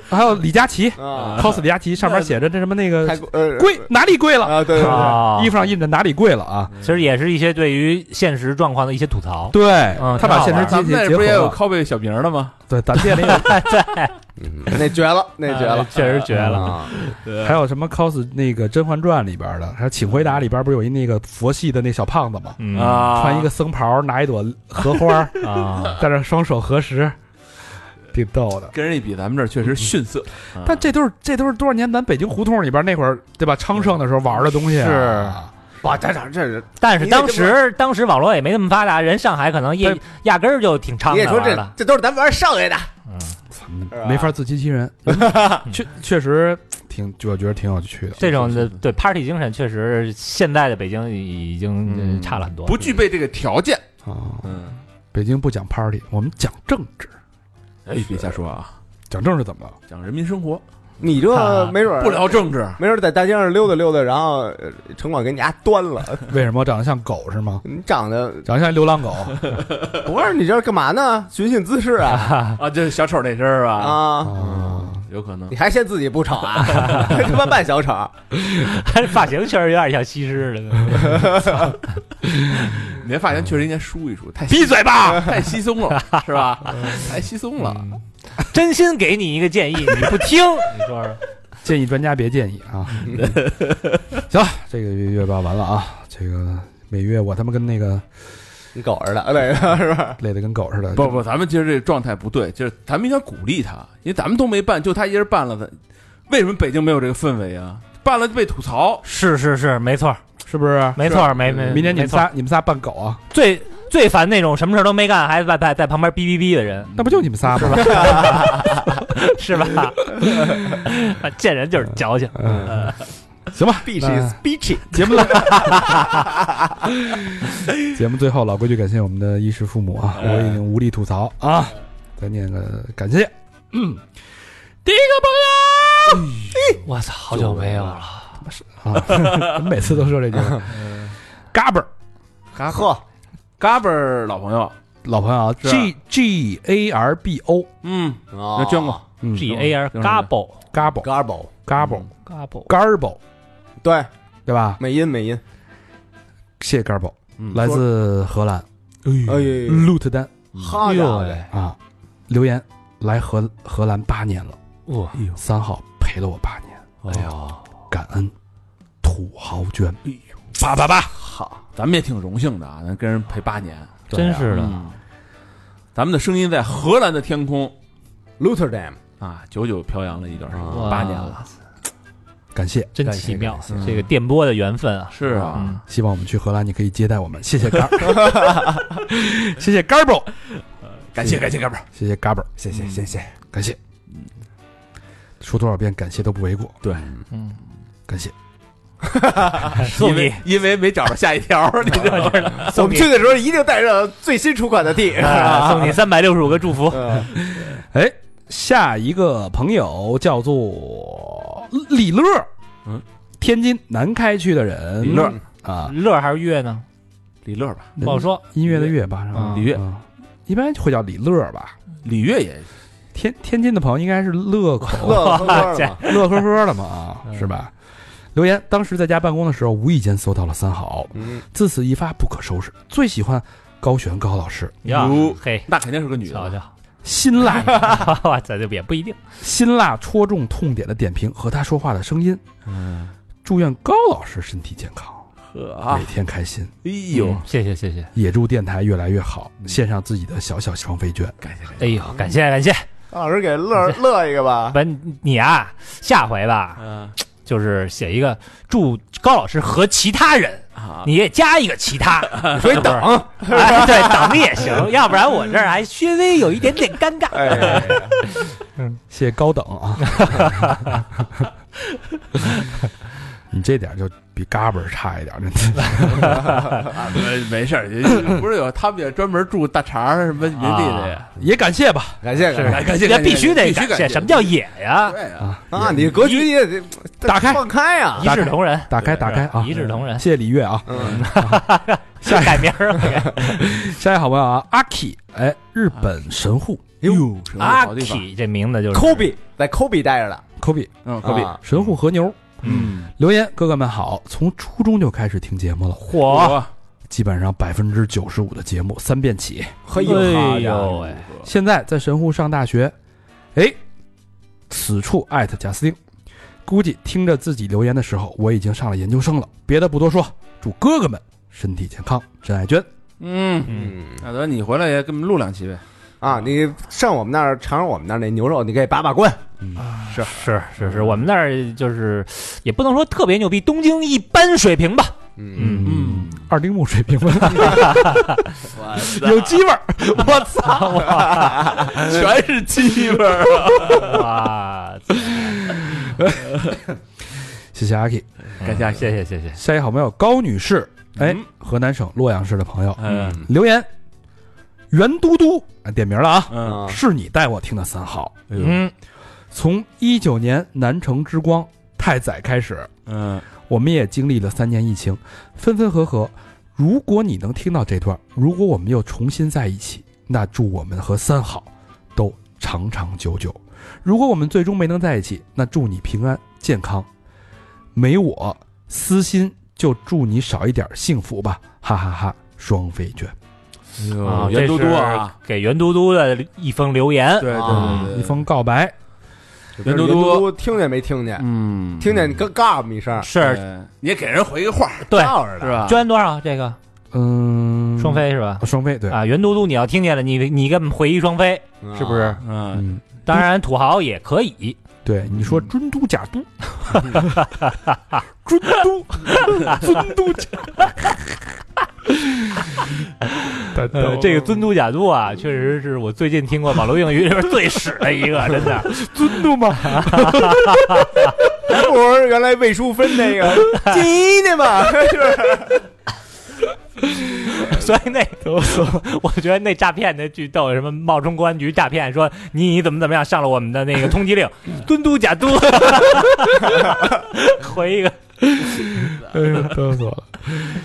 还有李佳琦啊， cos 李佳琦，上面写着这什么那太个呃贵哪里贵了，啊，对对对，啊，衣服上印着哪里贵了啊？其实也是一些对于现实状况的一些吐槽。对嗯，他把现实挺咱们机那结不合啊是也有了。拷贝小明的吗？对，咱店里有嗯那绝了，那哎绝了啊，确实绝了。啊！还有什么 cos 那个《甄嬛传》里边的，还有《请回答》里边不是有一那个佛系的那小胖子吗？嗯啊，穿一个僧袍，拿一朵荷花， 啊，在那双手合十，挺逗的。跟人一比，咱们这儿确嗯实逊色。嗯但这都是这都是多少年咱北京胡同里边那会儿对吧？昌盛的时候玩的东西啊、哇，这这这但是当时当时网络也没那么发达，人上海可能压对压根儿就挺你猖也的说玩这了。这都是咱们玩剩下的，是吧没法自欺欺人，确确实挺，我觉得挺有趣的。这种的对 party 精神，确实现在的北京已经嗯呃差了很多。不具备这个条件。啊，嗯，北京不讲 party，我们讲政治，哎，别瞎说啊，讲政治怎么了？讲人民生活，你这啊没准儿不聊政治。啊没准儿在大街上溜达溜达，然后呃城管给你家端了，为什么我长得像狗是吗？你长得长得像流浪狗， 不是你这是干嘛呢？寻衅滋事啊啊，就是小丑那身儿吧？啊！ 啊，有有可能你。还嫌自己不丑啊？还他妈扮小丑，发型确实有点像西 施了。你的发型确实应该梳一梳，太稀闭嘴啊吧！太稀松 了，是吧？太稀松了。嗯真心给你一个建议，你不 听，你说说。建议专家别建议 啊。行了，这个月月吧完了啊，这个每月我他妈跟那个你狗似的， 对，是吧？累得跟狗似的。不不，咱们今儿这状态不对，就是咱们应该鼓励他，因为咱们都没办，就他一人办了的。为什么北京没有这个氛围啊？办了就被吐槽，是是是，没错儿，是不是？没错儿，没没。明天你没们错儿仨你们仨扮狗啊？最最烦那种什么事儿都没干，还在在在旁边哔哔哔的人，那不就你们仨吗？是吧？ 啊见人就是矫情。嗯，行吧，必那 is bitchy，节目的节目最后老规矩，感谢我们的衣食父母啊，我已经无力吐槽啊，再念个感谢。嗯第一个朋友我操，好久没有了。啊， 每次都说这句话，嘎嘣儿，呵，嘎嘣儿老朋友，老朋友啊是，G G A R B O，嗯，那那捐过，嗯 G 哦 A R 行了 Gobble 嘎嘣哦 garble，嘎嘣 Gobble，嘎儿嘣，对，对吧？美音美音，谢谢嘎儿嘣，嗯来自荷兰，哎呦，鹿特丹好家伙，啊，留言来荷荷兰八年了，哇，三号陪了我八年，哎呦，感恩土豪捐，叭叭叭，好，咱们也挺荣幸的啊，能跟人陪八年，真是的，嗯咱们的声音在荷兰的天空 Luther Dam，啊，久久飘扬了一段时间，啊哇八年了，感谢，真感谢奇妙感，这个电波的缘分啊。是啊，希望我们去荷兰你可以接待我们，谢谢嘎儿，谢谢嘎儿嘣，感谢感谢哥们儿，谢谢嘎嘣，谢谢谢谢，感谢，嗯说多少遍感谢都不为过，对，嗯，感谢。 送因你哦为，因为没找着下一 条，你知道吗？我送们你，去的时候一定带上最新出款的 T， 啊送你三百六十五个祝 福。嗯哎，下一个朋友叫做李乐，嗯，天津南开区的人，李乐啊，乐还是乐呢？李乐吧，不好说。音乐的乐吧，然后李乐啊一般会叫李乐吧。李乐也天天津的朋友应该是乐口乐呵呵的嘛， 乐呵呵的嘛，啊，是吧？留言：当时在家办公的时候，无意间搜到了三好，嗯，自此一发不可收拾。最喜欢高璇高老师，呀哟，啊嘿，那肯定是个女瞧的，瞧， 辛 辣哇塞，这也不一定。辛辣戳中痛点的点评和他说话的声音。嗯，祝愿高老师身体健康，呵啊每，天开心。哎呦，嗯，谢谢谢谢，也祝电台越来越好，献上自己的小小双飞券。感谢感谢，哎呦，感谢感谢。老师给乐乐一 个吧，不，你啊，下回吧，嗯就是写一个祝高老师和其他人，啊，你也加一个其他，你说你等，哎，对，等着也行，要不然我这儿还稍微有一点点尴尬。哎，谢谢高等啊！ 你这点就比嘎嘣儿差一点，真的。啊，没没事儿，不是有他们也专门住大肠儿什么民地的呀？ 也感谢吧，感谢感谢，哎感谢这感谢啊必须得必须感感谢，谢什么叫野呀？对啊，啊，你格局也得打开放开啊一，视同仁， 打开打开啊！一视同仁。谢谢李月啊，嗯，下改名儿了，下一个好朋友啊，阿 K，哎，日本神户哎呦，阿好地方， K 这名字就是 Kobe 在 Kobe 带着的，科比，嗯，隔壁，啊神户和牛嗯，留言，哥哥们好，从初中就开始听节目了，火，基本上百分之九十五的节目三遍起。嘿哎好家呦伙，喂，现在在神户上大学，哎，此处艾特贾斯汀，估计听着自己留言的时候，我已经上了研究生了。别的不多说，祝哥哥们身体健康，真爱娟。嗯，嗯，嗯大德你回来也给我们录两期呗，啊，你上我们那儿尝尝我们那儿那牛肉，你给把把关，是是是是，我们那儿就是也不能说特别牛逼，东京一般水平吧。嗯，嗯，二丁目水平吧，有有鸡味儿。我操！全是鸡味儿， 哇，谢谢阿 K。感谢阿 K 谢谢谢谢，下一好朋友高女士，哎嗯，河南省洛阳市的朋友哎嗯留言，袁嘟嘟啊，点名了啊，嗯，啊是你带我听的三好，哎呦嗯，从一九年南城之光太宰开始，嗯，我们也经历了三年疫情，分分合合。如果你能听到这段，如果我们又重新在一起，那祝我们和三好都长长久久。如果我们最终没能在一起，那祝你平安健康；没我，私心就祝你少一点幸福吧，哈哈哈双飞卷，啊，嗯圆嘟嘟啊，这是给圆嘟嘟的一封留言，对啊对对，一封告白，圆嘟嘟嘟，听见没听见？嗯，听见你嘎嘎我们一声，是对你也给人回个话对，道儿是的，吧？捐多少这个嗯，双飞是吧啊，？双飞对，啊，圆嘟嘟，你要听见了，你你给我们回一双飞，嗯是不是？？嗯，嗯，当然，土豪也可以，对，你说尊都假都，尊都尊都假，呃，这个尊嘟假嘟啊，确实是我最近听过网络英语里边最屎的一个，真的。尊都嘛，还哎不如原来魏淑芬那个进去吧，是不是？所以那 我觉得那诈骗那巨逗，什么冒充公安局诈骗，说你你怎么怎么样上了我们的那个通缉令，敦嘟假嘟， 回一个 哎呦，逗死我了！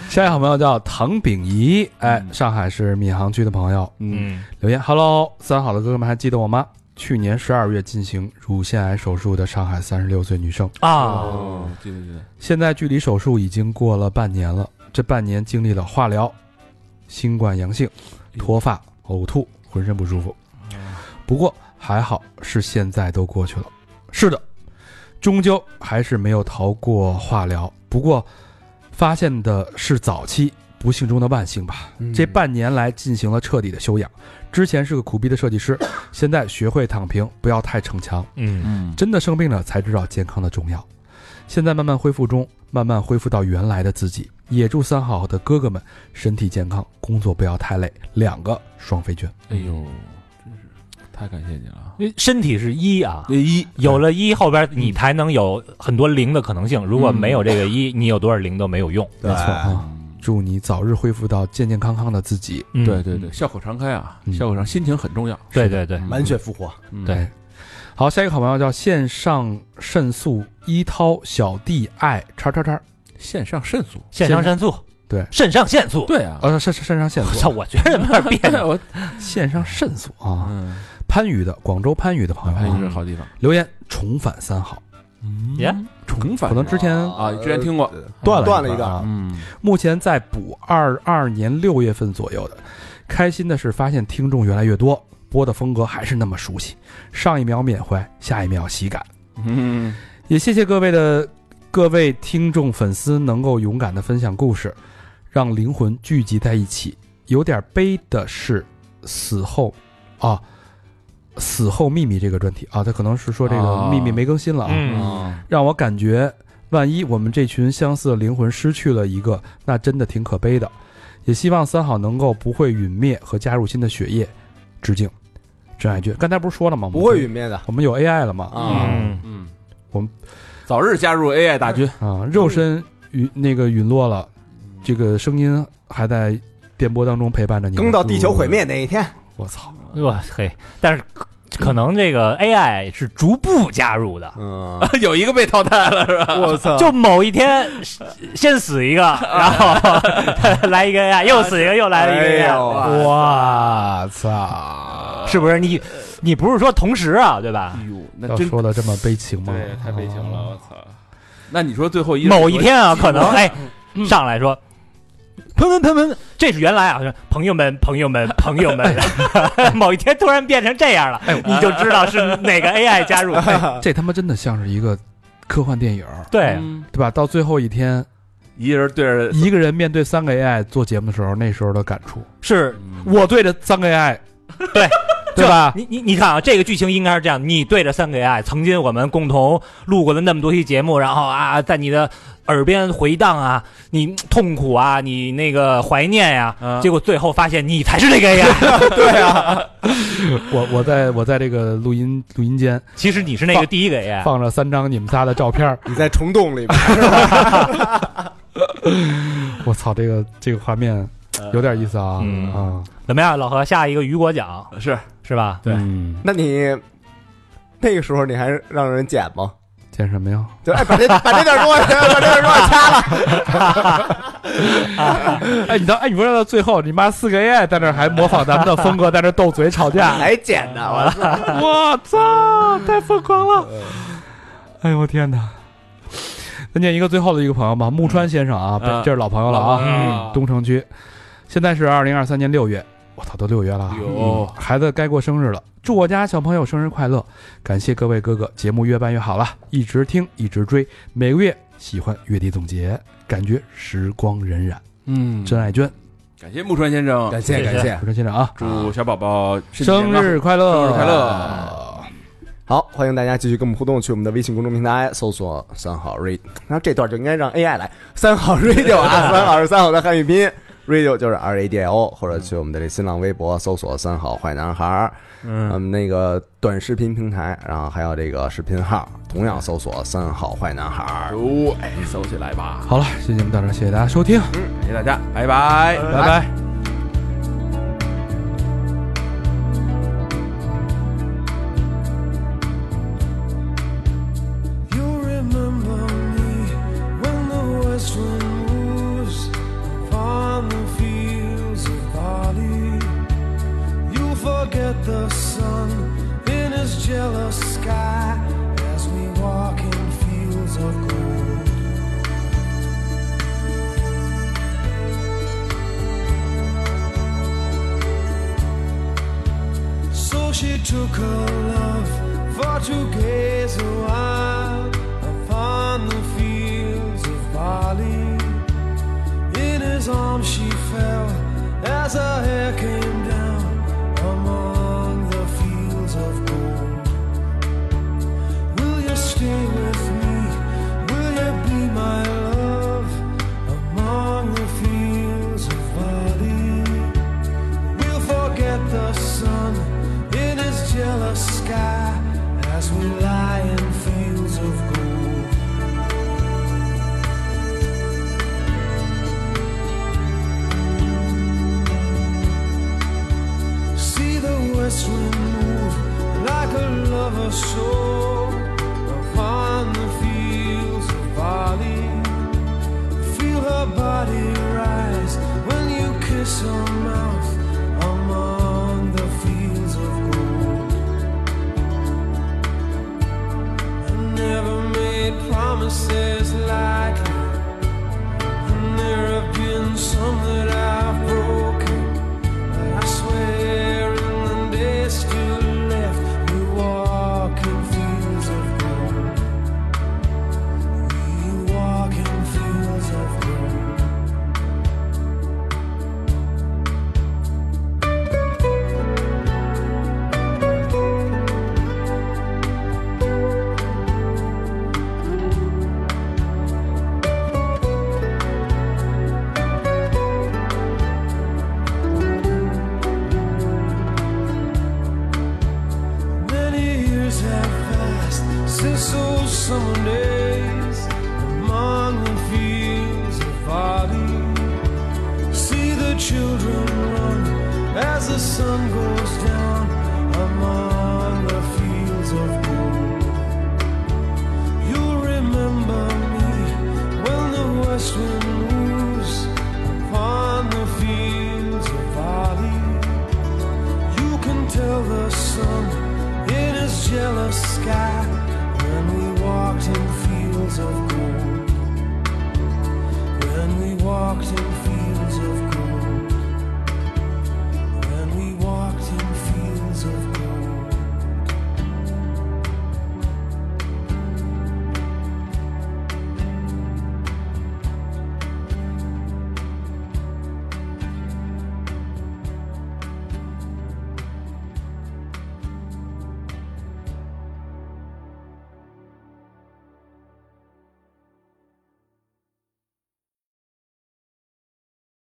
下一个好朋友叫唐炳仪，哎，上海市闵行区的朋友，嗯留言：Hello，三好的哥哥们还记得我吗？去年十二月进行乳腺癌手术的上海三十六岁女生，啊哦，记得记得，现在距离手术已经过了半年了。这半年经历了化疗、新冠阳性、脱发、呕吐、浑身不舒服，不过还好是现在都过去了。是的，终究还是没有逃过化疗，不过发现的是早期，不幸中的万幸吧。嗯这半年来进行了彻底的修养。之前是个苦逼的设计师，现在学会躺平，不要太逞强。嗯嗯，真的生病了才知道健康的重要。现在慢慢恢复中，慢慢恢复到原来的自己。也祝三好的哥哥们身体健康，工作不要太累。两个双飞卷，哎呦，真是太感谢你了啊，嗯身体是一啊。一有了一后边，你才能有很多零的可能性。如果没有这个一，你有多少零都没有用。没错对啊！祝你早日恢复到健健康康的自己。嗯嗯对对对，笑口常开啊，嗯笑口常，心情很重要，对对对，满血复活，嗯对好，下一个好朋友叫线上肾素一涛小弟爱叉叉叉，线上肾素，肾上腺素，对肾上腺素。 对啊，呃，肾肾上腺 我操，素，我觉得有点别扭。 我线上肾素啊！嗯，番禺的广州番禺的朋还友有啊是好地方，留言重返三好，耶，嗯重返可能之前啊，之前听过，断断了一一个啊，嗯，目前在补二二年六月份左右的。开心的是，发现听众越来越多，播的风格还是那么熟悉，上一秒缅怀，下一秒喜感。嗯，也谢谢各位的各位听众粉丝能够勇敢的分享故事，让灵魂聚集在一起。有点悲的是，死后啊，死后秘密这个专题啊，他可能是说这个啊秘密没更新了啊。嗯，啊让我感觉，万一我们这群相似的灵魂失去了一个，那真的挺可悲的。也希望三好能够不会殒灭和加入新的血液，致敬，真爱君。刚才不是说了吗？不会殒，殒灭的我们有 AI 了嘛？啊。嗯嗯，我们早日加入 AI 大军，啊，肉身陨那个陨落了，这个声音还在电波当中陪伴着你们。更到地球毁灭那一天，我操！哇嘿，但是可可能这个 AI 是逐步加入的，嗯，有一个被淘汰了是吧？我操，就某一天是先死 一个，然后 来一个 AI，又死一个，又来了一个哎 AI，呦我操！是不是？你你不是说同时啊，对吧？哎呦，那要真说的这么悲情吗？啊我操！那你说最嗯后一某一天啊，可能哎，上来说。喷喷喷喷！这是原来啊，好像朋友们，朋友们，朋友 们，某一天突然变成这样哎了，你就知道是哪个 AI 加 入。哎这他妈真的像是一个科幻电影儿，对，嗯对吧？到最后一天，一人对着一个人面对三个 AI 做节目的时候，那时候的感触，是我对着三个 AI，对对吧？你你你看啊，这个剧情应该是这样：你对着三个 AI，曾经我们共同录过的那么多期节目，然后啊，在你的耳边回荡啊，你嗯痛苦啊，你那个怀念呀、嗯结果最后发现你才是这个啊 AI，我我在我在这个录音录音间其实你是那个第一个啊 AI。放着三张你们仨的照片儿，你在虫洞里边，我操，这个这个画面有点意思啊嗯啊！怎么样，老何？下一个雨果奖是是吧？对嗯，那你那个时候你还让人剪吗？见什么呀？就哎，把这把这段给我，把这段给我掐了。哎，你到哎，你不知道到最后，你妈四个 AI 在那儿还模仿咱们的风格，在那儿斗嘴吵 架，哎还哎捡的，我操！ 我操，太疯狂了！哎呦我天哪！再念一个最后的一个朋友吧，木川先生啊，嗯这是老朋友了啊，啊，东城区。现在是二零二三年六月，我操，都六月了啊，有孩子该过生日了，祝我家小朋友生日快乐！感谢各位哥哥，节目越办越好了，一直听，一直追，每个月喜欢月底总结，感觉时光荏苒。嗯，真爱娟，感谢木川先生，感谢谢谢感谢，我说先生啊，祝小宝宝身体健生康日快乐，生日快乐！ 好，欢迎大家继续跟我们互动，去我们的微信公众平台搜索“三好 radio”。那这段就应该让 AI 来“三好 radio” 啊，“三好”是三好的汉语拼音，“radio” 就是 R A D I O，或者去我们的这新浪微博搜索“三好坏男孩儿”。嗯，嗯，那个短视频平台，然后还有这个视频号，同样搜索“三好坏男孩儿哟，哎，收起来吧，好了，这期节目到这儿，谢谢大家收听，感谢大家，拜拜。拜拜。 You remember me when the west wind moves upon the fields of barley. You'll forget the sun in his jealous sky as we walk in fields of gold. So she took her love for to gaze a while upon the fields of barley. In his arms she fell as her hair came down among the fields of gold. Will you stay with me? Will you be my love among the fields of barley? We'll forget the sun in its jealous sky as we lie in fields of gold. See the west wind move like a lover's soul upon the fields of barley. Feel her body rise when you kiss her mouth among the fields of gold. I never made promises like that. And there have been some that I've broken. But I swear in the days still left, we walk in fields of gold. We walk in fields of gold. Many years have passed since those summer days among the fields of barley. See the children run as the sun goes down among the fields of gold. You'll remember me when the west wind moves upon the fields of barley. You can tell the sun in his jealous sky when we walked in fields of gold. When we walked in fields.